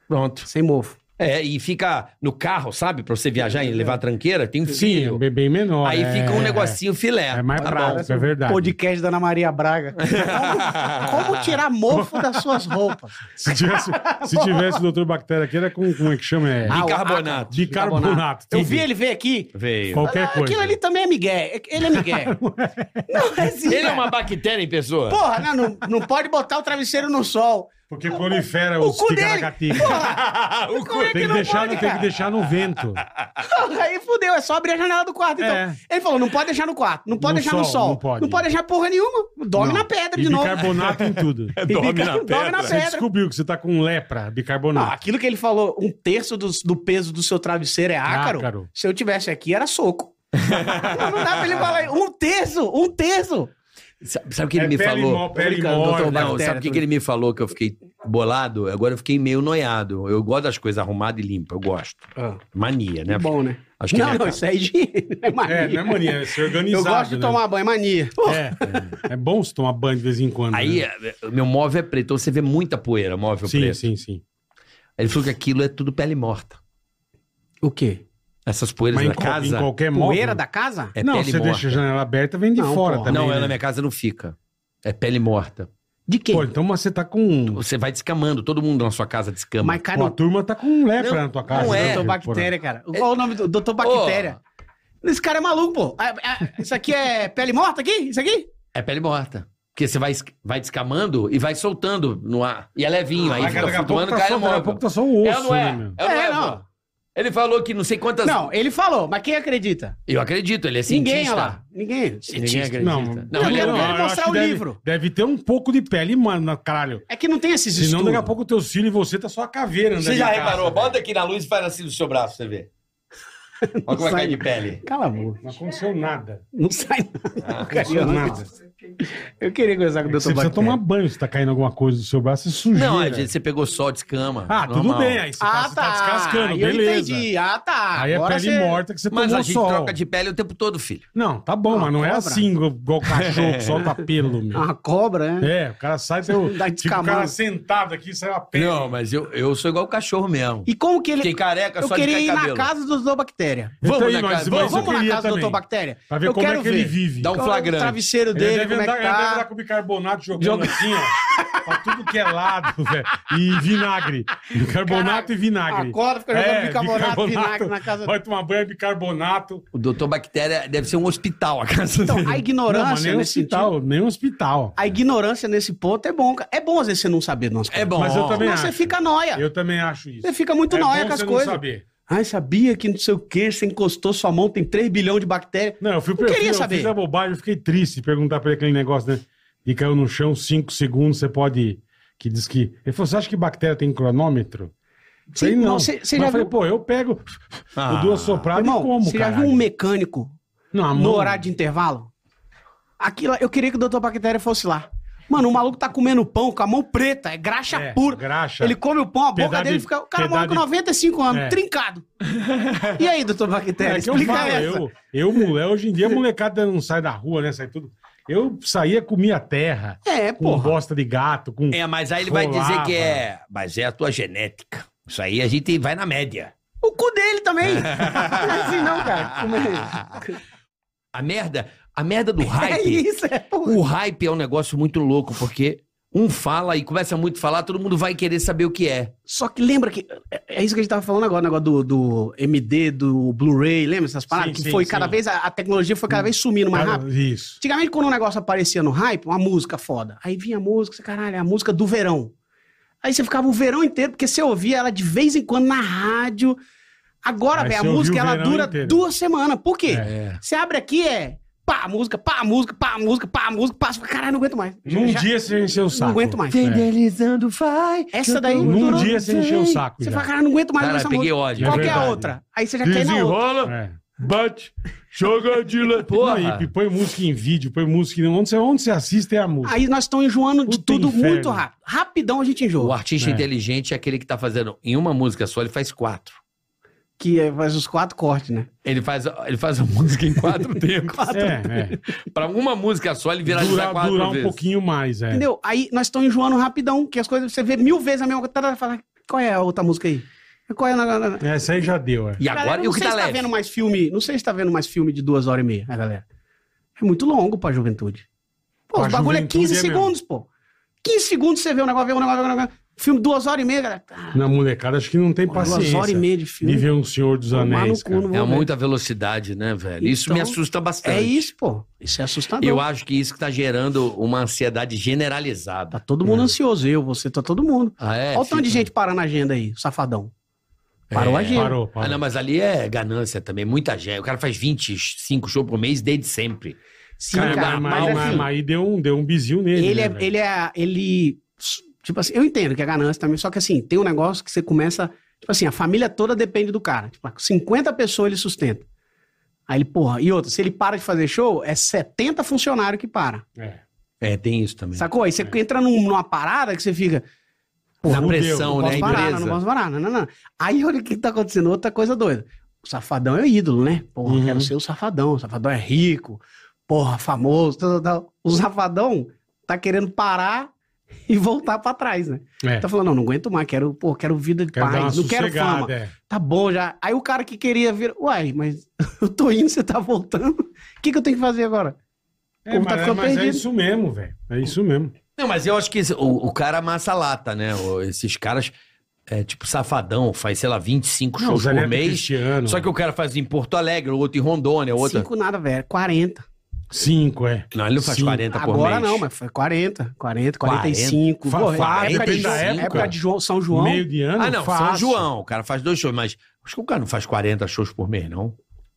S2: pronto.
S43: Sem mofo.
S2: É, e fica no carro, sabe? Pra você viajar e levar a tranqueira, tem um
S4: Sim,
S2: fio.
S4: bem, bem menor.
S2: Aí
S4: é.
S2: fica um negocinho filé.
S4: É mais
S2: Tá
S4: prático,
S2: bom.
S4: é verdade.
S43: Podcast da Ana Maria
S4: <laughs>
S43: Braga. Como, como tirar mofo das suas roupas?
S4: Se tivesse, se
S43: <laughs>
S4: tivesse o doutor Bactéria aqui, era com como é que chama? É...
S43: Ah, o Bicarbonato.
S4: Bicarbonato.
S43: Eu vi ele ver aqui.
S2: Veio.
S4: Qualquer
S43: Aquilo
S4: coisa.
S43: ali também é migué. Ele é
S4: <laughs>
S43: migué. não, é assim,
S2: Ele é
S43: cara.
S2: uma bactéria em pessoa.
S43: Porra, não, não, não pode botar o travesseiro no sol.
S4: Porque prolifera
S43: o
S4: os
S43: cu dele.
S4: ticaracati. <laughs>
S43: Porra,
S2: o
S43: cu.
S4: Tem que, deixar, no- tem que deixar no vento.
S43: <laughs> Aí fudeu, é só abrir a janela do quarto, então.
S4: É.
S43: Ele falou, não pode deixar no quarto, não pode
S4: No
S43: deixar no
S4: sol,
S43: sol.
S4: não pode.
S43: deixar porra nenhuma. Dorme
S4: Não.
S43: na pedra
S4: E
S43: de novo.
S4: bicarbonato em tudo.
S43: E <laughs> dorme bica- na dorme pedra. na
S4: Você
S43: pedra.
S4: descobriu que você tá com lepra, bicarbonato.
S43: Ah, aquilo que ele falou, um terço do, do peso do seu travesseiro é ácaro.
S4: Ácaro.
S43: Se eu tivesse aqui, era
S4: <laughs>
S43: soco. não, não dá pra ele falar, um terço, um terço.
S2: Sabe, sabe o que ele
S43: É
S2: me
S43: pele
S2: falou?
S43: mó- pele
S2: Brincando,
S43: morta,
S2: doutor, não,
S43: bactéria,
S2: sabe o que,
S43: tudo.
S2: que ele me falou que eu fiquei bolado? Agora eu fiquei meio noiado. Eu gosto das coisas arrumadas e limpas, eu gosto. Mania, né?
S43: Ah. Bom, né?
S2: Acho que
S43: não,
S2: é,
S43: não,
S2: cara.
S43: isso é higiene, não é mania.
S4: É, não é mania, é ser organizado,
S43: Eu gosto de
S4: né?
S43: tomar banho, é mania.
S4: É, é. É bom se tomar banho de vez em quando.
S2: Aí,
S4: né?
S2: eh, meu móvel é preto, então você vê muita poeira, móvel
S4: Sim,
S2: preto.
S4: sim, sim.
S2: Ele falou que aquilo é tudo pele morta.
S43: O quê?
S2: Essas poeiras
S4: Mas em
S2: da
S4: qual-
S2: casa.
S4: em qualquer móvel?
S43: Poeira da casa?
S2: É
S4: não,
S2: pele
S4: você
S2: morta.
S4: deixa a janela aberta, vem de
S2: Não,
S4: fora
S2: porra.
S4: também.
S2: Não,
S4: né?
S2: ela na minha casa não fica. É pele morta. De quem?
S4: Pô, então mas você tá com.
S2: Você vai descamando, todo mundo na sua casa descama.
S43: Mas, cara,
S4: Pô, a turma tá com lepra
S2: Não,
S4: na tua casa.
S2: não é.
S4: né?
S43: Doutor Bactéria, cara. Qual o nome do doutor Bactéria? Esse cara é maluco, pô. Ah, ah, Isso aqui é pele morta aqui? Isso aqui?
S2: É pele morta. Porque você vai, es- vai descamando e vai soltando no ar. E é levinho, aí
S4: Mas
S2: fica
S4: daqui a pouco
S2: flutuando,
S4: tá
S2: cai
S4: só-
S2: no móvel.
S4: daqui a pouco tá só o
S2: É ou não
S4: osso,
S2: é?
S4: né, meu?
S2: É ou não é,
S43: É, não.
S2: pô? Ele falou que não sei quantas...
S43: Não, ele falou, mas quem acredita?
S2: Eu acredito, ele é cientista.
S43: Ninguém, olha lá. Ninguém.
S2: Cientista. acredita.
S4: Não,
S2: Não,
S4: não,
S43: ele-
S4: não,
S43: ele
S4: eu
S43: mostrar
S4: acho que
S43: o
S4: deve-
S43: livro.
S4: Deve ter um pouco de pele, mano, na caralho.
S43: É que não tem esses
S4: Senão,
S43: estudos.
S4: daqui a pouco teu filho e você tá só a caveira, né?
S2: Você
S43: é
S2: já reparou? Bota aqui na luz e faz assim do seu braço, você
S43: <laughs>
S2: vê. Olha como é que cai de pele.
S43: Cala a boca.
S4: Não aconteceu nada.
S43: Não sai nada.
S4: Não
S43: Caiu
S4: aconteceu
S43: nada.
S4: nada.
S43: Eu queria conversar com o
S4: Você
S43: doutor
S4: precisa
S43: Bactéria.
S4: tomar banho se tá caindo alguma coisa do seu braço, você sujeira.
S2: Não, é, gente, você pegou sol, descama.
S4: Ah, tudo
S2: normal.
S4: bem, aí você tá- você tá descascando,
S43: eu
S4: beleza.
S43: entendi. Ah, tá.
S4: Aí é
S43: Agora
S4: pele
S43: você-
S4: morta que você
S2: Mas
S4: tomou
S2: a gente
S4: sol.
S2: troca de pele o tempo todo, filho.
S4: Não, tá bom, mas não é assim, igual cachorro
S43: <laughs>
S4: que solta pelo, meu.
S43: Uma cobra, né?
S4: É, o cara sai, seu,
S43: <laughs> Dá
S4: fica o
S43: descamado.
S4: cara sentado aqui, sai uma pele.
S2: Não, mas eu, eu sou igual o cachorro mesmo.
S43: E como que ele...
S2: Fiquei careca
S43: Eu
S2: só de
S43: queria
S2: cair
S43: ir na
S2: cabelo.
S43: casa do doutor Bactéria.
S2: Vamos
S4: Então, aí,
S2: na
S4: mas-
S2: casa,
S4: mas
S2: vamos.
S4: eu
S43: Vamos na
S4: queria
S43: casa do
S4: também.
S43: doutor Bactéria?
S4: Pra ver
S43: Eu
S4: como é
S43: quero
S4: que ele
S43: ver.
S4: vive.
S2: Dá um
S43: Qual é o
S2: flagrante.
S43: travesseiro
S4: Ele
S43: dele,
S4: deve
S43: como é que
S4: andar, ele
S43: tá?
S4: deve andar com bicarbonato jogando
S43: Joga-
S4: assim, ó. Pra tudo que é lado, <laughs> velho. E vinagre. Bicarbonato e vinagre. É,
S43: acorda, fica jogando bicarbonato e vinagre na casa-
S4: Vai tomar banho, bicarbonato.
S2: O doutor Bactéria deve ser um hospital a casa
S43: Então,
S2: dele.
S43: a
S4: <laughs> Não, mas
S43: ignorância
S4: nem um
S43: nesse
S4: hospital,
S43: sentido-
S4: nem um hospital.
S43: A ignorância nesse ponto é bom, cara. É bom às vezes você não saber de umas coisas.
S2: bom.
S4: Mas eu também
S43: Não,
S4: acho.
S43: você fica nóia.
S4: Eu também acho isso.
S43: Você fica muito
S4: É
S43: nóia
S4: bom
S43: com as
S4: você não
S43: coisas.
S4: saber.
S43: Ai, sabia que não sei o que, você encostou sua mão, tem 3 bilhão de bactérias.
S4: Não, eu fui
S43: Não queria
S4: eu
S43: saber.
S4: fiz a bobagem, eu fiquei triste de perguntar pra ele aquele negócio, né? E caiu no chão, cinco segundos, você pode. Que diz que. Ele falou: você acha que bactéria tem cronômetro?
S43: Sim,
S4: Falei, não.
S43: não, você- você
S4: Mas
S43: já
S4: eu falei,
S43: viu-
S4: pô, eu pego <laughs> o duas sopradas e
S43: Irmão,
S4: como,
S43: você já
S4: cara.
S43: viu um mecânico
S4: Não, a
S43: no
S4: mão-
S43: horário de intervalo? Aquilo, eu queria que o doutor Bactéria fosse lá. Mano, o maluco tá comendo pão com a mão preta, é graxa
S4: É,
S43: pura.
S4: graxa.
S43: Ele come o pão, a boca
S4: Piedade-
S43: dele fica. O cara mora com
S4: piedade-
S43: 95 anos,
S4: É. <laughs>
S43: trincado. E aí, doutor Baquetéria,
S4: É que eu
S43: explica
S4: falo,
S43: essa.
S4: eu, eu, mulher, hoje em dia, molecada não sai da rua, né? Sai tudo. Eu saía, comia terra.
S43: É,
S4: Com bosta de gato, com.
S3: É, mas aí ele vai dizer que é. Mas é a tua genética. Isso aí a gente vai na média.
S43: O cu dele
S4: <laughs>
S43: também. Não é assim não, cara. Como
S2: A merda, a
S43: <laughs>
S2: merda do hype.
S43: isso, é
S2: O hype é um negócio muito louco, porque um fala e começa muito a falar, todo mundo vai querer saber o que é.
S43: Só que lembra que. é- É isso que a gente tava falando agora, o negócio do, do MD, do Blu-ray, lembra essas paradas?
S4: Sim,
S43: que
S4: sim,
S43: foi cada
S4: sim.
S43: vez, a, a tecnologia foi cada vez sumindo mais
S4: Cada-
S43: rápido.
S4: Isso.
S43: Antigamente, quando um negócio aparecia no hype, uma música foda. Aí vinha a música, você, caralho, é a música do verão. Aí você ficava o verão inteiro, porque você ouvia ela de vez em quando na rádio. Agora,
S4: Aí
S43: velho, a
S4: você ouviu
S43: música
S4: o
S43: ela
S4: verão
S43: dura
S4: inteiro.
S43: duas semanas. Por quê?
S4: É.
S43: Você abre aqui, é pá, música, pá, música, pá, música, pá, música, pá. Você fala, Caralho, não aguento mais.
S4: Num
S43: Já-
S4: Um dia você encheu o saco.
S43: Não aguento mais.
S4: É.
S43: Fidelizando vai. Essa daí.
S4: Num
S43: durou-
S4: dia você encheu o saco
S43: Você
S4: já.
S43: fala, cara, não aguento mais
S4: Cara,
S43: essa
S4: peguei
S43: música.
S4: ódio.
S43: Qual
S4: É
S43: que é a
S4: verdade.
S43: outra? Aí você já quer na outra.
S44: É.
S4: bate, joga de lá.
S43: Porra.
S4: E põe música em vídeo, põe música em... Onde você, onde você assiste é a música.
S43: Aí nós estamos enjoando de tudo
S4: inferno.
S43: muito rápido. Rapidão a gente enjoa.
S2: O artista
S43: É.
S2: inteligente é aquele que tá fazendo em uma música só, ele faz quatro.
S43: Que é- faz os quatro cortes, né?
S2: Ele faz, ele faz a <laughs> música
S43: <laughs>
S2: em quatro tempos.
S4: É,
S2: Pra uma música só, ele viraliza
S4: Durar,
S2: quatro
S4: durar um
S2: vezes.
S4: pouquinho mais, é.
S43: Entendeu? Aí nós estamos enjoando rapidão, que as coisas você vê mil vezes a mesma coisa. tarará, Fala, qual é a outra música aí? Qual é a. na- na- na-"
S4: Essa aí já deu, é.
S43: Galera, não sei se tá vendo mais filme. Não sei se tá vendo mais filme de duas horas e meia, a galera. É muito longo pra juventude. Pô,
S4: Pra
S43: os bagulho é
S4: juventude
S43: 15
S4: é mesmo.
S43: segundos, pô. 15 segundos você vê um negócio, vê um negócio, vê um negócio. Filme duas horas e meia, galera.
S4: Na molecada, acho que não tem
S43: Duas
S4: paciência.
S43: horas e meia de filme.
S4: ver um Senhor dos
S43: Tomar no
S4: Anéis,
S43: cu,
S4: cara.
S43: não vou
S2: É
S43: ver.
S2: muita velocidade, né, velho? isso
S43: Então,
S2: me assusta bastante.
S43: É isso, pô. Isso é assustador.
S2: Eu acho que isso que tá gerando uma ansiedade generalizada.
S43: Tá todo mundo ansioso, eu, você, tá todo mundo.
S2: Hum. Ah, é?
S43: Olha o tanto de
S2: Fica-
S43: gente parando a agenda aí, safadão. Parou
S2: É.
S43: a agenda.
S2: Ah, não, mas ali é ganância também, muita gente. O cara faz 25 shows por mês desde sempre.
S43: Sim,
S4: cara,
S43: cara,
S4: mas,
S43: mas
S4: mas,
S43: assim-
S4: mas aí deu um, deu um bizinho nele.
S43: Ele
S4: né,
S43: é,
S4: velho?
S43: ele é, ele, tipo assim, eu entendo que é ganância também, só que assim, tem um negócio que você começa, tipo assim, a família toda depende do cara, tipo, 50 pessoas ele sustenta. Aí ele, porra, e outra, se ele para de fazer show, é 70 funcionário que para.
S2: É, tem isso também.
S43: Sacou? Aí você
S4: É.
S43: entra num- numa parada que você fica. porra,
S2: Na
S43: não
S2: pressão,
S43: não
S2: né,
S43: posso parar,
S2: empresa.
S43: Não posso parar, não, não, não. Aí olha o que tá acontecendo, outra coisa doida. O safadão é ídolo, né? Porra,
S4: Uhum.
S43: quero ser o safadão. O safadão é rico, porra, famoso, tal, tal, tal. O safadão tá querendo parar <laughs> e voltar pra trás, né?
S4: É.
S43: Tá falando, não, não aguento mais, quero, porra, quero vida de
S4: Quero dar
S43: paz,
S4: uma
S43: não quero
S4: sossegada,
S43: fama.
S4: é.
S43: Tá bom já. Aí o cara que queria vir, uai, mas <laughs> eu tô indo, você tá voltando. O que, que eu tenho que fazer agora? O
S4: É,
S43: povo tá
S4: mas,
S43: ficando
S4: mas é isso mesmo, velho. É isso mesmo.
S2: Não, mas eu acho que esse- o, o cara amassa a lata, né? O- esses caras, é, tipo safadão, faz, sei lá, 25
S43: Não,
S2: shows
S43: Zé
S2: por
S43: Neto
S2: mês.
S4: Cristiano.
S2: Só que o cara faz em Porto Alegre, o outro em Rondônia, o outro...
S43: Cinco nada, velho. é 40.
S4: Cinco, é.
S2: Não, ele não faz
S4: Cinco.
S2: 40 por mês.
S43: Agora não, mas foi 40, 40, 45.
S2: Fa-
S43: Porra,
S2: fa-
S43: época, de,
S2: depende da
S43: época.
S2: época.
S43: de João- São João.
S2: Ah, não, São João. O cara faz dois shows, mas acho que o cara não faz 40 shows por mês, não.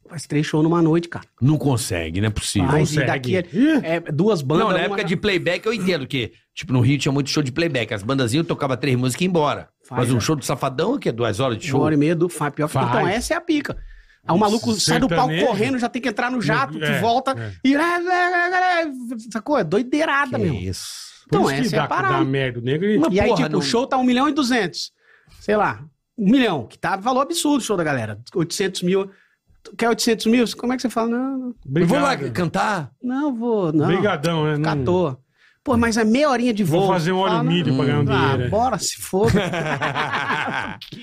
S43: Faz três shows numa noite, cara.
S2: Não consegue, não é possível.
S43: Mas e daqui é, é duas bandas.
S2: não, na
S43: uma-
S2: época de playback eu entendo que, tipo, no Rio tinha muito show de playback. As bandazinhas tocavam três músicas e ia embora.
S43: Faz,
S2: mas um
S43: é.
S2: show do Safadão, que é duas horas de show.
S43: Uma hora e meia do Fá, pior que-
S2: Faz.
S43: Então essa é a pica. Aí o maluco sai do palco
S2: Sertanejo.
S43: correndo, já tem que entrar no jato,
S2: é,
S43: que volta.
S2: é.
S43: E. <laughs> Sacou? É doideirada, meu.
S2: Isso.
S4: Por
S43: Então
S4: isso que
S43: essa é a
S4: dá-
S43: parada.
S4: dá merda, o negro-
S43: E
S4: Mas,
S43: aí,
S4: porra,
S43: tipo,
S4: não-
S43: o show tá 1 milhão e 200. Sei lá, 1 milhão, que tá valor absurdo o show da galera. 800 mil. Tu quer 800 mil? Como é que você fala? Não, não.
S4: Obrigado.
S2: Vou lá cantar?
S43: Não, vou, não.
S4: Obrigadão, né? Não-
S43: Fica à toa. Pô, mas é meia horinha de
S4: Vou
S43: voo.
S4: fazer um óleo
S43: Fala,
S4: milho pra ganhar um dinheiro, é.
S43: Ah, bora, se
S2: <laughs>
S43: for.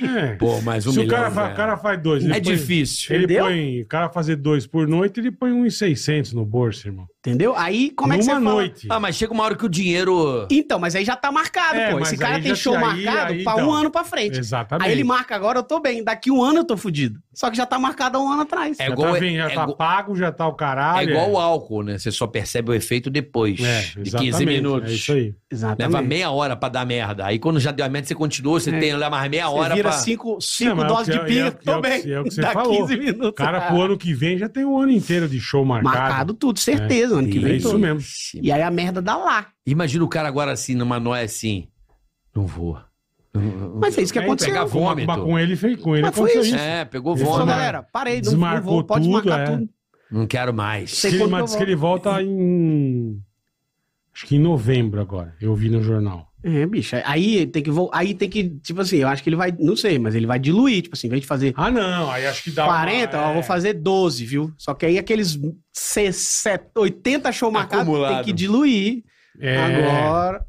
S4: É.
S2: Pô, mas um
S4: Se
S2: milhão,
S4: o cara, fa-
S2: velho.
S4: o cara faz dois.
S2: É difícil.
S4: Ele
S2: Entendeu?
S4: põe. O cara fazer dois por noite, ele põe um em 600 no bolso, irmão.
S43: Entendeu? Aí, como é que
S4: Numa
S43: você fala?
S4: noite.
S2: Ah, mas chega uma hora que o dinheiro.
S43: Então, mas aí já tá marcado,
S4: É,
S43: pô. Esse
S4: mas
S43: cara
S4: aí
S43: tem
S4: já-
S43: show
S4: aí-
S43: marcado
S4: aí
S43: pra um
S4: dá.
S43: ano pra frente.
S4: Exatamente.
S43: Aí ele marca agora, eu tô bem. Daqui um ano eu tô fudido. Só que já tá marcado há um ano atrás.
S4: já tá, vendo, já tá pago, já tá o
S2: É
S4: caralho.
S2: igual o álcool, né? Você só percebe o efeito depois de 15
S4: É, exatamente,
S2: minutos.
S4: é isso aí.
S2: Leva meia hora pra dar merda. Aí quando já deu a merda, você continua, você
S4: É.
S2: tem lá mais meia
S4: Você
S2: hora
S4: vira
S2: pra...
S4: cinco- cinco Não, mas é o doses que- de pinga, é o que- é o tô que- bem. é o que você Dá falou. 15 minutos. Ah. O cara, pro ano que vem, já tem um ano inteiro de show marcado.
S43: Ah. Marcado tudo, certeza,
S4: É.
S43: ano que
S4: É
S43: vem
S4: isso
S43: todo.
S4: mesmo.
S43: E aí a merda dá lá.
S2: Imagina o cara agora assim, numa noia assim. Não vou.
S43: Mas é isso que
S4: então,
S2: Aí
S43: aconteceu.
S2: Pegar vômito.
S4: Mas com ele, fez- com ele
S43: Mas foi
S4: aconteceu
S43: isso.
S4: isso.
S2: É, pegou
S4: Ele
S2: vômito.
S4: falou,
S43: Galera, parei, não, não
S4: Desmarcou
S43: vou, pode
S4: tudo,
S43: marcar
S4: é.
S43: tudo.
S2: Não quero mais.
S4: Diz que ele- mas diz que ele volta em. Acho que em novembro agora, eu vi no jornal.
S43: É, bicho. Aí tem que vol- aí tem que, tipo assim, eu acho que ele vai, não sei, mas ele vai diluir, tipo assim, em vez de fazer
S4: Ah, não, aí acho que dá uma- é.
S43: 40, ó, eu vou fazer 12, viu? Só que aí aqueles 60, 80 show marcados tem
S4: Acumulado.
S43: que diluir.
S4: É.
S43: Agora,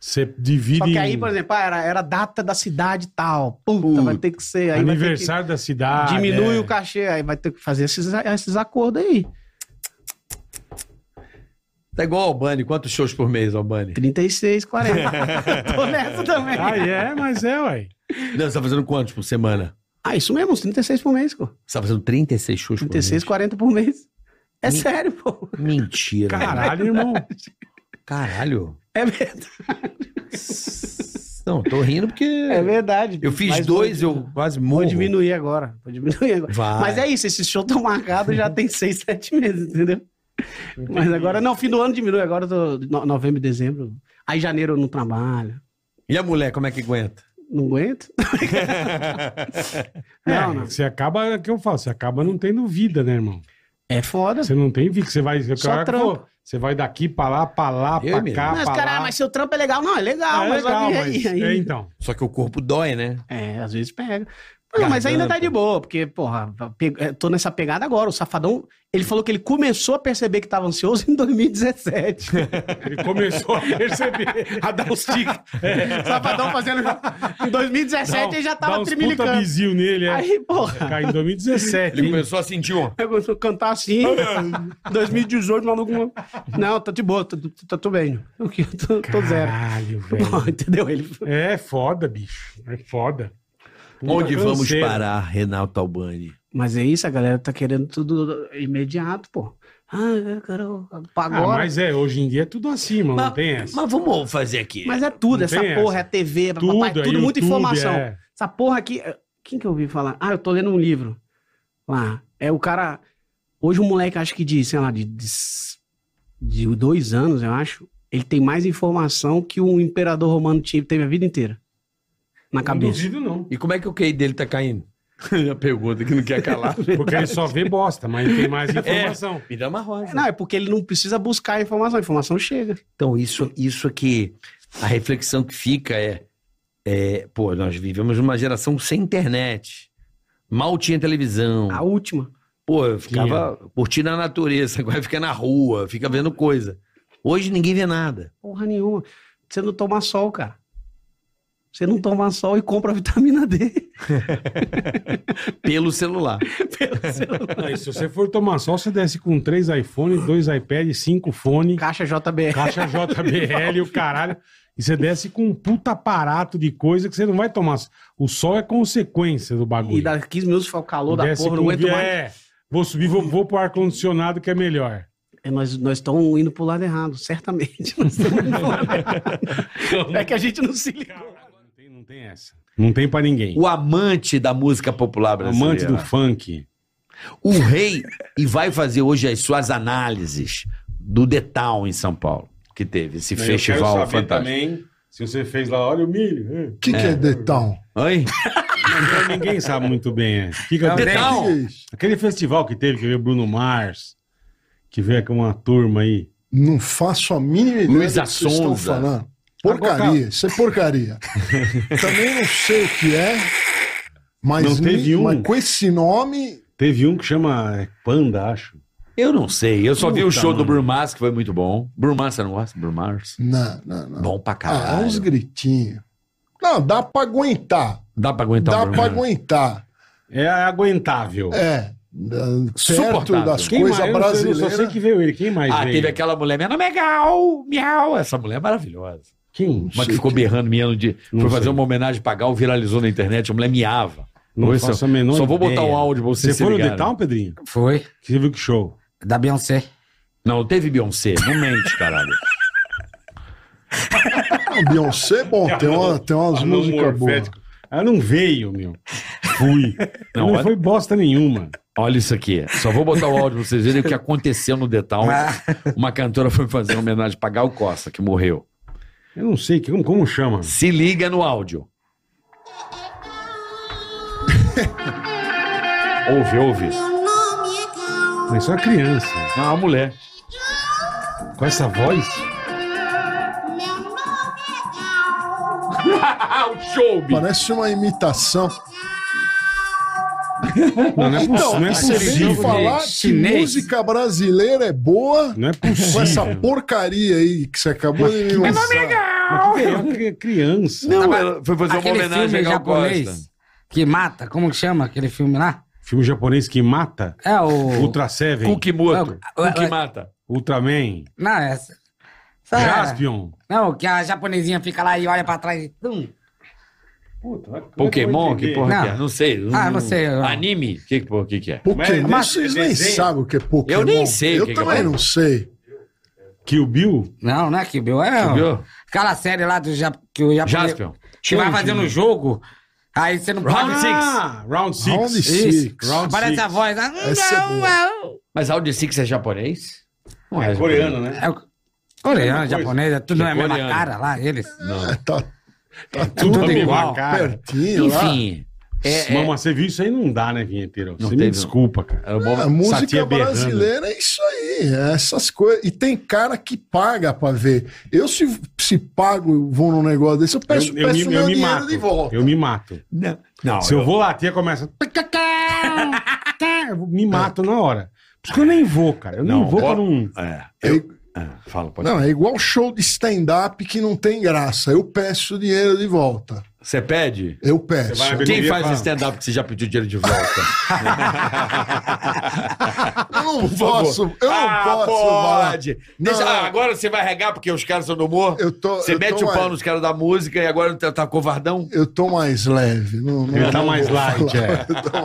S4: Você divide
S43: só que aí,
S4: em
S43: por exemplo, ah, era, era data da cidade tal. Puta, vai ter que ser. Aí vai ter que-
S4: aniversário da cidade.
S43: diminui
S4: é.
S43: o cachê, aí vai ter que fazer esses, esses acordos
S4: <laughs>
S43: aí.
S2: Tá igual ao Albani. Quantos shows por mês, Albani?
S43: 36, 40. Tô nessa também.
S2: Ah,
S4: é? Mas é, ué.
S2: Não, você tá fazendo quantos por semana?
S43: Ah, isso mesmo, uns 36 por mês, pô.
S2: Você tá fazendo 36 shows por
S43: 36, 40 por mês. É sério, pô.
S2: mês? Mentira.
S43: É
S4: irmão.
S2: Caralho.
S43: É verdade.
S2: Não, tô rindo porque...
S43: É verdade.
S2: Eu fiz dois, eu quase morro.
S43: Vou diminuir agora. Vou diminuir agora.
S2: Vai.
S43: Mas é isso, esses shows estão marcados já tem 6, 7 meses, entendeu? Mas agora, não, fim do ano diminui, agora eu tô no- novembro, dezembro. Aí janeiro eu não trabalho.
S2: E a mulher, como é que aguenta? Tá
S43: Não aguento.
S4: É, Você acaba, é o que eu falo, você acaba não tendo vida, né, irmão?
S43: É foda.
S4: Você não tem vida, que você vai. que
S43: Só
S4: hora que
S43: trampo.
S4: for, Você vai daqui pra lá, pra lá, pra cá,
S43: Mas,
S4: pra
S43: caralho,
S4: lá.
S43: mas seu trampo é legal. Não, é legal,
S4: Ah, é
S43: mas,
S4: legal,
S43: olha
S4: mas-
S43: aí,
S4: é,
S43: aí-
S4: então.
S2: Só que o corpo dói, né?
S43: É, <laughs> às vezes pega. Não, mas ainda tá de boa, porque, porra, pe- eh, tô nessa pegada agora. O Safadão, ele falou que ele começou a perceber que tava ansioso em 2017.
S4: Ele começou a perceber.
S43: a dar os tiques.
S4: É.
S43: Safadão fazendo. <laughs> Em 2017
S4: Dá- um-
S43: ele já
S4: dá
S43: tava
S4: uns
S43: trimilicando.
S4: puta
S43: <laughs>
S4: bizil nele, é.
S43: Aí, porra.
S4: Cai em 2017.
S2: Ele começou a sentir um...
S43: Eu gosto de cantar assim. 2018, maluco. Não, tá de boa, tá tá- tá tudo bem. Eu que- tô, tô zero.
S4: Caralho, velho.
S43: <laughs> entendeu? Ele...
S4: É foda, bicho. É foda. Puta né?
S2: Onde vamos
S4: canseira.
S2: parar, Renato Albani?
S43: Mas é isso, a galera tá querendo tudo imediato, pô. Ah, eu quero
S4: Ah,
S43: agora.
S4: mas é, hoje em dia é tudo assim, mano. não tem essa.
S2: Mas vamos fazer aqui.
S43: Mas é tudo,
S4: Não
S43: essa
S4: tem
S43: porra,
S4: essa.
S43: é TV,
S4: Tudo,
S43: papai,
S4: é
S43: tudo, muita
S4: YouTube,
S43: informação.
S4: é.
S43: Essa porra aqui. eh, Quem que eu ouvi falar? Ah, eu tô lendo um livro lá. É o cara. Hoje o moleque, acho que de, sei lá, de, de, s- de dois anos, eu acho, ele tem mais informação que o imperador romano tinha, teve a vida inteira. Na cabeça.
S4: não.
S2: E como é que o QI dele tá caindo? <laughs> a pergunta que não quer calar.
S4: <laughs> Porque ele só vê bosta, mas
S43: <laughs>
S4: tem mais
S2: É.
S4: informação.
S2: me dá uma rosa.
S43: É. Não, é porque ele não precisa buscar a informação, a informação chega.
S2: Então, isso, isso aqui, a reflexão que fica é, é, pô, nós vivemos numa geração sem internet. Mal tinha televisão. A
S43: última.
S2: Pô, eu ficava curtindo a natureza, <laughs> agora fica na rua, fica vendo coisa. Hoje ninguém vê nada.
S43: Porra nenhuma. Você não toma sol, cara. Você não toma sol e compra a vitamina D.
S2: Pelo celular.
S4: Não, e se você for tomar sol, você desce com três iPhones, dois iPads, cinco fones.
S43: Caixa JBL.
S4: Caixa JBL, o caralho. E você desce com um puta aparato de coisa que você não vai tomar. sol. O sol é consequência do bagulho.
S43: E daqui 15 minutos fala o calor da
S4: Desce
S43: porra, não
S4: com-
S43: aguento mais.
S4: É, vou subir, vou, vou pro ar-condicionado que é melhor.
S43: É, nós nós estamos indo pro lado errado, certamente. <laughs> Nós estamos indo pro lado errado. é que a gente não se ligou.
S4: Não tem essa. Não tem pra ninguém.
S2: O amante da música popular brasileira.
S4: Amante do funk.
S2: O rei e vai fazer hoje as suas análises do Detal em São Paulo, que teve esse
S4: Eu
S2: festival
S4: quero saber
S2: fantástico.
S4: também se você fez lá, olha o milho. O
S2: que é
S4: Detal?
S2: Oi?
S4: Ninguém sabe muito bem. é. O que que é
S2: Não,
S4: Detal?
S2: tem.
S4: Aquele festival que teve, que veio Bruno Mars, que veio com uma turma aí.
S46: Não faço a mínima ideia
S4: Luísa
S46: do que vocês estão
S4: Sonza. Tá
S46: falando. Porcaria, isso é
S4: <laughs>
S46: porcaria. Também não sei o que é, mas,
S4: Não, teve
S46: me-
S4: um.
S46: mas com esse nome.
S4: Teve um que chama é, Panda, acho.
S2: Eu não sei, eu só vi o
S4: Puta,
S2: show do
S4: mano.
S2: Bruno Mars, que foi muito bom. Bruno Mars, você não gosta? Bruno Mars?
S46: Não, não, não.
S2: Bom pra
S46: Ah, uns
S2: caralho.
S46: gritinhos. Não, dá pra aguentar.
S2: Dá pra aguentar o
S46: Dá
S2: Bruno
S46: pra
S2: Mars?
S46: aguentar.
S4: É aguentável.
S46: É. da- Perto
S2: Suportável.
S46: das
S2: Quem
S46: coisas
S2: mais? Eu não sei, eu só
S46: brasileiras.
S2: sei
S4: que veio ele. Quem mais
S2: ah,
S4: veio?
S2: teve aquela mulher, minha nome é Gal, miau. Essa mulher é maravilhosa.
S4: Quem?
S2: Uma que ficou berrando, miando de. foi fazer uma homenagem pra Gal, viralizou na internet, a mulher miava.
S4: Não
S2: Hoje
S4: faço
S2: só,
S4: a menor
S2: só vou botar
S4: ideia.
S2: um áudio pra vocês
S4: Você foi no
S2: ligarem.
S4: Detal, Pedrinho?
S2: Foi.
S4: Você viu que show?
S2: Da Beyoncé. Não, teve Beyoncé. Não mente, caralho.
S46: Ah, Beyoncé, bom,
S4: <laughs>
S46: tem, uma, tem umas
S4: Alô,
S46: músicas boas.
S4: É Morfético. Ela não veio,
S2: <laughs>
S4: meu. <laughs> Fui.
S2: Não,
S4: Não, não
S2: olha-
S4: foi bosta nenhuma.
S2: Olha isso aqui. Só vou botar o áudio pra vocês verem o que aconteceu no Detal.
S4: Ah.
S2: Uma cantora foi fazer uma homenagem pra Gal Costa, que morreu.
S4: Eu não sei que- como, como chama.
S2: Se liga no áudio. ouve, ouve.
S4: Mas só é criança.
S2: Ah, a mulher.
S4: Com essa voz?
S46: <laughs> o show! Parece uma imitação.
S4: Não, não é
S46: então,
S4: possível, não é
S46: você veio
S4: possível.
S46: falar que
S4: Chinês.
S46: música brasileira é boa
S4: não é
S46: com
S4: possível.
S46: essa porcaria aí que você acabou de me
S4: Mas que
S46: mostrar. é-
S4: Mas que criança.
S1: Não,
S4: Agora,
S1: ela foi fazer uma
S4: aquele
S1: homenagem
S4: filme
S1: a Gal
S4: japonês.
S1: Costa. Que mata, como que chama aquele filme lá?
S4: Filme japonês que mata?
S1: É o-
S4: Ultra Seven.
S1: Kukimoto. É o- é o-
S4: que
S2: mata.
S4: Ultraman.
S1: Não, essa. essa-
S4: Jaspion.
S1: Não, que a japonesinha fica lá e olha pra trás e. Tum.
S4: é
S2: Pokémon? Que porra
S1: Não.
S2: que é? Não sei.
S1: Ah, não sei, não.
S2: Anime? Que porra que, que é?
S46: Pokémon, vocês nem sabem o que é Pokémon.
S2: Eu nem sei o
S46: Eu
S2: que é
S46: também
S2: Pokémon.
S46: não sei.
S4: Kill Bill?
S1: Não, não é Kill Bill. É
S46: Kill
S1: o-
S46: Bill?
S1: aquela série lá do Jap... que o japonês.
S4: Jaspion.
S1: Que vai
S4: Sim,
S1: fazendo
S4: sim.
S1: o jogo. Aí você não
S4: Round
S1: pode.
S4: Six.
S1: Ah,
S4: Round Six.
S1: Round Six. Round Parece a voz. Ah,
S2: Essa é
S1: não, não.
S2: Mas Round Six é japonês? Não
S1: É
S2: japonês.
S1: coreano, né? É o- Coreano, japonês, é tudo
S2: É
S1: é a mesma
S2: coreano.
S1: cara lá, eles.
S46: Não. Tá,
S1: tá
S4: É Tudo igual. Pertinho lá.
S1: Enfim.
S4: É,
S1: é-
S4: Mano, mas você viu isso aí? Não dá, né, Vinheteiro? Você me
S46: teve.
S4: desculpa, cara.
S46: A música brasileira é isso aí, é essas coisas. E tem cara que paga pra ver. Eu, se, se pago, vou num negócio desse, eu peço,
S4: eu, eu,
S46: peço
S4: me,
S46: meu
S4: eu me
S46: dinheiro
S4: mato.
S46: de volta.
S4: Eu me mato.
S46: Não.
S4: Se eu, vou lá, a tia começa. Eu me mato na hora. Por isso
S46: Ah.
S4: que eu nem vou, cara. Eu nem vou
S46: ó,
S4: para um.
S46: É.
S4: Fala, pode
S46: Não, é igual show de stand-up que não tem graça. Eu peço dinheiro de volta.
S4: é
S2: Você pede?
S46: Eu peço. Você vai abrir
S2: Quem
S46: no
S2: faz
S46: dia,
S2: stand-up que você já pediu dinheiro de <laughs> volta?
S46: Eu não
S2: Por favor.
S46: posso, eu não
S2: Ah,
S46: posso falar.
S2: Pode. Deixa- ah, agora você vai regar porque os caras são do humor? você
S46: eu
S2: mete
S46: tô
S2: o pau
S46: mais-
S2: nos caras da música e agora tá, tá covardão?
S46: Eu tô mais leve. Não, não,
S4: Ele tá
S46: não
S4: mais
S46: vou
S4: light,
S46: falar.
S4: é.
S2: <laughs>
S46: Então,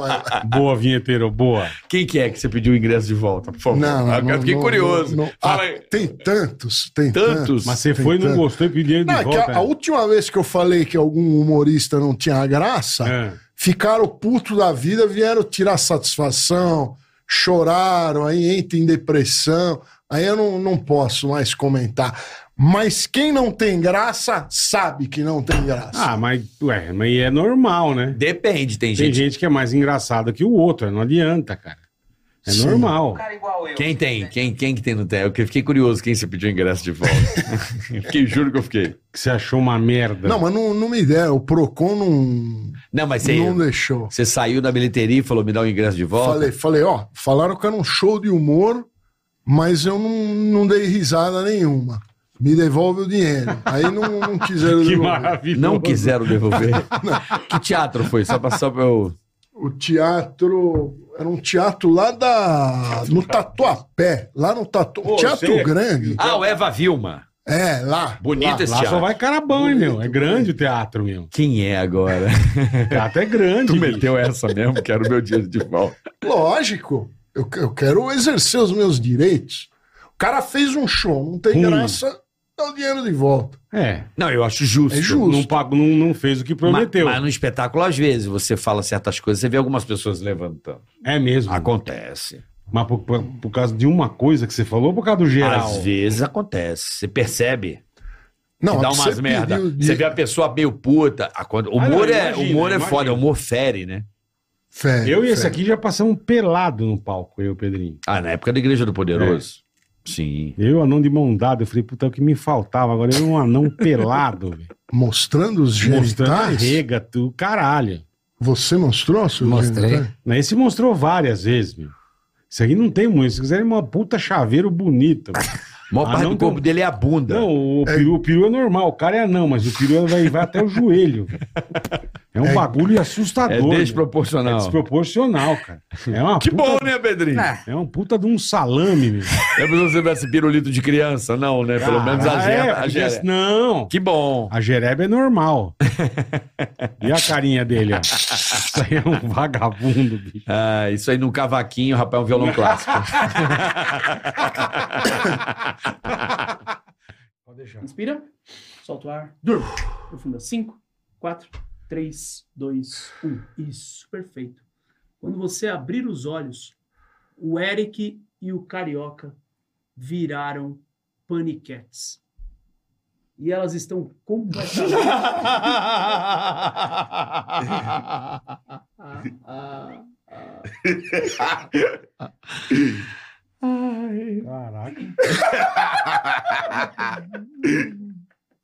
S4: Boa, Vinheteiro, boa.
S2: Quem que é que você pediu o ingresso de volta, por favor?
S46: Não, não,
S2: Agora eu fiquei
S46: não,
S2: curioso.
S46: não, não.
S2: Fala
S46: Ah,
S2: aí.
S46: Tem tantos, tem
S2: Tantos?
S46: tantos.
S4: Mas você
S46: tem
S4: foi e não
S46: tantos.
S4: gostou e pediu dinheiro
S46: Não, é
S4: de
S46: que
S4: volta.
S46: a, a última vez que eu falei que algum humorista não tinha graça,
S4: É.
S46: ficaram puto da vida, vieram tirar satisfação, choraram, aí entra em depressão. Aí eu não, não posso mais comentar. Mas quem não tem graça sabe que não tem graça.
S4: Ah, mas, ué, mas é normal, né?
S2: Depende, tem
S4: gente. Tem gente que é mais engraçada que o outro, não adianta, cara. É
S2: Um
S4: normal.
S2: Quem tem? Quem, quem que tem no tem? Eu fiquei curioso quem você pediu o ingresso de volta. <laughs> fiquei, juro que eu fiquei.
S4: Que você achou uma merda.
S46: Não, mas não, não me deram. O Procon não.
S2: Não, mas você,
S46: Não deixou.
S2: Você saiu da bilheteria e falou, me dá o ingresso de volta?
S46: Falei, falei, ó, falaram que era um show de humor, mas eu não, não dei risada nenhuma. Me devolve o dinheiro. Aí não, não quiseram
S2: <laughs> Que
S46: devolver.
S2: maravilhoso. Não quiseram
S46: <laughs>
S2: devolver. que teatro foi? Só pra, só pra eu...
S46: O teatro. Era um teatro lá da. No Tatuapé. Lá no Tatu.
S2: Pô,
S46: teatro
S2: você-
S46: grande.
S2: Ah, o Eva Vilma.
S46: É, lá.
S2: Bonito
S46: lá.
S2: esse
S4: Lá
S2: teatro.
S4: só vai carabão, hein, meu? É grande o teatro, meu.
S2: Quem é agora?
S4: <laughs> O teatro é grande.
S2: Tu meteu essa mesmo? Quero meu dinheiro de volta.
S46: Lógico. Eu, que- eu quero exercer os meus direitos. O cara fez um show, não tem
S4: Hum.
S46: graça, dá o dinheiro de volta.
S4: É.
S2: Não, eu acho justo.
S46: É justo.
S4: Não, pagou, não, não fez o que prometeu.
S2: Mas, mas no espetáculo, às vezes, você fala certas coisas, você vê algumas pessoas levantando.
S4: É mesmo.
S2: Acontece.
S4: Mas por, por- por causa de uma coisa que você falou ou por causa do geral?
S2: Às vezes acontece. Você percebe.
S4: Não,
S2: que dá
S4: é que
S2: umas
S4: você
S2: merda.
S4: pediu de-
S2: Você vê a pessoa meio puta. Ah, quando-
S4: Ah, não,
S2: Humor, é,
S4: imagina,
S2: humor é
S4: imagina.
S2: foda, humor fere, né?
S46: Fé,
S4: eu e esse
S46: fé.
S4: aqui já passamos um pelado no palco, eu e o Pedrinho. É.
S2: Ah, na época da Igreja do Poderoso. Sim.
S4: Eu, anão de mão dada, eu falei, puta, é o que me faltava. Agora eu, um anão <laughs> pelado, velho.
S46: Mostrando os
S4: Mostrando a
S46: genitais?
S4: rega, tu, caralho.
S46: Você mostrou seus
S4: Mostrei.
S46: genitais?
S4: Esse mostrou várias vezes, meu. Isso aqui não tem muito. Se quiserem uma puta chaveiro bonita. Ah,
S2: maior parte do corpo dele é a bunda.
S4: Não, o peru, o peru é normal, o cara é anão, mas o peru vai, vai até o joelho. velho. É um bagulho assustador.
S2: É
S4: meu. É
S2: desproporcional.
S4: desproporcional, cara. É uma
S2: <laughs> Que bom, né, Pedrinho?
S4: É um puta de um salame, meu.
S2: Eu não É, se tivesse pirulito de criança, não, né? Pelo
S4: Ah,
S2: menos a
S4: é,
S2: gente. a
S4: porque
S2: gente-
S4: Não.
S2: Que bom.
S4: A Jereba é normal. e a carinha dele, ó. Isso aí é um vagabundo, bicho.
S2: <laughs> Ah, isso aí num cavaquinho, rapaz, é um violão
S19: <laughs>
S2: clássico.
S19: Inspira, solta o ar, durma. Profunda. 5, 4, 3, 2, 1. Isso, perfeito. Quando você abrir os olhos, o Eric e o Carioca viraram paniquetes. E elas estão
S18: <laughs>
S19: <laughs> Ah, completamente.
S3: <laughs>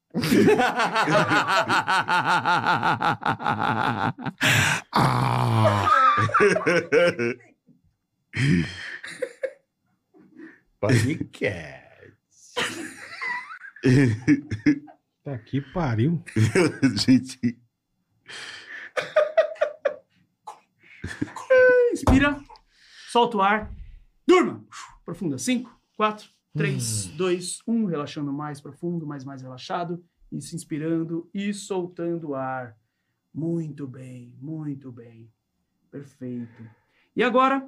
S4: Caraca.
S2: é?
S3: Podcast.
S4: Tá que pariu.
S3: <laughs> Gente.
S19: Inspira, solta o ar, durma. Profunda. 5, 4, 3, 2, 1. Relaxando mais profundo, mais, mais relaxado. Isso, inspirando e soltando o ar. Muito bem, muito bem. Perfeito. E agora,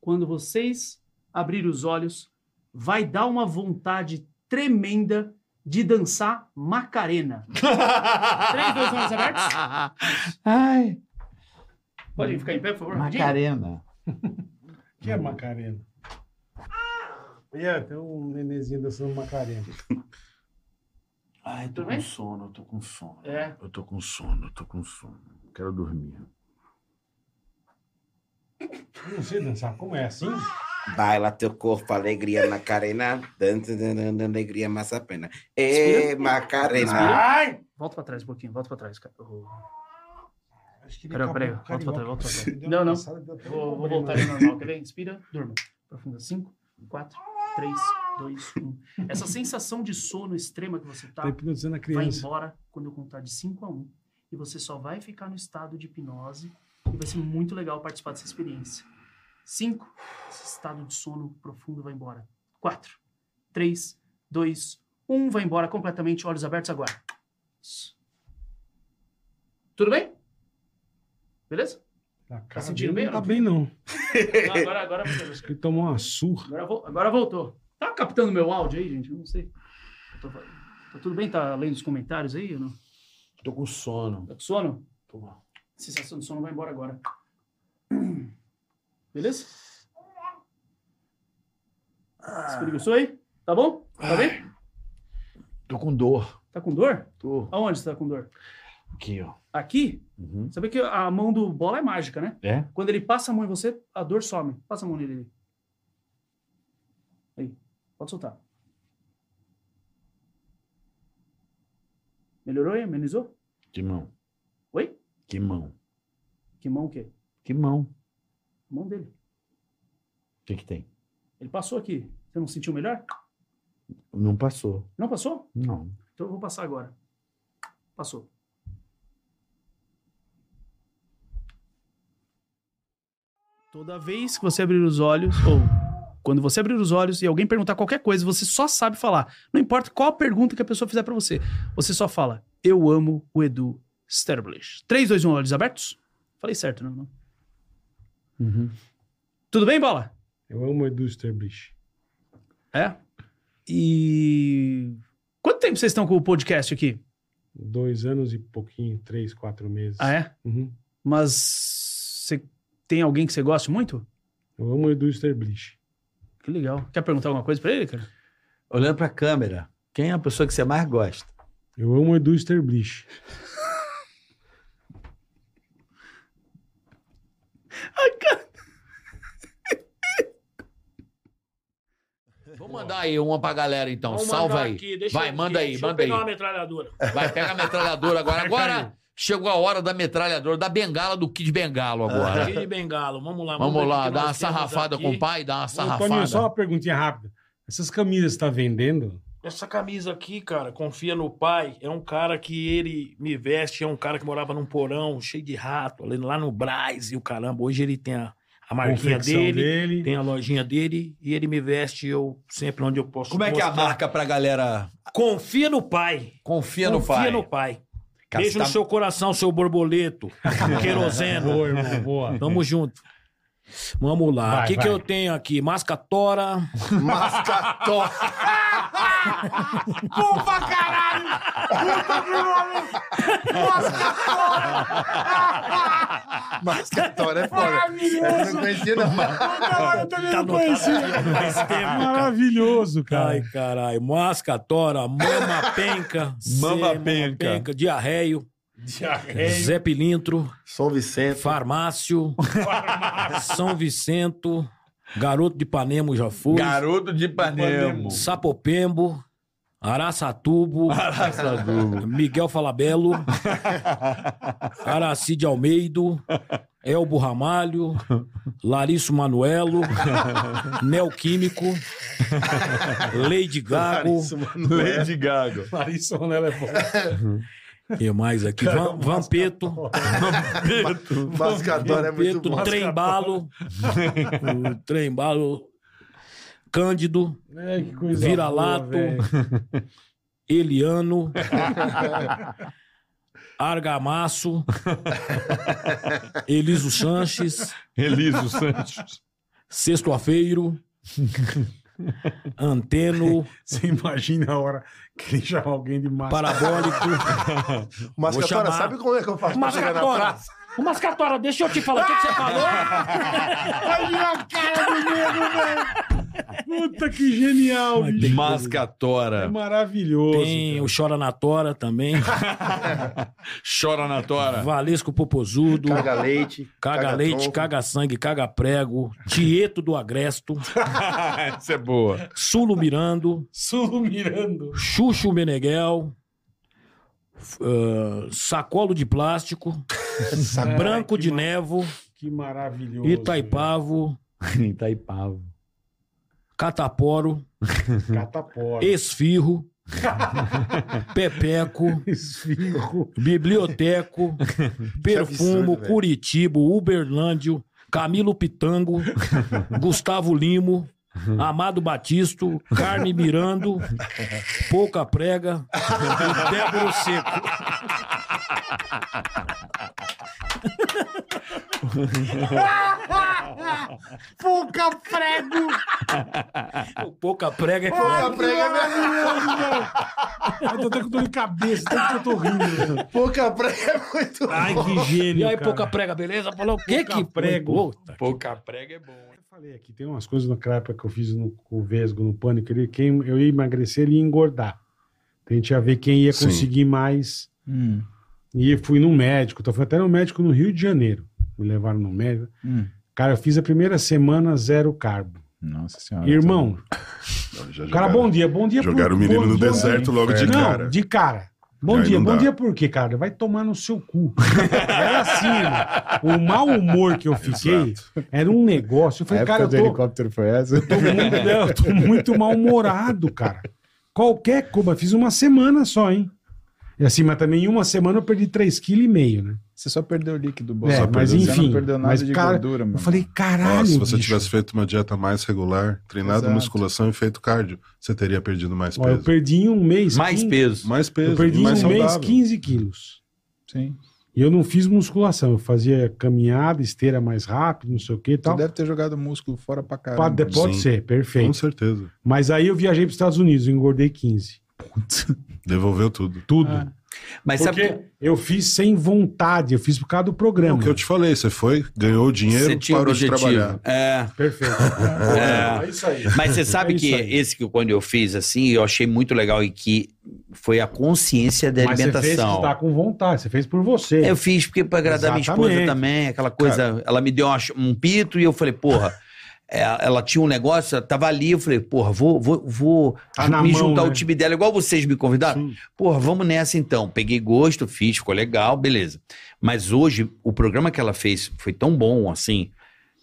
S19: quando vocês abrirem os olhos, vai dar uma vontade tremenda de dançar Macarena. Três, dois olhos
S27: <laughs>
S19: abertos.
S27: Ai.
S19: Pode ficar em pé, por favor. rapidinho?
S27: Macarena.
S4: que é Macarena? Ia tem um nenenzinho dançando Macarena.
S29: Ai, eu tô com sono, eu tô com sono.
S19: É.
S29: Eu tô com sono, eu tô com sono. Quero dormir.
S4: Eu Não sei dançar, como é assim?
S9: Baila teu corpo, alegria Macarena. Dança, dança, alegria, mas a pena. Ê, Macarena.
S19: Ai! Volta pra trás um pouquinho, volta pra trás. cara. Ô. Peraí, peraí, volta pra trás, volta pra trás. Não, não. Eu Vou, vou voltar ao normal, quer ver? Inspira, durma. Profunda. 5, 4, 3, 2, 1. Essa sensação de sono extrema que você tá
S4: Tá hipnotizando a
S19: vai
S4: criança.
S19: embora quando eu contar de 5 a 1. E você só vai ficar no estado de hipnose. E vai ser muito legal participar dessa experiência. 5. Esse estado de sono profundo vai embora. 4, 3, 2, 1. Vai embora completamente, olhos abertos agora. Tudo bem? Beleza?
S4: Cara
S19: sentindo bem,
S4: dele Não tá
S19: não?
S4: bem, <laughs> não.
S19: Não, agora, agora,
S4: Acho que ele tomou uma surra.
S19: agora, vo- agora voltou. Tá captando meu áudio aí, gente? Eu não sei. Eu tô fa- tá tudo bem? Tá lendo os comentários aí ou não?
S29: Tô com sono.
S19: Tá com sono? Tô mal. Sensação de sono vai embora agora. <clears throat> Beleza?
S29: Ah.
S19: Você preguiçou aí? Tá bom? Tá bem?
S29: Tô com dor.
S19: Tá com dor? Tô. Aonde você tá com dor?
S29: Aqui, ó.
S19: Aqui?
S10: Uhum.
S19: Sabe que a mão do bola é mágica, né?
S29: É?
S19: Quando ele passa a mão em você, a dor some. Passa a mão nele. ali. Aí, pode soltar. Melhorou aí? Amenizou?
S29: Que mão.
S19: Oi?
S29: Que mão.
S19: Que mão o quê?
S29: Que mão.
S19: A mão dele.
S29: O que que tem?
S19: Ele passou aqui. Você não sentiu melhor?
S29: Não passou.
S19: Não passou?
S29: Não.
S19: Então eu vou passar agora. Passou. Toda vez que você abrir os olhos, ou quando você abrir os olhos e alguém perguntar qualquer coisa, você só sabe falar. Não importa qual pergunta que a pessoa fizer pra você, você só fala: Eu amo o Edu Sterblich. 3, 2, 1, olhos abertos? Falei certo, não? não. Tudo bem, Bola?
S4: Eu amo o Edu Sterblich.
S19: É? E. Quanto tempo vocês estão com o podcast aqui?
S4: Dois anos e pouquinho, três, quatro meses.
S19: Ah, é?
S4: Uhum.
S19: Mas você tem alguém que você gosta muito?
S4: Eu amo o Edu Sterblich.
S19: Que legal. Quer perguntar alguma coisa pra ele, cara?
S2: Olhando pra câmera, quem é a pessoa que você mais gosta?
S4: Eu amo o Edu Sterblich.
S38: Vou mandar aí uma pra galera, então.
S19: Vou mandar
S38: Salva aí.
S19: aqui, deixa
S38: Vai,
S19: eu-
S38: manda aí,
S19: deixa eu
S38: manda aí. É,
S19: pegar uma
S29: metralhadora.
S38: Vai, pega a metralhadora
S2: <laughs>
S38: agora. Agora chegou a hora da metralhadora, da bengala do Kid Bengalo agora.
S2: <laughs>
S29: Aqui de bengalo, vamos lá.
S38: É. Vamos
S29: ver o
S38: lá,
S29: que
S38: dá uma
S29: nós temos
S38: sarrafada
S29: aqui.
S38: com o pai, dá uma
S4: Ô,
S38: sarrafada.
S4: Toninho, só uma perguntinha rápida. Essas camisas que você tá vendendo?
S29: Essa camisa aqui, cara, confia no pai. É um cara que ele me veste, é um cara que morava num porão cheio de rato, ali lá no Brás e o caramba. Hoje ele tem a, a marquinha
S47: Confecção
S29: dele,
S47: dele.
S29: tem a lojinha dele e ele me veste eu sempre onde eu posso.
S2: Como é que é a marca pra galera?
S29: Confia no pai.
S2: Confia no pai.
S29: Confia no pai.
S2: Cara,
S29: Beijo
S2: você
S29: no
S2: tá-
S29: seu coração,
S38: <laughs>
S29: seu borboleto. Queroseno.
S4: Boa, irmão, boa.
S29: Tamo junto. Vamos lá.
S4: Vai,
S29: O que, que
S4: vai.
S29: eu tenho aqui? Mascatora.
S46: Tá
S3: Mascatora.
S29: Pufa, caralho!
S3: Puta que
S46: Mascatório é foda.
S3: Maravilhoso.
S46: Eu não conhecia, não.
S3: Agora eu
S29: Tá
S3: também não conhecia. <laughs>
S4: Maravilhoso,
S29: cara. Ai, caralho. Mascatora, mama penca.
S3: Mama
S29: cê,
S3: penca.
S29: Diarreio.
S3: Diarreio.
S29: Zé Pilintro. São Vicente. Farmácio. São Vicento. Garoto de Panemo já foi.
S47: Garoto de Ipanema.
S29: Sapopembo. Araçatubo.
S3: Araçatubo.
S29: Miguel Falabelo. Aracide Almeido. Elbo Ramalho. Larisso Manuelo. Neoquímico. Lady Gago.
S3: Larisso Manoel. Lady
S29: Gago.
S4: Larissa Ronela é bom.
S3: <laughs>
S29: E mais aqui? Van, Vampeto. Vampeto.
S3: Vascador é muito bom.
S29: Trembalo. o Trembalo. Cândido.
S4: É, que coisa
S29: Vira-lato.
S4: boa, velho. <laughs>
S29: Eliano. Argamasso. Eliso Sanches.
S3: Eliso Sanches.
S29: Sexto-afeiro. Anteno.
S4: <laughs> Você imagina a hora que ele chama alguém de máscara. <laughs>
S29: Parabólico.
S4: Mas
S29: Vou
S4: Catora,
S29: chamar-
S4: sabe como é que eu faço pra chegar na
S29: Mascatora.
S4: praça?
S29: Ô, Mascatora, deixa eu te falar o que, que você
S4: <laughs>
S29: falou.
S3: Olha a cara do nego, velho.
S4: Puta que genial, bicho. É
S29: Mascatora.
S4: maravilhoso.
S29: Tem o Chora na Tora
S4: <laughs>
S29: também.
S48: Chora na tora.
S29: Valesco Popozudo.
S48: Caga leite,
S29: Caga,
S48: caga
S29: leite,
S48: tronco.
S29: caga sangue, caga prego. Tieto do
S4: <laughs>
S29: Agresto.
S48: Essa é boa.
S29: Sulo Mirando.
S4: Sulo Mirando.
S29: Xuxo Meneghel. f- ah, sacolo de plástico. Branco de Nevo.
S4: Que maravilhoso.
S29: Itaipavo. Itaipavo. Cataporo.
S3: <laughs>
S4: Catapora.
S29: Esfirro. Pepeco.
S3: <laughs>
S29: Biblioteco. Perfumo.
S3: absurdo, velho.
S29: Curitiba. Uberlândio. Camilo Pitango. Gustavo Limo. Amado Batisto, Carne Mirando, Pouca Prega e Débora
S3: <laughs>
S29: Seco.
S3: Pouca prego.
S29: O Pouca Prega é
S3: Pouca prega é verdade.
S4: Eu tô até com dor de cabeça, tanto que eu tô rindo.
S29: Pouca prega é muito
S4: Ai, que gênio,
S29: E aí,
S4: cara.
S29: pouca prega, beleza? Falou o que que...
S4: Pouca prego.
S29: Pouca prega é bom.
S4: Que tem umas coisas naquela época que eu fiz no, com o Vesgo, no Pânico, ele, quem, eu ia emagrecer, ele ia engordar. Então a gente ia ver quem ia
S5: Sim.
S4: conseguir mais. E eu fui num médico, então fui até no médico no Rio de Janeiro. Me levaram no médico.
S34: Hum.
S4: Cara, eu fiz a primeira semana zero carbo.
S34: Nossa senhora.
S4: Irmão, cara, bom dia, bom dia.
S34: jogaram o menino
S4: bom-
S34: no
S4: bom
S34: deserto
S4: dia.
S34: logo de
S4: Não,
S34: cara.
S4: de cara. Bom
S34: Aí
S4: dia,
S34: não
S4: bom
S34: dá.
S4: dia por quê, cara? Vai tomar no seu cu. Era assim, mano. O mau humor que eu fiquei era um negócio. Eu
S34: A
S4: falei,
S34: época
S4: cara, eu
S34: do
S4: tô,
S34: helicóptero foi essa?
S4: tô muito, não,
S34: <laughs>
S4: eu tô muito mal-humorado, cara. Qualquer coisa. Fiz uma semana só, hein? E assim, mas também em uma semana eu perdi 3,5 kg, né?
S34: Você só perdeu o líquido bom.
S4: É,
S34: Só
S4: mas
S34: perdeu- você
S4: enfim.
S34: não perdeu nada
S4: mas,
S34: de
S4: cara,
S34: gordura, mano.
S4: Eu falei, caralho,
S34: Ó, se você
S4: bicho.
S34: tivesse feito uma dieta mais regular, treinado
S4: Exato.
S34: musculação e feito cardio, você teria perdido mais
S4: Ó, eu
S34: peso.
S4: perdi em um mês.
S34: Mais peso. Mais peso,
S4: Eu perdi em um
S34: mais
S4: mês
S34: saudável.
S4: 15 quilos.
S34: Sim.
S4: E eu não fiz musculação. Eu fazia caminhada, esteira mais rápido, não sei o que e
S34: Você
S4: tal.
S34: Então deve ter jogado músculo fora pra caramba.
S4: Pode, pode
S34: Sim.
S4: ser, perfeito.
S34: Com certeza.
S4: Mas aí eu viajei para os Estados Unidos, eu engordei 15.
S34: Devolveu tudo.
S4: Tudo.
S2: Ah.
S34: Mas
S4: Porque
S34: sabe
S4: eu fiz sem vontade, eu fiz por causa do
S34: O
S4: programa.
S34: que eu te falei, você foi, ganhou o dinheiro, parou de trabalhar.
S2: É. <laughs>
S4: Perfeito.
S2: É.
S4: É isso aí.
S2: Mas você sabe
S4: É isso
S2: que
S4: aí.
S2: esse que quando eu fiz assim, eu achei muito legal e que foi a consciência da
S4: Mas você fez que
S2: alimentação.
S4: está com vontade, você fez por você.
S2: Eu fiz porque pra agradar minha esposa
S4: Exatamente.
S2: também, aquela coisa. Ela me deu uma ch- um pito e eu falei, porra. é, Ela tinha um negócio, ela tava ali, eu falei, porra, vou, vou, vou
S4: Tá
S2: ju-
S4: na
S2: me
S4: mão,
S2: juntar ao
S4: né?
S2: time dela, igual vocês me convidaram. Porra, vamos nessa então. Peguei gosto, fiz, ficou legal, beleza. Mas hoje, o programa que ela fez foi tão bom assim.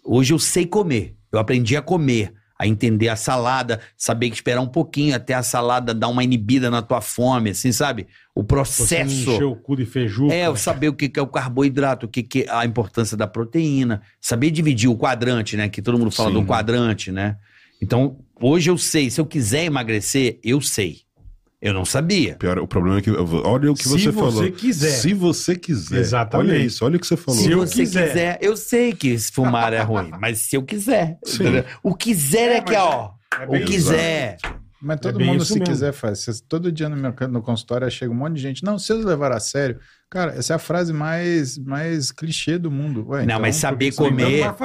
S2: Hoje eu sei comer. Eu aprendi a comer, a entender a salada, saber que esperar um pouquinho até a salada dar uma inibida na tua fome, assim, sabe? O
S4: Você não
S2: processo.
S4: encheu o cu de feiju.
S2: É, eu saber o que que é o carboidrato, o que que é a importância da proteína, saber dividir o quadrante, né? Que todo mundo fala
S34: Sim.
S2: do quadrante, né? Então, hoje eu sei, se eu quiser emagrecer, eu sei. Eu não sabia.
S34: Pior, o problema é que. Olha o que
S2: Se
S34: você falou.
S2: você quiser.
S34: Se você quiser.
S2: Exatamente.
S34: Olha isso, olha o que você falou.
S2: Se você quiser. eu sei que fumar é ruim, mas se eu quiser. entendeu? O quiser é, que, ó. o quiser.
S4: É
S34: Mas todo
S2: bem
S34: mundo,
S2: isso
S34: se
S2: mesmo.
S34: quiser, faz. Vocês- Todo dia no meu can- no consultório chega um monte de gente. Não, se vocês levaram a sério. Cara, essa é a frase mais, mais clichê do mundo. Ué,
S2: Não,
S34: então,
S2: mas saber
S34: por que você-
S2: comer.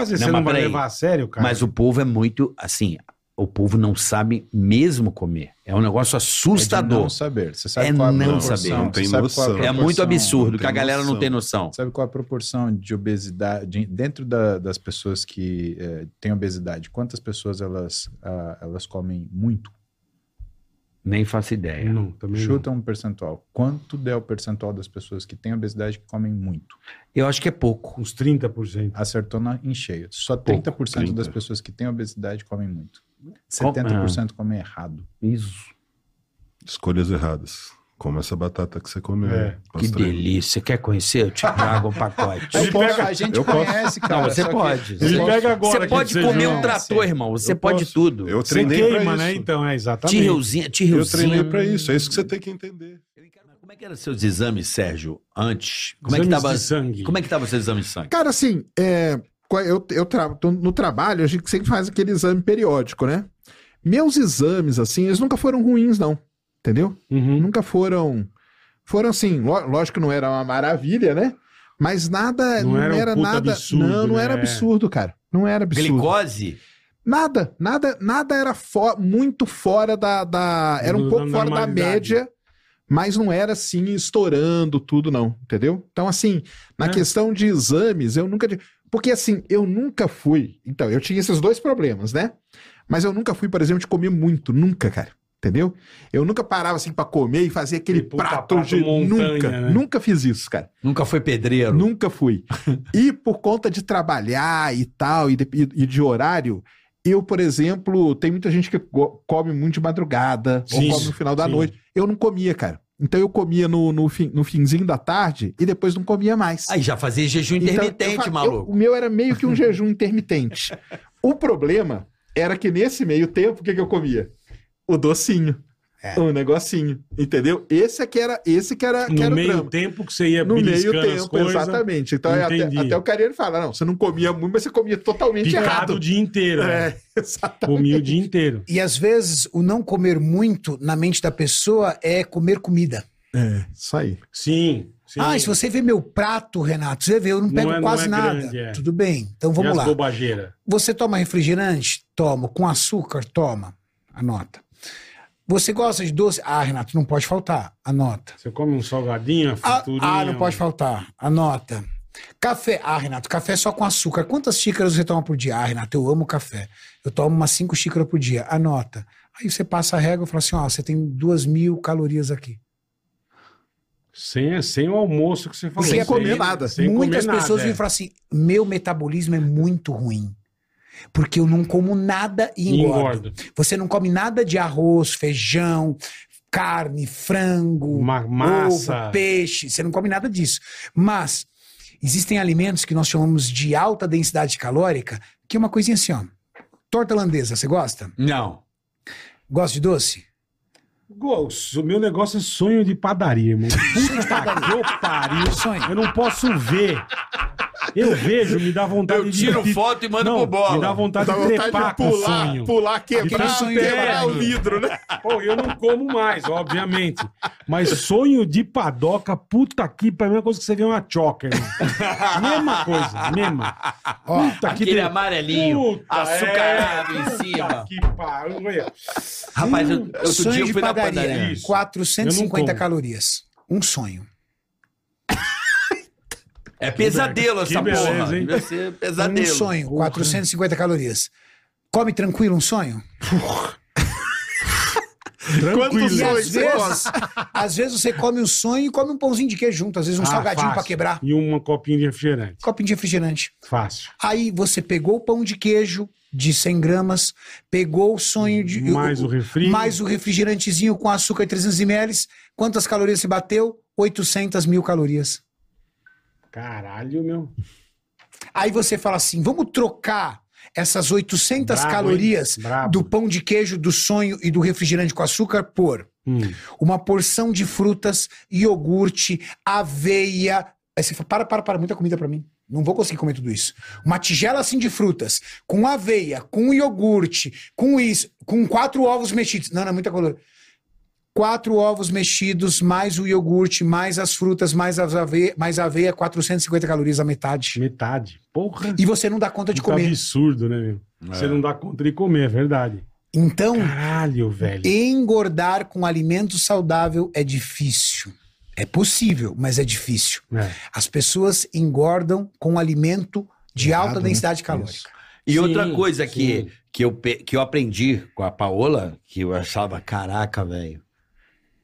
S2: mas peraí. Mas o povo é muito assim. O povo não sabe mesmo comer. É um negócio assustador.
S34: É de não saber. Você sabe
S2: é
S34: qual a
S2: não
S34: proporção,
S2: saber.
S34: você sabe qual a
S2: É
S34: proporção,
S2: muito absurdo
S34: não
S2: que a
S34: tem
S2: galera não tem noção.
S34: Sabe qual é a proporção de obesidade de- dentro da- das pessoas que eh, têm obesidade? Quantas pessoas elas, ah, elas comem muito?
S2: Nem faço ideia.
S34: Não, também Chuta um percentual. Quanto é o percentual das pessoas que têm obesidade que comem muito?
S2: Eu acho que é pouco.
S34: Uns 30%. Acertou na, em cheio. Só 30% das
S2: 30.
S34: pessoas que têm obesidade comem muito.
S2: Com- Ah.
S34: 70% comem errado.
S2: Isso.
S49: Escolhas erradas. Como essa batata que você comeu.
S34: É.
S2: Que delícia. Quer conhecer?
S34: <laughs>
S2: Eu te trago um pacote.
S34: Eu posso, a gente conhece, cara.
S2: Não, você
S34: só que-
S2: pode.
S34: Ele
S2: Você-
S34: pega agora
S2: Você
S34: que
S2: pode
S34: você
S2: comer
S34: viu.
S2: um trator, irmão. Você
S49: Eu
S2: pode
S49: posso.
S2: tudo.
S49: Eu treinei pra
S34: né?
S49: isso.
S4: né, então, é
S2: Tirreuzinha,
S49: Eu
S2: tirreuzinha.
S49: treinei pra isso. É isso que você tem que entender.
S2: Como é que eram seus exames, Sérgio, antes? Como é que
S49: Exames
S2: tava,
S49: de sangue.
S2: Como é que tava seu exame de sangue?
S50: Cara, assim, é, qua- eu, eu tra- tô no trabalho, a gente sempre faz aquele exame periódico, né? Meus exames, assim, eles nunca foram ruins, não. Entendeu?
S34: Uhum.
S50: Nunca foram. Foram assim, lo- lógico que não era uma maravilha, né? Mas nada.
S34: Não
S50: Não,
S34: era
S50: era,
S34: um puta
S50: nada.
S34: absurdo,
S50: não, não
S34: né?
S50: era absurdo, cara. Não era absurdo.
S2: Glicose?
S50: Nada, nada, nada era fo- muito fora da, da- era um
S34: Do-
S50: pouco
S34: da
S50: fora da
S34: normalidade.
S50: média, mas não era assim estourando tudo não, entendeu? Então assim, na questão de exames, eu nunca tive- porque assim, eu nunca fui, então eu tinha esses dois problemas, né? Mas eu nunca fui, por exemplo, de comer muito, nunca, cara. Entendeu? Eu nunca parava assim pra comer e fazia aquele prato,
S2: prato,
S50: de
S2: montanha,
S50: nunca,
S2: né?
S50: nunca fiz isso, cara.
S2: Nunca foi pedreiro?
S50: Nunca
S2: <laughs>
S50: fui. e por conta de trabalhar e tal, e de, e- e de horário, eu, por exemplo, tem muita gente que go- come muito de madrugada,
S34: Sim,
S50: ou come no final da
S34: sim.
S50: noite. Eu não comia, cara. Então eu comia no, no, fim- no finzinho da tarde e depois não comia mais.
S2: Aí já fazia jejum
S50: Então, eu
S2: intermitente,
S50: fa- eu-
S2: maluco.
S50: o meu era meio que um
S2: <laughs>
S50: jejum intermitente. O problema era que nesse meio tempo, o que, que eu comia? O docinho.
S2: É.
S50: O negocinho, entendeu? Esse aqui era, esse que era, que
S4: No
S50: era
S4: meio
S50: o drama.
S4: tempo que você ia
S50: No meio
S4: beliscando as
S50: tempo,
S4: coisas.
S50: exatamente. Então é até,
S4: Entendi.
S50: até o Carreiro fala, não, você não comia muito, mas você comia totalmente
S4: Picado né?
S50: errado.
S4: o dia inteiro.
S50: É, exatamente.
S4: Comia o dia inteiro.
S36: E às vezes o não comer muito na mente da pessoa é comer comida.
S50: É, isso aí.
S4: Sim. sim.
S36: Ah, e se você vê meu prato, Renato, você vê, eu não
S4: Não
S36: pego
S4: é- não
S36: quase
S4: é
S36: nada.
S4: grande, é.
S36: Tudo bem, então vamos
S4: e
S36: lá.
S4: As bobageiras.
S36: Você toma refrigerante? Toma. Com açúcar? Toma. Anota. Você gosta de doce? Ah, Renato, não pode faltar. Anota.
S4: Você come um salgadinho, um-
S36: Ah,
S4: futurinho.
S36: ah, não pode faltar. Anota. Café. Ah, Renato, café só com açúcar. Quantas xícaras você toma por dia? Ah, Renato, eu amo café. Eu tomo umas cinco xícaras por dia. Anota. Aí você passa a régua e fala assim: ó, você tem duas mil calorias aqui.
S4: Sem, sem o almoço que você falou.
S36: Sem comer
S4: nada. é.
S36: Muitas pessoas
S4: vêm
S36: vêm falar assim: meu metabolismo é muito ruim. Porque eu não como nada e
S4: E
S36: engordo.
S4: engordo.
S36: Você não come nada de arroz, feijão, carne, frango,
S4: massa.
S36: ovo, peixe. Você não come nada disso. Mas existem alimentos que nós chamamos de alta densidade calórica, que é uma coisinha assim, ó. Torta holandesa, você gosta?
S2: Não.
S36: Gosta de doce?
S4: O meu negócio é sonho de padaria,
S36: <laughs>
S4: irmão. Puta que eu pariu. Eu não posso ver. Eu vejo, me dá vontade de...
S3: tiro foto e mando pro Bola.
S4: Me dá vontade
S3: Dá
S4: de
S3: vontade de
S4: trepar com o
S3: pular,
S4: sonho.
S3: pular, quebrar,
S4: De tanto
S3: sonho, quebrar
S4: tédio.
S3: o vidro, né?
S4: Pô, eu não como mais, obviamente. é. Mas sonho de padoca, puta que... Pra mim é uma coisa que você vê uma choca, irmão.
S36: <laughs>
S4: mesma coisa, mesma. Puta
S3: Aquele
S4: de-
S3: amarelinho,
S4: Puta,
S3: açucarado
S4: é.
S3: em cima.
S4: Puta que pariu, olha.
S36: Rapaz,
S4: eu- outro
S36: Um sonho
S4: dia eu
S36: de
S4: fui na
S36: padaria,
S4: padaria. Isso.
S36: 450
S4: Eu não como.
S36: calorias. Um sonho.
S2: É pesadelo
S36: Que
S2: essa
S36: beleza,
S2: porra.
S36: hein?
S2: Deve ser pesadelo.
S36: Um sonho, 450 calorias. Come tranquilo um sonho? Quantos E sonhos às você vezes, come? às vezes você come um sonho e come um pãozinho de queijo junto, às vezes um
S4: Ah,
S36: salgadinho pra
S4: fácil.
S36: quebrar,
S4: E um copinho de refrigerante.
S36: copinho de refrigerante.
S4: Fácil.
S36: Aí você pegou o pão de queijo de 100 gramas, pegou o sonho de
S4: Mais o refri.
S36: mais o refrigerantezinho com açúcar 300 ml, quantas calorias se bateu? 800 mil calorias.
S4: Caralho, meu.
S36: Aí você fala assim: vamos trocar essas 800
S4: Brabo, hein?
S36: calorias
S4: Brabo.
S36: do pão de queijo, do sonho e do refrigerante com açúcar por
S4: Hum.
S36: uma porção de frutas, iogurte, aveia. Aí você fala: para, para, para, muita comida pra mim. Não vou conseguir comer tudo isso. Uma tigela assim de frutas, com aveia, com iogurte, com isso, com quatro ovos mexidos. Não, não, é muita calor. Quatro ovos mexidos, mais o iogurte, mais as frutas, mais as aveia, mais a aveia, 450 calorias a metade.
S4: Metade. Porra.
S36: E você não dá conta de
S2: Tá
S4: Puta
S36: comer.
S4: absurdo, né, meu? Você
S36: É.
S4: não dá conta de comer, é verdade.
S36: Então,
S4: Caralho, velho.
S36: engordar com alimento saudável é difícil. É possível, mas é difícil. As pessoas
S4: né?
S36: engordam com alimento de alta densidade calórica.
S2: E outra coisa que, que eu, pe- que eu aprendi com a Paola, que eu achava, caraca, velho,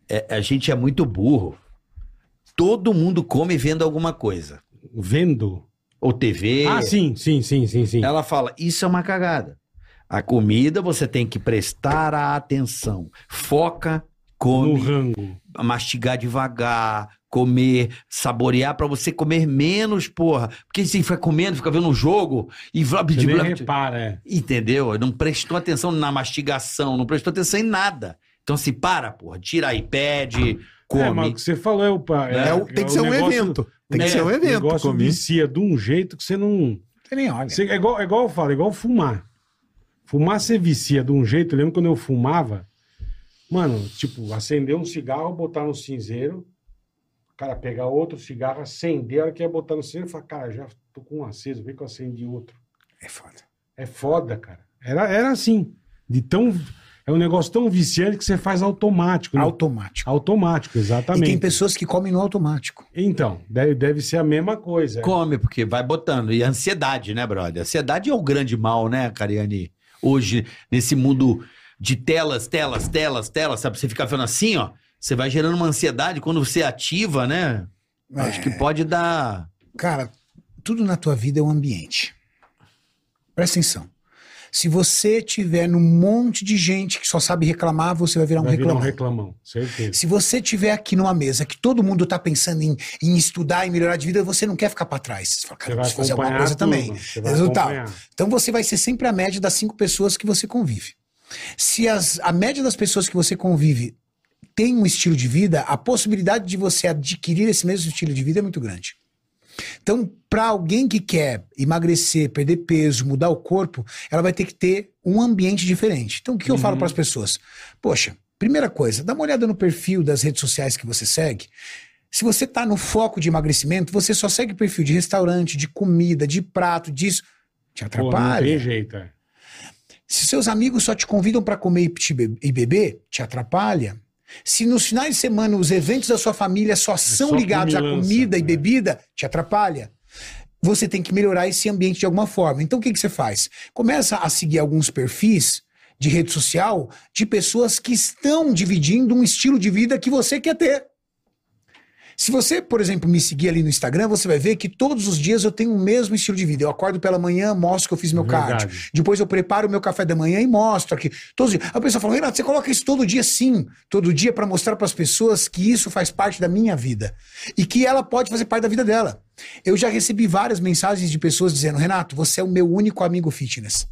S2: é- a gente é muito burro. Todo mundo come vendo alguma coisa.
S4: Vendo?
S2: Ou TV.
S4: Ah, sim, sim, sim, sim, sim.
S2: Ela fala, isso é uma cagada. A comida você tem que prestar a atenção. Foca, come.
S4: No rango.
S2: Mastigar devagar, comer, saborear pra você comer menos, porra. Porque você fica comendo, fica vendo um jogo e... Você
S4: nem repara, é.
S2: Entendeu? Não prestou atenção na mastigação, não prestou atenção em nada. Então, se para, porra, tira aí, pede, come.
S4: É, mas o que você falou é o... pa-
S2: É, o- tem que ser um evento. Tem que ser um evento,
S4: O negócio
S2: comer.
S4: vicia de um jeito que você não... Você nem olha. é, igual, é igual eu falo, é igual fumar. Fumar você vicia de um jeito. Eu lembro quando eu fumava, mano, tipo, acender um cigarro, botar no cinzeiro, cara, pegar outro cigarro, acender, a hora que ia botar no cinzeiro, falar, cara, já tô com um aceso, vem que eu acendi outro. É foda. É foda, cara. Era, era assim, de tão... É um negócio tão viciante que você faz automático. né?
S36: Automático.
S4: Automático, exatamente.
S36: E tem pessoas que comem no automático.
S4: Então, deve, deve ser a mesma coisa.
S2: Come, porque vai botando. E a ansiedade, né, brother? A ansiedade é o grande mal, né, Cariani? Hoje, nesse mundo de telas, telas, telas, telas, sabe? Você ficar vendo assim, ó. Você vai gerando uma ansiedade quando você ativa, né? Acho
S36: É.
S2: que pode dar.
S36: Cara, tudo na tua vida é um ambiente. Presta atenção. Se você tiver num monte de gente que só sabe reclamar, você vai virar um
S4: Vai virar
S36: reclamão.
S4: um reclamão, certeza.
S36: Se você tiver aqui numa mesa que todo mundo tá pensando em, em estudar e melhorar de vida, você não quer ficar pra trás. Você fala, cara,
S4: Você
S36: eu preciso
S4: vai
S36: fazer alguma
S4: acompanhar
S36: coisa
S4: a
S36: também.
S4: turma, você vai
S36: Resultado.
S4: acompanhar.
S36: Então você vai ser sempre a média das cinco pessoas que você convive. Se as- a média das pessoas que você convive tem um estilo de vida, a possibilidade de você adquirir esse mesmo estilo de vida é muito grande. Então, para alguém que quer emagrecer, perder peso, mudar o corpo, ela vai ter que ter um ambiente diferente. Então, o que eu
S4: Uhum.
S36: falo para as pessoas? Poxa, primeira coisa, dá uma olhada no perfil das redes sociais que você segue. Se você está no foco de emagrecimento, você só segue perfil de restaurante, de comida, de prato, disso. Te
S4: Pô,
S36: atrapalha.
S4: não tem jeito, é.
S36: Se seus amigos só te convidam para comer e te be- e beber, te atrapalha. Se nos finais de semana os eventos da sua família só são
S4: só
S36: ligados à
S4: comilança,
S36: comida e bebida, te atrapalha. Você tem que melhorar esse ambiente de alguma forma. Então o que, que você faz? Começa a seguir alguns perfis de rede social de pessoas que estão dividindo um estilo de vida que você quer ter. Se você, por exemplo, me seguir ali no Instagram, você vai ver que todos os dias eu tenho o mesmo estilo de vida. Eu acordo pela manhã, mostro que eu fiz meu
S4: Verdade.
S36: cardio. Depois eu preparo o meu café da manhã e mostro aqui. Todos os dias. A pessoa fala, Renato, você coloca isso todo dia sim. Todo dia para mostrar para as pessoas que isso faz parte da minha vida. E que ela pode fazer parte da vida dela. Eu já recebi várias mensagens de pessoas dizendo, Renato, você é o meu único amigo fitness.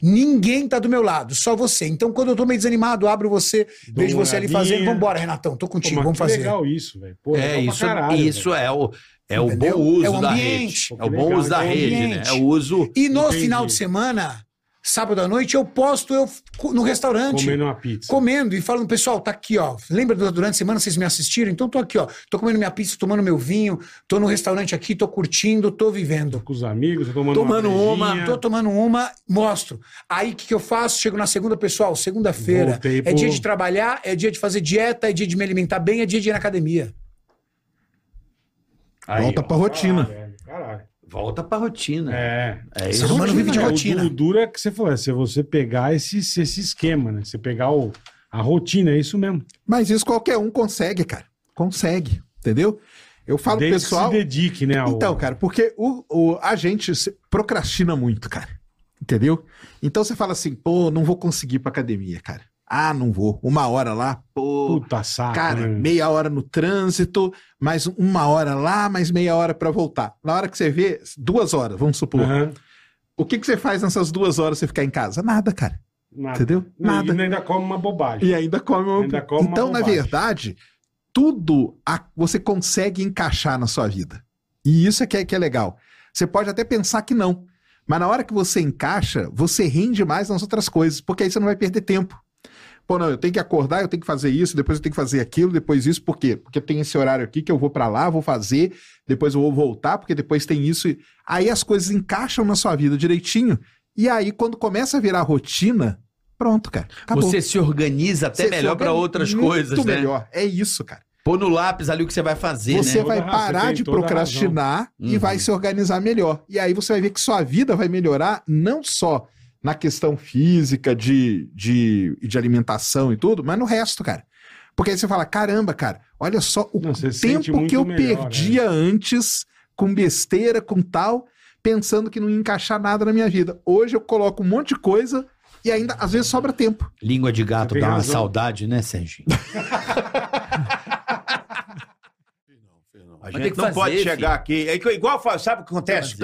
S36: Ninguém tá do meu lado, só você. Então, quando eu tô meio desanimado, abro você,
S4: Dou
S36: vejo
S4: uma
S36: você ali
S4: olhadinha.
S36: fazendo. Vambora, Renatão, tô
S4: Pô,
S36: contigo,
S4: mas
S36: vamos
S4: que
S36: fazer.
S4: legal isso, velho. Pô,
S2: É,
S4: legal pra
S2: isso,
S4: caralho,
S2: isso é o, é o
S36: Entendeu?
S2: bom uso
S36: É o
S2: da
S36: ambiente.
S2: rede. É o bom uso da
S36: É o
S2: rede, né?
S36: ambiente.
S2: É o uso.
S36: E no
S2: Entendi.
S36: final de semana, sábado à noite, eu posto eu f- co- no restaurante.
S4: Comendo uma pizza.
S36: Comendo e falando, pessoal, tá aqui, ó. Lembra do- durante a semana vocês me assistiram? Então tô aqui, ó. Tô comendo minha pizza, tomando meu vinho, tô no restaurante aqui, tô curtindo, tô vivendo.
S4: Com os amigos, tô tomando,
S36: uma,
S4: brejinha.
S36: tô tomando uma, mostro. Aí o que, que eu faço? Chego na segunda, pessoal, segunda-feira.
S4: Voltei
S36: É
S4: pro-
S36: dia de trabalhar, é dia de fazer dieta, é dia de me alimentar bem, é dia de ir na academia.
S51: Volta pra rotina.
S4: Caralho.
S2: Volta pra rotina.
S4: É.
S2: É
S36: isso. Ser humano vive de
S4: É, o
S36: rotina.
S4: du- O duro é que você falou, é se você pegar esse, esse esquema, né? Você pegar o, a rotina, é isso mesmo.
S50: Mas isso qualquer um consegue, cara. Consegue, entendeu? Eu falo pro
S4: Desde que
S50: pessoal.
S4: se dedique, né, ao-
S50: Então, cara, porque o, o- a gente se procrastina muito, cara. Entendeu? Então você fala assim, pô, não vou conseguir ir pra academia, cara. Ah, não vou. Uma hora lá, pô.
S4: Puta saco. né?
S50: Cara, meia hora no trânsito, mais uma hora lá, mais meia hora pra voltar. Na hora que você vê, duas horas, vamos supor.
S4: Aham.
S50: O que, que você faz nessas duas horas você ficar em casa? Nada, cara.
S4: Nada.
S50: Entendeu?
S4: E
S50: Nada.
S4: ainda come uma bobagem.
S50: E ainda come uma.
S4: Ainda come uma
S50: então, na
S4: bobagem.
S50: verdade, tudo a- você consegue encaixar na sua vida. E isso é que, é que é legal. Você pode até pensar que não. Mas na hora que você encaixa, você rende mais nas outras coisas, porque aí você não vai perder tempo. Pô, não, eu tenho que acordar, eu tenho que fazer isso, depois eu tenho que fazer aquilo, depois isso, por quê? Porque tem esse horário aqui que eu vou pra lá, vou fazer, depois eu vou voltar, porque depois tem isso. e- Aí as coisas encaixam na sua vida direitinho. E aí, quando começa a virar rotina, pronto, cara. acabou.
S2: Você se organiza até
S50: Você se
S2: melhor pra
S50: organiza
S2: outras
S50: muito
S2: coisas, né?
S50: melhor. É isso, cara.
S2: Pôr no lápis ali o que você vai fazer, né?
S50: Ah, Você vai parar de procrastinar e
S2: Uhum.
S50: vai se organizar melhor. E aí você vai ver que sua vida vai melhorar não só
S30: na questão física de, de, e de alimentação e tudo, mas no resto, cara. Porque aí você fala, caramba, cara, olha só o
S4: sente
S30: tempo
S4: muito
S30: que eu
S4: melhor, né?"
S30: perdia antes com besteira, com tal, pensando que não ia encaixar nada na minha vida. Hoje eu coloco um monte de coisa e ainda, às vezes, sobra tempo.
S3: Língua de gato
S30: tem
S3: dá uma
S30: razão.
S3: saudade, né, Serginho?
S21: A
S3: Mas
S21: gente
S3: tem que
S21: não
S3: fazer,
S21: pode
S3: filho.
S21: chegar aqui. É que- igual fa- sabe o que acontece?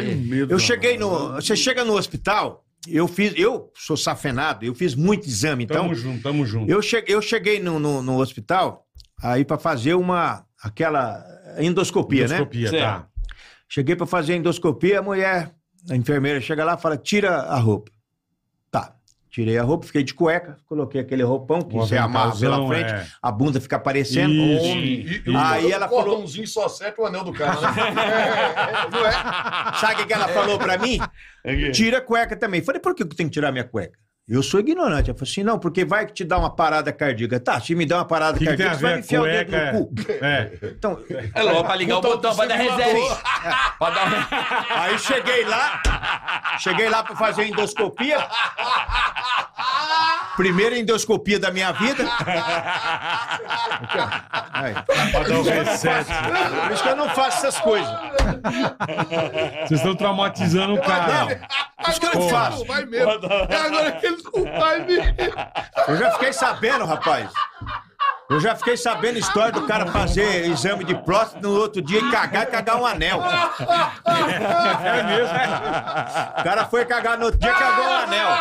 S21: eu cheguei no. Você chega no hospital, eu fiz. Eu sou safenado, eu fiz muito exame. Então,
S4: Tamo junto, tamo junto.
S21: Eu, che, eu cheguei no, no, no hospital aí para fazer uma. aquela endoscopia,
S4: Endoscopia,
S21: né?
S4: tá.
S21: Cheguei para fazer a endoscopia, a mulher, a enfermeira chega lá e fala: tira a roupa. Tá. Tirei a roupa, fiquei de cueca, coloquei aquele roupão que
S35: Um
S21: você amarra pela
S35: aventalzão,
S21: frente,
S35: é.
S21: a bunda fica aparecendo.
S35: Homem.
S21: Aí ela
S35: falou... O cordãozinho só acerta o anel do cara, né? Não <laughs> é?
S21: Sabe o que que ela falou pra
S4: <laughs>
S21: mim?
S4: É
S21: Tira a cueca também. Falei, por que eu tenho que tirar minha cueca? Eu sou ignorante. Ela falou assim, não, porque vai que te dá uma parada cardíaca. Tá, se me dá uma parada
S4: O que, que tem
S21: cardíaca,
S4: a
S21: você vai me
S4: ver a
S21: enfiar o dedo
S4: cueca?
S21: no cu.
S4: É.
S21: Então,
S2: É logo pra ligar o
S21: Puta,
S2: botão, pra dar
S21: simulador.
S2: reset. Pra dar
S21: Aí cheguei lá, cheguei lá pra fazer a endoscopia. Primeira endoscopia da minha vida.
S25: é
S20: É.
S21: Aqui, ó. Aí.
S4: Pra dar um reset.
S21: Por isso que eu não faço essas coisas.
S4: Vocês
S35: <laughs>
S4: estão traumatizando o cara.
S21: Acho que eu não faço.
S35: Vai mesmo. É agora que ele não vai mesmo.
S21: Eu já fiquei sabendo, rapaz. Eu já fiquei sabendo a história do cara fazer exame de próstata no outro dia e cagar e cagar um anel.
S20: É
S21: mesmo? O cara foi cagar no outro dia e cagou um anel.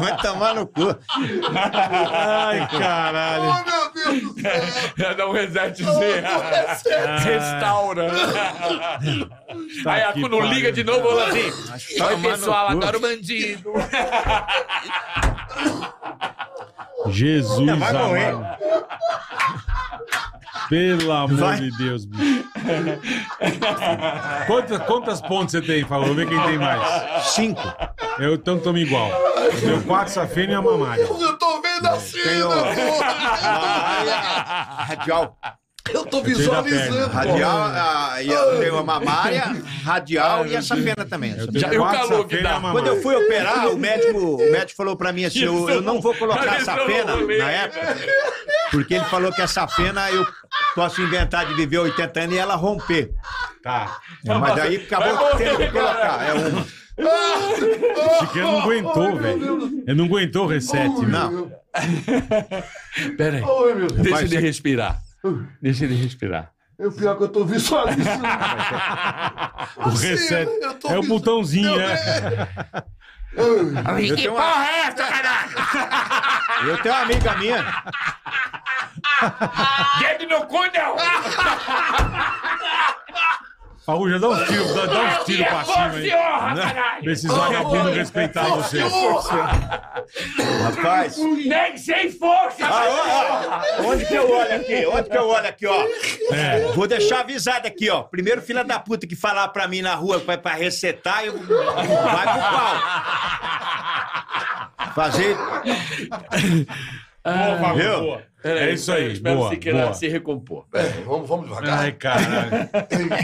S21: Vai tomar no cu.
S20: Ai,
S4: caralho.
S20: Oh, meu Deus do céu. Dá um resetzinho.
S35: é
S2: ah,
S20: Restaura.
S21: Tá
S2: Aí a quando
S20: pariu.
S2: liga de novo, eu assim.
S20: Vai
S2: Oi,
S20: tomar no
S2: pessoal,
S20: cu.
S2: adoro bandido.
S4: Jesus,
S20: Vai morrer.
S4: amado. Pelo amor de Deus, bicho. Quantas, quantas pontes você tem, Paulo? Vamos ver quem tem mais.
S21: Cinco.
S4: Eu então tomo igual. Eu tenho quatro safena e a mamária.
S35: Eu tô vendo a cena,
S21: Ah,
S35: porra.
S21: Radial.
S35: Eu tô
S21: Eu tirei da perna.
S35: visualizando.
S21: Radial,
S35: porra.
S21: ah, e eu tenho a mamária, radial e essa pena também.
S35: Ah, Eu
S21: Essa
S35: tenho
S21: pena.
S35: quatro Já- e o calor que safena dá? e a mamária.
S21: Quando eu fui operar, o médico, o médico falou pra mim assim, eu, eu não vou colocar essa pena na época, porque ele falou que essa pena eu posso inventar de viver 80 anos e ela romper.
S4: Tá.
S21: mas
S35: é
S21: daí acabou
S4: Vai
S21: tendo que
S4: morrer,
S21: colocar. É um...
S35: Ah,
S4: Chiquinho não aguentou, velho. Ele não aguentou o reset, velho.
S21: Não.
S2: Pera aí. Deixa ele respirar. Deixa ele respirar.
S35: Eu pior que eu tô visualizando.
S4: O
S2: Ah,
S35: eu
S4: reset.
S35: tô
S4: É o
S35: visualizando.
S4: botãozinho, né?
S21: Eu tenho uma-
S2: é
S21: Eu tenho uma amiga minha.
S20: Deve no cu, não.
S4: Raul, já
S17: um
S4: dá uns tiros, dá, dá uns tiros pra cima aí.
S17: né?
S20: Senhor,
S4: Pra esses vagabundos respeitar você.
S2: Ah,
S21: Rapaz.
S20: Nem sem força.
S21: Ah, ó, ó. Onde que eu olho aqui? Onde que eu olho aqui, ó? Vou deixar avisado aqui, ó. Primeiro filha da puta que falar pra mim na rua pra, pra recetar, eu... vai pro pau. Fazer...
S4: Boa, Fábio,
S21: Viu?
S4: boa. Ah, É isso aí,
S2: Espero
S4: boa,
S2: se que ela
S4: boa.
S2: se recompor.
S35: É, vamos, vamos devagar.
S4: Ai, caralho.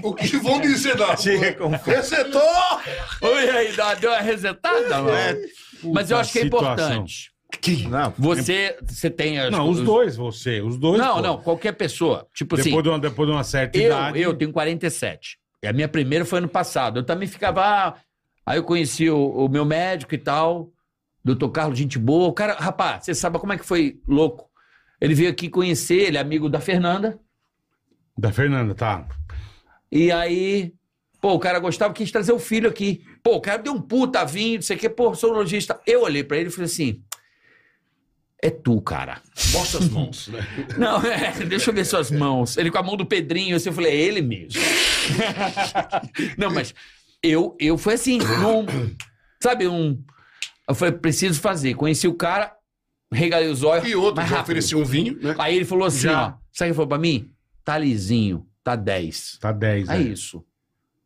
S35: O que vão dizer da
S2: Se
S35: rua?
S2: reconforta.
S35: Recetou!
S2: Oi, aí, dá- deu uma resetada, mano. Mas eu acho que é
S4: situação.
S2: importante. Você, você tem as
S4: Não, os dois, você. Os dois.
S2: Não,
S4: pô.
S2: não, qualquer pessoa. Tipo
S4: depois
S2: assim.
S4: De uma, depois de uma certa
S2: Eu,
S4: idade.
S2: eu tenho 47. E É, a minha primeira foi ano passado. Eu também ficava. ah, Aí eu conheci o, o meu médico e tal, doutor Carlos Gente Boa. O cara, rapaz, você sabe como é que foi louco? Ele veio aqui conhecer, ele é amigo da Fernanda.
S4: Da Fernanda, tá.
S2: E aí, pô, o cara gostava, quis trazer o filho aqui. Pô, o cara deu um puta vinho, não sei o quê, pô, sou um lojista. Eu olhei pra ele e falei assim: é tu, cara.
S35: Mostra as mãos, né?
S2: Não, é, deixa eu ver suas mãos. Ele com a mão do Pedrinho, assim, eu falei, é ele mesmo. <laughs> Não, mas eu, eu foi assim, num, sabe, um. Eu falei, preciso fazer. Conheci o cara, regalei os olhos.
S35: E outro,
S2: mais
S35: já
S2: rápido.
S35: ofereceu um vinho, né?
S2: Aí ele falou assim:
S35: Já. é.
S2: ó, sabe o que ele falou pra mim? Tá lisinho, tá 10.
S4: Tá 10.
S2: É isso.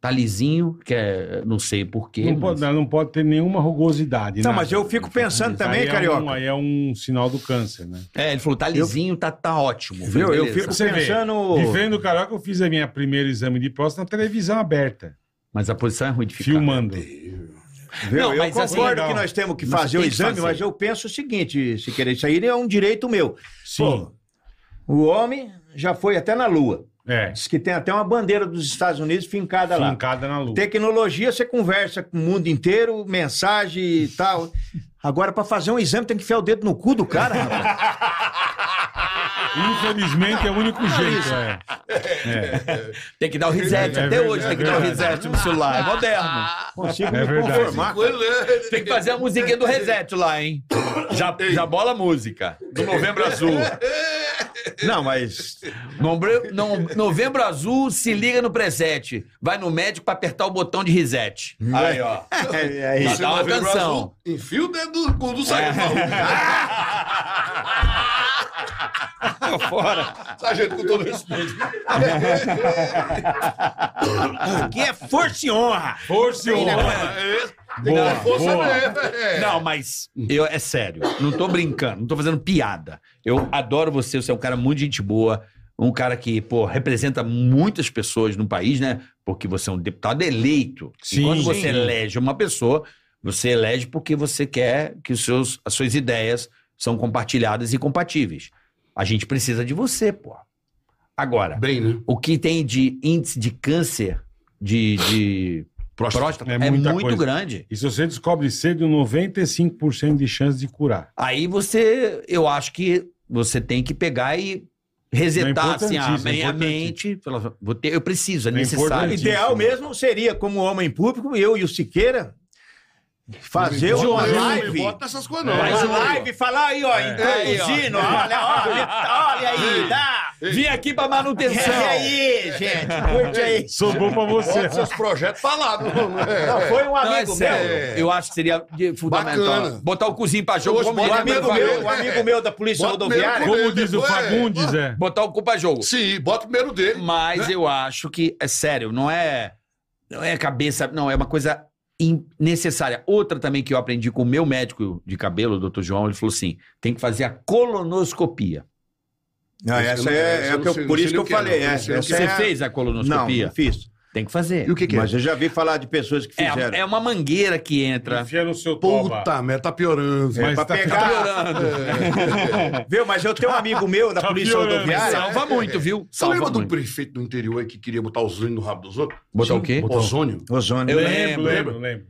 S2: Tá lisinho, que é, não sei porquê.
S4: Não, pode, não pode ter nenhuma rugosidade.
S21: Não,
S4: nada.
S21: mas eu fico pensando
S4: Aí
S21: também,
S4: é um-
S21: Carioca.
S4: aí é um sinal do câncer, né?
S2: É, ele falou, tá lisinho, tá, tá ótimo.
S21: Viu? Eu fico
S4: Você vê,
S21: pensando-
S4: Diferente do Carioca, eu fiz a minha primeira exame de próstata na televisão aberta.
S2: Mas a posição é ruim de
S4: ficar. Filmando.
S21: Viu? eu
S4: assim,
S21: concordo que nós temos que
S4: Mas
S21: fazer o
S4: tem que
S21: exame,
S4: fazer.
S21: mas eu penso o seguinte, se querer, isso aí é um direito meu. Sim. o homem já foi até na Lua.
S4: É.
S21: Diz que tem até uma bandeira dos Estados Unidos fincada, lá.
S4: Fincada na Lua.
S21: Tecnologia, você conversa com o mundo inteiro, mensagem e tal. Agora, pra fazer um exame, tem que enfiar o dedo no cu do cara, rapaz. <laughs>
S4: Infelizmente é o único jeito, é.
S2: <laughs> Tem que dar o reset,
S4: É
S2: até
S4: verdade,
S2: hoje
S4: é
S2: tem que dar o
S4: verdade.
S2: reset no celular, é moderno.
S4: Consigo É me verdade. conformar,
S2: Tem que fazer a musiquinha do reset lá, hein? Já, já bola a música, do Novembro <laughs> Azul.
S21: Não, mas...
S2: Nombre- no- novembro Azul, se liga no preset. Vai no médico pra apertar o botão de reset. Aí, ó.
S21: É,
S2: Já dá uma
S21: Novembro
S2: canção.
S35: Enfia o dedo no
S21: É.
S35: cu do sargento. <laughs>
S21: Fora.
S35: Sargento, com todo respeito.
S21: Aqui é força e honra.
S4: Força
S2: e honra. Boa,
S21: força
S2: boa. <laughs>
S21: mesmo, é.
S2: Não, mas eu, é sério. Não tô brincando, não tô fazendo piada. Eu adoro você, você é um cara muito gente boa. Um cara que, pô, representa muitas pessoas no país, né? Porque você é um deputado eleito.
S4: Sim.
S2: e quando você
S4: Sim.
S2: elege uma pessoa, você elege porque você quer que os seus, as suas ideias são compartilhadas e compatíveis. A gente precisa de você, pô. Agora, o que tem de índice de câncer de, de próstata, é,
S4: muita
S2: muito
S4: coisa.
S2: grande.
S4: E se você descobre cedo, 95% de chance de curar.
S2: Aí você, eu acho que você tem que pegar e
S4: É
S2: resetar assim,
S4: importantíssimo,
S2: a, men-
S4: é
S2: a mente. Falar, vou ter, eu preciso, é,
S21: O
S2: necessário.
S21: ideal mesmo seria, como homem público, eu e o Siqueira, fazer
S2: Não me
S21: uma
S2: bota, não me
S21: live.
S2: bota
S35: nessas
S2: coisas, não.
S21: Faz uma
S2: Aí, ó.
S21: live, falar aí, ó, introduzindo,
S2: Aí, ó.
S21: né? olha, olha, olha
S2: <laughs>
S21: aí, tá? dá.
S2: Vim aqui pra manutenção.
S21: E aí,
S2: <laughs>
S21: gente, curte aí.
S4: Sou bom pra você.
S35: Bota seus projetos pra lá. Não, é.
S21: Não, foi um
S2: Não, é
S21: amigo meu.
S2: sério. Eu acho que seria de- fundamental.
S21: Bacana.
S2: Botar o cozinho pra jogo.
S21: Hoje,
S2: como
S21: bota
S2: diz
S21: amigo
S2: Eduardo
S21: meu, um
S2: Fagundes.
S21: amigo meu da Polícia Bota Rodoviária. primeiro
S2: Como
S21: com ele,
S2: diz o
S21: depois-
S2: Fagundes, é. Botar o culpa jogo.
S35: Sim, bota o primeiro dele.
S2: Mas
S21: né?
S2: eu acho que, é sério, não é, não é cabeça, não, é uma coisa in- necessária. Outra também que eu aprendi com o meu médico de cabelo, o doutor João, ele falou assim, tem que fazer a colonoscopia.
S21: Não, essa é, é o que eu- por isso que eu falei. é, essa
S2: Você
S21: é a-
S2: fez a colonoscopia?
S21: Não, não fiz.
S2: Tem que fazer.
S21: E o que que é? Mas eu já vi falar de pessoas que fizeram.
S2: É, é uma mangueira que entra.
S4: Enfia no seu
S35: Puta merda, tá piorando.
S21: É, pra pegar.
S35: É.
S21: Viu? Mas eu tenho um amigo meu
S35: Tá
S21: da Polícia Rodoviária.
S35: Você
S21: Salva
S35: lembra do
S21: muito.
S35: prefeito do interior aí que queria botar ozônio no rabo dos outros? um
S2: Botar o quê?
S35: Ozônio.
S21: Ozônio. Eu lembro,
S4: lembro, lembro.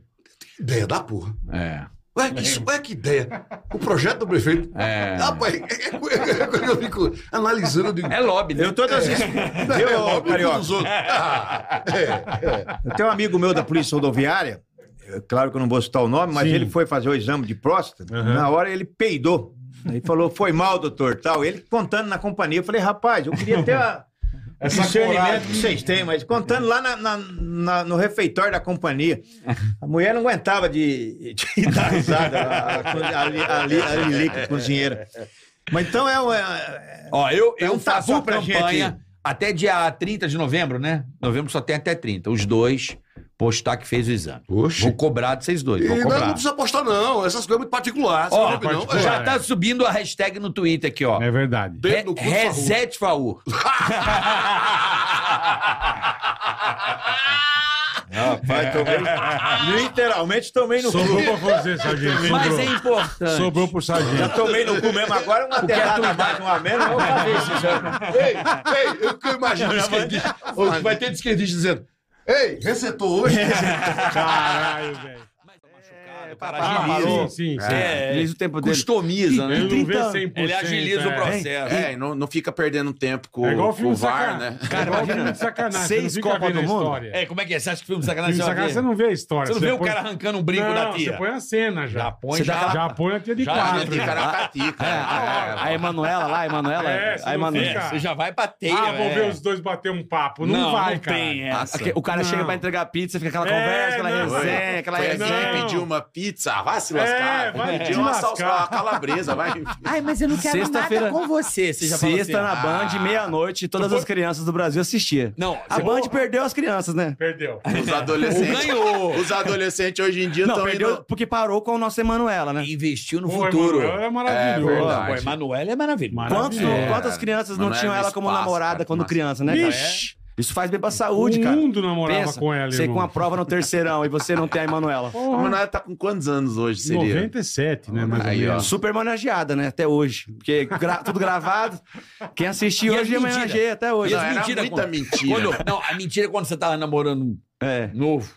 S35: Ideia da porra.
S2: É.
S35: Ué, que, isso- ué, que ideia. O projeto do prefeito.
S2: É.
S35: Rapaz, é, é, coisa que eu fico analisando. Eu digo,
S2: é lobby, né?
S21: Eu tô das-
S35: É,
S21: Viu,
S35: <laughs> é lobby um
S21: Carioca?
S35: dos outros. Ah, é, é.
S21: Eu tenho um amigo meu da Polícia Rodoviária, é claro que eu não vou citar o nome, mas
S35: Sim.
S21: ele foi fazer o exame de próstata, na hora ele peidou. Aí falou, foi mal, doutor, tal. Ele contando na companhia, eu falei, rapaz, eu queria ter a...
S4: Essa
S21: Essa discernimento
S4: coragem.
S21: que vocês têm, mas contando lá na- na- na- no refeitório da companhia, a mulher não aguentava de, de dar risada, a, a, a, Li- a Lilica, cozinheira. Mas então é, um- é,
S2: Ó, eu,
S21: É
S2: eu
S21: um
S2: faço
S21: tabu
S2: a
S21: pra gente.
S2: campanha até dia 30 de novembro, né? Novembro só tem até 30. Os dois postar que fez o exame. Vou cobrar de vocês dois.
S35: E
S2: Vou
S35: não,
S2: cobrar.
S35: não precisa apostar, não. Essas coisas é muito particular.
S2: Ó,
S35: sabe, não?
S2: já
S35: É.
S2: tá subindo a hashtag no Twitter aqui, ó.
S4: É verdade.
S2: Re reset Faú.
S21: Rapaz, tomei. Literalmente tomei no
S4: É. Sobrou
S21: cu.
S4: pra você, sargento.
S21: Mas
S4: sobrou.
S21: é importante.
S4: Sobrou pro sargento.
S21: Já tomei no cu mesmo. Agora uma
S4: Porque é
S21: derrada
S4: tua
S21: a mais, uma a menos, eu vou fazer esse exame.
S35: Ei, ei, eu que eu imagino esquerdista. Ou Vai ter de esquerdista dizendo: Ei, recetou hoje. tá
S4: Caralho, velho.
S2: Parou.
S4: Ah, sim, sim.
S2: É,
S4: Agiliza o tempo dele.
S6: Customiza, né?
S4: Ele não vê 100%,
S6: Ele agiliza
S4: é.
S6: o processo. É, e não, não fica perdendo tempo com,
S4: É igual
S6: com
S4: filme
S6: o
S4: de
S6: VAR,
S4: sacanagem.
S6: né?
S4: <laughs> Cara, igual filme de sacanagem. você não
S6: Seis
S4: fica
S6: Copas
S4: vendo
S6: do
S4: a
S6: Mundo?
S4: história.
S2: É, como é que é? Você acha que filme de
S4: Filme
S2: sacanagem
S4: de
S2: você vai
S4: sacanagem,
S2: ver?
S4: você não vê a história.
S2: Você não vê o
S4: põe-
S2: cara arrancando um brinco
S4: Não,
S2: da tia.
S4: Você põe a cena já.
S2: Já põe,
S4: Você
S2: já- tá- É
S4: dá- já põe a tia de
S2: já- já
S4: quatro.
S2: de
S6: caracatica.
S52: A Emanuela lá, a Emanuela.
S4: É, você
S52: a
S4: não
S52: Emanuela.
S4: fica-
S52: Você já
S2: vai pra
S4: Ah, vou ver os dois bater um papo. Não,
S52: Não,
S4: vai,
S52: não
S4: cara.
S52: tem essa. O cara chega pra entregar pizza, fica aquela
S4: É,
S52: conversa, aquela
S4: não.
S52: resenha, aquela
S4: Foi assim,
S52: resenha.
S4: pediu
S6: uma
S52: Ah,
S3: pizza, "Ah, vai se
S53: É,
S3: lascar.
S53: vai
S3: Pediu
S53: te
S3: uma
S53: lascar.
S3: salsa, uma calabresa, vai.
S54: Ai, mas eu não quero
S52: Sexta-feira-
S54: nada com você. Você já falou
S52: Sexta
S54: assim.
S52: na
S3: Ah.
S52: Band, meia-noite, todas as crianças do Brasil assistiam.
S2: Não,
S52: a
S3: você-
S52: Band perdeu as crianças, né?
S55: Perdeu.
S3: Os adolescentes.
S52: Ganhou.
S3: Os adolescentes hoje em dia
S52: Não,
S3: estão
S52: perdeu
S3: indo.
S52: porque parou com o nosso Emanuela, né?
S56: Investiu
S52: no
S3: futuro. Emanuela é maravilhoso. É verdade. é
S2: O Emanuel é maravilhoso.
S52: Quantos,
S2: Maravilhoso.
S52: Quantas crianças não
S2: Manoel é
S52: tinham
S2: no
S52: ela como
S2: espaço,
S52: namorada
S2: cara,
S52: quando
S2: massa.
S52: criança, né? cara?
S2: Vixe!
S52: É. Isso faz bem pra saúde,
S2: O
S52: cara.
S2: mundo namorava com ela,
S52: Você
S2: irmão.
S52: com a prova no terceirão e você não tem a Emanuela.
S3: A Emanuela tá com quantos anos hoje, seria?
S4: 97, né? Mais
S3: Aí,
S4: ou
S3: ó.
S4: menos.
S52: Super homenageada, né? Até hoje. Porque gra- tudo gravado. Quem assistiu hoje é homenageia até hoje.
S2: E as mentiras quando- Quando- não, a mentira é quando você tava namorando um novo.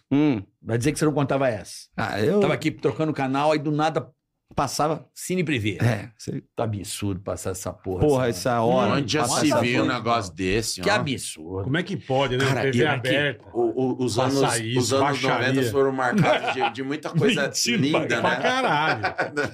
S2: Vai dizer que você não contava essa.
S52: É. Ah, eu-
S2: Tava aqui trocando canal, aí do nada passava Cine Privé.
S52: É.
S2: Tá absurdo passar essa porra.
S52: Porra,
S2: essa- Hum,
S52: essa hora.
S3: Onde já
S2: Passa
S3: se
S2: essa
S3: viu um
S2: porra.
S3: negócio desse?
S2: Que
S3: ó?
S2: absurdo.
S4: Como é que pode, né?
S3: Cara,
S4: TV
S3: e aqui,
S4: aberta.
S3: o- o- os
S4: Passa
S3: anos,
S4: isso,
S3: os anos
S4: baixaria.
S3: 90 foram marcados de, de
S52: <laughs>
S3: muita coisa linda, né? <laughs>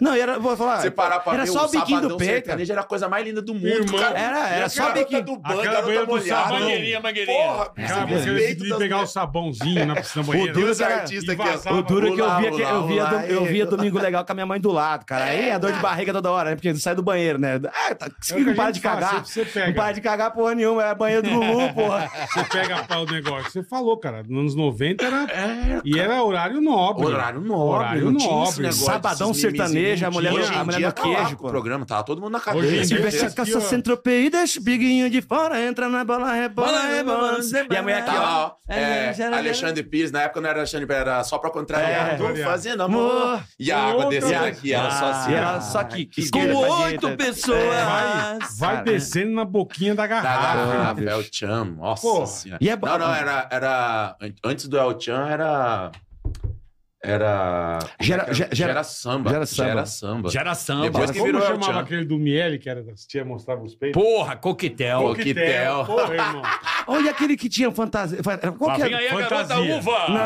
S52: Não, e era, vou falar.
S3: Você parar pra
S52: era
S3: ver
S52: só
S3: o
S52: o biquinho do
S3: Sabadão
S52: peito.
S3: Sertanejo era a coisa mais linda do mundo,
S52: Irmão.
S3: cara.
S52: Era-
S3: um E
S52: era
S3: a
S52: só
S3: garota
S52: biquinho.
S3: do
S4: Aquela
S3: banho, garota
S4: banheira do
S3: molhada.
S4: sabão. Mangueirinha,
S3: mangueirinha. Porra,
S4: Cara,
S3: esse
S4: você
S3: peito
S4: decidiu
S3: das
S4: pegar o sabãozinho né, na piscina banheira.
S52: O duro é que era- o duro é que eu via, que eu via, do- eu via domingo legal com a minha mãe do lado, cara. Aí a dor de barriga toda hora, né? Porque sai do banheiro, né? Ah, tá,
S4: É o que a
S52: não para
S4: gente
S52: de
S4: faz,
S52: cagar.
S4: sempre você pega.
S52: Não para de cagar porra nenhuma, é banheiro do
S4: <laughs>
S52: Lulu, porra.
S4: Você pega pra o negócio. Você falou, cara, nos anos 90 era. e era horário nobre.
S3: É, Horário nobre.
S4: Horário
S3: não tinha esse
S4: nobre.
S3: negócio, esses memes, não tinha. Hoje em dia
S4: é,
S3: acabava com o programa,
S2: tá
S3: tava todo mundo na cadeia.
S52: Se
S3: certeza.
S52: veste a calça centropeia e deixa o biguinho de fora, entra na bola, rebola, rebola. E a mulher aqui, ó.
S3: Tá, ó, é, Alexandre Pires, na época não era Alexandre Pires, era só pra contrariar.
S52: É.
S3: Tô fazendo amor. E a água descendo aqui, ela
S6: Ah.
S3: só assim.
S4: E ela só
S52: aqui.
S3: esquerda pra direita.
S4: Vai, vai
S3: Cara.
S4: descendo na boquinha da
S3: Ah,
S4: garrafa.
S3: El Chan, nossa
S4: Porra.
S3: senhora.
S4: E é
S3: não, não, era, era. Antes do El Chan era. Era. como é que
S4: Gera-
S3: era?
S4: gera-
S3: gera samba.
S4: gera samba.
S3: Gera samba.
S4: Gera
S2: samba.
S3: Depois que
S4: Como
S3: virou El
S4: chamava
S3: Chan.
S4: aquele do Miele que era das tia mostrava os peitos?
S2: Porra, coquetel.
S4: Coquetel. Porra, irmão.
S52: Olha aquele que tinha fantasia. Qual
S4: Lá
S52: que era?
S4: vem aí a garota Fantasia. uva.
S52: Não,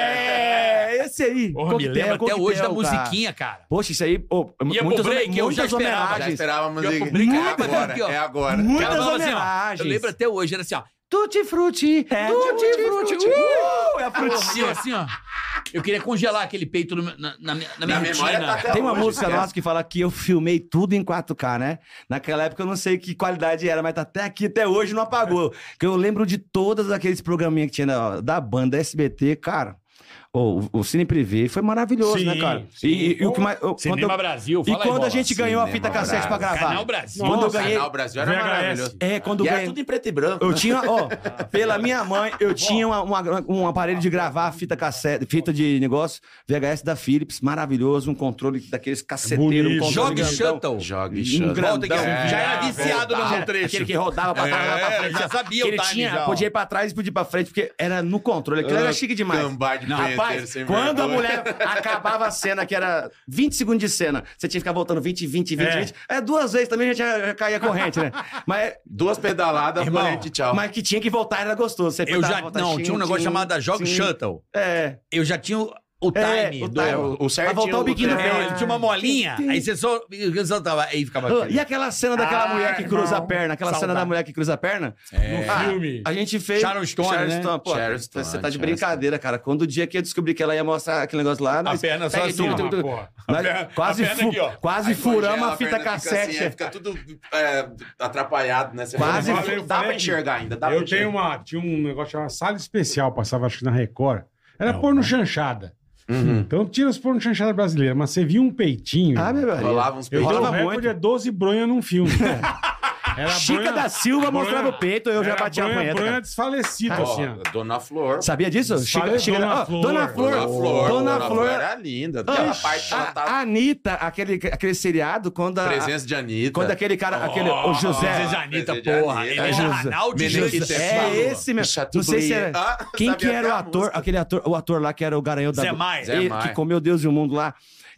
S52: é, esse aí.
S2: Porra, me lembro até hoje da
S52: cara.
S2: musiquinha, cara.
S52: Poxa, isso aí. Pô,
S2: Ia pro break, eu já esperava. Já esperava a musiquinha. Ia pro break, é agora, é
S3: agora.
S2: Ela
S52: Muitas
S2: falava assim, ó,
S52: homenagens.
S2: eu lembro até hoje, era assim, ó.
S52: Tutti frutti, é, tutti frutti, uh, é a
S2: Porra, eu
S52: frutinha.
S2: assim, ó. Eu queria congelar aquele peito no meu- na, na, minha- na minha
S52: Na tá
S2: memória. tá
S52: Tem uma música nossa que fala que eu filmei tudo em 4K, né? Naquela época eu não sei que qualidade era, mas tá até aqui, até hoje não
S2: <laughs>
S52: apagou. Que eu lembro de todos aqueles programinhas que tinha da, da banda SBT, cara. Ô, o, o Cine Privé foi maravilhoso,
S2: Sim,
S52: né, cara?
S2: sim.
S52: E, e o que mais. eu-
S2: Cinema
S52: quando eu-
S2: Brasil,
S52: E
S2: fala aí,
S52: quando
S2: Bola.
S52: a gente ganhou a fita
S2: Cinema
S52: cassete pra
S2: Brasil.
S52: gravar.
S2: Canal Brasil.
S52: Quando eu
S2: Nossa,
S52: ganhei.
S2: Canal Brasil era VHS. maravilhoso.
S52: É, quando
S2: E
S52: eu
S2: era
S52: ganhei.
S2: tudo em preto e branco.
S3: né?
S52: Eu tinha,
S3: <laughs>
S52: <laughs> ó,
S3: Ah, tá.
S52: pela minha mãe, eu tinha uma- uma- um aparelho de gravar fita cassete, fita de negócio, VHS da Philips, maravilhoso, um controle daqueles caceteiros. Um
S2: Bonito.
S52: controle
S2: Jogue
S52: grandão.
S2: shuttle.
S3: Jogue
S52: Um
S3: shuttle.
S52: grandão.
S3: Volta aqui, já era viciado no
S52: voltava.
S3: trecho.
S52: Aquele que rodava pra trás,
S3: É,
S52: rodava pra frente.
S3: já sabia o
S52: Ele
S3: time
S52: tinha,
S3: já, ó.
S52: podia ir pra trás e podia ir pra frente, porque era no controle. Aquilo
S3: Ah,
S52: era chique demais.
S3: gambá de
S52: Não,
S3: punheteiro
S52: Rapaz,
S3: sem
S52: quando a
S3: vergonha.
S52: mulher
S3: <laughs>
S52: acabava a cena, que era 20 segundos de cena, você tinha que ficar voltando 20, 20, 20,
S3: É.
S52: 20. É, duas vezes também já, tinha, já caía a corrente, né? Mas,
S3: Duas pedaladas,
S52: Irmão,
S3: parente, tchau.
S52: Mas que tinha que voltar, era gostoso. Você
S2: Eu
S52: pedalava,
S2: já.
S52: voltava,
S2: não,
S52: tchim,
S2: tinha um negócio
S52: tchim,
S2: chamado Jogue
S52: tchim.
S2: Shuttle.
S52: É.
S2: Eu já tinha o, o
S52: É,
S2: time.
S52: o
S2: do,
S52: time.
S3: O certinho,
S2: Pra voltar o
S3: o
S2: biquinho do
S3: tempo.
S2: peito. Tinha uma molinha, aí você só exaltava. Aí ficava.
S52: Ah,
S2: aquele.
S52: E aquela cena daquela
S2: Ah,
S52: mulher que cruza
S2: irmão.
S52: a perna, aquela cena
S2: Saudade.
S52: da mulher que cruza a perna?
S2: É. No filme.
S52: A gente fez.
S2: Sharon Stone, né?
S52: Stone, pô,
S2: Sharon Stone,
S52: você tá de
S2: Sharon
S52: brincadeira, cara. Quando o dia que eu descobri que ela ia mostrar aquele negócio lá. nós-
S2: perna só
S52: Pega
S2: assim,
S52: tudo,
S2: ó,
S52: tudo, tudo.
S2: porra. A
S52: Nós
S2: perna- a
S52: Quase,
S2: perna
S52: fu-
S2: aqui, ó.
S52: quase
S3: Aí
S52: furamos
S3: congela,
S52: a fita
S3: perna fica
S52: cassete.
S3: assim, aí fica tudo é, atrapalhado, né? Você
S4: Quase
S3: fala,
S4: fu-
S3: dá pra enxergar ainda, dá pra
S4: eu
S3: enxergar.
S4: tenho uma, tinha um negócio chamado sala especial, passava acho que na Record. Era porno
S52: né?
S4: chanchada.
S52: Uhum.
S4: Então tira os porno chanchada brasileira, mas você viu um peitinho. Ah, meu
S3: Rolava uns
S4: Eu
S3: peitinhos.
S4: dava
S3: Rolava
S4: recorde é 12 bronha
S52: <laughs>
S4: num filme. É, Era
S52: Chica da Silva mostrava o peito, eu já
S4: era
S52: bati a
S4: é, bronha,
S52: punheta,
S4: Bronha
S52: cara. Tá.
S4: desfalecida,
S3: Ó,
S4: assim, ó.
S3: Dona Flor.
S52: Sabia disso? Chica,
S4: Falei,
S52: Chica, um
S4: Dona
S52: ó,
S4: Flor.
S52: Dona Flor.
S3: Dona Flor.
S52: Dona Flor.
S3: era linda.
S52: Ah,
S3: Aquela parte que ela tava...
S52: a Anitta, aquele, aquele seriado, quando a.
S3: Presença de Anitta.
S52: Quando aquele cara, aquele.
S3: Oh,
S52: o José.
S3: presença de Anitta, Presença de porra. Anitta. Helena Arnaldi, Menequita
S52: É, José.
S3: Fábula.
S52: É esse mesmo.
S3: Chato
S52: Não sei se era.
S3: Ah,
S52: quem
S3: sabia
S52: que
S3: até
S52: era o
S3: a
S52: ator, aquele ator, o ator lá que era o garanhão da.
S2: Zé Maia. Zé
S52: Ele,
S2: Maia.
S52: que comeu Deus e o mundo lá.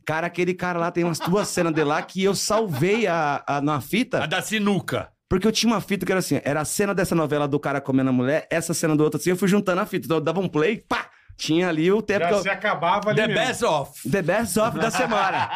S52: Cara, aquele cara lá tem umas duas cenas dele lá que eu salvei a, a, na fita.
S2: A da sinuca.
S52: Porque eu tinha uma fita que era assim, era a cena dessa novela do cara comendo a mulher, essa cena do outro assim, eu fui juntando a fita, então eu dava um play, pá, tinha ali o tempo
S4: Já
S52: que eu...
S4: se acabava ali
S52: The
S4: mesmo.
S52: best of. The best of da semana.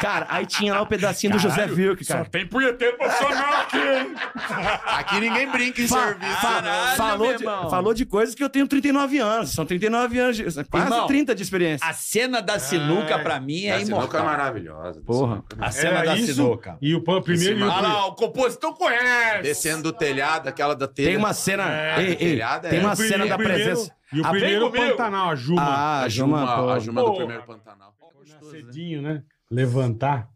S52: Cara, aí tinha lá o pedacinho do José
S57: Caralho,
S52: Wilk,
S57: só
S52: cara.
S57: tem punheteiro profissional aqui, hein?
S3: <laughs> Aqui ninguém brinca em
S52: Fa-
S3: serviço. né?
S52: fa-
S3: Caralho,
S52: falou,
S3: meu
S52: de,
S3: irmão.
S52: falou de coisas que eu tenho 39 anos. São 39 anos, de- quase
S2: Irmão,
S52: 30 de experiência.
S2: A cena da sinuca, pra mim, é
S3: A sinuca
S2: imortal.
S3: é maravilhosa.
S2: Porra. A cena
S3: É
S2: da
S3: isso
S2: sinuca.
S4: E o pan
S3: primeiro e o-
S2: Ah, lá, o
S3: compositor conhece. Descendo do telhado, aquela da telha.
S52: Tem uma cena.
S3: É,
S52: ei,
S3: do
S52: ei,
S3: telhado é-
S52: tem uma cena da presença.
S4: E o
S52: Ah, vem
S4: primeiro
S52: comigo.
S4: Pantanal, a Juma.
S52: Ah, a Juma, pô.
S3: a Juma do
S4: Porra.
S3: primeiro Pantanal.
S4: Cedinho, né? Levantar.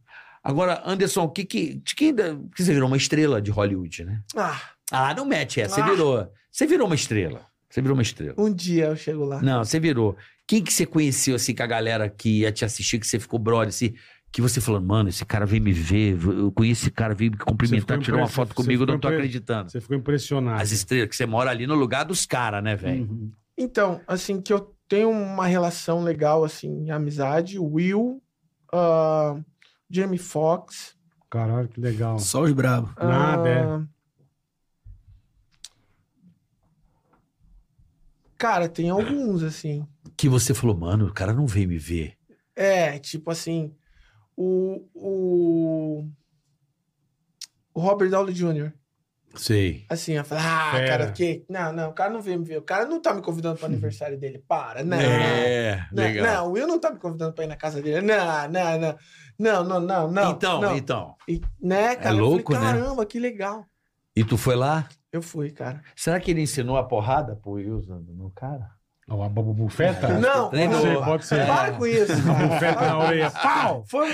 S2: Agora, Anderson, que, que, de quem da- que você virou uma estrela de Hollywood, né?
S41: Ah,
S2: Ah, não mete essa. Você
S41: Ah.
S2: virou. Você virou uma estrela. Você virou uma estrela.
S41: um dia eu chego lá.
S2: Não, você virou. Quem que você conheceu, assim, com a galera que ia te assistir, que você ficou brother, assim, que você falou, mano, esse cara veio me ver, eu conheço esse cara, veio me cumprimentar,
S4: ficou
S2: tirou uma
S4: impre-
S2: foto
S4: você
S2: comigo, eu
S4: ficou
S2: não tô
S4: impre-
S2: acreditando.
S4: Você ficou impressionado. Uhum.
S2: As estrelas, que você mora ali no lugar dos caras, né, velho?
S41: Então, assim, que eu tenho uma relação legal, assim, amizade. Will, ah, Jamie Foxx.
S4: Caralho, que legal.
S41: Só os bravos.
S4: Nada,
S41: Ah.
S4: é.
S41: Cara, tem alguns, assim.
S2: Que você falou, mano, o cara não veio me ver.
S41: É, tipo assim, o, o, o Robert Downey Jr.,
S2: Sei.
S41: assim, eu falo, ah,
S2: Fera.
S41: cara, que... Não, não, o cara não veio me ver, o cara não tá me convidando pro aniversário dele, para, não.
S2: É,
S41: não,
S2: legal.
S41: Não, o Will não tá me convidando pra ir na casa dele, não, não, não, não, não, não, não.
S2: Então,
S41: não.
S2: então.
S41: E, né, cara,
S2: louco,
S41: eu
S2: né?
S41: falei, caramba, que legal.
S2: E tu foi lá?
S41: Eu fui, cara.
S2: Será que ele ensinou a porrada pro Wilson, no cara?
S4: Ó, a bu- bufeta?
S41: Não,
S4: pode
S41: não.
S4: ser, pode ser.
S41: Para com
S2: <laughs>
S41: isso, cara.
S2: Um
S4: Bufeta na orelha. Pau!
S41: Foi,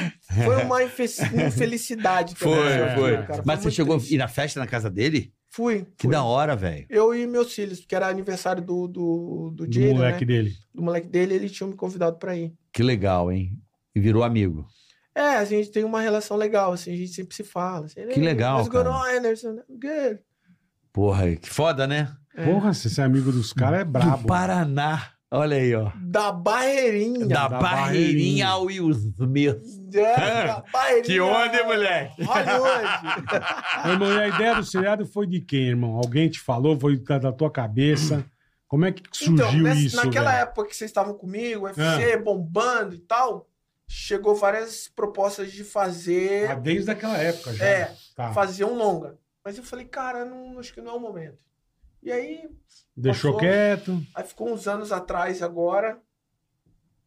S41: foi uma infelici- infelicidade. que
S2: <laughs> Foi,
S4: É,
S41: aconteceu,
S2: foi.
S41: cara. Foi
S2: Mas você
S41: muito
S2: chegou a ir na festa na casa dele?
S41: Fui.
S2: Que da hora, velho.
S41: Eu e meus filhos, porque era aniversário do do, do, Jalen,
S2: moleque
S41: né?
S2: dele.
S41: Do moleque dele, ele tinha me convidado pra ir.
S2: Que legal, hein? E virou amigo.
S41: É, a gente tem uma relação legal, assim, a gente sempre se fala. Assim,
S2: Que legal,
S41: Let's go, on, Anderson. né?" Good.
S2: Porra, que foda, né?
S41: É.
S4: Porra, se você é amigo dos caras, é brabo.
S2: Do Paraná. Olha aí, ó.
S41: Da barreirinha.
S2: Da, barreirinha ao Will Smith.
S41: É, da barreirinha.
S2: Que onda, hein, moleque?
S41: Olha
S4: <laughs>
S41: hoje.
S4: Ô, Irmão, e a ideia do seriado foi de quem, irmão? Alguém te falou? Foi da, da tua cabeça? Como é que surgiu
S41: Então, nessa-
S4: isso, É.
S41: naquela
S4: velho?
S41: época que vocês estavam comigo, o UFC bombando e tal, chegou várias propostas de fazer.
S4: Ah, desde aquela época já.
S41: É,
S4: Tá.
S41: fazer um longa. Mas eu falei, cara, não, acho que não é o momento. E aí.
S4: Deixou
S41: passou,
S4: quieto.
S41: Aí ficou uns anos atrás agora.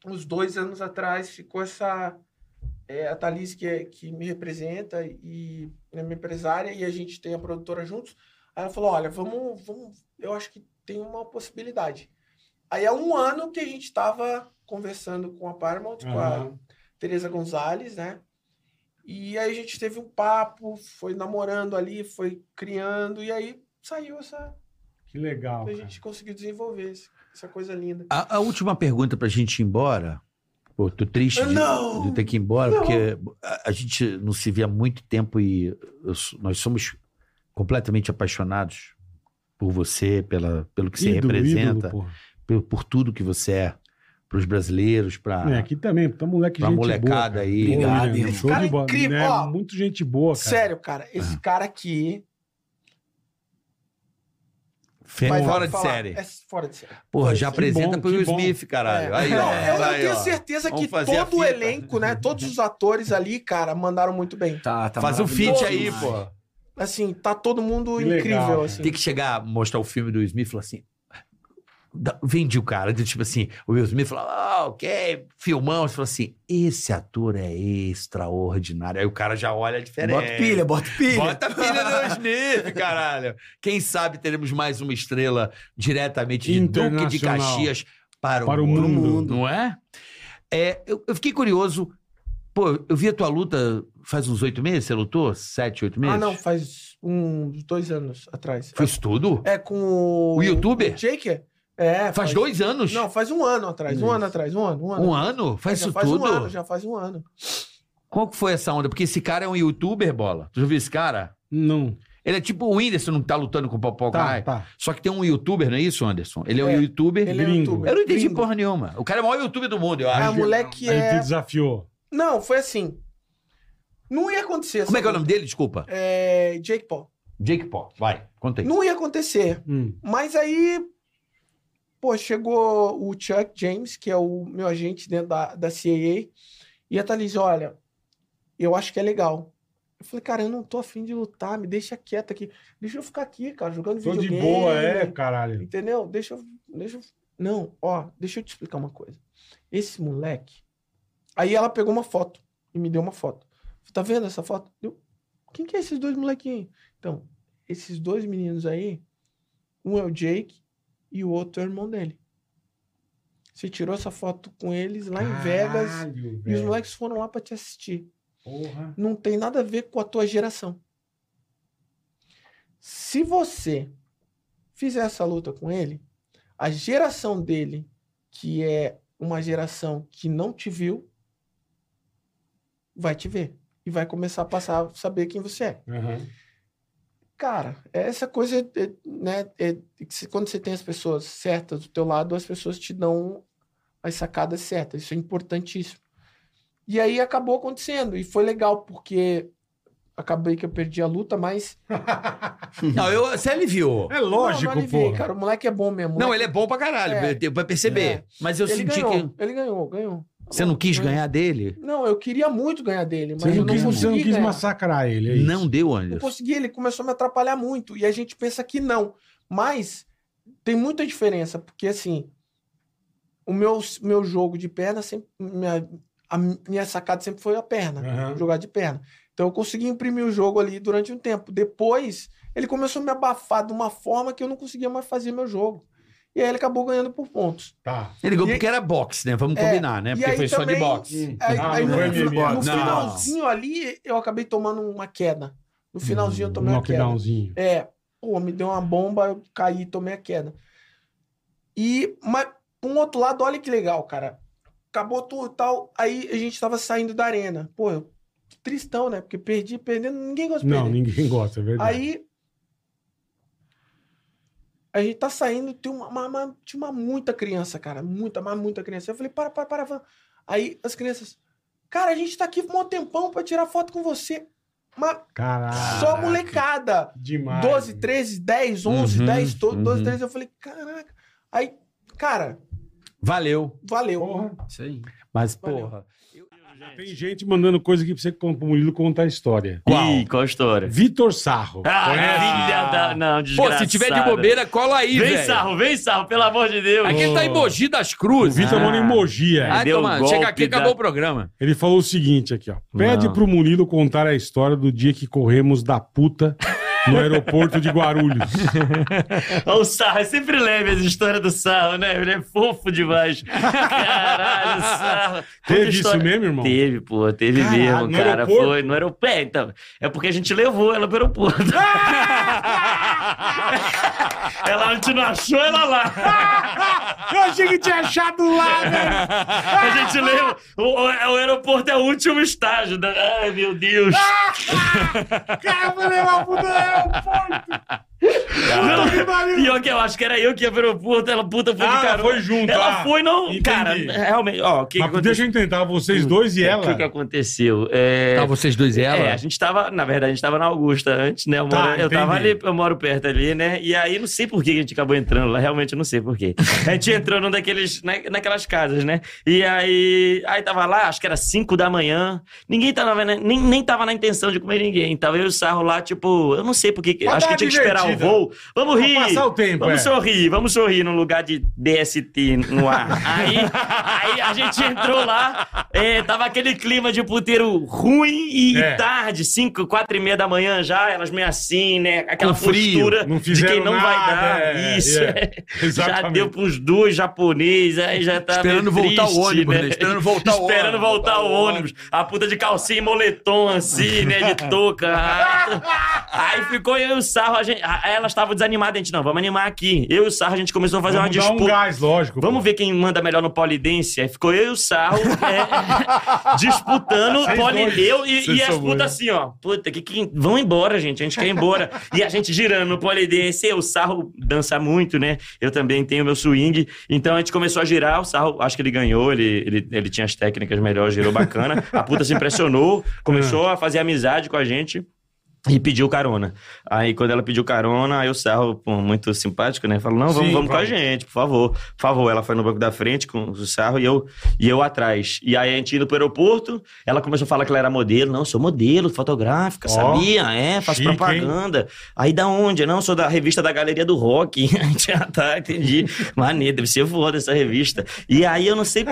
S41: Uns dois anos atrás ficou essa. é, a Thalys, que, é- que me representa e é minha empresária, e a gente tem a produtora juntos. Aí ela falou: olha, vamos, vamos. Eu acho que tem uma possibilidade. Aí há um ano que a gente estava conversando com a Paramount, com a
S4: Aham.
S41: Tereza Gonzalez, né? E aí a gente teve um papo, foi namorando ali, foi criando, e aí saiu essa.
S4: Que legal.
S41: A gente conseguiu desenvolver esse- essa coisa linda.
S2: A, a última pergunta pra gente ir embora. Pô, tô triste de,
S41: Não!
S2: de ter que ir embora,
S41: Não!
S2: porque a, a gente não se vê há muito tempo e eu sou- nós somos completamente apaixonados por você, pela, pelo que você
S4: Ídolo,
S2: representa,
S4: ídolo, porra.
S2: por, por tudo que você é pros brasileiros, pra,
S4: É, aqui também, tá moleque
S2: Ah. pra
S4: gente boa.
S2: molecada
S4: cara.
S2: aí.
S4: Porra,
S2: Obrigado,
S4: irmão,
S2: irmão.
S4: show
S41: Cara
S4: de bola.
S41: incrível,
S4: Né,
S41: ó.
S4: Muito gente boa, cara.
S41: Sério, cara,
S2: Ah.
S41: esse cara aqui.
S2: Fe-
S41: vai-
S2: fora
S41: vai
S2: de
S41: falar,
S2: série.
S41: É fora de série.
S2: Porra,
S41: Fora
S2: já
S41: de série.
S2: apresenta pro Will Smith, caralho. Aí,
S41: Não,
S2: ó,
S41: É. eu, eu
S2: aí,
S41: tenho
S2: é, ó.
S41: certeza
S2: Vamos
S41: que
S2: fazer a
S41: todo o
S2: fita.
S41: elenco, né? Todos os atores ali, cara, mandaram muito bem. Tá, tá
S2: Faz um feat aí, pô.
S41: Assim, tá todo mundo
S2: Que
S41: incrível,
S2: legal, cara.
S41: assim.
S2: Tem que chegar, mostrar o filme do Will Smith e falar assim. "Da- Vendi o cara. do Tipo assim, o Will Smith fala, ah, ok, filmão. Você fala assim, esse ator é extraordinário. Aí o cara já olha diferente.
S30: Bota pilha, bota pilha.
S2: Bota pilha no Will Smith, caralho. Quem sabe teremos mais uma estrela diretamente de Duque de
S4: Internacional.
S2: Caxias para,
S4: Para
S2: o,
S4: o
S2: mundo,
S4: mundo.
S2: Não é? é eu, eu fiquei curioso. Pô, eu vi a tua luta faz uns oito meses, você lutou? Sete, oito meses?
S41: Ah, não, faz uns dois anos atrás.
S2: Foi isso tudo?
S41: É com o.
S2: O youtuber?
S41: O Jake? É.
S2: Faz dois anos?
S41: Não, faz um ano atrás. Um
S2: Isso.
S41: ano atrás, um ano. Um ano?
S2: Um ano? Faz
S41: já
S2: isso
S41: faz
S2: tudo?
S41: Um ano, já faz um ano.
S2: Qual que foi essa onda? Porque esse cara é um youtuber, bola. Tu já viu esse cara?
S4: Não.
S2: Ele é tipo o Whindersson, não tá lutando com o Popó
S4: Tá,
S2: Kai.
S4: tá.
S2: Só que tem um youtuber, não é isso, Anderson? Ele é, um
S4: É,
S2: youtuber.
S4: ele é um Gringo. youtuber.
S2: Eu não entendi porra nenhuma. O cara é o maior youtuber do mundo, eu acho.
S41: Ah, moleque
S4: Aí te
S41: é.
S4: desafiou.
S41: Não, foi assim. Não ia acontecer.
S2: Como é que é o
S41: sabe?
S2: nome dele? Desculpa.
S41: É. Jake Paul.
S2: Jake Paul. Vai, conta aí.
S41: Não ia acontecer.
S4: Hum.
S41: Mas aí, pô, chegou o Chuck James, que é o meu agente dentro da, da CAA, e a Thalys, olha, eu acho que é legal. Eu falei, cara, eu não tô afim de lutar, me deixa quieto aqui. Deixa eu ficar aqui, cara, jogando
S4: Tô de
S41: videogame.
S4: boa, é, caralho.
S41: Entendeu? Deixa eu, deixa eu- Não, ó, deixa eu te explicar uma coisa. Esse moleque. Aí ela pegou uma foto e me deu uma foto. Tá vendo essa foto? Eu, Quem que é esses dois molequinhos? Então, esses dois meninos aí, um é o Jake e o outro é o irmão dele. Você tirou essa foto com eles lá em Vegas e os
S4: velho.
S41: moleques foram lá pra te assistir. Não tem nada a ver com a tua geração. Se você fizer essa luta com ele, a geração dele, que é uma geração que não te viu, vai te ver e vai começar a passar a saber quem você é. Cara, essa coisa, é, né, é, que se- quando você tem as pessoas certas do teu lado, as pessoas te dão as sacadas certas. Isso é importantíssimo. E aí acabou acontecendo. E foi legal, porque acabei que eu perdi a luta, mas...
S2: Não, eu, você aliviou.
S4: É
S41: Não, não aliviei, cara, o moleque é bom mesmo.
S2: Não, ele é bom pra caralho,
S41: É.
S2: deu pra perceber. Mas eu
S41: Ele
S2: senti
S41: ganhou,
S2: que.
S41: Ele ganhou, ganhou.
S2: Você não quis ganhar dele?
S41: Não, eu queria muito ganhar dele, mas
S4: Você não,
S41: eu não
S4: quis, você
S41: consegui
S4: não quis
S41: ganhar.
S4: massacrar ele. é isso.
S2: Não deu,
S41: Não
S2: Anderson.
S41: consegui, ele começou a me atrapalhar muito. E a gente pensa que não. Mas tem muita diferença, porque assim, o meu, meu jogo de perna sempre. Minha, a minha sacada sempre foi a perna, jogar de perna. Então eu consegui imprimir o jogo ali durante um tempo. Depois, ele começou a me abafar de uma forma que eu não conseguia mais fazer meu jogo. E aí ele acabou ganhando por pontos.
S4: Tá.
S2: Ele ganhou porque era boxe, né? Vamos
S41: É,
S2: combinar, né?
S41: e
S2: Porque
S41: aí
S2: foi só de
S41: também-
S2: boxe.
S41: Aí, aí no, no
S2: Não.
S41: finalzinho ali, eu acabei tomando uma queda. No finalzinho eu tomei
S4: um
S41: uma queda.
S4: knockdownzinho.
S41: É, pô, me deu uma bomba, eu caí, tomei a queda. E, mas, por um outro lado, olha que legal, cara. Acabou tudo e tal, aí a gente tava saindo da arena. Pô, eu- que tristão, né? Porque perdi, perdendo, ninguém gosta de
S4: Não,
S41: perder.
S4: ninguém gosta, é verdade.
S41: Aí. A gente tá saindo, tem uma, uma- uma- tinha uma muita criança, cara. Muita, mas muita criança. Eu falei, para, para, para, van. Aí as crianças. Cara, a gente tá aqui um tempão pra tirar foto com você. Mas
S4: Caralho.
S41: só molecada.
S4: Demais.
S41: 12, 13, 10, 11,
S4: Uhum,
S41: 10, to- 12,
S4: uhum.
S41: 13. Eu falei, caraca. Aí, cara,
S2: Valeu.
S41: valeu.
S2: Isso aí. Mas, porra.
S4: Tem gente mandando coisa aqui pra você com- pro Murilo contar a história.
S17: Qual? Ih, <laughs> qual história?
S4: Vitor Sarro.
S17: Ah, filha da... Não, desgraçado.
S58: Ah. se tiver de bobeira, cola aí,
S17: Vem
S58: velho.
S17: sarro, vem sarro, pelo amor de Deus.
S58: Aqui ele tá em Mogi das Cruzes.
S4: O Vitor mora em Mogi, é.
S58: Ah,
S4: Deu
S58: toma,
S4: golpe
S58: chega aqui,
S4: da-
S58: acabou o programa.
S4: Ele falou o seguinte aqui, ó. Pede
S58: Não.
S4: pro Murilo contar a história do dia que corremos da puta
S17: <laughs>
S4: no aeroporto de Guarulhos.
S17: Ó, o sarro, eu sempre lembro as histórias do sarro, né? Ele é fofo demais. Caralho, sarro.
S4: Teve
S17: Conta
S4: isso
S17: história-
S4: mesmo, irmão?
S17: Teve, pô, teve
S4: Caralho,
S17: mesmo,
S4: no
S17: cara.
S4: aeroporto?
S17: Foi no aeroporto. É, então, é porque a gente levou ela pro aeroporto. ela a gente não achou ela lá.
S3: Eu achei que tinha achado lá, velho.
S17: A gente lembra. O, o- o aeroporto é o último estágio. da- Ai, meu Deus.
S3: Cara, eu vou levar pro
S17: Não, pior que eu acho que era eu que ia pro aeroporto, ela puta foi
S4: Ah,
S17: de
S4: ela
S17: carona.
S4: foi junto,
S17: Ela
S4: ah,
S17: foi, não. Cara,
S4: entendi.
S17: realmente, ó, o que,
S4: Mas
S17: que
S4: deixa eu tentar vocês dois e
S17: O que
S4: ela.
S17: que aconteceu? É...
S2: Tá, vocês dois e ela?
S17: É, a gente tava, na verdade, a gente tava na Augusta antes, né? Eu,
S2: Tá,
S17: moro- eu tava
S2: entendi.
S17: ali, eu moro perto ali, né? E aí não sei por que a gente acabou entrando lá, realmente eu não sei por quê. A gente entrou num daqueles, na- naquelas casas, né? E aí, aí tava lá, acho que era 5 da manhã, ninguém tava, na- nem, nem tava na intenção de comer ninguém. Tava eu e o Sarro lá, tipo, eu não sei por que, que-
S4: Mas
S17: acho que
S3: tá
S4: dá
S17: tinha que esperar o
S4: divertida.
S17: voo. Vamos
S4: Pra
S17: rir!
S4: passar o tempo,
S17: Vamos
S4: é.
S17: sorrir, vamos sorrir no lugar de DST no
S3: <laughs>
S17: ar. Aí, aí a gente entrou lá, é, tava aquele clima de puteiro ruim e, e
S3: É.
S17: tarde, 5, 4 e meia da manhã já, elas meio assim, né? Aquela
S3: Com frio,
S17: postura
S3: não
S17: de quem não
S3: fizeram
S17: vai
S3: nada,
S17: dar.
S3: é,
S17: Isso.
S3: é.
S17: Já
S3: <laughs> Exatamente.
S17: deu pros dois japoneses, aí já tá meio
S2: Esperando voltar o
S17: triste,
S2: ônibus, né? Esperando voltar o
S17: <laughs> Esperando
S2: ônibus,
S17: voltar
S2: voltar
S17: o
S2: o
S17: ônibus. A puta de calcinha e moletom assim,
S2: <laughs>
S17: né? De touca. Ah, Aí ficou eu e o Sarro, a gente, a- elas estavam desanimadas, a gente, não, vamos animar aqui. Eu e o Sarro, a gente começou a fazer
S4: Vamos
S17: uma
S4: dar um
S17: disputa.
S4: gás, lógico.
S17: Vamos ver quem manda melhor no polidense. Aí ficou eu e o Sarro
S3: <laughs>
S17: é, disputando
S3: Vocês
S17: pole,
S3: dois.
S17: eu e,
S3: Vocês
S17: e as
S3: são
S17: putas
S3: bons.
S17: assim, ó. Puta, que, que vão embora, gente. A gente quer ir embora. e a gente girando no polidense. Eu, O Sarro dança muito, né? Eu também tenho meu swing. Então a gente começou a girar. O Sarro, acho que ele ganhou. Ele, ele, ele tinha as
S3: É.
S17: técnicas melhores, girou bacana. A puta se impressionou. Começou a fazer amizade com a gente. E pediu carona. Aí, quando ela pediu carona, aí o Sarro, pô, muito simpático, né? Falou, não, vamos,
S7: Sim,
S17: vamos com a
S7: vai.
S17: gente, por favor. Por favor. Ela foi no banco da frente com o Sarro e eu, e eu atrás. E aí, a gente indo pro aeroporto, ela começou a falar que ela era modelo. Não, sou modelo, fotográfica,
S7: Ó,
S17: sabia? É, faço
S7: chique, hein?
S17: propaganda. Aí, da onde? Não, sou da revista da Galeria do Rock. <laughs> A gente, ah, tá, entendi. Maneiro, deve ser foda essa revista. E aí, eu não sei...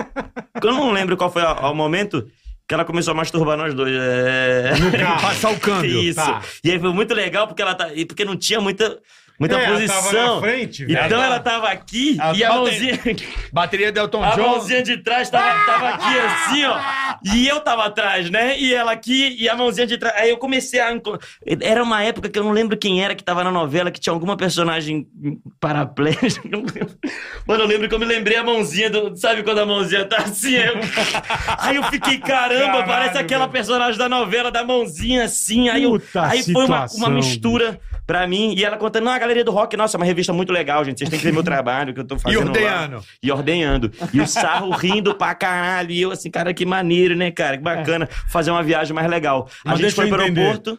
S17: Eu não lembro qual foi a- o momento... Que ela começou a masturbar nós dois. É... <laughs>
S20: Passar o câmbio.
S17: Isso.
S20: Tá.
S17: E aí foi muito legal porque ela tá. e Porque não tinha muita. Muita
S20: É, ela
S17: posição.
S20: tava na frente, velho.
S17: então ela tava aqui
S20: Ela
S17: e a
S20: bate-
S17: mãozinha.
S2: Bateria Delton
S17: A
S2: John.
S17: mãozinha de trás tava, tava aqui assim, ó. E eu tava atrás, né? E ela aqui e a mãozinha de trás. Aí eu comecei a. enco- Era uma época que eu não lembro quem era que tava na novela, que tinha alguma personagem paraplégica. <laughs> eu não lembro. Mano, eu lembro que eu me lembrei a mãozinha do. Sabe quando a mãozinha tá assim? Aí eu, <laughs> aí eu fiquei, caramba,
S7: Caralho,
S17: parece aquela personagem da novela, da mãozinha assim. Aí, eu-
S7: Puta
S17: aí foi uma,
S7: situação,
S17: uma mistura pra mim. E ela contando, não, a Galeria do Rock, nossa, é uma revista muito legal, gente. Vocês têm que ver meu <laughs> trabalho que eu tô fazendo. lá."
S2: ordenhando.
S17: E ordenhando. E o sarro <laughs> rindo pra caralho. E eu assim, cara, que maneiro, né, cara? Que bacana. Fazer uma viagem mais legal. A
S4: Mas
S17: gente
S4: deixa
S17: foi um
S4: eu
S17: pro
S4: entender.
S17: aeroporto.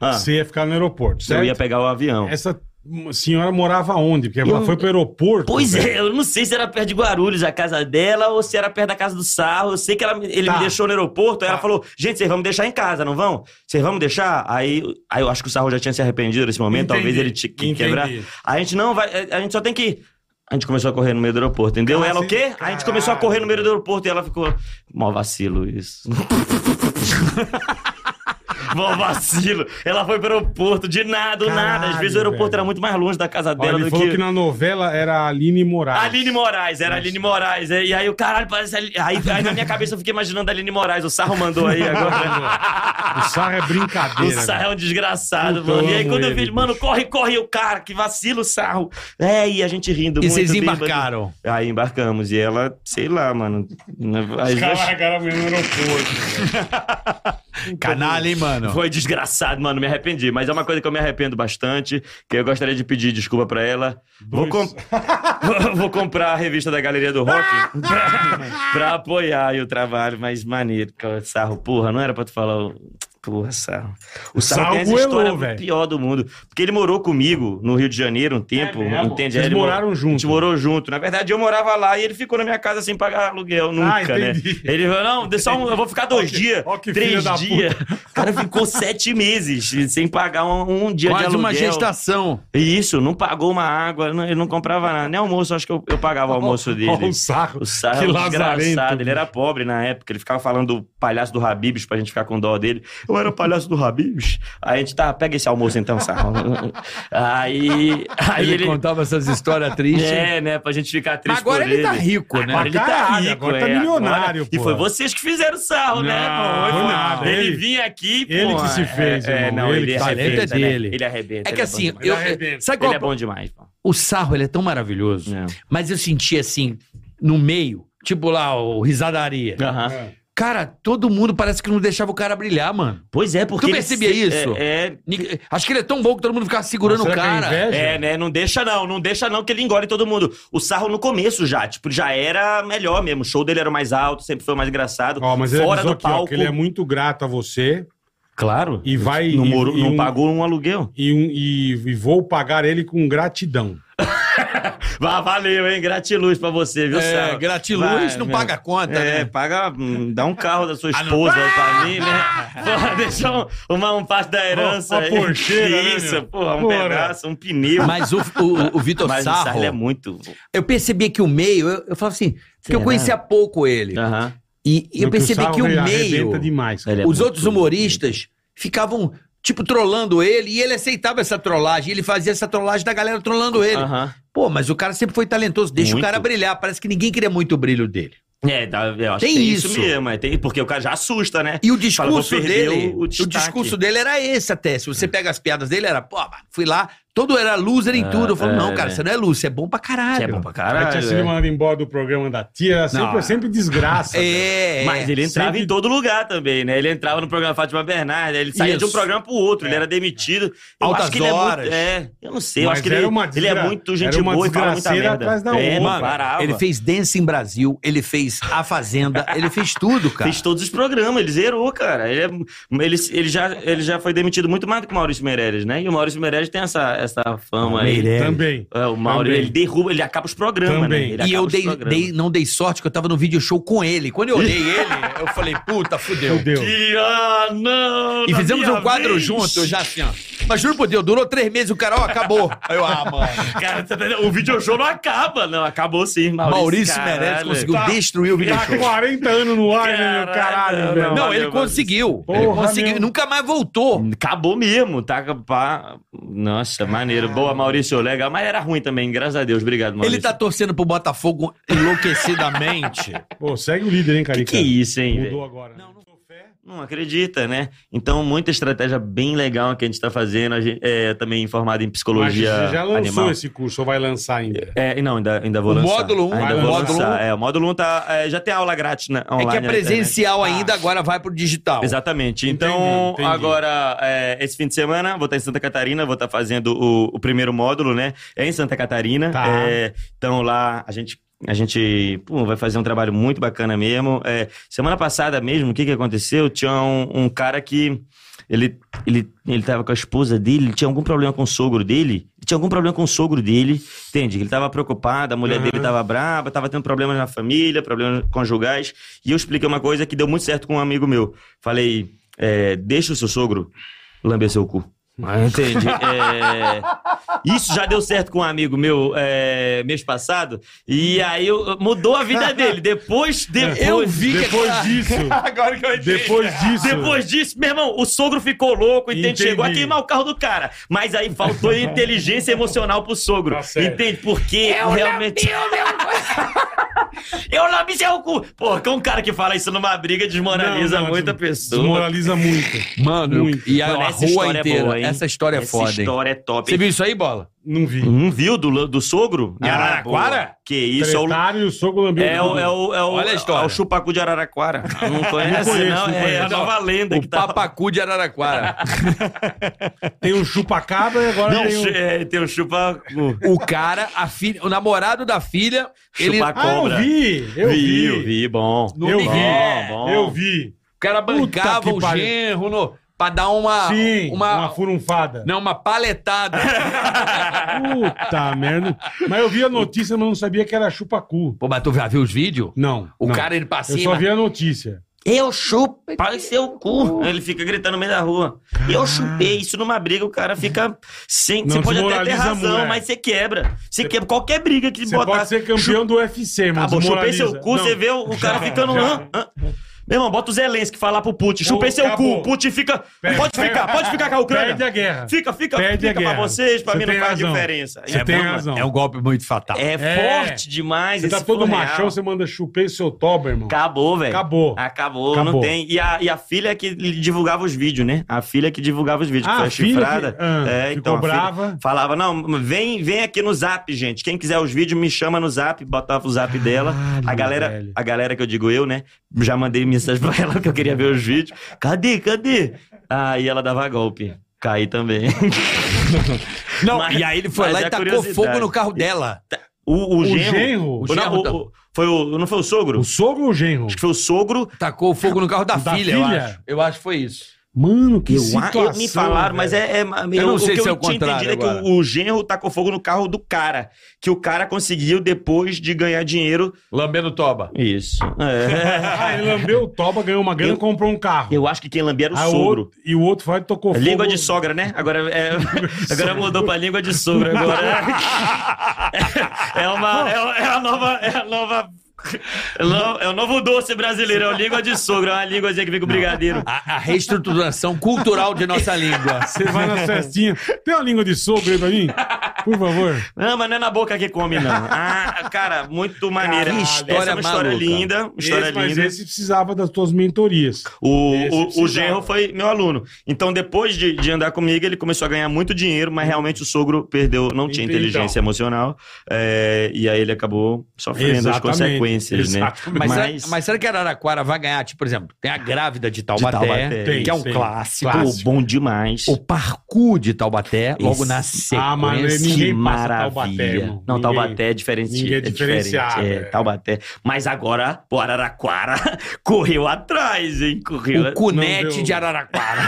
S17: Ah.
S4: Você ia ficar no aeroporto, certo?
S17: Eu ia pegar o avião.
S4: Essa senhora morava onde? Porque ela
S17: Eu-
S4: foi pro aeroporto.
S17: Pois
S4: velho.
S17: é, eu não sei se era perto de Guarulhos a casa dela ou se era perto da casa do Sarro. Eu sei que ela, me- ele
S4: Tá.
S17: me deixou no aeroporto, aí ela falou: gente, vocês vão me deixar em casa, não vão? Vocês vão me deixar? Aí, aí eu acho que o Sarro já tinha se arrependido nesse momento,
S7: Entendi,
S17: talvez ele tinha que
S7: entendi.
S17: quebrar. A gente não vai, a gente só tem que. A gente começou a correr no meio do aeroporto,
S4: Ah,
S17: entendeu?
S7: Cara,
S17: ela o
S7: você-
S17: quê? A gente começou a correr no meio do aeroporto e ela ficou. Mó vacilo isso. <laughs> Mó vacilo. Ela foi pro aeroporto de nada, do nada. Às
S4: Caralho,
S17: vezes o aeroporto
S4: velho.
S17: era muito mais longe da casa
S4: Ó,
S17: dela
S4: ele
S17: do
S4: falou que...
S17: que
S4: na novela era a Aline Moraes.
S17: Aline Moraes, era Aline Moraes. é, E aí o caralho parece. a- Aí, aí na minha cabeça eu fiquei imaginando a Aline Moraes. O Sarro mandou aí agora. né?
S4: O sarro é
S17: <laughs> O
S4: brincadeira.
S17: Sarro é um desgraçado,
S4: Puta,
S17: mano. E
S4: eu
S17: aí
S4: amo
S17: quando eu
S4: ele,
S17: vi, mano, corre, corre, o cara, que vacilo, Sarro. É, e a gente rindo
S2: E
S17: muito.
S2: vocês
S17: bêbado.
S2: embarcaram?
S17: Aí embarcamos. E ela, sei lá, mano.
S2: Os
S17: Aí
S2: caras
S17: nós-
S2: largaram a mulher no aeroporto.
S17: Canalha, hein, mano? Então, Foi desgraçado, mano. Me arrependi. Mas é uma coisa que eu me arrependo bastante. Que eu gostaria de pedir desculpa pra ela. Vou, com- <laughs> Vou comprar a revista da Galeria do Rock <laughs> pra- pra apoiar aí o trabalho. Mas maneiro, cara, sarro. Porra, não era pra tu falar. o- Porra, sarro. O sarro,
S4: Sarro
S17: tem essa
S4: goelou,
S17: história
S4: velho.
S17: pior do mundo. Porque ele morou comigo no Rio de Janeiro um tempo.
S52: É
S4: mesmo?
S17: entende?
S4: Vocês
S17: Ele
S4: moraram
S17: junto. A gente morou junto. Na verdade, eu morava lá e ele ficou na minha casa sem pagar aluguel nunca, né?
S7: entendi.
S17: Ele falou: não, dê só um- eu vou ficar dois dias,
S7: filho
S17: três
S7: da
S17: dias. O cara ficou sete meses sem pagar um, um dia
S28: Quase
S17: de aluguel.
S28: uma gestação.
S17: Isso, não pagou uma água, não- ele não comprava nada. Nem almoço, acho que eu, eu pagava o
S52: <laughs>
S17: almoço <laughs> dele.
S28: Ó, o
S17: sarro. O sarro
S28: Que
S17: era um
S28: lazarento.
S17: desgraçado. Ele era pobre na época, ele ficava falando do palhaço do Habibs pra gente ficar com dó dele. Eu era o palhaço do Habibs. Aí a gente tá, pega esse almoço então, sarro. <laughs> Aí, aí
S2: Ele contava essas histórias tristes.
S17: É, né, pra gente ficar triste
S2: Mas agora
S17: por
S2: ele tá rico, né?
S17: Agora ele tá
S2: Caralho,
S17: rico,
S2: agora
S17: é.
S2: tá milionário,
S17: E
S2: pô.
S17: foi vocês que fizeram sarro, né,
S2: Não,
S17: pô?
S2: foi nada.
S17: Ele
S2: Ele-
S17: vinha aqui, pô.
S2: ele que se fez,
S17: é, é,
S2: irmão.
S17: não,
S2: Ele
S17: ele,
S2: que se fez.
S17: arrebenta,
S2: Talento é
S17: né?
S2: dele.
S17: Ele arrebenta.
S2: É que
S17: ele
S2: assim,
S17: bom
S2: eu,
S17: demais. ele,
S2: sabe qual
S17: é bom demais, pô.
S2: O sarro, ele é tão maravilhoso. Mas eu senti assim, no meio, tipo lá, o risadaria.
S17: É.
S2: Cara, todo mundo parece que não deixava o cara brilhar, mano.
S17: Pois é, porque
S2: Tu
S17: ele
S2: percebia
S17: se-
S2: isso?
S17: é-
S2: Ninguém- Acho que ele é tão bom que todo mundo ficava segurando o cara.
S17: É, né? Não deixa não, não deixa não que ele engole todo mundo. O Sarro no começo já, tipo, já era melhor mesmo. O show dele era o mais alto, sempre foi o mais engraçado.
S4: Ó, mas ele
S17: Fora
S4: avisou
S17: do
S4: aqui, ó,
S17: palco.
S4: que ele é muito grato a você.
S17: Claro.
S4: E vai.
S17: Não
S4: e-
S17: morou-
S4: e
S17: não pagou um aluguel.
S4: E, um- e- e vou pagar ele com gratidão.
S17: Vá, valeu, hein? Gratiluz pra você, viu,
S4: É,
S17: Sarro?
S4: gratiluz não paga a conta,
S17: É,
S4: né?
S17: paga. hum, Dá um carro da sua esposa aí pra mim, né? Porra, <laughs> deixa um, uma, um parte da herança
S2: Uma-
S17: aí.
S2: uma porcheira, né,
S17: Isso,
S2: meu?
S17: porra, um
S2: Porra.
S17: pedaço, um pneu.
S2: Mas o, o, o Vitor
S17: Mas o
S2: Sarro.
S17: Sarro ele é muito.
S2: Eu percebia que o meio, eu, eu falava assim, porque eu
S17: Será?
S2: conhecia pouco ele. E,
S17: Do
S2: e eu
S17: que o
S2: percebi
S17: Sarro,
S2: que o
S17: ele
S2: meio.
S17: arrebenta demais, cara. Ele é
S2: os
S17: muito
S2: outros
S3: né?
S2: humoristas ficavam. Tipo, trolando ele, e ele aceitava essa trollagem, ele fazia essa trollagem da galera trollando ele.
S17: Aham.
S2: Pô, mas o cara sempre foi talentoso, deixa
S17: Muito.
S2: o cara brilhar, parece que ninguém queria muito o brilho dele.
S17: É, dá- eu acho
S2: Tem
S17: que tem isso,
S2: isso.
S17: mesmo. é, Tem, porque o cara já assusta, né?
S2: E o
S17: Fala, vou
S2: discurso
S17: perder
S2: dele, o,
S17: destaque.
S2: discurso dele era esse até. Se você pega as piadas dele, era, pô, mano, fui lá,
S3: Todo era loser em
S4: É,
S3: tudo. Eu falo,
S4: é,
S3: não, cara,
S4: é.
S3: você não é loser, você é bom pra caralho.
S4: Você é bom pra A tia Cecília mandando embora do programa da tia, era sempre,
S17: Não.
S4: sempre desgraça.
S3: <laughs> É,
S17: Mas ele entrava
S4: Sempre-
S17: em todo lugar também, né? Ele entrava no programa Fátima Bernardes, ele saía
S4: Isso.
S17: de um programa pro outro, ele era demitido. Eu
S3: É. Altas
S17: acho que ele
S3: horas.
S17: é muito. É, eu não sei, eu
S3: Mas
S17: acho que ele,
S3: era uma
S17: ele é
S3: desgra-
S17: muito
S3: era
S17: gente
S3: uma
S17: boa e fala muita
S3: desgraceira
S17: merda.
S3: atrás da
S17: é,
S3: outra.
S17: parava.
S3: Ele fez Dance em Brasil, ele fez A Fazenda, ele fez tudo, cara.
S17: Fez todos os programas, ele zerou, cara. Ele, é- ele, ele já, ele já foi demitido muito mais do que o Maurício Meirelles, né? E o Maurício Meirelles tem essa, essa fama aí.
S3: Meirelles. Também.
S17: É, o Maurício,
S3: Também.
S17: ele derruba, ele acaba os programas, né? Ele
S3: E
S17: acaba
S3: eu
S17: os
S3: dei,
S17: programas.
S3: dei- não dei sorte que eu tava no video show com ele. Quando eu olhei ele,
S4: <laughs>
S3: eu falei, puta, fudeu.
S17: Que, ah, não,
S3: E
S17: na
S3: fizemos
S17: minha
S3: um quadro
S17: vez.
S3: juntos junto, eu já assim, ó. Mas juro por Deus, durou três meses, o cara,
S17: <laughs>
S3: ó, acabou. Aí eu, ah, mano.
S17: Cara, tá entendendo? o video show não acaba, não. Acabou sim, Maurício.
S3: Maurício Meirelles conseguiu destruir o video
S17: Tá
S3: show.
S4: 40 anos no ar, né, meu caralho,
S17: não,
S4: velho.
S17: não,
S3: Não, ele
S17: meu
S3: conseguiu.
S17: Deus.
S3: Ele
S17: Porra,
S3: conseguiu,
S17: meu.
S3: nunca mais voltou.
S17: Acabou mesmo, tá? Pá. Nossa, maneiro. Boa, Maurício, legal. Mas era ruim também, graças a Deus. Obrigado, Maurício.
S3: Ele tá torcendo pro Botafogo enlouquecidamente.
S4: Pô, segue o líder, hein,
S17: Que
S4: Carica?
S17: que é isso, hein?
S4: Mudou
S17: velho?
S4: agora.
S17: <laughs> Não acredita, né? Então, muita estratégia bem legal que a gente tá fazendo. A gente é também formado em psicologia
S4: Mas você já lançou
S17: animal.
S4: esse curso, ou vai lançar ainda?
S17: É, e não, ainda, ainda vou
S4: O
S17: lançar.
S4: módulo um,
S3: né?
S17: ainda
S4: vai
S17: vou
S4: lançar.
S17: lançar. É, o módulo 1 tá, é, já tem aula grátis na,
S3: É
S17: online. né,
S3: que é
S17: na internet. Ah.
S3: presencial ainda, agora vai pro digital.
S17: Exatamente. Então,
S3: Entendi, entendi.
S17: agora, é, esse fim de semana, vou estar em Santa Catarina, vou estar fazendo o, o primeiro módulo, né? É em Santa Catarina.
S4: Tá.
S17: É, então, lá a gente. A gente pô, vai fazer um trabalho muito bacana mesmo. É, semana passada mesmo, o que, que aconteceu? Tinha um, um cara que. Ele, ele, ele tava com a esposa dele, ele tinha algum problema com o sogro dele. Tinha algum problema com o sogro dele, entende? Ele tava preocupado, a mulher dele tava braba, tava tendo problemas na família, problemas conjugais. E eu expliquei uma coisa que deu muito certo com um amigo meu. Falei, é, deixa o seu sogro lamber seu cu. Entende? <laughs> É, isso já deu certo com um amigo meu é, mês passado. E aí eu- mudou a vida dele. Depois, depois.
S4: Eu vi que- Depois disso.
S17: <laughs> Agora que eu entendi.
S4: Depois disso.
S17: Depois disso, meu irmão, o sogro ficou louco, entende?
S4: Entendi.
S17: Chegou a queimar o carro do cara. Mas aí
S4: <laughs>
S17: faltou inteligência emocional pro sogro.
S4: Tá
S17: entende? Porque
S20: Eu
S17: realmente. <laughs> Eu lambi seu cu. Pô, que um cara que fala isso numa briga desmoraliza
S4: Não, não,
S17: muita pessoa.
S4: Desmoraliza muito.
S3: Mano, e a,
S17: Mano,
S3: a
S17: essa
S3: rua
S17: história é
S3: inteira.
S17: boa, hein?
S3: essa história é
S17: Essa
S3: foda, hein?
S17: história é top.
S3: Você viu isso aí, Bola?
S4: Não vi.
S17: Não viu do, do sogro?
S3: Em Araraquara?
S17: boa. que isso, é o...
S4: Tretaram e o sogro lambeu
S17: É o,
S4: tudo.
S17: é o, é o,
S3: Olha a história.
S17: É o chupacu de
S3: <laughs>
S17: Araraquara. Não conhece,
S4: Não
S17: não?
S4: conheço, não
S17: é a
S4: conheço.
S17: nova lenda
S3: O
S17: que tá...
S3: papacu de Araraquara.
S4: Tem um chupacabra e <laughs> agora
S17: Não,
S4: tem um...
S17: é, tem um chupacu.
S3: O cara, a filha, o namorado da filha, ele...
S17: Chupa cobra.
S4: Ah, eu vi, eu vi.
S17: eu vi, bom.
S3: No Miguel.
S17: Ah,
S4: Eu vi.
S3: O cara bancava
S4: que
S3: o
S4: pariu.
S3: genro no, pra dar uma...
S4: Sim, uma,
S3: uma,
S4: furunfada.
S3: Não, uma paletada.
S17: É
S4: Puta merda. Mas eu vi a notícia, mas não sabia que era chupacu.
S3: Pô, mas tu já viu os vídeos?
S4: Não.
S3: O
S4: não.
S3: cara, ele pra
S4: Eu só
S3: cima.
S4: vi a notícia.
S17: Eu chupo e seu cu. Ele fica gritando no meio da rua. Eu chupei. Isso numa briga, o cara fica sem.
S4: Não,
S17: você pode até ter
S4: desmoraliza
S17: razão,
S4: muito, é.
S17: mas você quebra. Você quebra qualquer briga que
S4: Você
S17: botar.
S4: pode
S3: é
S4: ser campeão do UFC, mas
S17: Acabou, chupei
S4: desmoraliza.
S17: seu cu,
S4: Não.
S17: você vê o,
S4: <laughs>
S17: o cara
S4: Já,
S17: ficando.
S4: já.
S17: hã, hã. Meu irmão, bota o Zelensky falar pro Putin. Chupei
S4: Ô,
S17: seu cu.
S4: acabou.
S17: O Putin fica.
S4: Perde.
S17: pode ficar, pode ficar com a Ucrânia.
S4: Perde a guerra.
S17: Fica, fica,
S4: Perde a
S17: fica pra
S4: guerra.
S17: vocês, pra
S4: Você
S17: mim não
S4: tem
S17: faz
S4: razão.
S17: diferença.
S4: Você tem
S17: bom, mano.
S4: razão.
S3: É um golpe muito fatal.
S17: É forte demais
S4: Você tá
S17: esse
S4: todo
S17: surreal.
S4: machão, você manda chupei seu toba, irmão.
S17: Acabou, velho.
S4: Acabou.
S17: Acabou, não
S4: Acabou.
S17: tem. E a, e a filha que divulgava os vídeos, né? A filha que divulgava os vídeos,
S4: Ah,
S17: que foi
S4: a
S17: a
S4: filha
S17: chifrada.
S4: que- ah,
S17: é,
S4: ficou
S17: então, a filha
S4: brava.
S17: Falava, não, vem, vem aqui no zap, gente. Quem quiser os vídeos, me chama no zap, botava o zap dela. A galera, a galera que eu digo eu, né? Já mandei mensagem <laughs> pra ela que eu queria ver os vídeos. Cadê? Cadê? Aí ela dava golpe. Caí também.
S3: Não, e aí ele foi
S17: mas
S3: lá e
S17: é a
S3: tacou
S17: curiosidade.
S3: fogo no carro dela.
S17: O, o,
S3: O
S17: genro?
S3: genro?
S17: O
S3: O genro
S17: não,
S3: tá-
S17: o- o- foi o, não foi o sogro? O
S4: sogro ou o genro? Acho
S17: que foi o sogro.
S3: Tacou
S2: É
S3: fogo no carro da,
S17: Da
S3: filha, eu
S17: filha?
S3: acho. Eu acho que foi isso.
S4: Mano, que
S17: eu,
S4: situação.
S17: eu- me falaram, mas é, é-
S3: Eu não sei
S17: o que
S3: se é
S17: eu
S3: o
S17: tinha
S3: contrário
S17: entendido é
S3: agora.
S17: que o, o genro tacou fogo no carro do cara, que o cara conseguiu depois de ganhar dinheiro É.
S3: lambendo toba.
S17: Isso.
S4: <laughs> Ah, ele lambeu o toba, ganhou uma grana e comprou um carro.
S17: Eu acho que quem lambia era o
S4: Aí
S17: sogro.
S4: outro- e o outro foi e tocou fogo.
S17: Língua de sogra, né? Agora, é- <laughs> agora mudou pra língua de sogra. Agora é, <laughs> é uma é, é a nova é a nova é o novo- é o novo doce brasileiro, é o língua de sogra, é uma língua que vem com brigadeiro.
S3: A,
S17: <laughs>
S3: a reestruturação cultural de nossa língua.
S4: Você vai na festinha. Tem uma língua de sogro aí pra mim? Por favor.
S17: Não, mas não é na boca que come, não. Ah, cara, muito maneira.
S4: Que história
S17: Essa é uma história
S4: maluca.
S17: linda. Uma história
S4: Esse-
S17: linda.
S4: Mas esse precisava das tuas mentorias. Esse
S17: O, o,
S4: precisava.
S17: o genro foi meu aluno. Então, depois de, de andar comigo, ele começou a ganhar muito dinheiro, mas realmente o sogro perdeu, não tinha
S4: Então.
S17: inteligência emocional. é, e aí ele acabou sofrendo as consequências, né?
S2: Mas, é será- mas será que Araraquara vai ganhar? Tipo, por exemplo, tem a grávida de Taubaté,
S17: Taubaté.
S2: que é um
S17: Tem,
S2: clássico.
S17: tem. Clássico. Bom demais.
S2: O parkour de Taubaté, logo
S17: Esse-
S2: na sequência.
S17: Ah, mas ninguém
S2: que
S17: passa
S2: maravilha.
S17: Taubaté, irmão. Não, Taubaté é diferente-
S2: Ninguém é
S17: é diferente,
S2: diferenciado.
S17: é, Taubaté. Mas agora o Araraquara <laughs> correu atrás, hein? Correu
S2: O cunete Não deu. de Araraquara.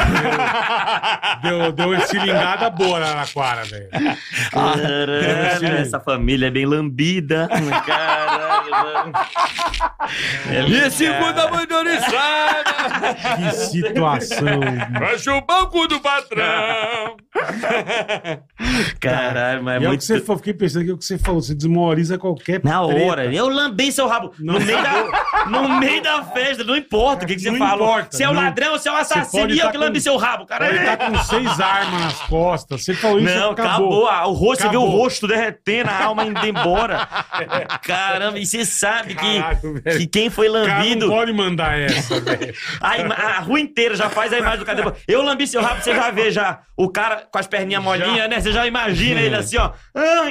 S4: Deu, deu uma cilingada boa na Araquara, velho.
S17: É Caralho, essa família é bem lambida. Caralho, mano.
S2: E segunda mandorizada!
S4: Que situação.
S3: Fecha o banco do patrão.
S17: Caralho, mas
S4: E
S17: é
S4: é o
S17: muito.
S4: que você falou, fiquei pensando que é o que você falou, você desmoraliza qualquer Na
S17: hora, eu lambei seu rabo. No meio, da, no meio da festa, não importa o que, que você
S4: Não
S17: falou.
S4: importa,
S17: se é o
S4: não.
S17: ladrão, se é o
S4: Você
S17: assassino,
S4: pode
S17: e eu
S4: tá
S17: que lambi
S4: com-
S17: seu rabo, caralho.
S4: Ele tá com seis armas nas costas. Você falou isso,
S17: Não,
S4: acabou.
S17: acabou. Ah, O rosto, você vê o
S4: Acabou.
S17: rosto derretendo, a alma indo <laughs> embora. Caramba, e você sabe que, que quem foi lambido.
S4: não pode mandar essa, velho.
S17: A, ima- a rua inteira já faz a imagem do cara. depois. Eu lambi seu rabo, você já vê já o cara com as perninhas molinhas, né? Você já imagina ele assim, ó. Ah,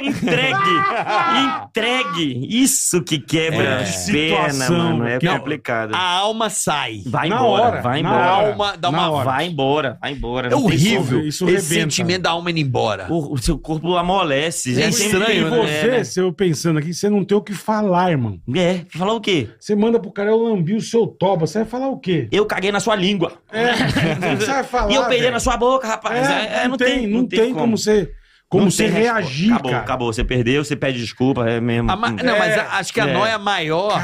S21: <laughs>
S17: entregue! entregue! Isso que quebra
S2: É.
S17: as
S2: Que
S17: pernas,
S2: situação,
S17: mano. É
S2: que-
S17: complicado.
S2: A alma sai.
S17: Vai
S2: Na
S17: embora,
S2: hora,
S17: vai
S2: na
S17: embora.
S2: hora, Alma dá na uma- hora.
S17: Vai embora, vai embora.
S2: É
S17: não tem
S2: horrível
S17: como.
S2: esse sentimento da alma indo embora.
S17: O, o seu corpo amolece.
S4: E
S17: né?
S4: É e você,
S17: É, né?
S4: se eu pensando aqui, você não tem o que falar, irmão.
S17: É, falar o quê?
S4: Você manda pro cara, eu lambi o seu toba, você vai falar o quê?
S17: Eu caguei na sua língua.
S4: É, você não sabe falar,
S17: E eu peguei
S4: velho.
S17: na sua boca, rapaz. É, é, não, tem,
S4: não tem como, você, como
S17: Não
S4: você
S17: tem resposta.
S4: reagir,
S17: acabou,
S4: cara.
S17: Acabou, você perdeu, você pede desculpa, é mesmo.
S2: A ma- Não, mas a- acho que a
S17: É.
S2: noia maior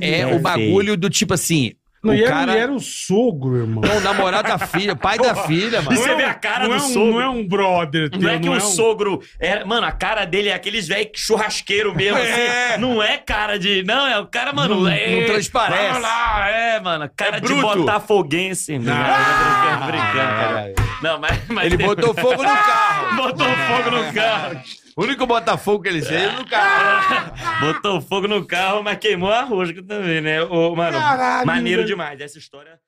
S2: é
S17: velho.
S2: o bagulho do tipo assim.
S4: Não,
S2: o
S4: e, é era,
S2: cara...
S4: e era o sogro, irmão.
S2: Não, o namorado da filha, pai da filha, mano.
S17: E você vê a cara
S4: Não
S17: do
S4: é um-
S17: sogro.
S4: Não é um brother teu,
S17: Não é que
S4: não
S17: o
S4: é um-
S17: sogro. era- mano, a cara dele é aqueles velho churrasqueiro mesmo. assim. Não é cara de. Não, é o cara, mano.
S2: Não-
S17: é-
S2: não transparece.
S17: Vamos lá, é, mano. Cara de
S2: bruto.
S17: botafoguense. Não,
S2: Ah.
S17: brincando, brincando. cara. Não, mas, mas Ah!
S2: Ele botou fogo
S17: <laughs>
S2: no carro.
S17: Botou fogo
S37: É.
S17: no carro.
S2: O único Botafogo que ele fez é no carro.
S17: Ah. Botou fogo no carro, mas queimou a rosca também, né? Ô, mano,
S38: Caralho,
S17: maneiro
S38: velho.
S17: demais essa história.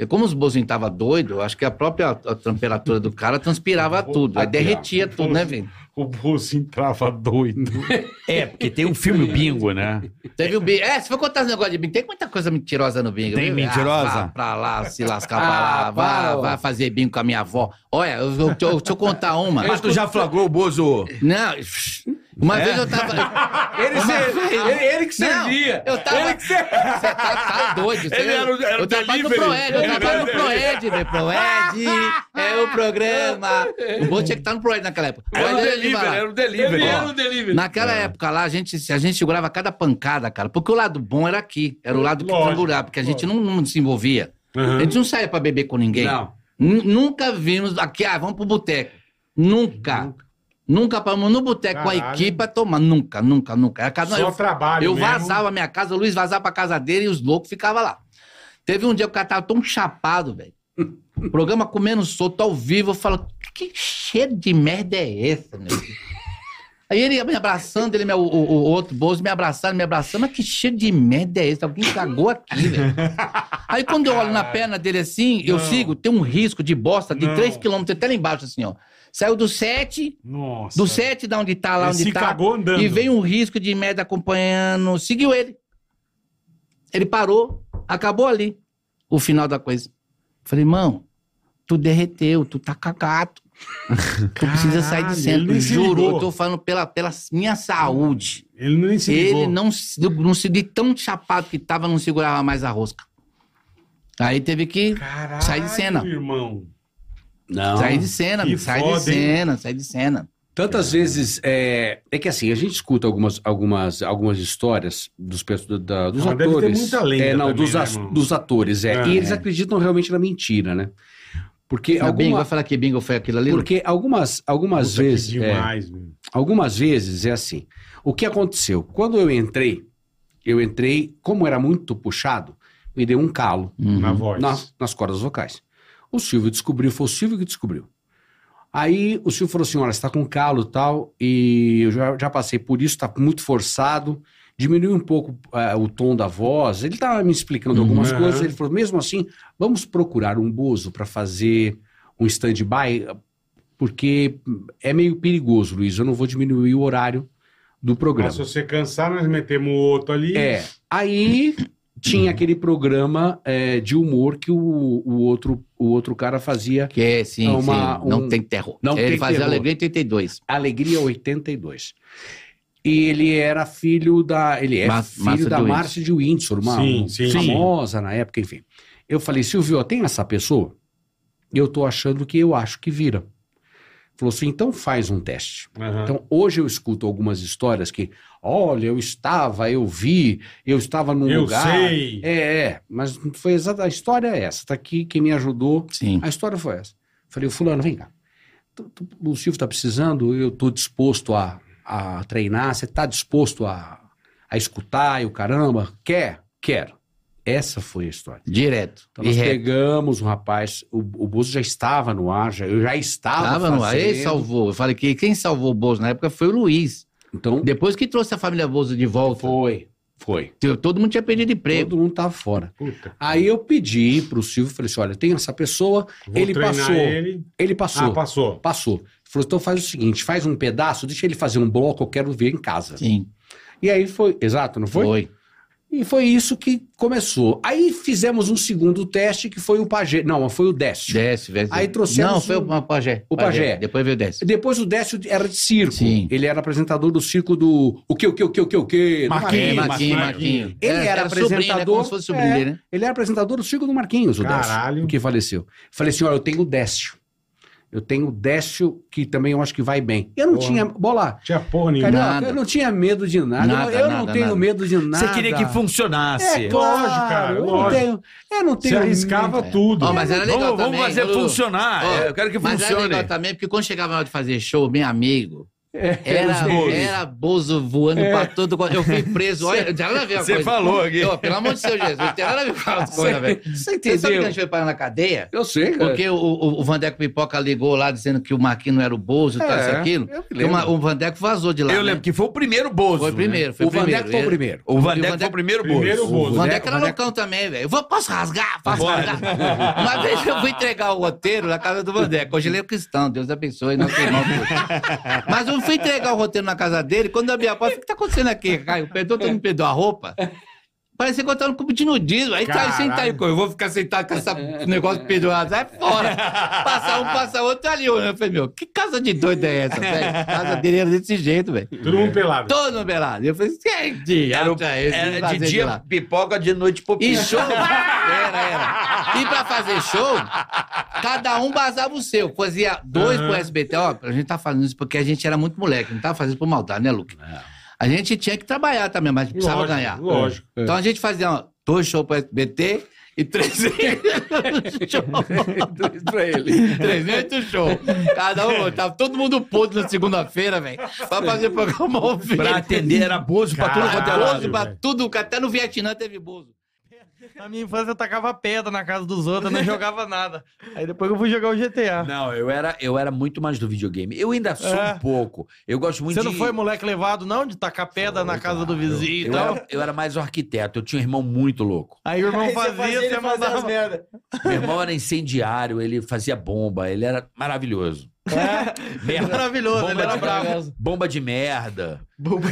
S38: E Como os Bozinho tava doido, eu acho que a própria a temperatura do cara transpirava tudo. Aí derretia tudo, né, Vini?
S4: O Bozinho tava doido.
S38: É, porque tem um filme Bingo, né? <laughs> Teve o Bingo. É, se for contar esse negócio de Bingo, tem muita coisa mentirosa no Bingo. Tem viu? mentirosa? Ah, vá pra lá, se lascar Ah, pra lá, para, vá, ó. vá fazer Bingo com a minha avó. Olha, eu, eu, eu, deixa eu contar uma.
S37: Mas tu já flagrou o Bozo?
S38: Não, uma
S37: É?
S38: vez eu tava.
S37: <laughs> Ele
S38: Uma
S37: ser-
S38: vez-
S37: ele- ele que
S38: Não,
S37: servia.
S38: Eu tava.
S37: Ele
S38: Ele
S37: que
S38: que
S37: ser-
S38: Você tá, tá doido. você-
S37: Ele era o- era o
S38: eu trabalho no
S37: delivery.
S38: Proed, eu
S37: Ele era
S38: trabalho
S37: o
S38: no Proed, meu Proed. É o programa. O bom tinha que estar no Proed naquela época.
S37: Era o
S38: Olha, ele
S37: delivery,
S38: vai lá.
S37: era o delivery. Ele era o
S38: Ó,
S37: delivery.
S38: Naquela
S37: É.
S38: época lá, a gente, a gente segurava cada pancada, cara. Porque o lado bom era aqui. Era o lado que
S37: Lógico,
S38: segurava, porque a gente não, não se envolvia. A gente não saía pra beber com ninguém.
S37: Não.
S38: Nu- Nunca vimos aqui, ah, vamos pro boteco. Nunca. Nunca. paramos no boteco com a
S4: Caralho.
S38: equipe pra tomar. Nunca, nunca, nunca. Era cada-
S4: Só trabalho
S38: Eu
S4: mesmo.
S38: vazava pra minha casa, o Luiz vazava pra casa dele e os loucos ficavam lá. Teve um dia que o cara tava tão chapado,
S4: <laughs>
S38: velho. Programa comendo solto ao vivo, eu falo, que cheiro de merda é esse, meu? Aí ele ia me abraçando, ele, me- o, o- o outro bolso me abraçando, me abraçando, mas que cheiro de merda é esse? Alguém cagou aqui,
S4: <laughs>
S38: velho. Aí quando eu olho na perna dele assim, eu sigo, tem um risco de bosta de
S37: Não.
S38: 3 quilômetros até lá embaixo, assim, ó. Saiu do 7,
S4: Nossa.
S38: do 7 da onde tá, lá
S4: Ele
S38: onde
S4: se
S38: tá.
S4: cagou andando.
S38: E veio um risco de merda acompanhando, seguiu ele. Ele parou, acabou ali o final da coisa. Falei, irmão, tu derreteu, tu tá cagado. Tu precisa sair de
S4: Caralho,
S38: centro,
S4: ele nem se
S38: juro.
S4: ligou.
S38: Eu tô falando pela, pela minha saúde.
S4: Ele nem se
S38: Ele
S4: ligou.
S38: não, se- não se de tão chapado que tava, não segurava mais a rosca. Aí teve que sair de cena.
S4: irmão.
S38: Não. Sair de cena, Que sai foda, de hein? cena, sai de cena.
S37: Tantas vezes é, é que assim a gente escuta algumas, algumas, algumas histórias dos perso- da- dos
S4: Ah, deve ter
S37: atores,
S4: muita lenda
S37: é, não
S4: também,
S37: dos,
S4: né,
S37: as-
S4: irmão?
S37: dos atores é,
S38: É.
S37: e eles acreditam realmente na mentira, né? Porque
S38: Na
S37: alguma,
S38: bingo, vai falar que bingo foi aquilo ali?
S37: porque algumas algumas vezes é,
S38: demais,
S37: algumas vezes é assim. O que aconteceu? Quando eu entrei, eu entrei como era muito puxado, me deu um calo
S38: na
S4: voz,
S37: nas cordas vocais. O Silvio descobriu, foi o Silvio que descobriu. Aí o senhor falou assim: olha, você tá com calo e tal, e eu já, já passei por isso, tá muito forçado. Diminui um pouco eh, o tom da voz. Ele tava me explicando algumas
S59: Uhum.
S37: coisas. Ele falou: mesmo assim, vamos procurar um bozo para fazer um stand-by, porque é meio perigoso, Luiz. Eu não vou diminuir o horário do programa.
S4: Mas se você cansar, nós metemos o outro ali.
S37: É. Aí tinha aquele programa é, de humor que o, o, outro, o outro cara fazia. um
S38: Que é, sim, sim. Não tem terror.
S37: Não
S38: Ele
S37: tem
S38: fazia
S37: terror.
S38: Alegria 82.
S37: Alegria 82. E ele era filho da. Ele é
S38: Mar-
S37: filho
S38: Márcia
S37: da
S38: de Windsor.
S37: Márcia de Windsor, uma
S38: Sim,
S37: uma
S38: sim.
S37: famosa na época, enfim. Eu falei, Silvio, tem essa pessoa? E eu tô achando que eu acho que vira. Falou assim, então faz um teste.
S4: Aham.
S37: Então, hoje eu escuto algumas histórias que, olha, eu estava, eu vi, eu estava num
S4: Eu
S37: lugar.
S4: sei.
S37: É, é, mas foi exata a história é essa. Tá aqui quem me ajudou. Sim. A história foi essa. Falei, fulano, vem cá. Tu- tu- O Silvio tá precisando, eu tô disposto a, a treinar, você tá disposto a, a escutar e o caramba? Quer? Quero. Essa foi a história.
S38: Direto.
S37: Então nós
S38: E reto.
S37: pegamos o rapaz, o, o Bozo já estava no ar, já, eu já estava
S38: Tava no ar, ele salvou. Eu falei que quem salvou o Bozo na época foi o Luiz.
S37: Então,
S38: Depois que trouxe a família Bozo de volta.
S37: Foi, foi.
S38: Todo mundo tinha perdido emprego.
S37: Todo mundo tava fora. Aí eu pedi pro Silvio, falei assim, olha, tem essa pessoa,
S4: Vou
S37: ele
S4: treinar
S37: passou,
S4: ele.
S37: ele... passou.
S4: Ah, passou.
S37: Passou. Ele Falou, então faz o seguinte, faz um pedaço, deixa ele fazer um bloco, eu quero ver em casa.
S38: Sim.
S37: E aí foi, exato, não foi?
S38: Foi.
S37: E foi isso que começou. Aí fizemos um segundo teste que foi o Pajé, não, foi o Décio.
S38: Décio, Décio.
S37: Aí trouxemos
S38: Não, foi
S37: um-
S38: o Pajé.
S37: O Pajé.
S38: Depois veio o Décio.
S37: Depois o Décio era de circo. Ele era apresentador do circo do o que, o que, o que, o que, o que. do
S38: Marquinhos, É, Marquinhos, Marquinhos.
S37: Ele
S38: Era-
S37: era,
S38: era sobrinho, né?
S37: apresentador.
S38: Como se fosse sobrinho
S37: é,
S38: dele, né?
S37: Ele era apresentador do circo do Marquinhos, o
S38: Caralho.
S37: Décio. Que faleceu. Falei assim: olha, eu tenho o Décio. Eu tenho o Décio, que também eu acho que vai bem. Eu não
S4: Porra.
S37: tinha. Bola.
S4: Tinha porra nenhuma.
S37: Carioca, eu não tinha medo de nada. Eu-
S4: Nada,
S37: eu não
S4: nada,
S37: tenho
S4: nada.
S37: medo de nada.
S4: Você queria que funcionasse.
S37: É, claro,
S4: Lógico, cara,
S37: Eu não
S4: lógico.
S37: tenho. Eu não
S4: Você
S37: tenho.
S4: arriscava tudo.
S38: Ó, mas era legal
S37: Vamos- vamos
S38: também,
S37: fazer
S38: viu, Lu?
S37: funcionar.
S38: Ó,
S37: É, eu quero que
S38: mas
S37: funcione.
S38: era legal também, porque quando chegava na hora de fazer show, meu amigo...
S37: É,
S38: Era,
S37: os dois.
S38: era Bozo voando
S37: É.
S38: pra todo quanto- Eu fui preso. Olha, não tem nada a ver uma
S37: Você
S38: coisa.
S37: falou aqui.
S38: Ó, pelo amor de Deus, Jesus. Não tem nada a ver com as coisas,
S37: Você-
S38: velho.
S37: você
S38: sabe
S37: entendeu?
S38: que a gente foi parar na cadeia?
S37: Eu sei, cara.
S38: Porque o, o, o Vandeco Pipoca ligou lá dizendo que o Marquinhos não era o Bozo e tal,
S37: É,
S38: isso e aquilo.
S37: eu me
S38: Que uma-
S37: lembro.
S38: o Vandeco vazou de lá.
S37: Eu
S38: né?
S37: lembro que foi o primeiro Bozo.
S38: Foi o primeiro,
S37: né?
S38: foi
S37: O Van Deck
S38: primeiro.
S37: foi o
S38: Ele-
S37: primeiro.
S38: O Van Deck foi o
S37: primeiro
S38: Bozo. Primeiro Bozo.
S37: O
S38: O
S37: Van
S38: Vandeco
S37: Deck
S38: era loucão também, velho. Eu vou- Posso rasgar? Posso
S37: Pode.
S38: rasgar? Uma vez eu fui entregar o roteiro na casa do Vandeco. Hoje ele é cristão, Deus abençoe, não tem mal. Mas eu fui entregar o roteiro na casa dele, quando eu abri a porta, o que tá acontecendo aqui, Caio? Perdoa, todo mundo perdeu a roupa? Parecia que eu tava competindo o dízimo. Aí tá,
S37: Caralho.
S38: senta aí, eu vou ficar sentado com esse negócio pendurado. Sai fora. Passa um, passa outro ali. Eu falei, meu, que casa de doido é essa, velho? A
S60: <laughs>
S38: casa dele era desse jeito, velho.
S4: Todo mundo pelado.
S38: Todo mundo pelado. Eu falei, que
S60: Era,
S38: diabo
S60: o-
S38: é esse?
S60: era
S38: Fazer
S60: de dia
S38: lá.
S60: pipoca, de noite popinha.
S38: E show? era, era. E pra fazer show, cada um basava o seu. Fazia dois pro SBT. Ó, a gente tá fazendo isso porque a gente era muito moleque. Não tava fazendo isso por maldade, né, Luke?
S2: É.
S38: A gente tinha que trabalhar também, mas precisava
S37: Lógico,
S38: ganhar.
S37: lógico.
S38: Então a gente fazia ó, dois shows pro SBT e três shows. pra ele. 300 shows. Cada um, tava todo mundo podre na segunda-feira, velho. Pra fazer programa ao vivo.
S2: Pra atender, era Bozo pra tudo quanto é lado,
S38: Bozo pra
S2: velho.
S38: tudo, até no Vietnã teve Bozo.
S13: Na minha infância eu tacava pedra na casa dos outros, eu não jogava nada. Aí depois eu fui jogar o GTA.
S2: Não, eu era, eu era muito mais do videogame. Eu ainda sou
S13: É.
S2: um pouco. Eu gosto muito
S13: Você
S2: de...
S13: não foi moleque levado, não? De tacar pedra na casa do vizinho e
S2: eu,
S13: tal?
S2: era, eu era mais um arquiteto. Eu tinha um irmão muito louco.
S13: Aí o irmão fazia, você, mandava. <laughs>
S2: Meu irmão era incendiário, ele fazia bomba. Ele era maravilhoso. Merda.
S13: Maravilhoso,
S2: Bomba
S13: ele era
S2: de-
S13: bravo.
S2: Bomba de merda.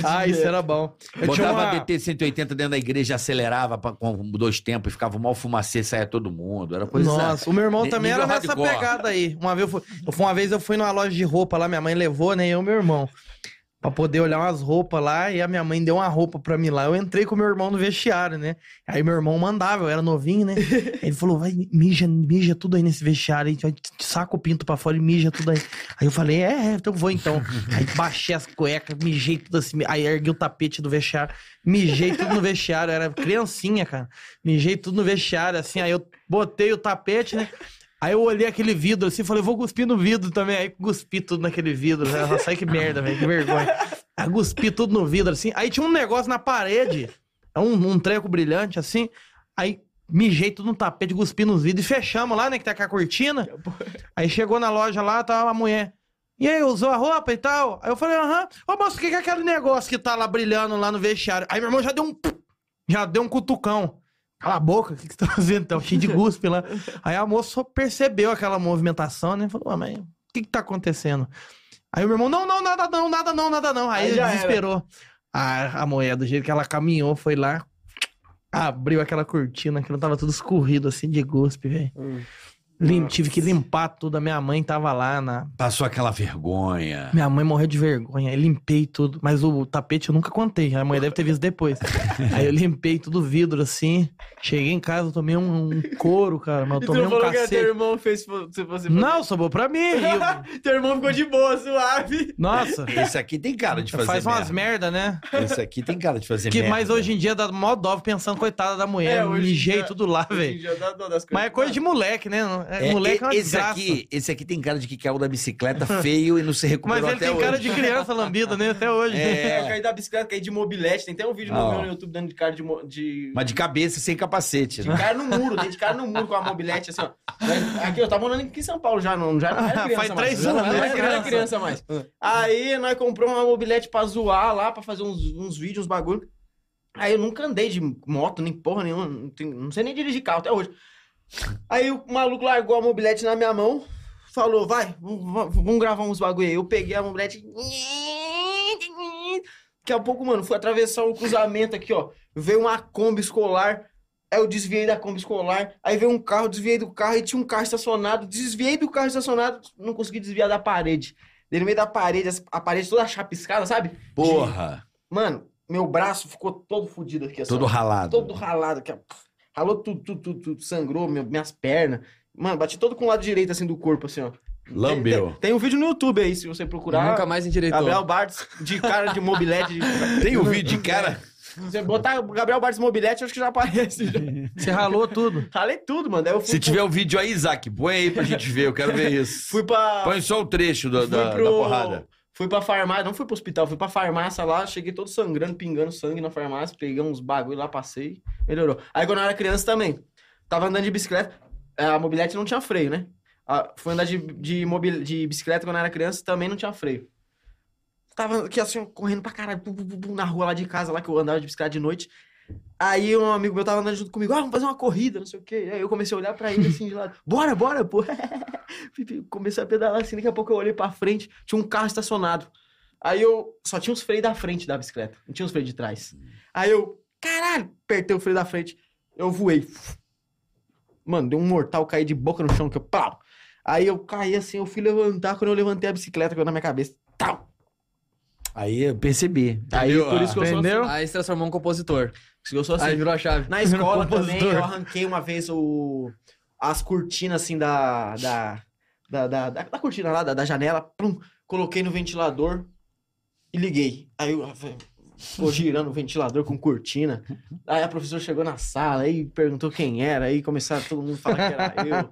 S13: Ah, isso era bom. Eu tinha
S2: Botava
S13: uma-
S2: DT-180 dentro da igreja, acelerava pra- com dois tempos, ficava mal fumacê, saia todo mundo. Era coisa...
S13: Nossa, o meu irmão
S2: é. ni-
S13: também
S2: nível
S13: era nessa
S2: hardcore.
S13: pegada aí. Uma vez, eu fui, eu fui- uma vez eu fui numa loja de roupa lá, minha mãe levou, né? Eu e meu irmão. Pra poder olhar umas roupas lá, e a minha mãe deu uma roupa pra mim lá. Eu entrei com meu irmão no vestiário, né? Aí meu irmão mandava, eu era novinho, né? Ele falou: vai, mija, mija tudo aí nesse vestiário, aí, saca o pinto pra fora e mija tudo aí. Aí eu falei: é, é, então vou então. Aí baixei as cuecas, mijei tudo assim, aí ergui o tapete do vestiário, mijei tudo no vestiário, eu era criancinha, cara. Mijei tudo no vestiário, assim, aí eu botei o tapete, né? Aí eu olhei aquele vidro assim, falei, vou cuspir no vidro também. Aí cuspi tudo naquele vidro. Né? Nossa, ai, que merda, velho, que vergonha. Aí cuspi tudo no vidro assim. Aí tinha um negócio na parede, um, um treco brilhante assim. Aí mijei tudo no tapete, cuspi nos vidros e fechamos lá, né, que tá com a cortina. Aí chegou na loja lá, tava a mulher. E aí, usou a roupa e tal? Aí eu falei, aham. Ô, moço, o que que é aquele negócio que tá lá brilhando lá no vestiário? Aí meu irmão já deu um... Já deu um cutucão. Cala a boca, o que, que você tá <laughs> fazendo? Tá cheio de guspe lá. Aí a moça só percebeu aquela movimentação, né? Falou, ah, mas o que que tá acontecendo? Aí o meu irmão, não, não, nada não, nada não, nada não. Aí,
S61: Aí
S13: ele
S61: já
S13: desesperou. A, a mulher, do jeito que ela caminhou, foi lá, abriu aquela cortina, que não tava tudo escorrido assim de guspe, velho. Lim- Tive que limpar tudo, a minha mãe tava lá na,
S2: Passou aquela vergonha.
S13: minha mãe morreu de vergonha. Eu limpei tudo, mas o tapete eu nunca contei. A mãe deve ter visto depois. Aí eu limpei tudo o vidro assim. Cheguei em casa, eu tomei um, um couro, cara. Mas
S20: E
S13: eu
S20: tu
S13: tomei
S20: não
S13: um
S20: falou que teu
S13: cacete.
S20: irmão fez se você
S13: Não, sobrou pra mim. E eu-
S20: <laughs> Teu irmão ficou de boa, suave.
S13: Nossa.
S2: Esse aqui tem cara de fazer
S13: Faz umas merda, né?
S2: Esse aqui tem cara de fazer
S13: Que,
S2: merda. né?
S13: mas hoje em dia dá mó dó pensando, coitada da mulher.
S20: É,
S13: eu
S20: hoje em
S13: mijei
S20: dia-
S13: tudo lá,
S20: hoje em
S13: velho.
S20: dia dá dó das
S13: Mas é coisa de moleque, né? É, moleque é uma
S2: esse
S13: desgraça.
S2: aqui, esse aqui tem cara de que caiu da bicicleta feio e não se recuperou
S13: Mas ele
S2: até
S13: tem cara
S2: hoje.
S13: de criança lambida, né? Até hoje.
S20: É, eu caí da bicicleta, caí de mobilete. Tem até um vídeo
S2: Ah,
S20: no
S2: ó.
S20: meu no YouTube dando de cara de, mo- de
S2: Mas de cabeça sem capacete, né?
S20: De cara no muro, dei de cara no muro com a mobilete, assim, ó. Aqui, eu tava morando aqui em São Paulo já, não, já não era criança
S13: <laughs> Faz
S20: mais.
S13: três
S20: Já
S13: anos,
S20: não
S13: né?
S20: era criança, não era criança mais. Aí, nós compramos uma mobilete pra zoar lá, pra fazer uns, uns vídeos, uns bagulho. Aí, eu nunca andei de moto, nem porra nenhuma, não, tenho- não sei nem dirigir carro até hoje. Aí, o maluco largou a mobilete na minha mão, falou, vai, vamos vamos gravar uns bagulho aí. Eu peguei a mobilete... Daqui a pouco, mano, fui atravessar um cruzamento aqui, ó. Veio uma Kombi escolar. Aí eu desviei da Kombi escolar. Aí veio um carro, desviei do carro. E tinha um carro estacionado. Desviei do carro estacionado. Não consegui desviar da parede. Dei no meio da parede, as- a parede toda chapiscada, sabe? De-
S2: Porra.
S20: Mano, meu braço ficou todo fudido aqui. assim,
S2: Todo
S20: ó.
S2: ralado.
S20: Todo ralado. Aqui, ó. Ralou tudo, tudo, tudo, tudo. Sangrou meu- minhas pernas. Mano, bati todo com o lado direito, assim, do corpo, assim, ó.
S2: Lambeu.
S20: Tem um vídeo no YouTube aí, se você procurar.
S2: Nunca mais endireitou.
S20: Gabriel Bartz, de cara de mobilete.
S13: <laughs>
S2: <laughs> Tem o vídeo de cara?
S20: Você botar Gabriel Bartz mobilete, acho que já aparece. já.
S13: Você ralou tudo?
S20: Ralei tudo, mano. Daí eu fui
S2: Se tiver o vídeo aí, Isaac, põe aí pra gente ver. Eu quero ver
S20: <laughs>
S2: isso.
S20: Fui pra-
S2: Põe só o trecho do-
S20: Fui
S2: da,
S20: pro-
S2: da porrada.
S20: Fui pra farmácia, não fui pro hospital, fui pra farmácia lá, cheguei todo sangrando, pingando sangue na farmácia, peguei uns bagulho lá, passei, melhorou. Aí quando eu era criança também, tava andando de bicicleta, é, a mobilete não tinha freio, né? Ah, fui andar de, de, mobil, de bicicleta quando eu era criança, também não tinha freio. Tava aqui assim, ó, correndo pra caralho, pum, pum, pum, pum, na rua lá de casa, lá que eu andava de bicicleta de noite. Aí um amigo meu tava andando junto comigo, ah, vamos fazer uma corrida, não sei o quê. Aí eu comecei a olhar pra ele assim de lado, bora, bora, pô. <laughs> comecei a pedalar assim, daqui a pouco eu olhei pra frente, tinha um carro estacionado. Aí eu só tinha os freios da frente da bicicleta, não tinha os freios de trás. Aí eu, caralho, apertei o freio da frente, eu voei. Mano, deu um mortal, eu caí de boca no chão, que eu, pau. Aí eu caí assim, eu fui levantar, quando eu levantei a bicicleta, caiu na minha cabeça, tal.
S2: Aí eu percebi.
S20: Aí
S2: Entendeu?
S20: por isso que eu sou
S2: Entendeu?
S20: assim. Aí se transformou em compositor. Por isso que eu sou assim.
S2: Aí virou a
S20: chave. Na
S4: <laughs>
S20: escola também, eu arranquei uma vez o... as cortinas assim da... da... Da, da, da, da cortina lá, da, da janela, plum, coloquei no ventilador e liguei. Aí eu falei, ficou girando o ventilador com cortina. Aí a professora chegou na sala aí perguntou quem era, aí começaram todo mundo a falar que era eu.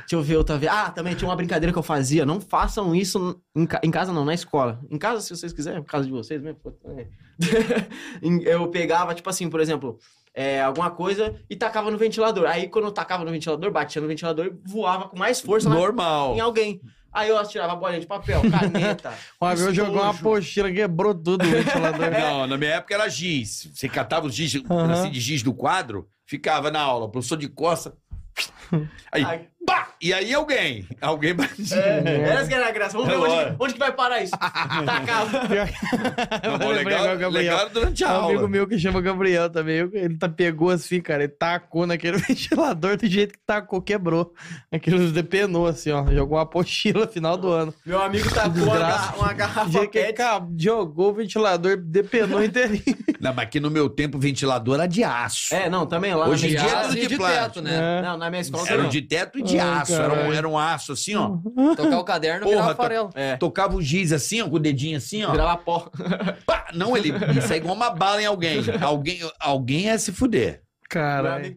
S20: Deixa eu ver outra vez. Ah, também tinha uma brincadeira que eu fazia. Não façam isso em, ca- em casa, não, na escola. Em casa, se vocês quiserem, É, por causa de vocês mesmo. pô, é. <laughs> Em- eu pegava, tipo assim, por exemplo, é, alguma coisa e tacava no ventilador. Aí, quando eu tacava no ventilador, batia no ventilador e voava com mais força na-
S2: Normal.
S20: em alguém. Aí eu tirava a bolinha de papel, caneta.
S13: Uma vez eu
S20: estojo.
S13: joguei uma pochila, quebrou tudo
S20: um
S13: o ventilador.
S2: <laughs> Não, na minha época era giz. Você catava os giz, um
S13: Aham.
S2: pedacinho de giz do quadro, ficava na aula, professor de costa. Aí, pá! E aí alguém, alguém batia.
S20: É, essa que era a graça. Vamos ver
S2: Agora.
S20: onde, onde que vai parar isso. Tacava.
S2: Não, bom, legal,
S13: Gabriel, Gabriel.
S2: legal era durante a
S13: É um
S2: aula.
S13: amigo meu que chama Gabriel também. eu- Ele tá, pegou assim, cara. Ele tacou naquele <laughs> ventilador do jeito que tacou, quebrou. Aquilo depenou assim, ó. Jogou uma pochila final do ano.
S20: Meu amigo tacou uma garra- uma garrafa
S13: que ca- Jogou o ventilador, depenou inteirinho.
S2: Não, mas que no meu tempo o ventilador era de aço.
S20: É, não, também lá.
S2: Hoje em
S20: na
S2: dia
S20: minha
S2: é
S20: escola-
S2: tudo de, plástico.
S20: Não, na minha escola
S2: Era um de teto e de
S20: Ai,
S2: aço. Era um,
S20: caralho.
S2: era um aço assim, ó.
S20: Uhum. Tocar o caderno, virava
S2: to-
S20: farelo. É.
S2: Tocava o giz assim, ó, com o dedinho assim, ó.
S20: Virava pó.
S2: Pá, não, ele isso é igual uma bala
S20: <laughs>
S2: em alguém. Alguém, alguém ia se fuder.
S13: Caralho.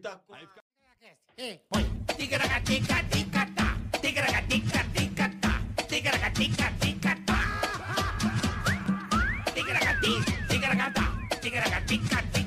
S20: não.